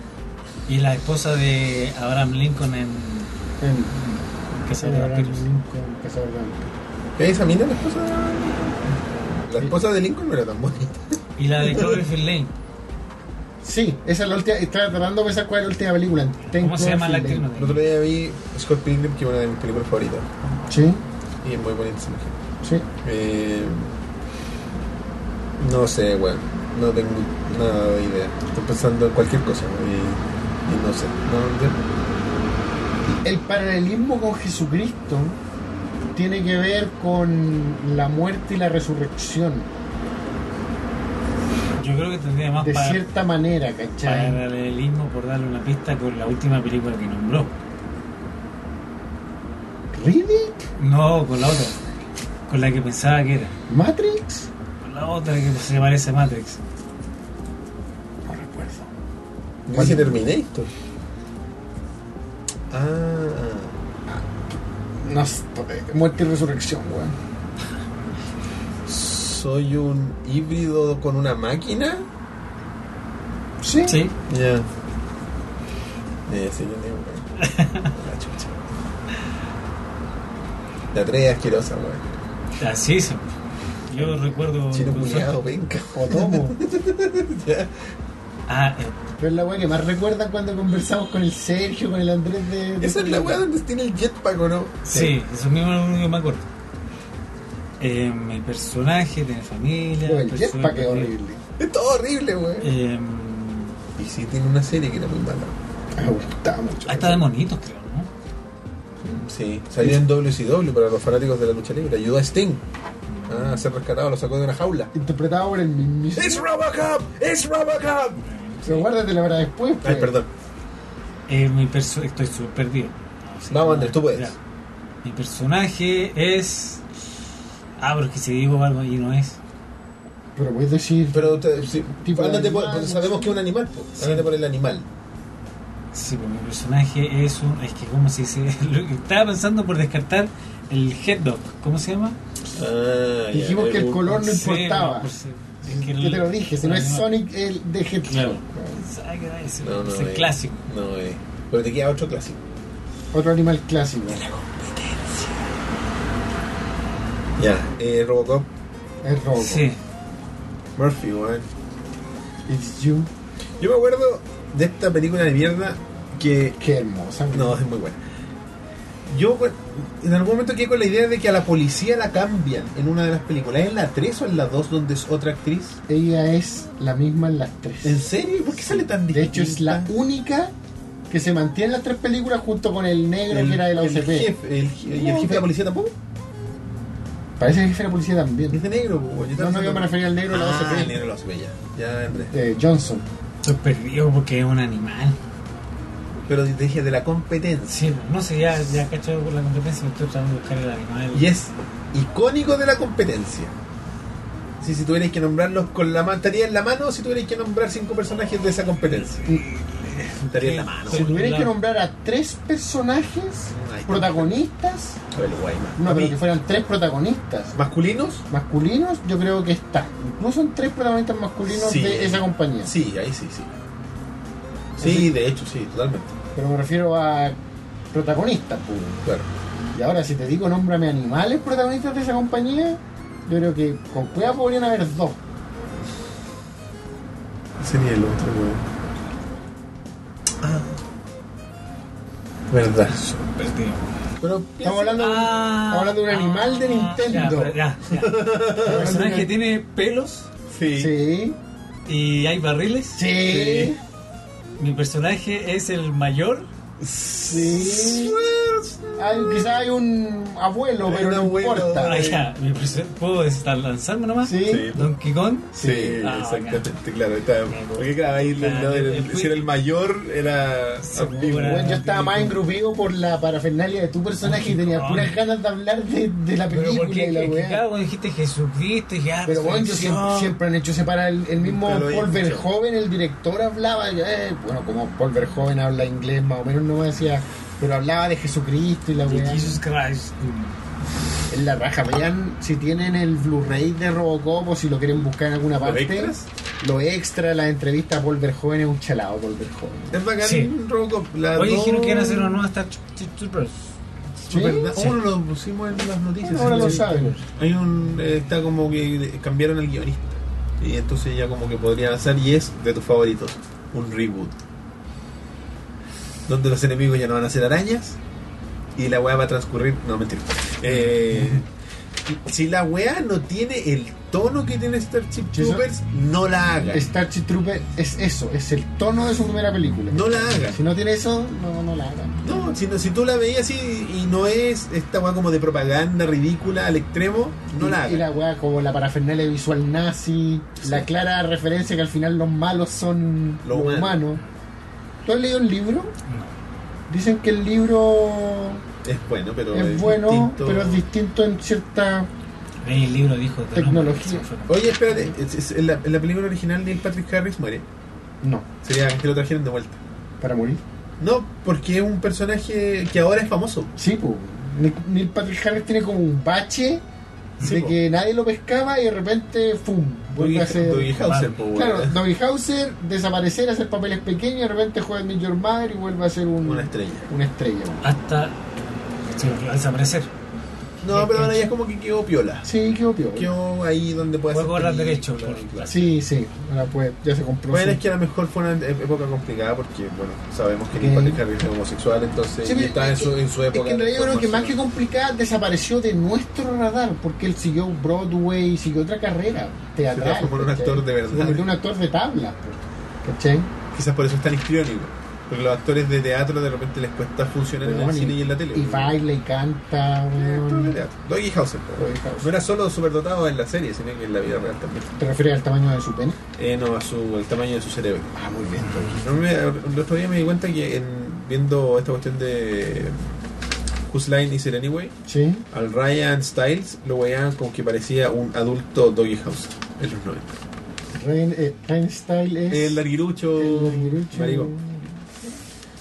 Y la esposa de Abraham Lincoln en
En-
Casa de
Abraham
Vampiros.
Lincoln, Cazador de Vampiros.
¿Esa mina es la esposa? La esposa de Lincoln no era tan bonita.
Y la de Cloverfield Lane.
Sí, esa es la última. Estaba tratando de pensar cuál es la última película.
¿Cómo se llama la actriz?
Cloverfield
No
El otro día vi Scott Pilgrim, que es una de mis películas favoritas.
Lane. Sí,
Y es muy bonita esa mujer.
sí.
Eh, no sé, weón. No tengo nada de idea. Estoy pensando en cualquier cosa. Y, y no sé. No,
El paralelismo con Jesucristo tiene que ver con la muerte y la resurrección.
Yo creo que tendría más
De
Ah, para-
cierta manera, ¿cachai?
paralelismo por darle una pista con la última película que nombró.
¿Riddick?
No, con la otra. Con la que pensaba que era.
¿Matrix?
Con la otra que se parece a Matrix.
No recuerdo.
de-
¿Cuál?
Dice Terminator. Ah,
No, s- muerte y resurrección, weón.
soy un híbrido con una máquina.
Sí.
Sí.
Ya. Eh, sí, yo tengo que- La chucha. La tres es asquerosa, weón.
Así es. Yo recuerdo.
Chino culiado, venga.
O tomo.
Ya.
Ah, eh,
Pero es la weá que más recuerdan cuando conversamos con el Sergio, con el Andrés de. de-
Esa es la weá donde tiene el jetpack, ¿o no?
sí, eso mismo es lo único que me acuerdo. Eh, mi personaje, tiene familia.
Lo del
persona-
jetpack es horrible.
Es todo horrible, weón.
Eh,
Y sí, tiene una serie que era muy mala.
Me gustaba mucho.
hasta de monitos, creo, ¿no?
Sí, salió en WCW para los fanáticos de la lucha libre. Ayudó a Sting ah, a ser rescatado, lo sacó de una jaula.
Interpretado por el
¡Es
mismo.
Robocop! ¡Es Robocop!
Pero guárdatela para después.
Ay,
pues.
perdón.
Eh, mi perso- Estoy súper perdido. No sé
Vamos,
cómo-
Andrés, tú puedes.
Ya. Mi personaje es. Ah, pero es que si digo algo y no es.
Pero puedes decir.
Pero usted, sí,
Tipo de
ándate por,
animal,
porque
no
sabemos
sé.
que es un animal. pues.
Sí.
Ándate por el animal.
Sí, pues mi personaje es un. Es que, ¿cómo se dice? Lo que Estaba pensando por descartar el head dog. ¿Cómo se llama?
Ah,
Dijimos que el color no
Sí,
importaba.
no, por si- es que el-
Yo te lo dije, si no es
no,
Sonic, el de Hedgehog.
Claro. Ay, que es
No, no,
es el
eh,
clásico.
No, eh. Pero te queda otro clásico.
Otro animal clásico.
Ya, eh, Robocop.
Es robo.
Sí.
Murphy, weón.
It's you.
Yo me acuerdo de esta película de mierda que
Qué hermosa.
No, es muy buena. Yo bueno, en algún momento quedé con la idea de que a la policía la cambian en una de las películas. ¿Es en la 3 o en la 2 donde es otra actriz?
Ella es la misma en las tres.
¿En serio? ¿Y ¿Por qué sale tan
De
distinta?
hecho, es la única que se mantiene en las tres películas junto con el negro
el,
que era de la
el
OCP.
jefe, el, je- ¿Y el jefe de la policía tampoco?
Parece que jefe de la policía
Es
también.
de negro. po,
No, no, yo me refería al negro de la
Ah, el
OCP.
negro de la OCP, ya. Ya, Andrés.
Eh, Johnson.
Estoy perdido porque es un animal.
Pero te dije de la competencia.
Sí, no sé, ya, ya cachado por la competencia. Estoy tratando de buscar el animal.
Y es icónico de la competencia. Sí, si tuvierais que nombrarlos con la mano, estaría en la mano si tuvierais que nombrar cinco personajes de esa competencia.
Mm.
Estaría en la mano.
Si tuvieran que nombrar a tres personajes
Ahí está.
protagonistas,
Pero el guay,
no,
A
pero
mí,
que fueran tres protagonistas
¿Masculinos?
masculinos, yo creo que está. Incluso en tres protagonistas masculinos
Sí.
de esa compañía.
Sí, ahí sí, sí.
Así-
Sí, de hecho, sí, totalmente.
Pero me refiero a protagonistas, pues.
Claro.
Y ahora, si te digo, nómbrame animales protagonistas de esa compañía, yo creo que con cueva podrían haber dos.
Ese ni el otro, weón. Ah. Verdad.
Perdido.
Pero estamos hablando, de un-
Ah,
estamos hablando de un animal de Nintendo.
Ya, ya, ya. El personaje tiene pelos
Sí.
Sí,
y hay barriles.
sí,
Mi personaje es el mayor.
sí. Hay, quizás hay un abuelo,
Hay
pero
un
no
abuelo.
importa.
Ah, ya, mi perso- ¿Puedo estar- lanzarme nomás?
Sí.
Sí.
Donkey Kong.
Sí,
Sí.
Ah,
exactamente, claro. está- porque claro, ahí
Claro,
no, era-
el-
si era el mayor, era
Seguro.
ambiguo.
Bueno, yo estaba más engrupido por la parafernalia de tu personaje y tenía puras ganas de hablar de, de la
Pero
película
porque
y la weá.
cada uno dijiste Jesucristo ah, pues, y ya.
Pero bueno, yo
resurrección.
siempre, siempre han hecho separar el, el mismo
Nunca lo había
Paul
escuchado.
Verhoeven, el director hablaba, eh, bueno, como Paul Verhoeven habla inglés más o menos, no me decía, pero hablaba de Jesucristo y la
Y
weá.
Jesus Christ.
En la raja, vean si tienen el Blu-ray de Robocop o si lo quieren buscar en alguna
¿Los
parte.
extras?
Lo extra, la entrevista a Paul Verhoeven es un chalado, Paul Verhoeven.
Es bacán
Sí.
Robocop. La
Hoy
dos-
dijeron que iban a hacer una nueva Star Troopers.
Sí, ¿verdad?
Sí.
Oh, lo pusimos en las noticias.
Ahora
sí,
lo
sí.
saben.
Hay un. eh, Está como que cambiaron al guionista. Y entonces ya como que podrían hacer, y es de tus favoritos, un reboot. Donde los enemigos ya no van a ser arañas. Y la weá va a transcurrir. No, mentira. Eh, si la weá no tiene el tono que tiene Starship
¿Y eso?
Troopers, no la hagan.
Starship Trooper es eso, es el tono de su primera película.
No la hagan.
Si no tiene eso, no, no la hagan.
No, si, no- si tú la veías así y no es esta weá como de propaganda ridícula al extremo, no
y,
la
y
hagan.
la weá como la parafernalia visual nazi, la clara referencia que al final los malos son
Lo
los
humano.
humanos. ¿Tú has leído el libro? Dicen que el libro
Es bueno, pero
es, bueno,
distinto.
pero es distinto en cierta...
Leí el libro, dijo. de
Tecnología.
nombre, se me fue.
Oye, espérate, es- es- en, la, en la película original Neil Patrick Harris muere.
No,
Sería que lo trajeran de vuelta.
para morir.
No, porque es un personaje que ahora es famoso.
Sí, pues. Neil- Neil Patrick Harris tiene como un bache
Sí,
de
po.
que nadie lo pescaba y de repente, ¡fum!
Doggy
Vuelve a ser...
Doggy Hauser, po, weón.
Claro, Doggy Hauser, desaparecer, hacer papeles pequeños, de repente juega en Your Mother y vuelve a ser un-
Una estrella.
una estrella. weón.
Hasta se me fue a desaparecer.
No, pero ahora ya es como que quedó piola.
Sí, qué opio. weón.
Quedó ahí donde puede
Puede cobrar derecho,
películas,
claro.
claro.
Sí, sí, ahora pues ya se compró.
Bueno,
sí.
es que a lo mejor fue una e- época complicada porque, bueno, sabemos que
Ok.
Neil Patrick Harris es homosexual, entonces
Sí,
y
pero
está en
es
su,
que-
en su época.
Es que en realidad yo creo que más que
formación.
complicada desapareció de nuestro radar porque él siguió Broadway, siguió otra carrera
Se
teatral.
transformó en un
¿cachai?
actor de
Se
verdad.
convirtió en un actor de tabla. ¿Cachai?
Quizás por eso es tan histriónico. Porque los actores de teatro de repente les cuesta funcionar en
Weón,
el cine y en la tele.
Y baila y canta. weón.
Doggy Hauser. po.
Doggy Hauser.
No era solo superdotado en la serie, sino que en la vida real también.
¿Te refieres al tamaño de su pene?
Eh, no, a su, el tamaño de su cerebro.
Ah, muy bien.
No, me- el otro día me di cuenta que en- viendo esta cuestión de Whose Line Is It Anyway,
Sí.
al Ryan Styles lo veían como que parecía un adulto Doggy Hauser en los 90.
Rain, eh, Rain Style es.
El larguirucho.
el larguirucho.
maricón.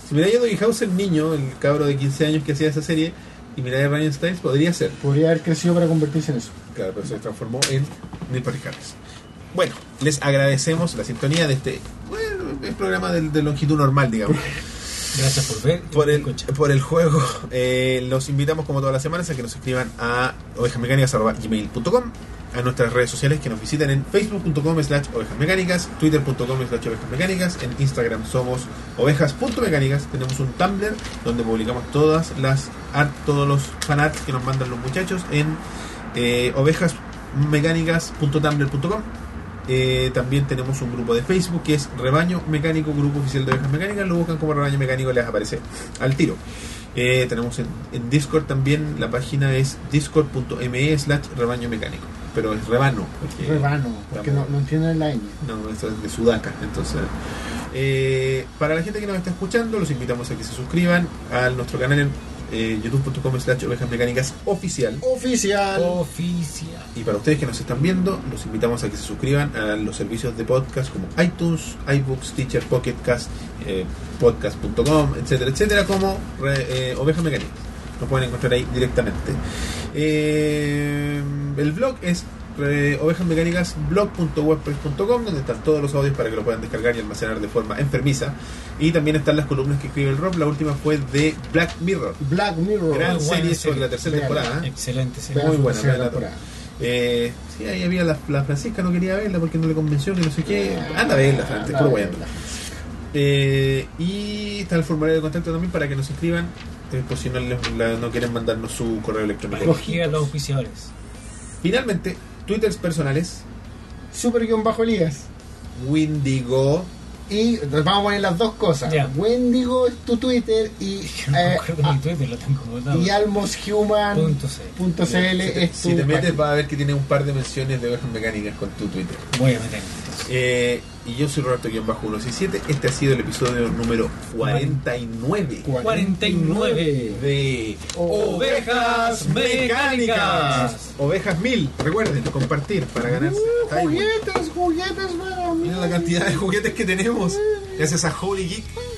Si miráis a Doggy Hauser niño, el cabro de 15 años que hacía esa serie, y miráis a Ryan Styles, podría ser.
Podría haber crecido para convertirse en eso.
Claro, pero se transformó en Neil Patrick Harris. Bueno, les agradecemos la sintonía de este bueno, el programa de, de longitud normal, digamos.
Gracias por ver. y
Por el,
escuchar.
por el juego, eh, los invitamos como todas las semanas a que nos escriban a ovejasmecánicas.gmail.com a nuestras redes sociales que nos visiten en facebook.com slash ovejasmecánicas, twitter.com slash ovejasmecánicas, en Instagram somos ovejas.mecánicas, tenemos un Tumblr donde publicamos todas las art, todos los fanarts que nos mandan los muchachos en eh, ovejasmecánicas.tumblr.com eh, también tenemos un grupo de Facebook que es Rebaño Mecánico, Grupo Oficial de Ovejas Mecánicas. Lo buscan como Rebaño Mecánico y les aparece al tiro. Eh, tenemos en, en Discord también, la página es discord.me slash rebaño mecánico. Pero es rebano. porque-
Rebano, porque no, no entienden la ñ.
no, esto es de Sudaca. Entonces, eh, para la gente que nos está escuchando, los invitamos a que se suscriban a nuestro canal en eh, youtube.com slash ovejas mecánicas oficial.
Oficial.
Oficial.
Y para ustedes que nos están viendo, los invitamos a que se suscriban a los servicios de podcast como iTunes, iBooks, Teacher, Pocket Cast, eh, podcast.com, etcétera, etcétera, como re- eh, Oveja Mecánica. Nos pueden encontrar ahí directamente. Eh, el blog es eh, ovejasmecánicasblog.wordpress.com donde están todos los audios para que lo puedan descargar y almacenar de forma enfermiza. Y también están las columnas que escribe el Rob. La última fue de Black Mirror.
Black Mirror.
Gran
Oh, buena
serie
serie.
sobre la tercera
Véanla.
temporada. ¿eh?
Excelente. sí.
Muy
Vean su
buena,
tercera
veanla
temporada.
Eh, sí, ahí había la, la Francisca, no quería verla porque no le convenció, que no sé qué. Anda a verla, Fran, te
Anda
puro
a
guayando.
verla.
Eh, y está el formulario de contacto también para que nos inscriban, eh, por si no, les- la- no quieren mandarnos su correo electrónico.
Escogiga a los auspiciadores.
Eh,
Finalmente, twitters personales,
Super guión bajo ligas.
Windigo,
Y nos vamos a poner las dos cosas.
Ya.
Wendigo es tu Twitter y,
Yo no me
eh,
acuerdo mi Twitter, lo tengo
ah,
botado.
y almoshuman.cl
Punto C.
si te,
es tu
si te metes
página.
vas a ver que tiene un par de menciones de ovejas mecánicas con tu Twitter.
Voy a meterme. entonces.
Eh, y yo soy Roberto-167. Este ha sido el episodio número 49
49.
de
Ovejas Mecánicas.
Ovejas mil. Recuerden compartir para ganarse.
Uh,
Ay,
juguetes, juguetes para mí.
Mira la cantidad de juguetes que tenemos. Gracias a Holy Geek